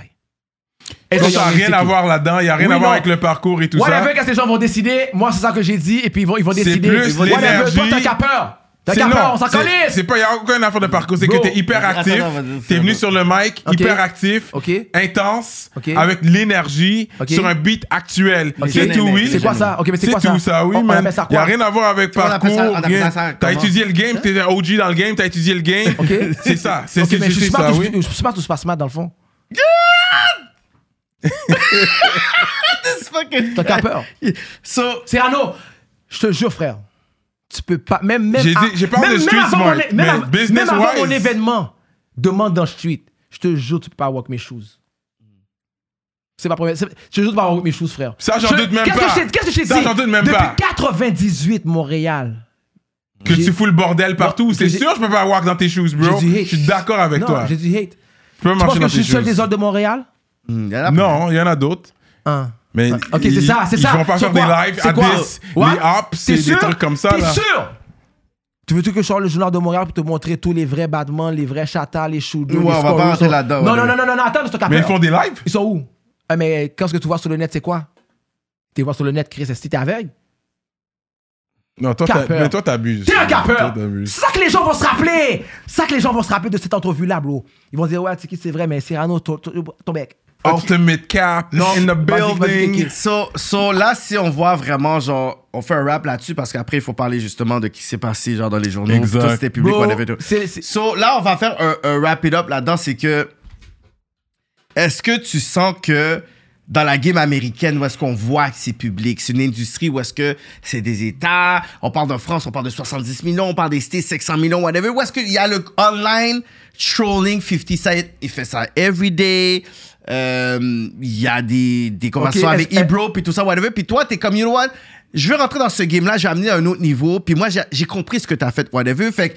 S1: Donc, Ça n'a rien à voir là-dedans. Il n'y a rien
S4: Oui,
S1: à voir
S4: non.
S1: avec le parcours et tout ça.
S4: Whatever, qu'est-ce que les gens vont décider, moi c'est ça que j'ai dit, et puis ils vont, ils vont
S1: C'est
S4: décider.
S1: plus
S4: Ils vont- Whatever,
S1: l'énergie.
S4: toi t'as qu'à peur. T'as
S1: C'est
S4: qu'à peur,
S1: non,
S4: on s'en
S1: c'est-
S4: calisse.
S1: C'est pas, il n'y a aucune affaire de parcours. C'est que
S4: Bro.
S1: t'es hyper
S2: Attends,
S1: actif.
S2: attends, vas-y,
S1: T'es
S2: c'est
S1: venu
S2: bon.
S1: sur le mic,
S4: Ok.
S1: hyper actif,
S4: Ok.
S1: intense,
S4: Ok.
S1: avec l'énergie,
S4: Ok.
S1: sur un beat actuel. C'est
S2: j'aime
S1: tout,
S2: aimer,
S1: oui.
S2: j'ai
S4: C'est quoi
S2: jamais.
S4: ça? Ok, mais c'est
S1: C'est
S4: quoi ça?
S1: tout ça, oui,
S4: On- on
S1: man.
S4: appelle ça
S1: Il n'y a
S4: quoi?
S1: rien à voir avec
S2: vois, on appelle
S1: parcours.
S2: ça- on appelle
S1: rien.
S2: ça
S1: T'as
S2: comment?
S1: étudié le game, t'es un OG dans le game, t'as étudié le game.
S4: Ok.
S1: (laughs) C'est ça, c'est
S4: Ok,
S1: c'est-
S4: mais je
S1: c'est
S4: suis
S1: ça,
S4: smart ou
S1: oui.
S4: je- je suis smart ou je suis pas smart dans le fond?
S2: This
S1: (laughs)
S2: fucking-
S4: T'as qu'à peur.
S2: So,
S4: Cyrano, je te jure, frère, tu peux pas. Même, même.
S1: J'ai
S4: à-
S1: dit- j'ai parlé de street
S4: avant
S1: smart,
S4: mon é-
S1: mais
S4: av-
S1: business
S4: même avant
S1: wise.
S4: mon événement, demande dans le street. Je te jure, tu peux pas walk mes shoes. C'est ma première. c'est- Je te jure, tu peux pas walk mes shoes, frère.
S1: Ça, j'en
S4: Je-
S1: doute même
S4: qu'est-ce
S1: pas.
S4: que je t'ai- Qu'est-ce que je t'ai
S1: Ça,
S4: dit?
S1: j'en doute même
S4: Depuis
S1: pas.
S4: 98, Montréal.
S1: Que
S4: J'ai-
S1: tu fous le bordel partout.
S4: Non,
S1: C'est
S4: j'ai-
S1: sûr, je peux pas walk dans tes shoes, bro.
S4: J'ai dit hate.
S1: Je suis d'accord avec
S4: non,
S1: toi.
S4: J'ai
S1: Je
S4: du
S1: peux
S4: hate. Tu penses
S1: marcher
S4: que
S1: dans
S4: je suis
S1: tes
S4: le seul des
S1: shoes.
S4: autres de Montréal?
S2: hmm, y en a-
S1: Non, il y en a d'autres.
S4: Hein.
S1: Mais
S4: Ok,
S1: ils-
S4: c'est ça, c'est ça.
S1: Ils vont pas
S4: C'est
S1: faire des
S4: quoi?
S1: lives
S4: C'est
S1: à
S4: quoi?
S1: 10,
S4: What?
S1: les apps
S4: T'es
S1: et des
S4: sûr?
S1: trucs comme ça.
S4: T'es
S1: là.
S4: sûr? Tu veux-tu que je sorte le journal de Montréal pour te montrer tous les vrais Batman, les vrais Chata, les Choudou,
S2: Ouais,
S4: les
S2: on va
S4: Scorpions,
S2: pas rentrer
S4: sont-
S2: là-dedans,
S4: Non,
S2: ouais,
S4: non,
S2: ouais.
S4: non, non, non, non, attends, je te
S1: Mais ils
S4: capte.
S1: font des lives
S4: Ils sont où? Ah, mais quand ce que tu vois sur le net, c'est quoi? T'es voir sur le net, Chris, est-ce que t'es aveugle?
S1: Non, toi, t'as-
S4: Capeur.
S1: mais toi, t'abuses.
S4: T'es un capeur!
S1: Toi, t'abuses.
S4: C'est ça que les gens vont se rappeler! C'est ça que les gens vont se rappeler de cette entrevue-là, bro. Ils vont dire, ouais, c'est qui, c'est vrai, mais Cyrano, ton ton- ton mec.
S1: Ultimate cap in the
S2: Vas-y, vas-y,
S1: building.
S2: ok. So, so, là, si on voit vraiment, genre, on fait un rap là-dessus parce qu'après, il faut parler justement de ce qui s'est passé, genre, dans les journaux.
S1: Exact.
S2: Tout c'était public,
S4: Bro,
S2: whatever. tout.
S4: c'est- c'est-
S2: So, là, on va faire un, un wrap it up là-dedans. C'est que. Est-ce que tu sens que dans la game américaine, où est-ce qu'on voit que c'est public, c'est une industrie où est-ce que c'est des États, on parle de France, on parle de 70 millions, on parle des States, 500 millions, whatever. Où est-ce qu'il y a le online trolling 50 Cent, il fait ça every day. Euh, Il y a des, des conversations
S4: est-ce-
S2: avec Ebro, puis tout ça, whatever. Puis toi, t'es comme, you know what, je veux rentrer dans ce game-là, je vais amener à un autre niveau. Puis moi, j'ai- j'ai compris ce que t'as fait, whatever. Fait que,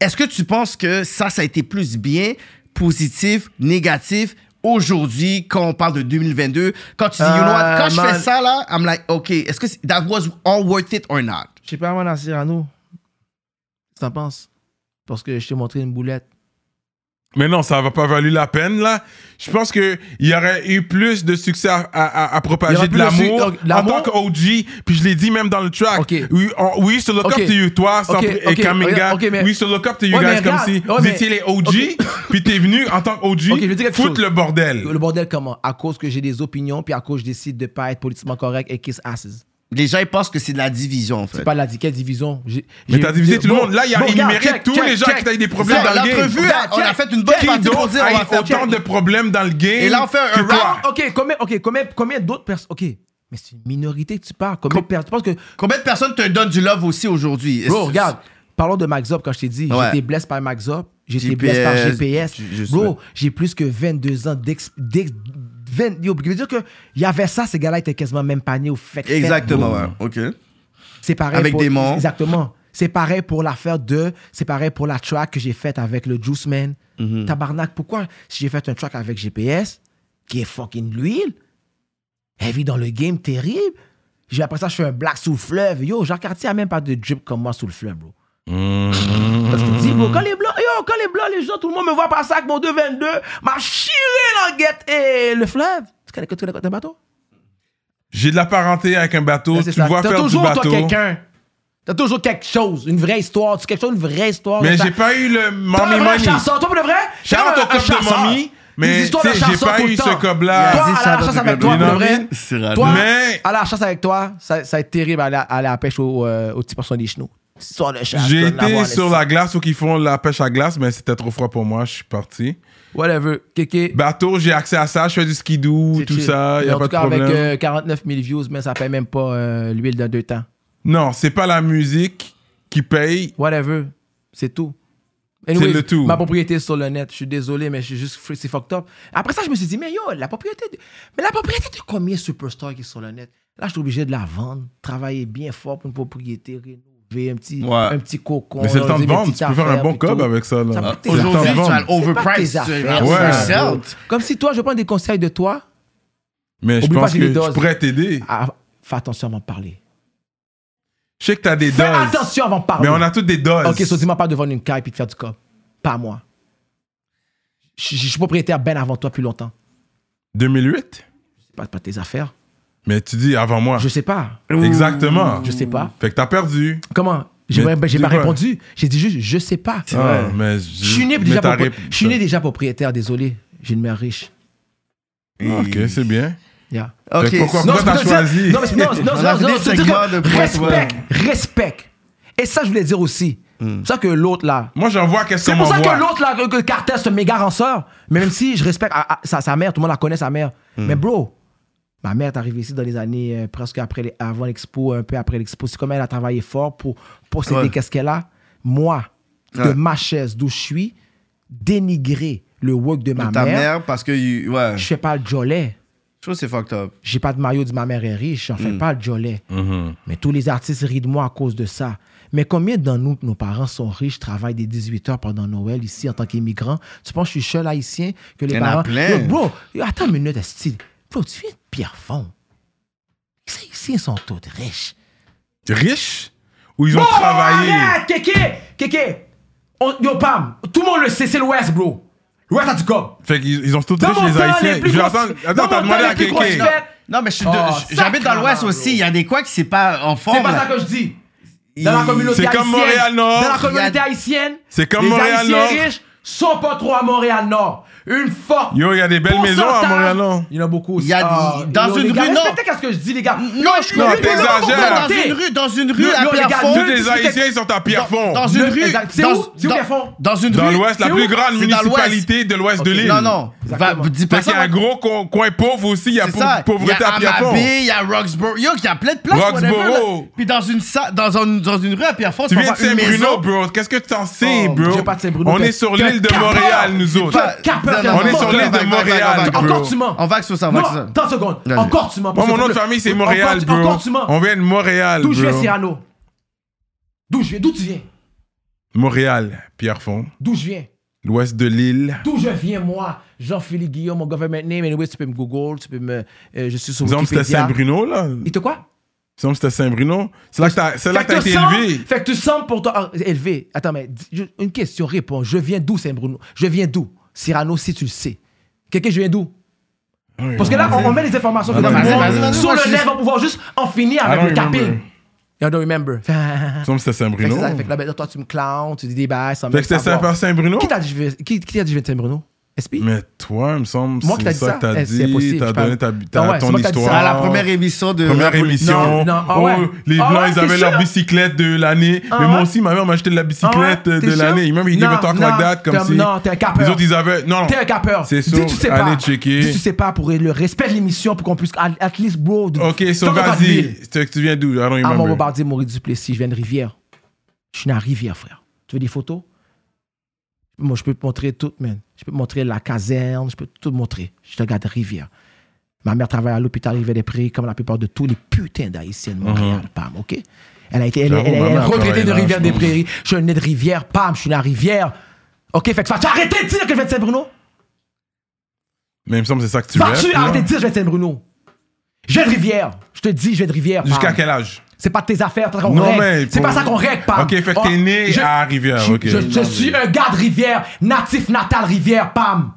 S2: est-ce que tu penses que ça, ça a été plus bien, positif, négatif, aujourd'hui, quand on parle de 2022, quand tu dis, you know what, quand
S4: Euh,
S2: je
S4: man.
S2: fais ça, là, I'm like, OK, est-ce que c'est- that was all worth it or not?
S4: Je sais pas, moi, dans Cyrano. Tu t'en penses? Parce que je t'ai montré une boulette.
S1: Mais non, ça va pas valu la peine, là. Je pense qu'il y aurait eu plus de succès à, à- à- à
S4: Il y
S1: propager
S4: aurait
S1: de
S4: plus de suc-
S1: l'amour en
S4: de l'amour.
S1: tant qu'OG. Puis je l'ai dit même dans le track.
S4: Ok.
S1: Oui, on- we used to look
S4: Ok.
S1: up to you, toi, sans
S4: Ok,
S1: et
S4: ok,
S1: Kaminga.
S4: ok, mais-
S1: We used to look up to you
S4: Ouais,
S1: guys
S4: mais
S1: comme
S4: regarde,
S1: si
S4: ouais,
S1: vous
S4: mais-
S1: étiez les OG.
S4: Ok.
S1: Puis t'es venu en tant qu'OG,
S4: Ok, je vais dire quelque
S1: foutre
S4: chose.
S1: le bordel.
S4: Le bordel comment? À cause que j'ai des opinions, puis à cause que je décide de pas être politiquement correct et kiss asses.
S2: Les gens, ils pensent que c'est de la division, en fait.
S4: C'est pas la quelle division. J'ai-
S1: Mais
S4: j'ai-
S1: t'as divisé tout le
S4: Bon,
S1: monde. Là, il y a
S4: bon, regarde,
S1: énuméré
S4: check,
S1: tous
S4: check,
S1: les gens
S4: check.
S1: qui avaient des problèmes
S2: Ça,
S1: dans le game.
S2: l'entrevue,
S4: Regarde,
S2: on a
S4: check.
S2: fait une bonne
S4: Qui
S1: Qui
S2: partie pour
S1: d'autre
S2: dire, on
S1: a
S2: va faire
S1: autant de problèmes dans le game
S2: Et là, on fait un
S1: que toi?
S2: rap.
S4: Ah, Ok, combien, ok, combien, combien d'autres personnes. Ok, mais c'est une minorité que tu parles. Combien de personnes. Tu penses que.
S2: Combien de personnes te donnent du love aussi aujourd'hui? Est-ce-
S4: Bro, regarde. Parlons de Max Up quand je t'ai dit.
S2: Ouais.
S4: J'étais blessé par Max Up. J'étais
S2: GPS,
S4: blessé par GPS.
S2: ju- juste, ouais.
S4: Bro, j'ai plus que 22 ans d'ex. d'ex- 20 Yo, je veux dire que il y avait ça, ces gars-là étaient quasiment même paniers au fait. fait,
S2: Exactement,
S4: bro.
S2: ouais. OK.
S4: C'est pareil.
S2: Avec
S4: pour-
S2: des monts.
S4: Exactement. C'est pareil pour l'affaire de. C'est pareil pour la track que j'ai faite avec le Juice Man.
S2: Mhm.
S4: Tabarnak, pourquoi si j'ai fait un track avec GPS, qui est fucking l'huile, heavy dans le game, terrible. J'ai après ça, je fais un black sous le fleuve. Yo, Jacques Cartier a même pas de drip comme moi sous le fleuve, bro. Parce que tu dis, bro, quand les blancs, yo, quand les blancs, les gens, tout le monde me voit passer avec mon 222, m'a chiré l'anguette et le fleuve. Tu connais, tu connais un bateau?
S1: J'ai de la parenté avec un bateau, tu
S4: Ben, C'est
S1: me
S4: ça.
S1: vois
S4: T'as
S1: faire du
S4: toujours, toi,
S1: bateau.
S4: quelqu'un. T'as toujours quelque chose, une vraie histoire, tu- quelque chose, une vraie histoire.
S1: Mais
S4: Ça-
S1: j'ai pas eu le
S4: T'es un
S1: mommy
S4: vrai
S1: money.
S4: chasseur, toi pour de vrai?
S1: Shout
S4: t'es
S1: out
S4: un-
S1: au
S4: un
S1: club de
S4: chasseur.
S1: Mami, mais
S4: Des histoires de
S1: tu sais, j'ai
S4: chasseur
S1: pas
S4: tout
S1: eu
S4: le
S1: ce
S4: temps.
S1: cob-là.
S4: Toi,
S2: Vas-y,
S4: aller à
S2: shout
S4: la
S2: out
S4: chasse
S2: au
S4: avec
S2: club
S4: toi,
S2: de
S4: pour de
S2: Mami.
S4: vrai.
S2: Cyrano.
S4: Toi,
S1: Mais-
S4: aller à la chasse avec toi, ça, ça a été terrible, aller à, aller à la pêche au, euh, aux petits poissons des chenaux. Histoire de chasse.
S1: J'ai
S4: donne la voix,
S1: été sur
S4: laisse-
S1: la glace où ils font la pêche à glace, mais c'était trop froid pour moi, je suis parti.
S4: Whatever, kéké.
S1: Bateau, j'ai accès à ça, je fais du skidoo,
S4: c'est
S1: tout
S4: chill.
S1: ça, il
S4: Mais
S1: a
S4: en
S1: pas
S4: tout
S1: de
S4: cas,
S1: problème.
S4: avec euh, 49 000 views, mais ça paye même pas euh, l'huile dans deux temps.
S1: Non, c'est pas la musique qui paye.
S4: Whatever, c'est tout.
S1: le tout.
S4: Ma propriété est sur le net. Je suis désolé, mais je suis juste free- c'est fucked up. Après ça, je me suis dit, mais yo, la propriété, de... mais la propriété de combien de superstars qui est sur le net Là, je suis obligé de la vendre, travailler bien fort pour une propriété, rénover un petit,
S10: Ouais.
S4: un petit cocon.
S1: Mais c'est le temps de
S4: enlever mes
S1: vendre,
S4: petites
S1: tu peux faire un
S4: affaires,
S1: bon
S4: puis tout.
S1: cob avec ça. là.
S4: Ça peut être
S1: C'est le temps de
S4: aujourd'hui,
S1: vendre.
S10: tu vas le
S4: C'est pas
S10: overprice.
S4: tes
S10: tu vas
S4: affaires,
S1: Ouais.
S10: le
S4: ça,
S10: sell.
S4: bro. Comme si toi, je prends des conseils de toi.
S1: Mais je
S4: Oublie
S1: pense
S4: pas que
S1: que
S4: les
S1: je
S4: doses.
S1: pourrais t'aider.
S4: ah, fais attention à m'en parler.
S1: Je sais que t'as des
S4: Fais
S1: doses.
S4: attention avant de parler.
S1: Mais on a toutes des doses.
S4: Ok, so dis-moi pas devant une caille puis de faire du cop. Pas moi. Je je- je suis propriétaire ben avant toi plus longtemps.
S1: 2008
S4: Pas, pas tes affaires.
S1: Mais tu dis avant moi.
S4: Je sais pas.
S1: Exactement.
S4: Je sais pas.
S1: Fait que t'as perdu.
S4: Comment J'ai
S1: Mais
S4: ben, j'ai
S1: c'est
S4: pas
S1: quoi
S4: répondu. J'ai dit juste, je sais pas.
S1: Ah, mais je
S4: Je suis né
S1: mais
S4: déjà,
S1: t'as
S4: propri-
S1: rép-
S4: je suis né déjà propriétaire, désolé. J'ai une mère riche.
S1: Ok, c'est bien.
S4: Yeah.
S1: Fait que
S2: Ok.
S1: pourquoi pourquoi
S4: je
S1: t'as
S4: peux te dire-
S1: choisi
S4: Non, mais c'est-
S1: (laughs)
S4: non, non,
S2: On
S4: non,
S2: a
S4: non,
S2: fait des
S4: je veux dire
S2: segments
S4: que
S2: de Point
S4: respect, respect. Et ça, je voulais dire aussi.
S1: Hmm.
S4: C'est ça que l'autre là.
S1: Moi, j'en vois qu'est-ce
S4: C'est
S1: qu'on
S4: pour ça que
S1: m'envoie.
S4: l'autre là, que, que Carter, c'est un méga ranceur. Mais même si je respecte ah, ah, sa, sa mère, tout le monde la connaît, sa mère. Mais bro, ma mère est arrivée ici dans les années euh, presque après les- avant l'expo, un peu après l'expo. C'est comme elle a travaillé fort pour posséder
S2: Ouais.
S4: qu'est-ce qu'elle a. Moi, de
S10: Ouais.
S4: ma chaise d'où je suis, dénigrer le work de ma
S10: Ta
S4: mère,
S10: mère, parce que. you- Ouais.
S4: je
S10: Je
S4: fais pas le jolet.
S10: trouve que c'est fucked up.
S4: J'ai pas de maillot, dit ma mère est riche, j'en fais
S10: Mm.
S4: pas le jolet.
S10: Mm-hmm.
S4: Mais tous les artistes rient de moi à cause de ça. Mais combien dans nous, nos parents sont riches, travaillent des 18 heures pendant Noël ici en tant qu'immigrants? Tu penses que je suis seul haïtien que les
S10: Y en a
S4: parents.
S10: plein.
S4: Yo, bro, yo, attends une minute, style. Bro, tu viens de Pierrefonds. Les haïtiens sont tous riches.
S1: Riches Ou ils ont travaillé
S4: Arrête, Kéké! Kéké! On- Yo, Pam, tout le monde le sait, c'est l'Ouest, bro. L'Ouest a du cop.
S1: Fait qu'ils ils ont tous
S4: Dans
S1: riches,
S4: mon
S1: les
S4: temps,
S1: Haïtiens.
S4: les plus
S1: Je vais
S4: grosses-
S1: attendre.
S4: dans
S1: Attends,
S4: mon
S1: t'as demandé
S4: temps,
S1: à
S4: les plus grosses
S1: quelqu'un.
S4: fêtes,
S10: Non, mais je suis de-
S4: Oh,
S10: je- j'habite dans l'Ouest
S4: sacrément,
S10: aussi. Il y a des quoi qui c'est pas en forme.
S4: C'est pas
S10: là.
S4: ça que je dis. Dans la
S10: Il-
S4: communauté
S1: c'est
S4: haïtienne.
S1: comme Montréal-Nord.
S4: Dans la communauté
S10: Il y a-
S4: haïtienne.
S1: C'est comme
S4: les
S1: Montréal-Nord.
S4: Haïtiens riches sont pas trop à Montréal-Nord. Une forte.
S1: Yo, il y a des belles maisons à
S4: pourcentage-
S1: Montréal-Nord.
S4: Il y en a beaucoup aussi.
S10: Il y a-
S4: Ah,
S10: dans
S4: yo,
S10: une
S4: les gars,
S10: rue, non.
S4: Respectez qu'est-ce que je dis, les gars.
S10: Non, je
S1: Non,
S10: non, Dans
S1: t'exagères.
S10: une rue, dans une rue,
S4: Yo,
S10: à
S4: yo, les gars,
S10: Pierrefonds.
S1: Tous les Haïtiens, ils sont à Pierrefonds.
S10: Dans une
S4: Le-
S10: rue.
S4: exact. C'est
S10: dans-
S4: où? C'est où,
S10: dans-
S4: Pierrefonds
S10: Dans une
S1: Dans
S10: rue.
S1: l'Ouest, la
S4: C'est
S1: plus
S4: où?
S1: grande
S10: C'est dans
S1: municipalité de l'Ouest de l'île.
S10: Non, non. Va, dis
S1: Fait
S10: pas
S1: qu'il y a
S10: ça.
S1: un gros co- coin pauvre aussi, il y a
S10: C'est
S1: pau-
S10: ça.
S1: pauvreté à
S10: Il y a
S1: Pierrefonds.
S10: Amabé, il y a Roxborough. Yo, il y a plein de places. whatever,
S1: Roxborough.
S10: là. Puis dans une, sa- dans, un- dans une rue à Pierrefonds,
S1: Tu viens de
S10: vas voir une
S1: Saint-Bruno,
S10: maison.
S1: bro. Qu'est-ce que t'en sais,
S4: Oh,
S1: bro?
S4: j'ai pas de Saint-Bruno,
S1: On
S4: t'es-
S1: est sur
S4: t'es
S1: l'île de
S4: capable.
S1: Montréal, nous
S4: Tu
S1: autres.
S4: as capé-
S10: Non,
S4: t'es
S10: non,
S4: un
S1: On est sur
S4: menteur.
S1: l'île de
S10: vague, vague,
S1: Montréal,
S10: vague, vague.
S1: bro.
S4: Encore tu mens.
S10: On va que sur ça, on va que
S4: Non,
S10: ça.
S4: 30 secondes.
S10: Vas-y.
S4: Encore tu mens.
S1: Moi,
S4: parce
S1: mon
S4: que-
S1: nom de famille, c'est
S4: Encore
S1: Montréal,
S4: tu-
S1: bro.
S4: Encore tu mens.
S1: On vient de Montréal,
S4: D'où je viens,
S1: bro.
S4: Cyrano? D'où je viens? D'où tu viens?
S1: Montréal, Pierrefonds.
S4: D'où je viens?
S1: L'Ouest de l'île.
S4: D'où je viens, moi? Jean-Philippe Guillaume, mon government name. Anyway, tu peux me Google, tu peux me. euh, je suis sur
S1: Nous sommes c'était
S4: Wikipédia.
S1: Saint-Bruno, là.
S4: Il te quoi?
S1: Nous c'était Saint-Bruno. C'est là que t'as c'est là que t'as
S4: tu
S1: été
S4: sembles-
S1: élevé.
S4: fait que tu sembles pour toi ah, élevé. Attends, mais dis- je- une question, réponds. Je viens d'où, Saint-Bruno Je viens d'où Cyrano, si tu le sais. Quelqu'un, je viens d'où Parce que là, on, on met les informations que
S1: Ah,
S4: tout
S1: vas-y,
S4: le monde
S1: vas-y, vas-y,
S4: sur
S10: moi,
S4: le
S10: je suis
S4: net va pouvoir juste en finir
S1: I
S4: avec
S1: don't
S4: le tapping.
S1: remember.
S4: You don't remember. (laughs) Fait
S1: Nous sommes c'était
S4: que
S1: Saint-Bruno.
S4: c'est ça. Fait que
S1: Fait
S4: là, ben, toi, tu me clowns, tu dis des bails sans
S1: que
S4: même
S1: c'était
S4: savoir.
S1: Saint-Bruno.
S4: Qui t'a dit, je viens- qui, qui t'a dit je viens de Saint-Bruno SP
S1: Mais toi, il me semble,
S4: Moi qui
S1: c'est
S4: t'a dit
S1: ça
S4: ça?
S1: que t'as
S4: Eh, c'est
S1: dit.
S4: impossible,
S1: T'as
S4: je parle.
S1: donné ta, ta-
S4: Ah ouais, c'est
S1: ton
S4: moi qui t'a dit ça.
S1: histoire.
S10: À la première émission de.
S1: Première émission.
S4: Non, non, ah
S1: Oh,
S4: ouais.
S1: les
S4: Ah
S1: Blancs,
S4: ouais,
S1: ils
S4: t'es
S1: avaient
S4: sûr?
S1: leur bicyclette de l'année.
S4: Ah
S1: mais moi
S4: ouais?
S1: aussi, ma mère m'a acheté de la bicyclette
S4: Ah ouais? T'es
S1: de
S4: sûr?
S1: l'année. Il m'a dit, give a
S4: Non,
S1: talk
S4: non,
S1: like that, comme
S4: t'es-
S1: si.
S4: non, t'es un capeur.
S1: Les autres, ils avaient. Non, non.
S4: T'es un capeur.
S1: C'est
S4: Dis
S1: sûr,
S4: tu sais
S1: allez
S4: pas.
S1: checker.
S4: Dis tu sais pas pour le respect de l'émission pour qu'on puisse at, at least bro. de-
S1: Ok, so
S4: Fuck about Bill.
S1: vas-y. Tu tu viens d'où? I don't
S4: À mon
S1: remember.
S4: bombardier, Maurice Duplessis, je viens de Rivière. Je suis né à Rivière, frère. Tu veux des photos? Moi, je peux te montrer tout, man. Je peux te montrer la caserne, je peux tout te montrer. Je te regarde Rivière. Ma mère travaille à l'hôpital Rivière-des-Prés, comme la plupart de tous les putains d'Haïtiens de Montréal, pam, OK? Elle a été elle,
S1: Mhm. J'avoue,
S4: elle-
S1: ma
S4: elle est
S1: mère
S4: retraitée
S1: travaille
S4: de
S1: là,
S4: Rivière-des-Prairies. Je suis né de Rivière, pam, je suis né à Rivière. OK, fait que vas-tu arrêter de dire que je viens de Saint-Bruno?
S1: Mais il me semble que c'est ça que tu veux.
S4: Vas-tu arrêter de dire que je viens de Saint-Bruno? Je viens de Rivière. Je te dis, je viens de Rivière. pam.
S1: Jusqu'à quel âge?
S4: C'est pas tes affaires, c'est pas ça qu'on
S1: Non,
S4: règle.
S1: mais
S4: C'est
S1: pour-
S4: pas ça qu'on règle, Pam.
S1: Ok, fait que
S4: Oh,
S1: t'es né
S4: je-
S1: à Rivière.
S4: Je,
S1: ok.
S4: je- je suis un gars de Rivière, natif natal Rivière, Pam.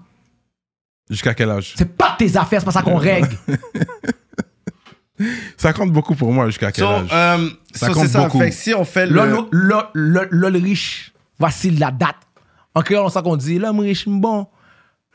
S1: Jusqu'à quel âge
S4: C'est pas tes affaires, c'est pas ça
S1: Euh, (laughs)
S4: qu'on règle.
S1: Ça compte beaucoup pour moi jusqu'à quel
S10: So,
S1: âge
S10: euh,
S1: Ça
S10: so,
S1: compte
S10: c'est ça.
S1: beaucoup.
S10: Fait que si on fait le.
S4: L'homme l'homme- l'homme- l'homme riche, voici la date. En créole, on sait qu'on dit l'homme riche, bon.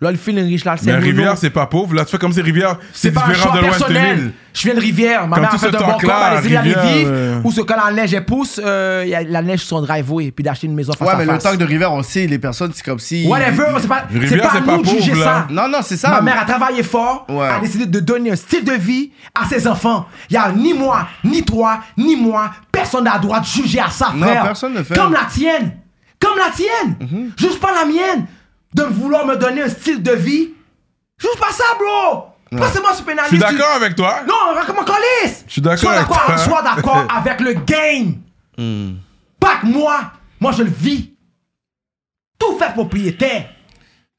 S4: L'homme fille riche, là, c'est
S1: Mais
S4: nous,
S1: Rivière,
S4: nous.
S1: c'est pas pauvre. Là, tu fais comme si Rivière, c'est
S4: C'est pas un
S1: différent
S4: choix
S1: de l'Ouest de
S4: personnel.
S1: l'île.
S4: Je viens de Rivière. Ma
S1: Comme
S4: mère a
S1: tout
S4: fait un
S1: ce
S4: bon
S1: talk-là,
S4: corps à les îles à
S1: Rivière,
S4: Lévis,
S1: euh.
S4: Où ce que la neige est pousse, euh, y a la neige sur son driveway. Puis d'acheter une maison face
S10: Ouais,
S4: à
S10: mais le
S4: face.
S10: tank de Rivière, on sait, les personnes, c'est comme si.
S4: Whatever, c'est pas,
S1: Rivière,
S4: c'est pas à
S1: c'est pas
S4: nous de juger
S1: pauvre, là.
S4: ça.
S10: Non, non, c'est ça.
S4: Ma mère a travaillé fort,
S10: Ouais.
S4: a décidé de donner un style de vie à ses enfants. Il n'y a ni moi, ni toi, ni moi. Personne n'a le droit de juger à ça,
S10: Non,
S4: frère.
S10: personne ne fait.
S4: Comme la tienne. Comme la tienne. Juge pas la mienne. De vouloir me donner un style de vie. Juge pas ça, bro. Pas seulement
S1: Je
S4: sur pénaliste.
S1: suis
S4: tu-
S1: d'accord avec toi.
S4: Non, comment calisse. Je
S1: suis d'accord
S4: Sois
S1: avec
S4: d'accord,
S1: toi.
S4: sois d'accord avec le game. Pas que moi. Moi, je le vis. Tout fait propriétaire.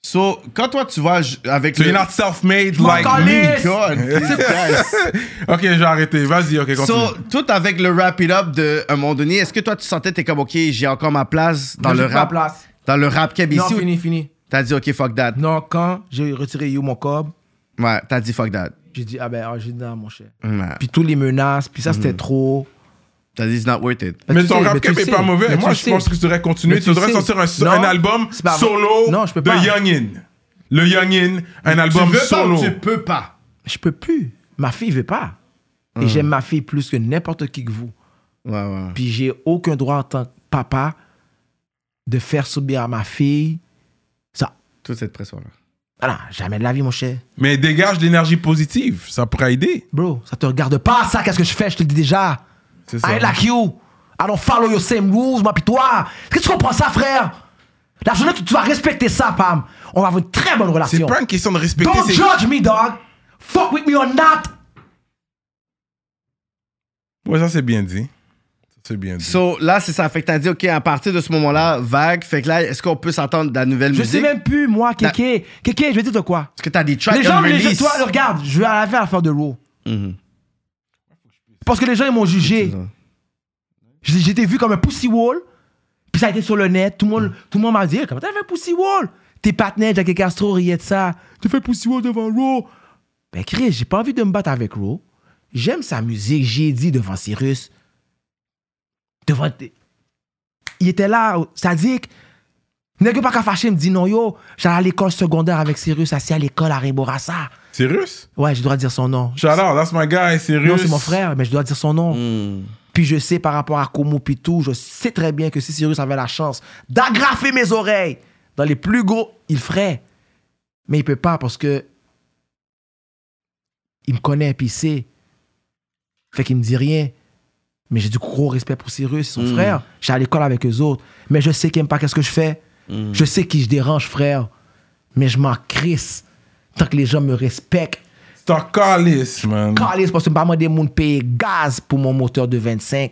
S10: So, quand toi, tu vas ju- avec.
S1: So
S10: les-
S1: you're not self-made
S4: Mon
S1: like me.
S10: (laughs)
S4: calisse.
S10: God, Jesus Christ.
S1: (laughs) Ok, j'ai arrêté. Vas-y, ok, continue.
S10: So, tout avec le wrap it up de à un moment donné, est-ce que toi tu sentais t'es comme ok j'ai encore ma place dans
S4: Moi,
S10: le
S4: j'ai pas
S10: rap
S4: ma place.
S10: dans le rap keb
S4: Non,
S10: ici ou
S4: fini, fini.
S10: t'as dit ok fuck that
S4: Non, quand j'ai retiré You, mon cob,
S10: ouais t'as dit fuck that
S4: j'ai dit, ah ben, ah, j'ai dit, non, mon cher.
S10: Ouais.
S4: Puis tous les menaces, puis ça, c'était trop.
S10: t'as dit it's not worth it
S4: Mais
S1: Mm. mais
S4: tu
S1: ton
S4: sais,
S1: rap
S4: mais
S1: cap
S4: tu
S1: est
S4: sais,
S1: pas mauvais.
S4: mais
S1: Moi,
S4: tu
S1: je
S4: sais.
S1: pense que tu devrais continuer.
S4: Mais
S1: Tu
S4: tu
S1: devrais
S4: sais.
S1: sortir un, un
S4: Non,
S1: album
S4: c'est pas vrai.
S1: solo
S4: Non, je peux
S1: de
S4: pas.
S1: Youngin. Le Youngin, un album
S10: tu veux
S1: solo.
S10: pas ou tu peux pas
S4: Je peux plus. Ma fille veut pas.
S1: Mm.
S4: Et j'aime ma fille plus que n'importe qui que vous.
S10: ouais ouais
S4: Puis j'ai aucun droit en tant que papa de faire subir à ma fille ça.
S10: toute cette pression là
S4: Ah non, jamais de la vie, mon cher.
S1: Mais dégage de l'énergie positive. Ça pourrait aider.
S4: Bro, ça te regarde pas, ça, qu'est-ce que je fais, je te le dis déjà.
S1: C'est ça.
S4: I ain't like you. I don't follow your same rules, moi pis toi. Est-ce que tu comprends ça, frère? La journée que tu vas respecter ça, Pam, on va avoir une très bonne
S1: C'est
S4: relation.
S1: pas une question de respecter.
S4: Don't
S1: c'est-
S4: judge me, dog. Fuck with me or not.
S1: Ouais, ça, c'est bien dit. Ça, C'est bien dit.
S10: so là c'est ça fait que t'as dit ok à partir de ce moment là vague fait que là est-ce qu'on peut s'attendre de la nouvelle
S4: Je
S10: musique
S4: sais même plus, moi, Kéké. Kéké, je vais dire de quoi?
S10: est-ce que t'as des tracks Mhm.
S4: Les gens, les gens,
S10: unreleased?
S4: toi, regarde, je vais aller faire l'affaire de Raw. Parce que les gens, ils m'ont jugé. J'ai- J'étais vu comme un pussy wall, puis ça a été sur le net. Tout le monde, tout le monde m'a dit Comment t'as fait pussy wall Tes partenaires, Jack et Castro riaient de ça. T'as fait pussy wall devant Raw. Ben, Chris, j'ai pas envie de me battre avec Raw. J'aime sa musique. J'ai dit devant Cyrus. Devant. t- Il était là, Sadik. N'est-ce que pas qu'à fâcher, il me dit non, yo, j'allais à l'école secondaire avec Cyrus, assis à l'école à Réborassa.
S1: C'est russe?
S4: Ouais, j'ai le droit de dire son nom.
S1: Shout out, that's my guy, c'est russe.
S4: Non, c'est mon frère, mais je dois dire son nom. Puis je sais par rapport à Komo puis tout, je sais très bien que si Cyrus avait la chance d'agrafer mes oreilles dans les plus gros, il ferait. Mais il peut pas parce que il me connaît puis il sait. Fait qu'il me dit rien. Mais j'ai du gros respect pour Cyrus, son frère. J'étais à l'école avec eux autres. Mais je sais qu'il aime pas qu'est-ce que je fais. Je sais qui je dérange, frère. Mais je m'en crisse tant que les gens me respectent.
S1: C'est un calice, man.
S4: Calisse, parce que pas moi des monde payer gaz pour mon moteur de 25.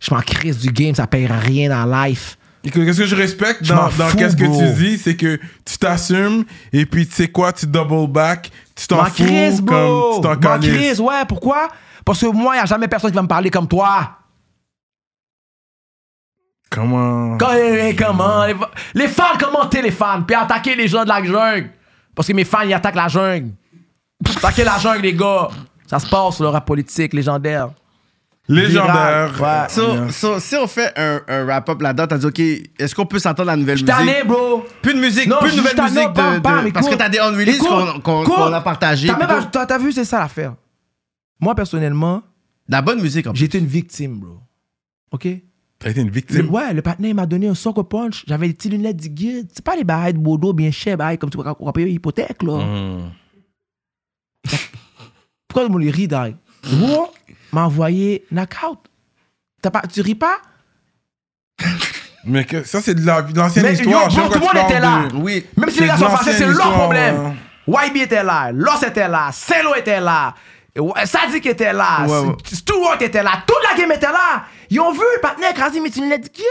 S4: Je m'en crisse du game, ça paye rien dans life.
S1: Et que- Qu'est-ce que je respecte
S4: Je m'en
S1: dans, dans
S4: fous,
S1: qu'est-ce que
S4: bro.
S1: tu dis, c'est que tu t'assumes et puis tu sais quoi, tu double back, tu t'en
S4: M'en
S1: fous
S4: crisse,
S1: comme
S4: bro.
S1: tu t'en
S4: M'en
S1: calisses.
S4: crisse, ouais, pourquoi? Parce que moi, il n'y a jamais personne qui va me parler comme toi.
S1: Comment
S4: Quand- eh, comment? Les, les fans, commenter les fans, puis attaquer les gens de la jungle. Parce que mes fans, ils attaquent la jungle. Attaquer la jungle, les gars. Ça se passe, le rap politique, légendaire.
S1: légendaire.
S4: Viral, ouais.
S10: So, so, si on fait un, un wrap-up là-dedans, t'as dit, OK, est-ce qu'on peut s'attendre à la nouvelle
S4: Je
S10: musique?
S4: t'en ai, bro.
S10: Plus de musique,
S4: Non,
S10: plus
S4: je
S10: de nouvelle
S4: suis tanné,
S10: musique. de-
S4: bam,
S10: de-
S4: bam,
S10: parce que
S4: écoute.
S10: t'as des unreleased
S4: Écoute,
S10: qu'on qu'on-
S4: écoute.
S10: qu'on a partagé.
S4: T'as
S10: puis
S4: même-
S10: tout.
S4: t'as- t'as vu, c'est ça l'affaire. Moi, personnellement,
S10: La bonne musique, en plus.
S4: J'ai été une victime, bro. OK?
S1: T'as été une
S4: Le-
S10: Mm.
S1: victime.
S4: ouais, le partenaire il m'a donné un sock au punch. J'avais des petites lunettes du guide. C'est pas les barrettes de Bodo bien chères, barrettes comme tu vas on va payer l'hypothèque, là.
S10: Mm.
S1: Hmm.
S4: Pourquoi on les rit, Dari? Moi, m'a envoyé knockout. T'as pas, tu ris pas?
S1: Mais que, ça, c'est de la- de l'ancienne
S4: Mais
S1: histoire.
S4: yo,
S1: Je
S4: bro,
S1: sais pas
S4: tout
S1: tu
S4: le monde était
S1: parles
S4: là.
S1: de-
S10: Oui.
S4: Même si
S1: C'est
S4: les gars
S1: de
S4: sont passés, c'est
S1: l'ancienne
S4: leur
S1: histoire,
S4: problème. YB était là, Loss était là, Selo était là, ouais, Sadik était là,
S10: Ouais, ouais.
S4: Stewart était là, toute la game était là. Ils ont vu le partenaire écrasé, mais tu ne l'as dit kid.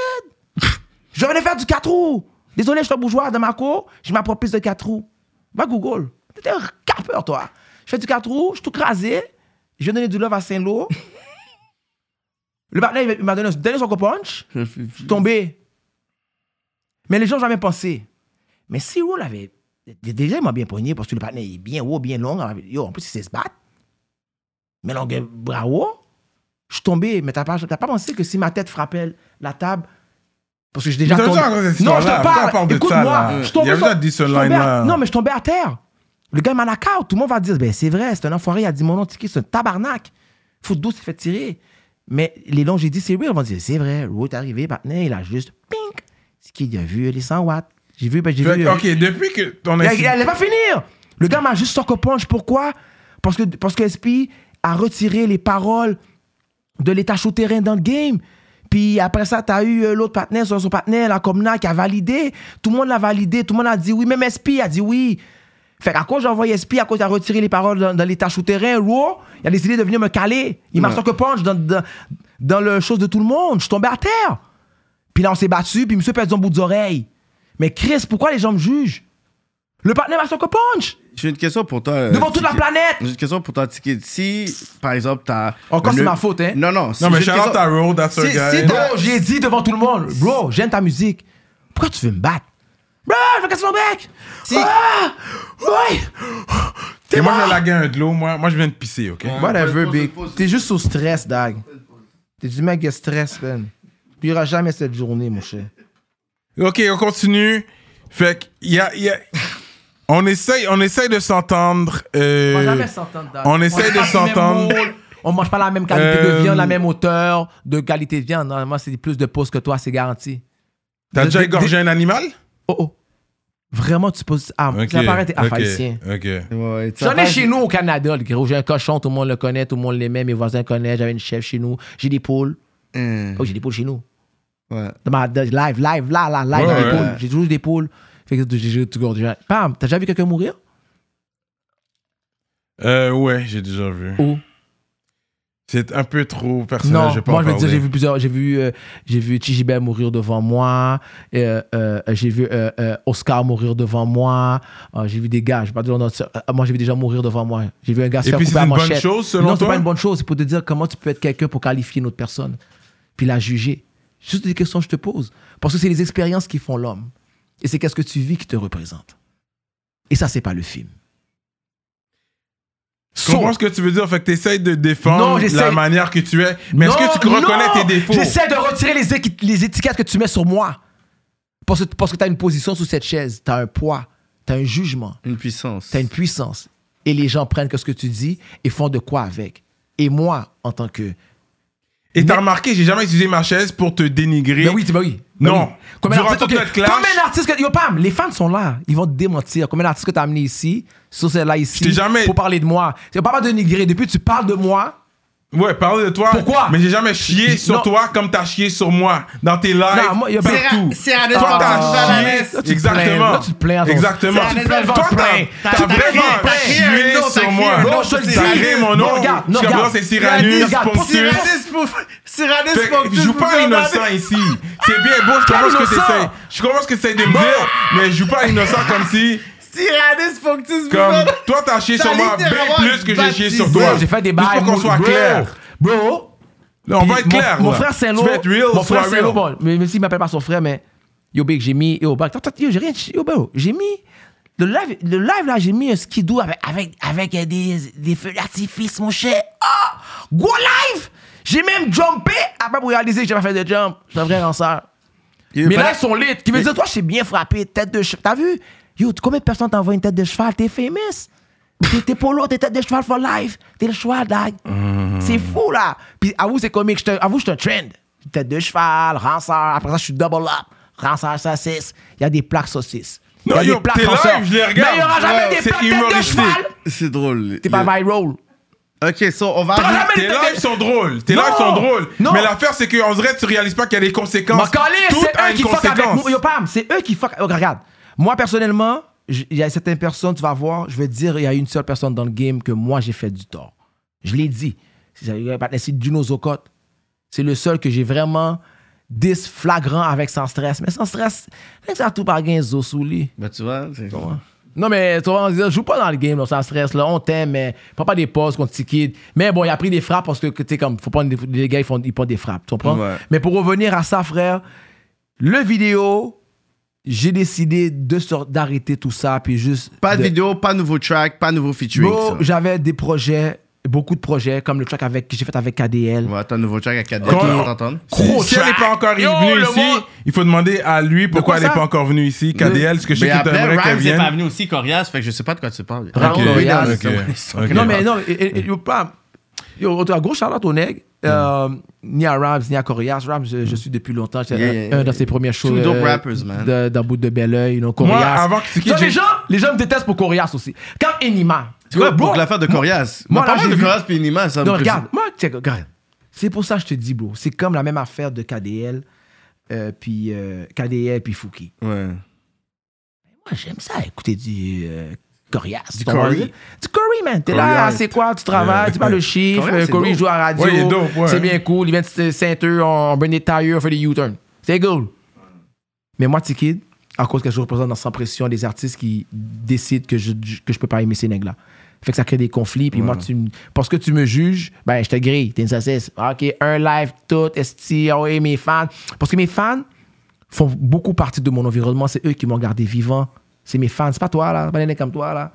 S1: (laughs)
S4: Je venais faire du 4 roues. Désolé, je suis un bourgeois de ma cour, je m'approprie de 4 roues. Va Google. T'étais un
S1: (laughs)
S4: carpeur, toi. Je fais du 4 roues, je suis tout crasé. Je vais donner du love à Saint-Lô. Le Barclay, il m'a donné un dernier soccer punch.
S10: Je suis- je-
S4: tombé. Mais les gens n'ont jamais pensé. Mais si Raw l'avait. Déjà, il m'a bien poigné parce que le partenaire est bien haut, bien long. Yo, en plus, il sait se battre. Mais longue bravo. Je suis tombé, mais t'as pas, t'as pas pensé que si ma tête frappait la table. Parce que j'ai déjà
S1: Mais t'as
S4: tombé.
S1: déjà raconté cette
S4: non, je
S1: histoire-là.
S4: te
S1: Pourquoi on parle
S4: parle.
S1: de ça,
S4: Écoute-moi.
S1: là
S4: Je suis tombé
S1: Il y a
S4: sur-
S1: déjà dit ce
S4: je suis tombé
S1: line-là.
S4: à- Non, mais je suis tombé à terre. Le gars m'a knockout. Tout le monde va dire ben, c'est vrai, c'est un enfoiré. Il a dit mon nom, Tiki, c'est un tabarnak. Foudou s'est fait tirer. Mais les longs, j'ai dit c'est real. Ils vont dire c'est vrai. Rowe est arrivé, maintenant, il a juste ping. C'est qu'il a vu les 100 watts. J'ai vu, ben, j'ai
S1: Fait
S4: vu.
S1: que, ok, depuis que ton
S4: Il
S1: incident-
S4: il allait pas finir. Le gars m'a juste soco punch. Pourquoi parce que, parce que SP a retiré les paroles de l'état terrain dans le game. Puis après ça, t'as eu euh, l'autre partenaire, son, son partenaire, la Comna, qui a validé. Tout le monde l'a validé. Tout le monde a dit oui. Même SP a dit oui. Fait qu'à cause j'ai envoyé SP, à cause t'as retiré les paroles dans, dans l'état souterrain, Raw, il a décidé de venir me caler. Il m'a soco punch dans, dans, dans le chose de tout le monde. Je suis tombé à terre. Puis là, on s'est battu, puis monsieur pèse son bout d'oreille. Mais Chris, pourquoi les gens me jugent le partenaire va se punch
S10: J'ai une question pour toi. euh,
S4: devant toute la
S10: Tiki.
S4: planète.
S10: J'ai une question pour toi, Tiki. Si, par exemple, t'as.
S4: Encore,
S10: le-
S4: c'est ma faute, hein.
S10: Non, non. si
S1: Non, mais
S10: j'ai une
S1: shout out
S10: question-
S1: à Road, that's our
S10: Si-
S1: guy.
S10: si t'as-
S4: Bro, j'ai dit devant tout le monde, bro, j'aime ta musique. Pourquoi tu veux me battre? Bro, je vais casser mon bec. Ah, ouais. T'es
S1: Et moi,
S4: mort.
S1: je laguais un de l'eau, moi. Moi, je viens de pisser, ok?
S4: Whatever,
S10: Pose, pose,
S4: big.
S10: pose.
S4: T'es juste sous stress, Dag. T'es du mec qui est stress, man. Il n'y aura jamais cette journée, mon cher.
S1: Bah, Ok, on continue. Fait que, y a,
S4: (laughs)
S1: y a- on, essaye, on essaye de s'entendre. euh,
S4: s'entendre,
S1: on essaie de s'entendre.
S4: On mange pas la même qualité
S1: Euh,
S4: de viande, la même hauteur de qualité de viande. Non, moi, c'est plus de pause que toi, c'est garanti.
S1: T'as
S4: de-
S1: déjà
S4: de-
S1: égorgé un animal?
S4: Oh, oh. Vraiment, tu poses... Ah,
S1: Ok,
S4: ça paraît, t'es
S1: ok,
S4: haïtien.
S1: Ok.
S10: Ouais, tu
S4: J'en ai
S10: sais,
S4: chez nous au Canada, le gros. J'ai un cochon, tout le monde le connaît, tout le monde l'aimait, mes voisins connaissent, j'avais une chef chez nous. J'ai des poules.
S10: Hum,
S4: Oh, j'ai des poules chez nous.
S10: Ouais.
S4: Dans ma- dans- live, live, là, là, live,
S1: Ouais,
S4: j'ai des
S1: ouais.
S4: poules. J'ai toujours des poules. Fait que j'ai- j'ai toujours. j'ai- Pam, t'as déjà vu quelqu'un mourir?
S1: Euh, ouais, j'ai déjà vu.
S4: Où?
S1: C'est un peu trop personnel,
S4: Non,
S1: je vais pas
S4: moi
S1: en
S4: je veux dire,
S1: parler.
S4: j'ai vu plusieurs. J'ai vu, euh, j'ai vu Tijibel mourir devant moi. euh, euh, euh, j'ai vu euh, euh, Oscar mourir devant moi. euh, j'ai vu des gars, je vais pas dire leur nom, euh, Moi j'ai vu des gens mourir devant moi. J'ai vu un gars se
S1: Et
S4: faire
S1: puis,
S4: couper
S1: c'est
S4: à
S1: une bonne
S4: manchette.
S1: chose, selon
S4: Non, c'est
S1: toi?
S4: pas une bonne chose. C'est pour te dire comment tu peux être quelqu'un pour qualifier une autre personne. Puis la juger. Juste des questions que je te pose. Parce que c'est les expériences qui font l'homme. Et c'est qu'est-ce que tu vis qui te représente. Et ça, c'est pas le film.
S1: Je comprends ce que tu veux dire. Fait que t'essayes de défendre
S4: Non, j'essaie-
S1: la manière que tu es. Mais est-ce que tu
S4: Non,
S1: reconnais
S4: non,
S1: tes défauts?
S4: J'essaie de retirer les, équi- les étiquettes que tu mets sur moi. Parce que, parce que tu as une position sous cette chaise, tu as un poids, tu as un jugement,
S10: Une puissance.
S4: tu as une puissance. Et les gens prennent que ce que tu dis et font de quoi avec. Et moi, en tant que.
S1: Et t'as
S4: Mais-
S1: remarqué, j'ai jamais utilisé ma chaise pour te dénigrer.
S4: Mais oui, tu- ben oui. ben
S1: Non.
S4: oui. Combien
S1: Durant
S4: d'artistes
S1: toute
S4: ok,
S1: notre clash-
S4: combien d'artistes que. Yo, Pam, les fans sont là. Ils vont te démentir. Combien d'artistes que t'as amené ici, sur celle-là
S1: Je t'ai
S4: ici,
S1: jamais-
S4: pour parler de moi. C'est pas pas de dénigrer. Depuis que tu parles de moi,
S1: Ouais, parle de toi.
S4: Pourquoi
S1: Mais j'ai jamais chié
S4: J-
S1: sur
S4: non.
S1: toi comme t'as chié sur moi dans tes lives.
S4: Non, moi, y a pas-
S1: partout.
S10: C'est à
S1: Toi,
S4: Ah,
S1: t'as
S4: là,
S1: chié.
S4: tu te plains,
S1: Exactement.
S4: là, tu te plains, attends.
S1: Exactement.
S4: Là, tu te plains,
S1: Toi,
S4: t'en
S1: t'as-
S4: plains.
S1: t'as
S4: T'as
S1: vraiment
S4: crié, t'as crié
S10: un
S1: chié
S10: nom, t'as
S1: sur
S10: crié
S1: moi.
S10: un
S4: nom, je te le dis.
S1: T'as crié mon nom.
S4: Non, regarde, non,
S1: Jusqu'à
S4: regarde.
S1: présent, c'est Cyranus,
S4: Regarde, pour
S1: Pontus.
S4: Cyranus,
S10: Cyranus
S1: Fait que Joue pas à l'innocent ici. C'est bien beau, je
S4: Quel
S1: comprends ce que
S4: innocent?
S1: t'essayes. Je comprends ce que t'essayes de me dire, mais joue pas à l'innocent comme si...
S10: Cyranus Fonctus
S1: Comme, toi, t'as chié sur moi bien
S10: littéralement
S1: plus que j'ai chié sur
S10: baptisé.
S1: toi.
S4: Bro, j'ai fait des
S1: Juste
S4: bails.
S1: pour qu'on
S4: bro.
S1: soit clair.
S4: Bro,
S1: Là, on
S4: puis
S1: va être
S4: mon-
S1: clair.
S4: Mon,
S1: là.
S4: frère Saint-Lô.
S1: Tu vas être real,
S4: Mon frère
S1: sois
S4: Saint-Lô,
S1: real.
S4: bon, mais même s'il m'appelle pas son frère, mais. Yo, big, j'ai mis. Yo, big, attends, yo, j'ai rien. Yo, bro, j'ai mis. Le live, le live là, j'ai mis un skidoo avec, avec, avec euh, des, des feux d'artifice, mon cher. Ah! Go live! J'ai même jumpé après pour réaliser que j'avais fait de jump. C'est un vrai lanceur. Mais là, ils sont lit. Qui veut dire, toi, je t'ai bien frappé, tête de cheval. T'as vu? Yo, combien de personnes t'envoient une tête de cheval? T'es famous. T'es- T'es polo, t'es tête de cheval for life. T'es le cheval, dag.
S1: Mhm.
S4: C'est fou, là. Puis avoue, c'est comique. J'te- Avoue, je suis un trend. Tête de cheval, ranceur. Après ça, je suis double up. Ranceur saucisse. Il y a des plaques saucisses. Il y
S1: Non,
S4: a
S1: yo,
S4: des plaques
S1: t'es live,
S4: ranceurs.
S1: je les regarde.
S4: Mais il y aura jamais
S1: Ouais,
S4: des
S1: c'est
S4: plaques tête de
S1: humoristique.
S4: cheval.
S10: C'est drôle.
S4: T'es pas viral.
S10: Ok, so on va.
S4: T'auras
S10: ajouter-
S4: jamais
S1: Tes
S4: les têtes
S1: lives
S4: de-
S1: sont drôles. Tes
S4: Ah, Non,
S1: lives sont drôles.
S4: non.
S1: Mais l'affaire, c'est qu'on dirait que tu réalises pas qu'il y a des conséquences.
S4: Ma calée,
S1: Tout
S4: c'est
S1: a
S4: eux
S1: une
S4: qui fuck avec
S1: conséquence.
S4: nous. Yo, Pam, c'est eux qui fuck. Oh, regarde, moi personnellement, j- il y a certaines personnes, tu vas voir, je vais te dire, il y a une seule personne dans le game que moi j'ai fait du tort. Je l'ai dit. C'est euh, c'est Dino Zocot. C'est le seul que j'ai vraiment 10 flagrant avec sans stress. Mais sans stress, rien que ça a tout par gain zo sous lui.
S10: Bah, tu vois, c'est.
S4: Non, mais tu vois, on disait, joue pas dans le game, là, ça stresse, là, on t'aime, mais prends pas des pauses contre Tikid. Mais bon, il a pris des frappes parce que, tu sais, comme, faut pas, les gars, ils, font, ils portent des frappes, tu comprends?
S2: Ouais.
S4: Mais pour revenir à ça, frère, le vidéo, j'ai décidé de sor- d'arrêter tout ça, puis juste.
S2: Pas de hein. vidéo, pas nouveau track, pas nouveau featuring.
S4: Bro,
S2: ça.
S4: J'avais des projets, beaucoup de projets, comme le track avec, que j'ai fait avec KDL.
S2: Ouais, t'as un nouveau track à 4
S1: Comment-
S2: on va t'entendre.
S4: Gros
S1: si elle n'est
S4: track.
S1: pas encore
S4: Yo,
S1: venue
S4: le
S1: ici,
S4: monde-
S1: il faut demander à lui pourquoi
S4: quoi
S1: elle n'est
S4: ça?
S1: pas encore venue ici. KDL, parce que je sais
S2: Mais
S1: qu'il
S2: après,
S1: t'aimerait qu'elle
S2: Rhymes n'est pas
S1: vienne.
S2: venu aussi, Corias, fait que je sais pas de quoi tu parles.
S4: Rhymes,
S2: Ok.
S4: Corias,
S2: Ok. Ah.
S1: c'est ok.
S4: Non, mais non, et- et- et- yo, pas. Yo, on te- gros Charlotte au nègre.
S2: Mm.
S4: euh, ni à Rams, ni à Corias. Rams, je, je suis depuis longtemps. J'étais
S2: Yeah, yeah, yeah.
S4: un de ses premiers shows.
S2: Two dope
S4: euh,
S2: rappers, man.
S4: de- D'un bout de bel oeil, non, Corias.
S1: Moi, avant que tu
S4: Tu vois,
S1: quittes,
S4: les, gens, les gens me détestent pour Corias aussi. Quand Enima.
S2: Tu vois,
S4: Yo,
S2: pour
S4: bro,
S2: l'affaire de Corias.
S4: moi,
S2: Moi, pas
S4: là,
S2: mal
S4: j'ai
S2: de
S4: vu-
S2: Corias puis Nima, ça
S4: Non,
S2: me
S4: regarde, moi, tiens, regarde. C'est pour ça que je te dis, bro. C'est comme la même affaire de KDL, euh, puis euh, KDL, puis Fouki.
S2: Ouais.
S4: Moi, j'aime ça, écouter du euh, Corias. Du
S2: Corey.
S4: Du Corey, man. T'es
S1: Corias.
S4: là, c'est quoi, tu travailles, tu parles le chiffre,
S2: Corias,
S4: euh,
S2: c'est
S4: Corey
S2: dope.
S4: joue à la radio.
S1: Ouais, il est dope, ouais.
S4: C'est bien cool, il vient de Saint-Eux, on burn des tires, on fait des U-turns. C'est cool. Mais moi, Tikid, à cause que je représente dans Sans Pression des artistes qui décident que je, que je peux pas aimer ces nègres-là. Fait que ça crée des conflits, puis moi, tu, me- parce que tu me juges, ben, je te grille, t'es une saucisse. OK, un live, tout, esti, oh, et mes fans. Parce que mes fans font beaucoup partie de mon environnement, c'est eux qui m'ont gardé vivant. C'est mes fans, c'est pas toi, là, c'est pas des nègres comme toi, là.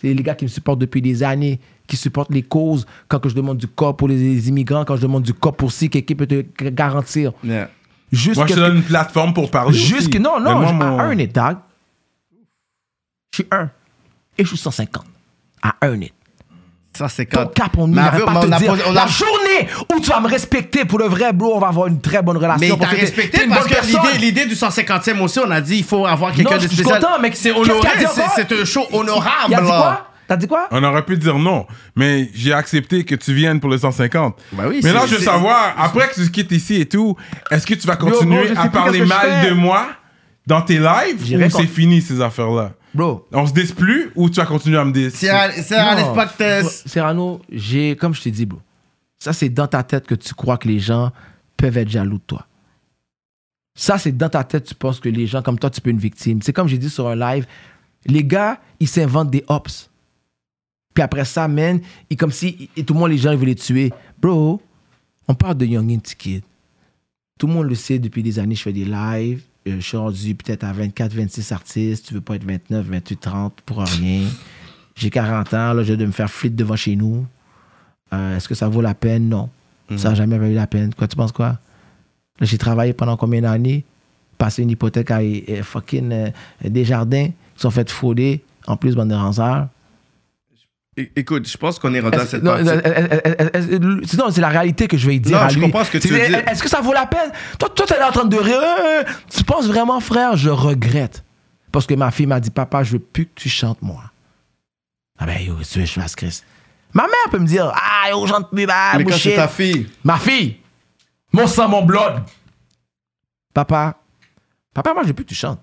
S4: C'est les gars qui me supportent depuis des années, qui supportent les causes. Quand que je demande du corps pour les, les immigrants, quand je demande du corps pour si, quelqu'un peut te garantir.
S2: Yeah.
S4: Juste
S1: Moi, je te
S4: que-
S1: donne une plateforme pour parler.
S4: Juste
S1: aussi.
S4: que non, non,
S1: Donne-moi
S4: je-
S1: mon-
S4: à un hit, dog. Je suis un. Et je suis 150. À un hit.
S2: Ça, c'est
S4: Ton
S2: quand.
S4: cap, on n'y
S2: Mais
S4: va
S2: avec-
S4: pas
S2: mais
S4: te
S2: on a
S4: dire.
S2: pas- on a-
S4: La journée où tu vas me respecter pour le vrai, bro, on va avoir une très bonne relation.
S2: Mais il t'a
S4: parce que t'es- t'es
S2: respecté
S4: une
S2: parce
S4: bonne
S2: que l'idée,
S4: personne.
S2: l'idée du 150e aussi, on a dit il faut avoir
S4: Non,
S2: quelqu'un
S4: je
S2: de
S4: suis
S2: spécial.
S4: content, mec.
S2: C'est
S4: Qu'est-ce qu'il
S2: honoré,
S4: a dit
S2: c'est-
S4: encore?
S2: c'est un show honorable.
S4: Il a dit
S2: là.
S4: quoi? T'as dit quoi?
S1: On aurait pu dire non, mais j'ai accepté que tu viennes pour le 150.
S2: Ben oui,
S1: mais là,
S2: c'est-
S1: je veux
S2: c'est-
S1: savoir, après que tu quittes ici et tout, est-ce que tu vas
S4: bro,
S1: continuer
S4: je sais
S1: à
S4: plus
S1: parler
S4: qu'est-ce que je
S1: mal
S4: fais.
S1: de moi dans tes lives
S4: J'irai
S1: ou
S4: quand-
S1: c'est fini ces affaires-là
S4: Bro,
S1: On se dise plus ou tu vas continuer à me dire
S2: C'est un c'est un
S4: Non.
S2: espace test.
S4: Serrano, j'ai, comme je t'ai dit, bro, ça c'est dans ta tête que tu crois que les gens peuvent être jaloux de toi. Ça c'est dans ta tête, tu penses que les gens comme toi, tu peux être une victime. C'est comme j'ai dit sur un live, les gars, ils s'inventent des ops. Puis après ça, man, ils, comme si et tout le monde, les gens, ils veulent les tuer. Bro, on parle de Young and Kid. Tout le monde le sait depuis des années, je fais des lives. Euh, Je suis rendu peut-être à 24, 26 artistes. Tu veux pas être 29, 28, 30 pour rien. J'ai 40 ans, là, je vais de me faire flit devant chez nous. Euh, Est-ce que ça vaut la peine? Non. Ça n'a jamais valu la peine. Quoi, tu penses quoi? Là, J'ai travaillé pendant combien d'années? Passé une hypothèque à euh, fucking euh, Desjardins, qui sont fait frauder, en plus, bande de ranzards.
S2: É- Écoute, je pense qu'on est rendu à
S4: Est-ce-
S2: cette
S4: non,
S2: partie.
S4: est-ce- est-ce- est-ce- non, c'est la réalité que je vais dire
S2: Non,
S4: à
S2: je
S4: lui.
S2: comprends ce que tu
S4: C'est-
S2: veux dire.
S4: Est-ce que ça vaut la peine Toi, toi, t'es là en train de rire. Euh, Tu penses vraiment, frère, je regrette. Parce que ma fille m'a dit, papa, je veux plus que tu chantes, moi. Ah ben, yo, qu'est-ce que tu veux, je fasse, Chris. Ma mère peut me dire, ah, yo, chante plus, bah,
S2: Mais quand c'est
S4: bullshit.
S2: ta fille,
S4: Ma fille, mon sang, mon blood. Papa, papa, moi, je veux plus que tu chantes.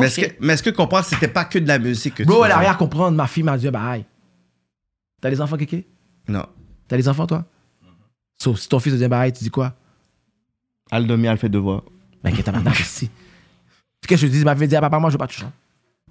S2: mais
S4: Ok.
S2: est-ce que- mais est-ce que tu comprends que c'était pas que de la musique que tu
S4: Bro, elle a
S2: faisais?
S4: rien à comprendre. Ma fille m'a dit, bah, aïe. T'as des enfants, Kéké
S2: Non.
S4: T'as des enfants, toi?
S2: Mhm.
S4: Sauf si ton fils devient pareil, tu dis quoi?
S2: Aldomir, elle fait devoir.
S4: Ben, qu'est-ce que t'as maintenant ici? Qu'est-ce que je dis? Ma fille dit à papa, moi, je veux pas toucher.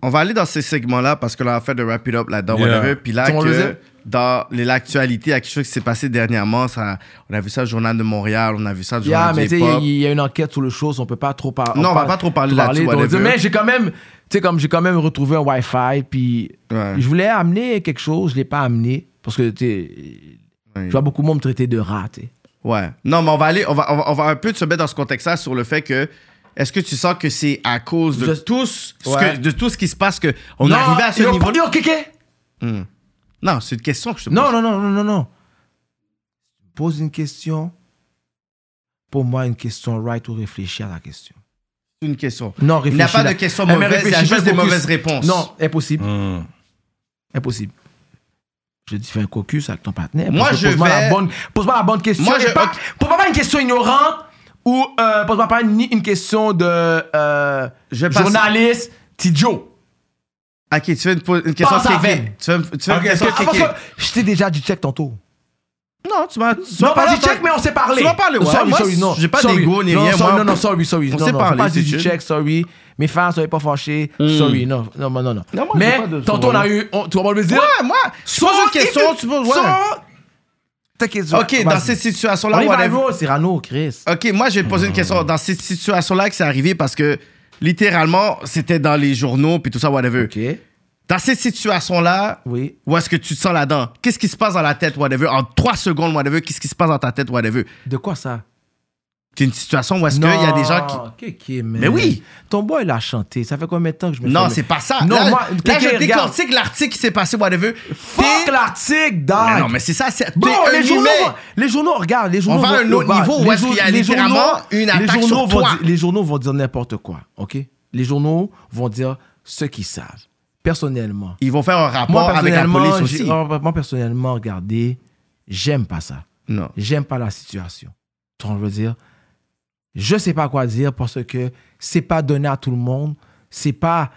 S2: On va aller dans ces segments-là parce que là, on a fait de wrap it up là-dedans.
S1: Yeah.
S2: whatever. Puis là,
S4: Tu vois,
S2: que
S4: on le sait.
S2: dans les- l'actualité, à quelque chose qui s'est passé dernièrement, ça, on a vu ça au Journal de Montréal, on a vu ça au
S4: Yeah,
S2: Journal
S4: mais
S2: de
S4: tu sais, il y a-
S2: J-Pop.
S4: il y, a une enquête sur le show, on peut pas trop parler.
S2: Non, on va pas trop parler là-dessus, whatever.
S4: Mais j'ai quand même, tu sais, comme j'ai quand même retrouvé un Wi-Fi, puis
S2: Ouais.
S4: je voulais amener quelque chose, je l'ai pas amené, parce que, tu sais,
S2: Ouais.
S4: je vois beaucoup de monde me traiter de rat, tu sais.
S2: Ouais. Non, mais on va aller, on va, on va, on va un peu se mettre dans ce contexte-là sur le fait que est-ce que tu sens que c'est à cause de
S4: Je-
S2: tous, ce
S4: Ouais.
S2: que- de tout ce qui se passe que on est
S4: Non,
S2: arrivé à ce
S4: yo,
S2: niveau.
S4: yo, Kéké!
S2: Non, c'est une question que je te pose.
S4: Non, non, non, non, non, non. Pose une question. Pour moi, une question right ou réfléchir à la question.
S2: c'est une question.
S4: Non,
S2: Il
S4: réfléchir.
S2: n'y a pas de question mauvaise, il y a juste des mauvaises réponses.
S4: Non, impossible.
S1: Hmm.
S4: Impossible. Je dis, fais un caucus avec ton partenaire.
S2: Moi,
S4: parce que
S2: je
S4: pose-moi
S2: vais-
S4: La bonne, pose-moi la bonne question.
S2: Moi,
S4: et
S2: je-
S4: Pas,
S2: ok.
S4: Pose-moi pas une question ignorante ou euh, pose-moi pas ni une question de euh,
S2: Je passe-
S4: journaliste, Tidjo.
S2: Ok, tu veux une, po- une question
S4: Pense à
S2: kéké.
S4: Veb.
S2: Tu veux, tu veux
S1: Ok,
S2: une question
S4: Ah, parce
S2: kéké.
S4: que je t'ai déjà dit check tantôt.
S2: Non, tu m'as. tu
S4: Non,
S2: m'as
S4: pas
S2: parlé
S4: du
S2: en tant-
S4: check, mais on s'est parlé.
S2: Tu m'as parlé, ouais.
S4: Sorry,
S2: Moi,
S4: sorry, non.
S2: j'ai pas
S4: Sorry.
S2: d'ego ni
S4: non,
S2: rien,
S4: Sorry,
S2: moi.
S4: non, non, sorry, sorry.
S2: On
S4: non,
S2: s'est
S4: non,
S2: parlé,
S4: Pas
S2: c'est
S4: dit du
S2: chill.
S4: check, sorry. Mes fans, soyez pas fâchés. Sorry, non, non, non, non. non.
S2: moi, j'ai
S4: mais
S2: pas de-
S4: tantôt, on a eu. on- Tu vas me le dire.
S2: Ouais, moi. Tu poses une question, tu poses. Ouais.
S4: T'inquiète,
S2: Ok, dans ces situations-là,
S4: On y va à
S2: whatever.
S4: nous, Cyrano, Chris.
S2: Ok, moi, je vais te poser une question. Dans ces situations-là que c'est arrivé parce que littéralement, c'était dans les journaux puis tout ça, whatever.
S4: Ok.
S2: Dans ces situations-là,
S4: Oui.
S2: où est-ce que tu te sens là-dedans? Qu'est-ce qui se passe dans la tête, whatever? En trois secondes, whatever, qu'est-ce qui se passe dans ta tête, whatever?
S4: De quoi ça
S2: C'est une situation où est-ce qu'il y a des gens qui.
S4: qui.
S2: Mais oui.
S4: Ton boy, il a chanté. Ça fait combien de temps que je me
S2: Non,
S4: fais
S2: c'est
S4: le-
S2: pas ça.
S4: Non,
S2: là,
S4: moi,
S2: là,
S4: quelqu'un
S2: je
S4: regarde.
S2: décortique l'article qui s'est passé, whatever.
S4: Fuck
S2: T'es-
S4: l'article,
S2: Mais
S4: dog!
S2: non, mais c'est ça, c'est.
S4: Bon,
S2: t'es un
S4: les journaux,
S2: humain.
S4: vont- les journaux, regarde, les journaux.
S2: va à
S4: vont-
S2: un autre
S4: bah,
S2: niveau où
S4: les
S2: est-ce qu'il y a
S4: jour- les
S2: littéralement
S4: journaux-
S2: une
S4: les
S2: attaque
S4: journaux
S2: sur
S4: vont
S2: toi.
S4: dire- les journaux vont dire n'importe quoi, ok? Les journaux vont dire ce qu'ils savent, personnellement.
S2: Ils vont faire un rapport
S4: Moi,
S2: avec la
S4: personnellement,
S2: police
S4: j'ai-
S2: aussi.
S4: oh, moi, personnellement, regardez, j'aime pas ça.
S2: Non.
S4: J'aime pas la situation. Tu vois, je veux dire, je sais pas quoi dire parce que c'est pas donné à tout le monde. C'est pas.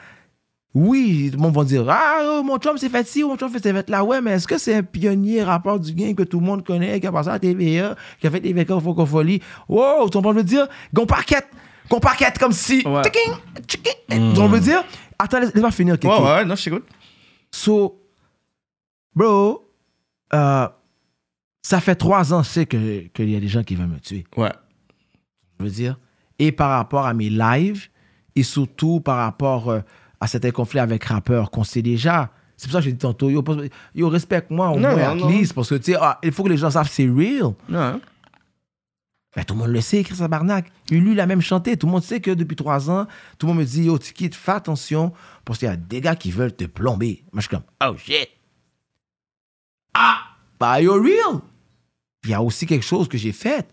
S4: Oui, tout le monde va dire Ah, oh, mon chum s'est fait ci, mon chum s'est fait là. Ouais, mais est-ce que c'est un pionnier rapport du gain que tout le monde connaît, qui a passé à la TVA, qui a fait des vacances au Focofolie Wow, tu comprends, je veux dire, qu'on parquette, qu'on parquette comme si. Tchiking, tchiking. Tu comprends, je veux dire, attends, laisse- laisse-moi finir. Kéké.
S2: Mm. Ouais, ouais, non, je t'écoute.
S4: So, bro, euh, ça fait trois ans, je sais que- qu'il y a des gens qui veulent me tuer.
S2: Ouais.
S4: Je veux dire. Et par rapport à mes lives, et surtout par rapport euh, à certains conflits avec rappeurs qu'on sait déjà. C'est pour ça que j'ai dit tantôt, yo, pose- yo, respecte-moi au
S2: Non,
S4: moins, at
S2: non, non.
S4: least, parce que, tu sais, ah, il faut que les gens savent c'est real.
S2: Non. hein.
S4: Ben, tout le monde le sait, Chris Abarnac. Ulu l'a même chanté. Tout le monde sait que depuis trois ans, tout le monde me dit Yo, Tiki, fais attention parce qu'il y a des gars qui veulent te plomber. Moi, je suis comme Oh shit. Ah, bah, you're real. Il y a aussi quelque chose que j'ai fait.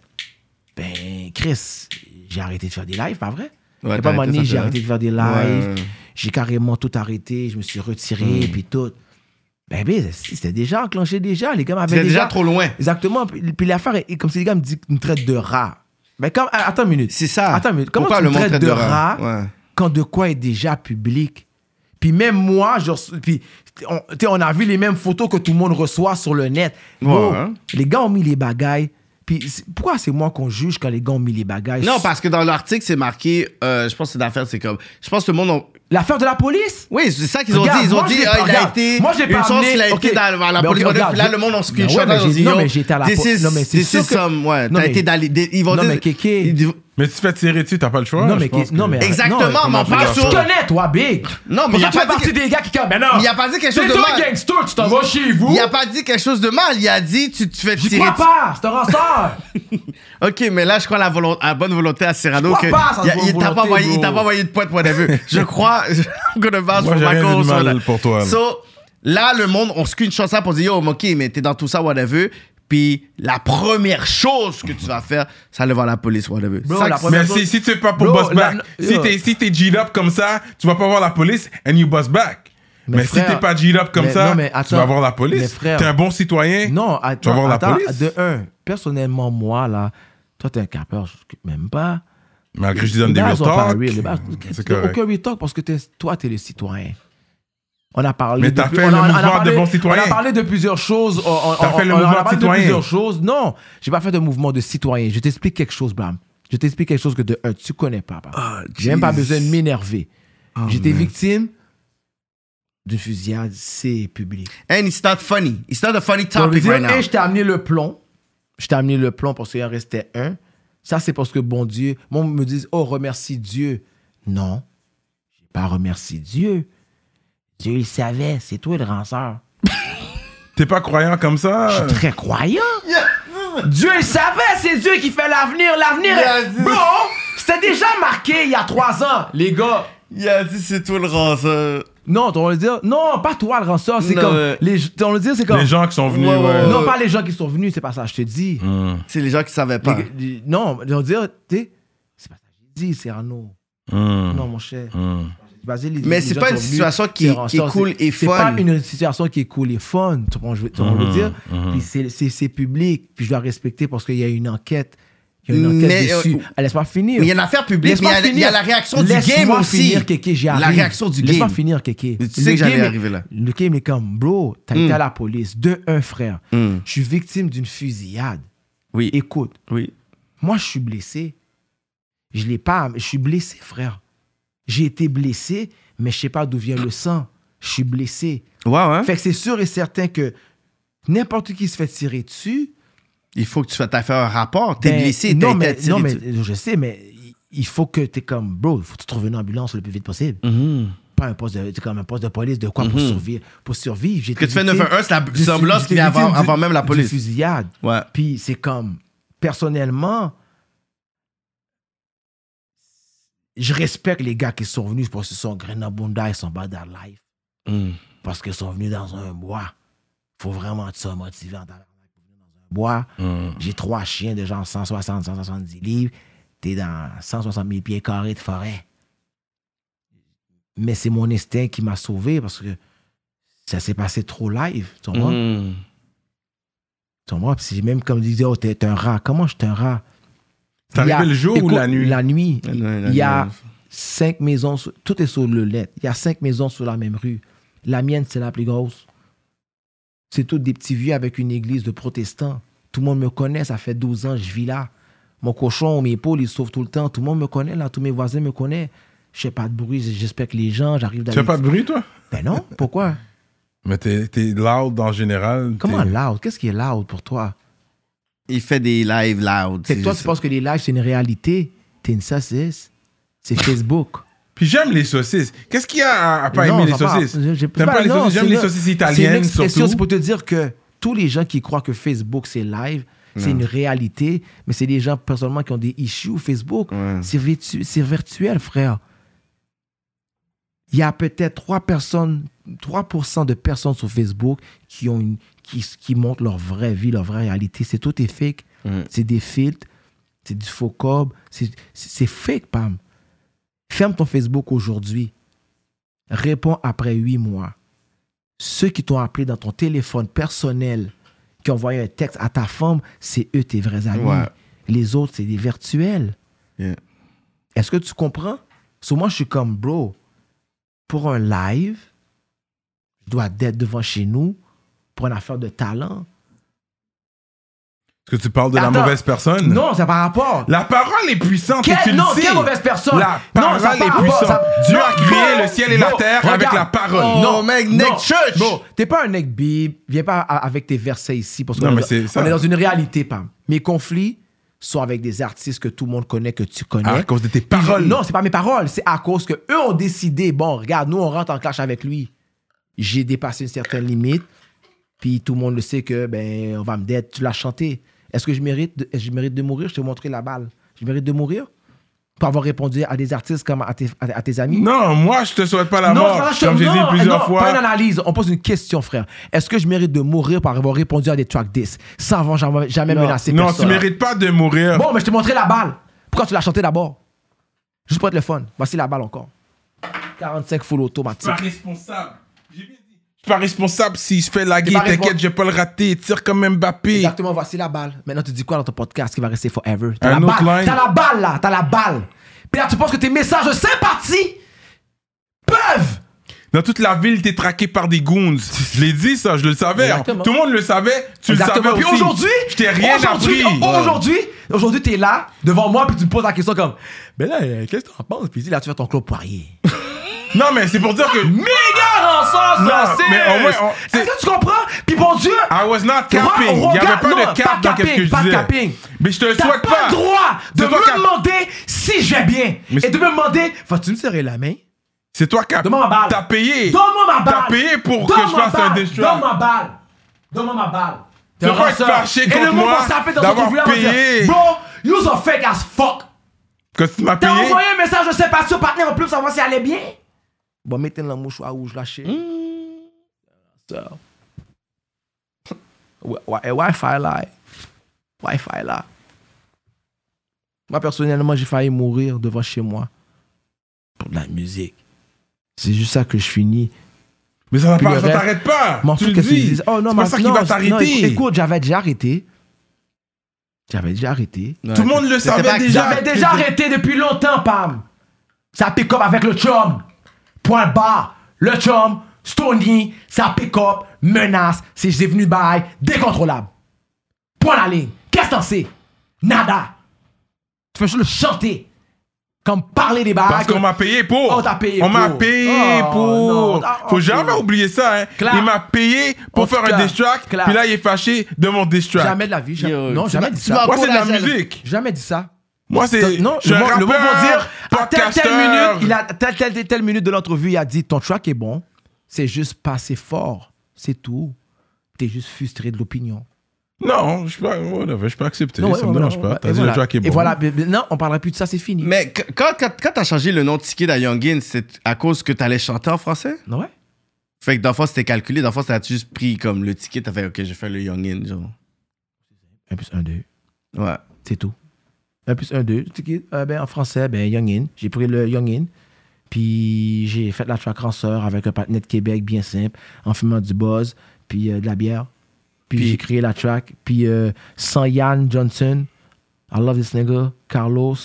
S4: Ben, Chris, j'ai arrêté de faire des lives, pas vrai?
S2: Ouais,
S4: Et pas
S2: t'as
S4: un
S2: arrêté
S4: moment
S2: ça,
S4: j'ai
S2: t'as
S4: arrêté de faire des
S2: Ouais, Hmm.
S4: lives.
S2: ouais.
S4: J'ai carrément tout arrêté. Je me suis retiré, puis tout. Ben, ben, c'était déjà enclenché, déjà. Les gars m'avaient
S2: C'était déjà trop loin.
S4: Exactement. Puis puis l'affaire, est- comme si les gars me disent me traitent de rat. Mais comme, ah, attends une minute.
S2: C'est ça.
S4: Attends une minute. Comment
S2: Pourquoi
S4: tu
S2: le
S4: me
S2: monde
S4: traites
S2: traite
S4: de,
S2: de
S4: rat
S2: rat? Ouais.
S4: quand de quoi est déjà public? Puis même moi, je reço- puis, on, tu sais, on a vu les mêmes photos que tout le monde reçoit sur le net. Bro,
S2: Ouais, hein.
S4: Les gars ont mis les bagailles. Puis c'est- pourquoi c'est moi qu'on juge quand les gars ont mis les bagailles?
S2: Non, parce que dans l'article, c'est marqué. euh, je pense que c'est d'affaires, c'est comme. Je pense que le monde. ont-
S4: L'affaire de la police?
S2: Oui, c'est ça qu'ils ont
S4: Regarde,
S2: dit. Ils ont
S4: moi,
S2: dit,
S4: j'ai
S2: ah,
S4: pas-
S2: il a
S4: regarde,
S2: été.
S4: moi, j'ai
S2: une
S4: pas
S2: chance
S4: amené-
S2: qu'il a
S4: ok.
S2: été dans dans la
S4: Ben,
S2: police.
S4: ok,
S2: Puis là,
S4: regarde,
S2: le monde en
S4: je-
S2: screenshot.
S4: Ben ouais, mais
S2: ils ont
S4: j'ai-
S2: dit,
S4: non,
S2: yo,
S4: mais j'étais à la
S2: this
S4: po-
S2: is-
S4: non, mais c'est
S2: this
S4: sûr
S2: is
S4: que-
S2: some- Ouais,
S4: Non,
S2: t'as
S4: mais-
S2: été dans les. des- Ils vont
S4: Non,
S2: dire.
S4: mais Kéké-
S2: ils-
S1: Mais tu te fais tirer dessus, t'as pas le choix.
S4: non,
S1: je
S4: mais,
S1: pense
S4: qui- non,
S1: que-
S4: mais.
S2: Exactement, mais on
S4: mais
S2: parle
S4: tu
S2: sur-
S4: connais, toi, Big.
S2: Non, mais
S4: Pour
S2: il
S4: ça,
S2: a
S4: tu
S2: pas
S4: fais
S2: dit
S4: partie
S2: que-
S4: des gars qui. Ben non.
S2: Il a pas dit quelque
S4: C'est
S2: chose de
S4: toi,
S2: mal.
S4: gangster, tu t'en vas chez vous.
S2: Il a pas dit quelque chose de mal. Il a dit, tu te fais
S4: J'y
S2: tirer.
S4: crois pas, c'est un ranceur.
S2: Ok, mais là, je crois à la, volon- à la bonne volonté à Cyrano
S4: crois
S2: que.
S4: pas à sa
S2: il a-
S4: bonne
S2: il t'a
S4: volonté,
S2: pas envoyé- il
S4: bro.
S2: t'a pas envoyé de pote,
S4: (laughs)
S2: whatever. je crois. (laughs) I'm gonna vouch
S1: Moi,
S2: for
S1: j'ai
S2: my
S1: rien dit de
S2: cause,
S1: mal
S2: voilà.
S1: pour toi, là.
S2: So, là, le monde, on screenshot ça pour dire, yo, ok, mais t'es dans tout ça, whatever. Puis, la première chose que tu vas faire, c'est aller voir la police, whatever.
S4: Bro,
S2: Ça,
S4: la
S2: c'est-
S4: première-
S1: Mais si, si tu es pas pour
S4: Bro,
S1: boss back,
S4: la-
S1: si
S4: yo.
S1: t'es si t'es G'd up comme ça, tu vas pas voir la police and you boss back.
S4: Mais
S1: Mais,
S4: frère,
S1: si t'es pas G'd up comme
S4: mais-
S1: ça,
S4: non, mais
S1: tu
S4: attends,
S1: vas voir la
S4: mais
S1: police.
S4: frère-
S1: T'es un bon citoyen.
S4: Non,
S1: Tu vas
S4: attends,
S1: voir la
S4: attends,
S1: police.
S4: de un, personnellement, moi, là, toi, t'es un capeur, je t'occupe même pas.
S1: Malgré que je te donne
S4: Les
S1: des
S4: bars
S1: real
S4: sont pas
S1: talk.
S4: real, les bars-
S1: C'est
S4: t'as
S1: correct.
S4: aucun real talk parce que t'es- toi, t'es le citoyen. On a parlé.
S1: Mais
S4: de
S1: t'as
S4: plus-
S1: fait
S4: on a-
S1: le
S4: on a
S1: mouvement de
S4: parlé-
S1: bon citoyen.
S4: On a parlé de plusieurs choses. on- on-
S1: T'as
S4: on-
S1: fait le
S4: on- on a
S1: mouvement de
S4: parlé de
S1: citoyen.
S4: plusieurs choses. Non, j'ai pas fait de mouvement de citoyen. Je t'explique quelque chose, Bram. Je t'explique quelque chose que de un, tu connais pas.
S1: Ah,
S4: Bram. Ah, J'ai même pas besoin de m'énerver. J'étais victime d'une fusillade, c'est public.
S2: And it's not funny. It's not a funny
S4: Donc,
S2: topic
S4: je veux
S2: right
S4: dire,
S2: now.
S4: Et je t'ai amené le plomb. Je t'ai amené le plomb parce qu'il en restait un. Ça, c'est parce que, bon Dieu, moi, me disent, oh, remercie Dieu. Non, j'ai pas remercié Dieu. Dieu, il savait, c'est toi le ranceur.
S1: T'es pas croyant comme
S4: Je
S2: Euh.
S1: ça.
S4: suis très croyant. Dieu, il savait, c'est Dieu qui fait l'avenir. L'avenir, est- bro, c'était déjà marqué il y a trois ans, les gars.
S2: Il a dit, c'est tout le ranceur.
S4: Non, on va dire, non, pas toi le ranceur, c'est
S2: Non,
S4: comme,
S2: ouais.
S4: les, on va dire, c'est comme,
S1: Les gens qui sont venus,
S2: Ouais, ouais,
S1: ouais.
S4: non, pas les gens qui sont venus, c'est pas ça, je te dis.
S2: C'est les gens qui savaient pas.
S4: Les- les- non, on dire, tu sais, c'est pas ça que j'ai dit, c'est Arnaud.
S1: Hmm.
S4: Non, mon cher.
S1: Hmm.
S4: Vas-y, les-
S2: Mais
S4: les
S2: c'est
S4: gens
S2: pas une
S4: sont venus,
S2: situation qui-
S4: c'est
S2: qui est
S4: ranceur,
S2: cool
S4: c'est-
S2: et fun.
S4: C'est pas une situation qui est cool et fun,
S10: Hmm.
S4: tu comprends, je veux, tu comprends ce que je veux dire.
S1: Mhm, mhm.
S4: Puis c'est- c'est c'est public, puis je dois respecter parce qu'il y a une enquête. Il y a une enquête
S10: Mais, euh,
S4: dessus. Ah, Laisse-moi finir.
S10: Mais il y a une affaire publique, mais
S4: Laisse-moi
S10: il y a- il y,
S4: finir.
S10: a la réaction du
S4: Laisse-moi
S10: game aussi.
S4: finir, Kéké, j'y
S10: La
S4: arrive.
S10: réaction du
S4: Laisse-moi
S10: game.
S4: finir, Kéké.
S10: Tu sais
S4: Le
S10: que j'allais
S4: game est-
S10: arriver là.
S4: Le game est comme, bro, t'as
S10: Mm.
S4: été à la police. De un, frère.
S10: Mm.
S4: Je suis victime d'une fusillade.
S10: Oui.
S4: Écoute,
S10: Oui.
S4: moi, je suis blessé. Je l'ai pas. Je suis blessé, frère. J'ai été blessé, mais je sais pas d'où vient le sang. Je suis blessé.
S10: Ouais, hein?
S4: Fait que c'est sûr et certain que n'importe qui se fait tirer dessus,
S10: Il faut que tu fasses t'as fait un rapport. T'es
S4: ben,
S10: blessé, t'as
S4: non,
S10: été
S4: mais,
S10: attiré
S4: non, mais
S10: du-
S4: je sais, mais il- il faut que tu es comme, bro, il faut que tu trouves une ambulance le plus vite possible.
S10: Mhm.
S4: Pas un poste de, t'es comme un poste de police, de quoi pour
S10: Mhm.
S4: survivre. Pour survivre, j'ai
S10: Que
S4: été
S10: tu fais
S4: victime
S10: 911, c'est la-
S4: du-
S10: c'est l'ambulance
S4: j'étais
S10: qui vient avant,
S4: victime du-
S10: avant même la
S4: du
S10: police.
S4: fusillade.
S10: Ouais.
S4: Puis c'est comme, personnellement, je respecte les gars qui sont venus parce qu'ils sont Grenabunda, ils sont bad at life,
S10: Mm.
S4: parce qu'ils sont venus dans un bois. Faut vraiment que tu sois motivé en tabarnak pour venir dans un bois. J'ai trois chiens de genre 160, 170 livres. T'es dans 160 000 pieds carrés de forêt. Mais c'est mon instinct qui m'a sauvé parce que ça s'est passé trop live. Tu comprends?
S10: Mm.
S4: Tu comprends? Puis c'est même comme disait, oh, t'es t'es un rat. Comment je suis un rat?
S1: C'est
S4: Il y
S1: arrivé le jour ou
S4: écoute,
S1: la nuit?
S4: La nuit.
S10: La nuit, la
S4: Il y a
S10: nuit.
S4: cinq maisons, sur- tout est sur le lait. Il y a cinq maisons sur la même rue. La mienne, c'est la plus grosse. C'est toutes des petits vieux avec une église de protestants. Tout le monde me connaît, ça fait 12 ans, je vis là. Mon cochon, mes poules, ils sauvent tout le temps. Tout le monde me connaît, là, tous mes voisins me connaissent. Je fais pas de bruit, j'espère que les gens, j'arrive
S1: Tu fais
S4: d'aller.
S1: pas de bruit, toi?
S4: Ben non,
S1: (laughs)
S4: pourquoi
S1: Mais t'es t'es loud en général.
S4: Comment
S1: t'es-
S4: loud Qu'est-ce qui est loud pour toi
S10: Il fait des lives loud.
S4: C'est que toi,
S10: juste
S4: tu penses que les lives, c'est une réalité. T'es une saucisse. C'est Facebook.
S1: Puis j'aime les saucisses. Qu'est-ce qu'il y a à, à pas
S4: Non,
S1: aimer les
S4: j'en parle.
S1: saucisses?
S4: Je- je-
S1: T'aimes
S4: bah
S1: pas les
S4: non,
S1: saucisses? J'aime
S4: c'est
S1: les
S4: une-
S1: saucisses
S4: C'est une
S1: italiens
S4: expression,
S1: surtout.
S4: c'est pour te dire que tous les gens qui croient que Facebook c'est live, c'est une réalité, mais c'est des gens personnellement qui ont des issues Facebook. C'est virtu- c'est virtuel, frère. Il y a peut-être 3 personnes, 3% de personnes sur Facebook qui, ont une, qui, qui montrent leur vraie vie, leur vraie réalité. C'est tout est fake. C'est des filtres, c'est du faux cob, c'est c'est fake, Pam. Ferme ton Facebook aujourd'hui. Réponds après huit mois. Ceux qui t'ont appelé dans ton téléphone personnel, qui ont envoyé un texte à ta femme, c'est eux tes vrais amis.
S10: Ouais.
S4: Les autres, c'est des virtuels.
S10: Yeah.
S4: Est-ce que tu comprends? So, moi, je suis comme, bro, pour un live, je dois être devant chez nous pour une affaire de talent.
S1: Est-ce que tu parles de
S4: Attends.
S1: la mauvaise personne?
S4: Non, ça par rapport.
S1: La parole est puissante.
S4: Quelle-
S1: et tu le
S4: non,
S1: sais.
S4: quelle mauvaise personne?
S1: La
S4: Non,
S1: parole
S4: ça
S1: est
S4: parle pas,
S1: puissante.
S4: ça-
S1: Dieu
S4: Non,
S1: a créé
S4: non,
S1: le ciel et
S4: non,
S1: la terre avec
S4: regarde.
S1: la parole.
S4: Oh,
S10: Non, mec,
S4: non.
S10: Nick Church!
S4: Bon, t'es pas un neck bib, viens pas a- avec tes versets ici parce qu'on
S1: Non,
S4: est,
S1: mais
S4: dans-
S1: c'est ça.
S4: on est dans une réalité, Pam. Mes conflits sont avec des artistes que tout le monde connaît, que tu connais.
S1: À cause de tes
S4: Puis je-
S1: paroles.
S4: Non, c'est pas mes paroles, c'est à cause que eux ont décidé, bon, regarde, nous on rentre en clash avec lui. J'ai dépassé une certaine limite, puis tout le monde le sait que, ben, on va me dire, tu l'as chanté. Est-ce que je mérite de, est-ce que je mérite de mourir Je t'ai montré la balle. Je mérite de mourir pour avoir répondu à des artistes comme à tes, à- à tes amis
S1: Non, moi, je te souhaite pas la
S4: c'est pas
S1: mort.
S4: ça, je-
S1: Comme j'ai dit
S4: non,
S1: plusieurs
S4: non,
S1: fois.
S4: Pas une analyse. On pose une question, frère. Est-ce que je mérite de mourir par avoir répondu à des track 10 sans avoir jamais, jamais menacé
S1: non,
S4: personne?
S1: tu mérites pas de mourir.
S4: (laughs) Bon, mais je t'ai montré la balle. Pourquoi tu l'as chanté d'abord? Juste pour être le fun. Voici la balle encore. 45 full
S1: Je suis
S4: automatique.
S1: pas responsable. J'ai bien dit. Je suis pas responsable si je fais la guille.
S4: pas responsable.
S1: T'inquiète, je vais pas le rater. Tire comme Mbappé.
S4: Exactement, voici la balle. Maintenant, tu dis quoi dans ton podcast qui va rester forever?
S1: Un
S4: T'as la
S1: autre
S4: balle.
S1: line.
S4: T'as la balle, là. T'as la balle. Puis là, tu penses que tes messages de sympathie peuvent
S1: Dans toute la ville, t'es traqué par des goons. Je l'ai dit, ça, je le savais.
S4: Exactement.
S1: Tout le monde le savait. Tu
S4: Exactement.
S1: le savais
S4: Puis
S1: aussi.
S4: aujourd'hui,
S1: je t'ai rien
S4: aujourd'hui,
S1: appris.
S4: oh, oh, Aujourd'hui, aujourd'hui, t'es là devant moi puis tu me poses la question comme, ben là, euh, qu'est-ce que t'en penses Puis dis là, tu fais ton Claude
S1: (laughs)
S4: Poirier.
S1: Non, mais c'est pour dire que.
S4: Méga rançon,
S1: Non,
S4: saucisse!
S1: mais au moins, on- Ah
S4: Est-ce que tu comprends Puis bon Dieu,
S1: I was not capping.
S4: Re-
S1: Il y avait pas
S4: regarde- non,
S1: de cap
S4: pas
S1: dans ce que je
S4: capping, pas
S1: disais.
S4: capping.
S1: Mais je te le
S4: t'as
S1: souhaite
S4: pas
S1: pas.
S4: le droit de
S1: C'est toi qui
S4: me
S1: as-
S4: demander si je vais bien
S1: Mais
S4: et
S1: c'est-
S4: de me demander, vas-tu me serrer la main
S1: C'est toi qui as
S4: Donne-moi ma balle.
S1: T'as payé.
S4: Donne-moi ma balle.
S1: T'as payé pour que
S4: Donne-moi
S1: je fasse
S4: ma
S1: un
S4: balle.
S1: destroy.
S4: Donne-moi ma balle. Donne-moi ma balle. T'es
S1: Pourquoi
S4: un
S1: être
S4: ranceur.
S1: fâché
S4: Et
S1: contre
S4: le monde
S1: moi
S4: va se taper dans
S1: d'avoir
S4: son trou, il va
S1: payé?
S4: dire, Bro, you are fake as fuck.
S1: Que tu m'as
S4: T'as
S1: payé.
S4: envoyé un message, je sais pas, sur partenaire en plus, savoir si elle est bien. Bon, mettez le mouchoir rouge lâché. Hmm. Ça. (laughs) Ouais, ouais, Wi-Fi là. hein. Wi-Fi là. Moi, personnellement, j'ai failli mourir devant chez moi. Pour de la musique. C'est juste ça que je finis.
S1: Mais ça va
S4: Puis le
S1: pas, ça
S4: reste-
S1: t'arrête pas.
S4: M'en
S1: Tu
S4: fous
S1: le
S4: qu'est-ce qu'ils
S1: dis.
S4: disent. Oh non,
S1: C'est
S4: mais
S1: pas ça qui
S4: non,
S1: va
S4: non, écoute,
S1: t'arrêter.
S4: Écoute, j'avais déjà arrêté.
S9: J'avais déjà arrêté.
S1: Tout le monde le savait
S10: pas
S1: déjà.
S4: J'avais déjà arrêté depuis longtemps, Pam. Ça pick up avec le chum. Point barre. Le chum, Stony, ça pick up, menace, c'est j'ai venu bail, décontrôlable. Point la ligne. Qu'est-ce que t'en sais? Nada. Tu peux juste le chanter. Comme parler des bails.
S1: Parce qu'on m'a payé pour.
S4: On t'a Oh, payé
S1: On m'a
S4: pour.
S1: payé
S4: Oh, non,
S1: pour.
S4: ah,
S1: Faut
S4: ok.
S1: jamais oublier ça, hein.
S4: Clap.
S1: Il m'a payé pour
S4: En
S1: faire
S4: tout
S1: un
S4: cas,
S1: diss track.
S4: clap.
S1: Puis là, il est fâché de mon diss track.
S4: Jamais de la vie. Jamais,
S10: Yo,
S4: non,
S10: tu
S4: jamais
S10: m'as-
S4: dit
S10: tu
S4: ça.
S10: m'as
S1: Moi, c'est de la
S10: Pour la-
S1: musique.
S4: Jamais dit ça.
S1: Moi, c'est.
S4: Non,
S1: je suis
S4: le,
S1: un
S4: mot- le mot
S1: rappeur,
S4: veut dire à telle, telle
S1: podcasteur.
S4: minute, il a telle, telle, telle, telle minute de l'entrevue, il a dit ton track est bon, c'est juste pas assez fort, c'est tout. T'es juste frustré de l'opinion.
S1: Non, je peux pas, whatever, je peux accepter.
S4: Non, ouais,
S1: ça
S4: ouais,
S1: me dérange
S4: ouais,
S1: pas.
S4: ouais,
S1: T'as
S4: et
S1: dit
S4: voilà.
S1: le track est bon.
S4: Et voilà, mais- mais non, on parlera plus de ça, c'est fini.
S10: Mais qu- quand, quand, quand t'as changé le nom de Ticket à Young Guns, c'est à cause que t'allais chanter en français?
S4: Non, ouais.
S10: Fait que d'enfance, c'était calculé. D'enfance, t'as juste pris comme le ticket, t'as fait, OK, je fais le Young Guns, genre.
S4: Un plus un, deux,
S10: Ouais.
S4: c'est tout. Un plus un, deux. Tu sais, euh, ben, en français, ben, Young In. J'ai pris le Young In. Puis j'ai fait la track en sœur avec un partenaire de Québec bien simple, en fumant du buzz, puis euh, de la bière. Puis, j'ai créé la track. Puis euh, sans Yann Johnson, I Love This Nigga, Carlos,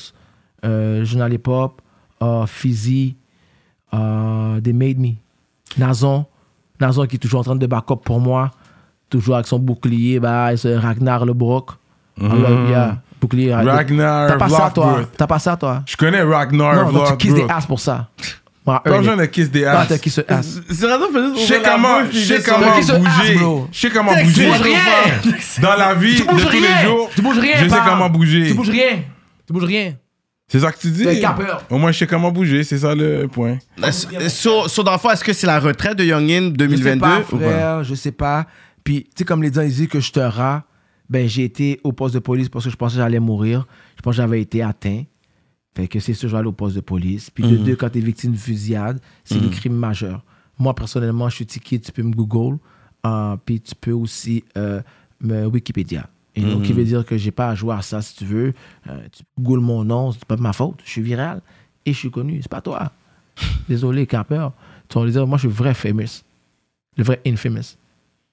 S4: euh, Journal Hip Hop, euh, Fizzy, euh, They Made Me, Nazon. Nazon qui est toujours en train de back-up pour moi, toujours avec son bouclier, bah, ce Ragnar le Broc. Alors, yeah, bouclier.
S1: Mm-hmm.
S4: euh,
S1: Ragnar
S4: T'as pas ça, toi.
S1: Lothbrok.
S4: T'as pas ça, toi.
S1: Je connais Ragnar
S4: Non, non, tu kisses des
S1: Lothbrok.
S4: asses pour ça. Moi,
S1: Pas
S4: earn
S1: besoin
S4: it.
S1: de kiss des
S4: Non,
S1: ass.
S4: t'as kissé un ass.
S1: Je sais comment, je sais comment
S4: Kiss the ass,
S1: bouger.
S4: bro.
S1: Je sais comment
S4: Tu
S1: bouger.
S4: bouges rien.
S1: Dans la vie
S4: Tu
S1: de
S4: bouges
S1: tous les
S4: rien.
S1: jours,
S4: Tu bouges rien.
S1: je sais
S4: Pam.
S1: comment bouger.
S4: Tu bouges rien. Tu bouges rien.
S1: C'est ça que tu dis.
S4: T'es capeur.
S1: Au moins, je sais comment bouger. C'est ça le point.
S10: Euh, Sur, sur d'enfance, est-ce que c'est la retraite de Young Guns
S4: Je sais
S10: 2022
S4: pas,
S10: ou pas?
S4: frère, je sais pas. Puis, tu sais, comme les gens ils disent que je te rat, ben j'ai été au poste de police parce que je pensais que j'allais mourir. Je pense que j'avais été atteint. Fait que c'est sûr, je vais aller au poste de police. Puis de deux, quand t'es victime de fusillade, c'est des crimes majeurs. Moi, personnellement, je suis ticket, tu peux me Google. euh, puis tu peux aussi euh, me Wikipédia. Et donc, qui veut dire que j'ai pas à jouer à ça si tu veux. Euh, tu Google mon nom, c'est pas de ma faute. Je suis viral et je suis connu. C'est pas toi. Désolé, Capeur. Tu vas dire, moi, je suis vrai famous. Le vrai infamous.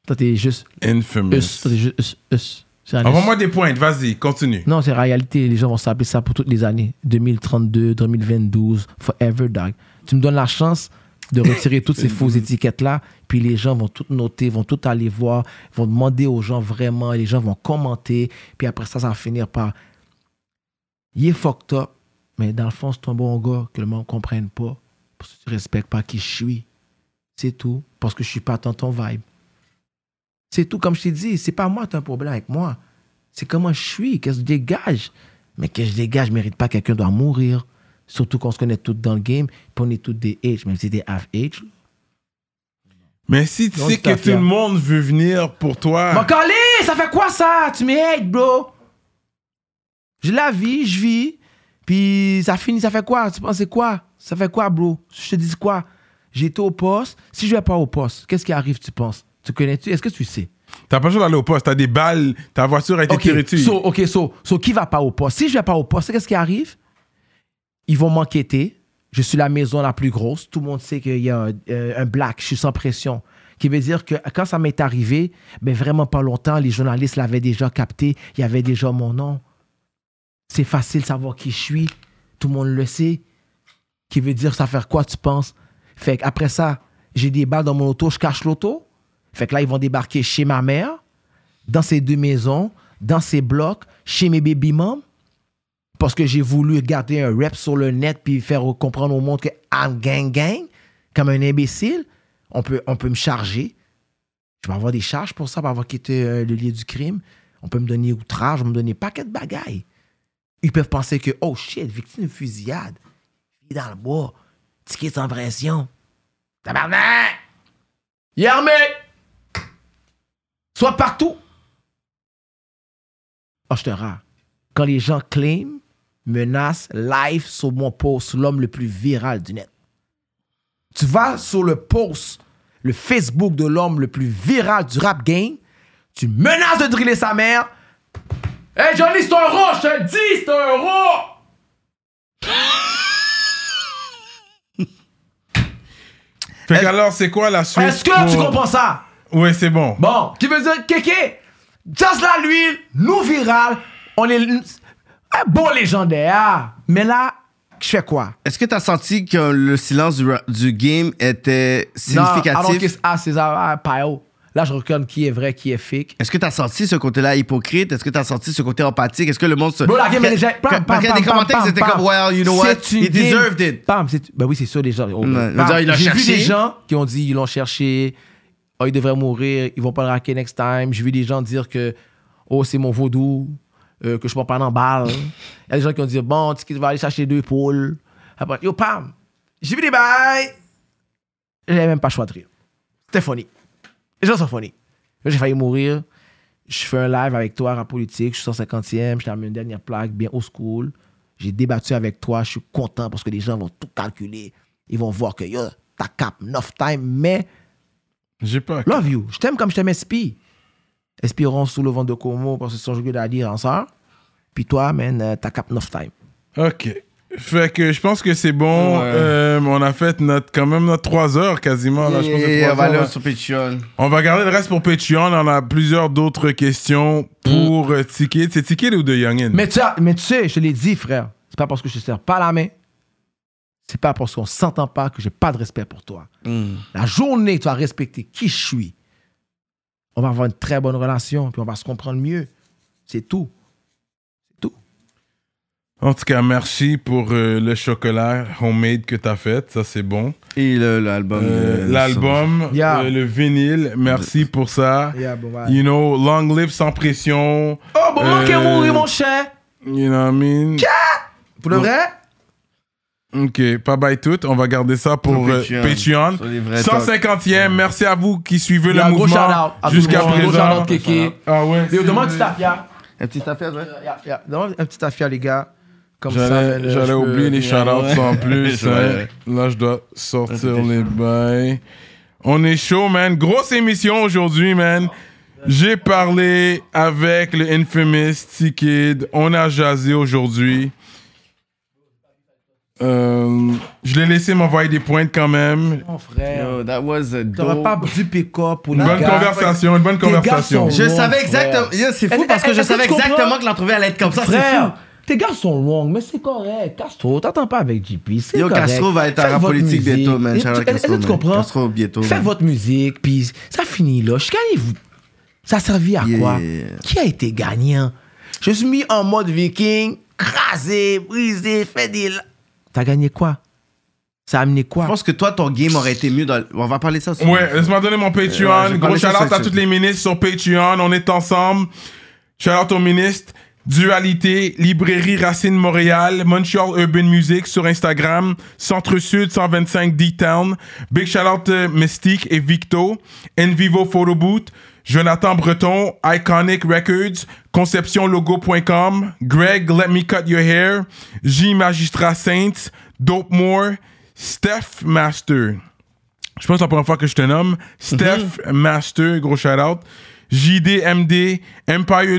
S4: Toi, t'es juste us. Toi,
S1: Infamous.
S4: t'es juste us. us. C'est un us.
S1: Envoie-moi des points. Vas-y, continue.
S4: Non, c'est réalité. Les gens vont s'appeler ça pour toutes les années. 2032, 2022, forever, dog. Tu me donnes la chance de retirer toutes ces fausses étiquettes-là, puis les gens vont tout noter, vont tout aller voir, vont demander aux gens vraiment, les gens vont commenter, puis après ça, ça va finir par « Il est fucked up, mais dans le fond, c'est un bon gars que le monde ne comprenne pas, parce que tu respectes pas qui je suis. C'est tout, parce que je suis pas dans ton vibe. » C'est tout, comme je t'ai dit, c'est pas moi, t'as un problème avec moi. C'est comment je suis, qu'est-ce que je dégage. Mais que je dégage, je mérite pas quelqu'un doit mourir. Surtout qu'on se connaît tous dans le game, puis on est tous des H, même si c'est des half-H.
S1: Mais si tu
S4: Non,
S1: sais
S4: tout à
S1: que tout
S4: fait.
S1: le monde veut venir pour
S4: Bon,
S1: toi,
S4: Carly, ça fait quoi ça? Tu me hates, bro. Je la vis, je vis, puis ça finit, ça fait quoi? Tu penses c'est quoi? Ça fait quoi, bro? Je te dis quoi? J'étais au poste. Si je vais pas au poste, qu'est-ce qui arrive, tu penses? Tu connais-tu? Est-ce que tu sais?
S1: t'as pas besoin d'aller au poste. T'as des balles. Ta voiture a été tirée
S4: Ok,
S1: dessus.
S4: so, ok, so, so qui va pas au poste? Si je vais pas au poste, qu'est-ce qui arrive? Ils vont m'enquêter. Je suis la maison la plus grosse. Tout le monde sait qu'il y a un, euh, un black. Je suis sans pression. Qui veut dire que quand ça m'est arrivé, ben vraiment pas longtemps, les journalistes l'avaient déjà capté. Il y avait déjà mon nom. C'est facile de savoir qui je suis. Tout le monde le sait. Qui veut dire ça faire quoi, tu penses? Fait après ça, j'ai des balles dans mon auto, je cache l'auto. Fait que là, ils vont débarquer chez ma mère dans ces deux maisons, dans ces blocs, chez mes baby moms, parce que j'ai voulu garder un rep sur le net puis faire comprendre au monde que I'm gang gang, comme un imbécile. On peut, on peut me charger. Je vais avoir des charges pour ça, pour avoir quitté euh, le lieu du crime. On peut me donner outrage, on peut me donner paquet de bagailles. Ils peuvent penser que, oh shit, victime de fusillade, il est dans le bois, ticket sans pression. Tabarnak! Il est armé! Soit partout! Oh, je te rends. Quand les gens claiment, menacent, live sur mon post, l'homme le plus viral du net. Tu vas sur le post, le Facebook de l'homme le plus viral du rap game, tu menaces de driller sa mère. Eh, Hey Johnny, c'est un roi, je te le dis, c'est un roi!
S1: Fait qu'alors, c'est quoi la suite
S4: Est-ce que tu
S1: pour-
S4: comprends ça?
S1: Ouais, c'est bon.
S4: Bon, qui veut dire Kéké, Just la l'huile, nous viral, On est l- un bon légendaire. Mais là, je fais quoi?
S10: Est-ce que t'as senti que le silence du, ra- du game était
S4: Non, alors
S10: significatif?
S4: qu'est-ce- ah, César, ah, Payot. Là, je reconnais qui est vrai, qui est fake.
S10: Est-ce que t'as senti ce côté-là hypocrite? Est-ce que t'as senti ce côté empathique? Est-ce que le monde se.
S4: Bro, la game est
S10: Quand-
S4: déjà-
S10: quand-
S4: pam,
S10: Parce qu'il y a
S4: pam,
S10: des
S4: pam,
S10: commentaires,
S4: pam,
S10: c'était
S4: pam.
S10: comme, well, you know what?
S4: C'est une
S10: He
S4: game.
S10: deserved it.
S4: Pam, c'est- ben oui, c'est sûr, les gens. oh,
S10: Ouais,
S4: pam.
S10: on dirait, il l'a
S4: J'ai vu
S10: cherché.
S4: des gens qui ont dit, ils l'ont cherché, oh, ils devraient mourir, ils vont pas le raquer next time. J'ai vu des gens dire que, oh, c'est mon vaudou, euh, que je m'en parle en balle. Il y a des gens qui ont dit, bon, tu sais qu'il va aller chercher deux poules. Après, yo, pam, j'ai vu des bails. J'avais même pas le choix de rire. C'était funny. Les gens sont funny. Là, j'ai failli mourir. Je fais un live avec toi, rap politique. Je suis 150e. Je t'ai amené une dernière plaque, bien au school. J'ai débattu avec toi. Je suis content parce que les gens vont tout calculer. Ils vont voir que yo, t'as cap 9 times, mais
S1: J'ai pas.
S4: love you. Je t'aime comme je t'aime SP. Espérons sous le vent de Como parce que c'est son jeu d'aller en sort. hein, Puis toi, man, euh, t'as cap 9 times.
S1: Ok. Fait que je pense que c'est bon.
S10: Ouais.
S1: Euh, on a fait notre, quand même notre 3 heures
S4: Oh,
S1: quasiment. là. Je pense que
S10: Et
S1: trois
S10: on va
S1: heures,
S10: aller
S1: là.
S10: sur Patreon.
S1: On va garder le reste pour Patreon. On a plusieurs d'autres questions pour euh, Ticket. C'est Ticket ou de Youngin?
S4: Mais tu, as- mais tu sais, je te l'ai dit, frère. C'est pas parce que je te serre pas la main. C'est pas parce qu'on s'entend pas que j'ai pas de respect pour toi. La journée que tu vas respecter qui je suis, on va avoir une très bonne relation, puis on va se comprendre mieux. C'est tout.
S1: En tout cas, merci pour euh, le chocolat homemade que t'as fait. Ça, c'est bon.
S10: Et le- l'album.
S1: Euh,
S10: de-
S1: L'album,
S4: Yeah.
S1: euh, le vinyle, merci pour ça. You know, long live sans pression.
S4: Oh, bon,
S1: Euh,
S4: manquez mourir, mon cher.
S1: You know what I mean?
S4: Pour le vrai,
S1: Ok, pas bye tout. On va garder ça pour
S10: Pour
S1: euh,
S10: Patreon.
S1: Patreon.
S10: Sur les vrais talks.
S1: 150e, merci à vous qui suivez
S4: il y
S1: le
S4: a un gros
S1: mouvement
S4: shout-out à tout
S1: jusqu'à
S4: le monde. Gros
S1: présent.
S4: shout-out, Kéké.
S1: Ah ouais?
S4: Yo, demande une petite affaire.
S10: Un petit affaire, ouais.
S4: Euh, Yeah, yeah. Demande un petit affaire, les gars. Comme ça, man,
S1: J'allais
S4: euh,
S1: j'allais
S4: je peux-
S1: oublier les shout-outs en plus.
S10: Ouais.
S1: hein. Là, je dois sortir les bails. On est chaud, man. Grosse émission aujourd'hui, man. J'ai parlé avec le infamous T-Kid. On a jasé aujourd'hui. Euh, je l'ai laissé m'envoyer des points quand même.
S4: Mon frère.
S10: Yo, that was a
S4: T'aurais
S10: dope.
S4: pas du pick-up pour
S1: Une
S4: les
S1: bonne
S4: gars.
S1: conversation, une bonne
S4: gars
S1: conversation.
S4: sont-
S10: Je
S4: Mon
S10: savais
S4: frère.
S10: exactement. Yo, C'est fou
S4: Est-ce-
S10: parce que je
S4: est-ce que
S10: savais
S4: tu comprends?
S10: exactement que l'entreprise allait être comme Ah, ça. C'est fou.
S4: Frère, tes gars sont wrong, mais c'est correct. Castro, t'attends pas avec JP. C'est
S10: Yo,
S4: correct.
S10: Castro va être
S4: Faites
S10: un rap
S4: votre
S10: politique
S4: musique.
S10: bientôt, man.
S4: Et
S10: Shout out
S4: tu- est-ce
S10: Castro,
S4: que tu
S10: man.
S4: comprends?
S10: Castro bientôt,
S4: Faites
S10: man.
S4: votre musique, puis ça finit là. Chicanez-vous. Ça servit à
S10: Yeah.
S4: quoi Qui a été gagnant Je suis mis en mode viking, crasé, brisé, fait des. la- T'as gagné quoi Ça a amené quoi
S10: Je pense que toi, ton game aurait été mieux dans. le- On va parler ça aussi.
S1: Ouais, laisse-moi donner mon
S10: Ouais,
S1: Patreon.
S10: j'ai
S1: Gros
S10: parlé
S1: shout
S10: sur
S1: out à
S10: Saint-Cyr.
S1: toutes les ministres sur Patreon. On est ensemble. Shout out aux ministres. Dualité, Librairie Racine Montréal, Montreal Urban Music sur Instagram, Centre Sud 125 D-Town, Big shout out euh, Mystique et Victo, Envivo Photo Boot, Jonathan Breton, Iconic Records, ConceptionLogo.com, Greg Let Me Cut Your Hair, J Magistrat Saints, Dope Moore, Steph Master. Je pense que c'est la première fois que je te nomme. Steph Master, gros shout out. JDMD,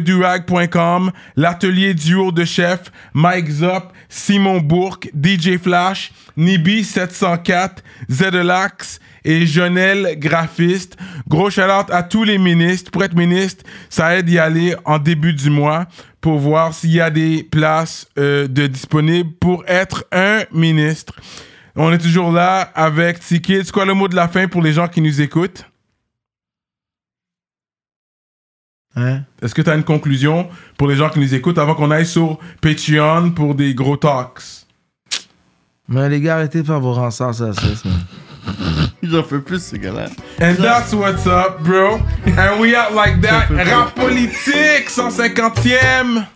S1: EmpireDurag.com, l'atelier duo de chef, Mike Zop, Simon Bourque, DJ Flash, Nibi704, Zedelax et Jonel Graphiste. Gros shout out à tous les ministres. Pour être ministre, ça aide d'y aller en début du mois pour voir s'il y a des places euh, de disponibles pour être un ministre. On est toujours là avec Ticket. C'est quoi le mot de la fin pour les gens qui nous écoutent?
S4: Hein?
S1: Est-ce que tu as une conclusion pour les gens qui nous écoutent avant qu'on aille sur Patreon pour des gros talks?
S4: Mais les gars, arrêtez de faire vos rançons, ça, ça, ça.
S10: J'en peux plus, ce gars-là.
S1: And that's what's up, bro. And we out like that. Rap politique, 150e.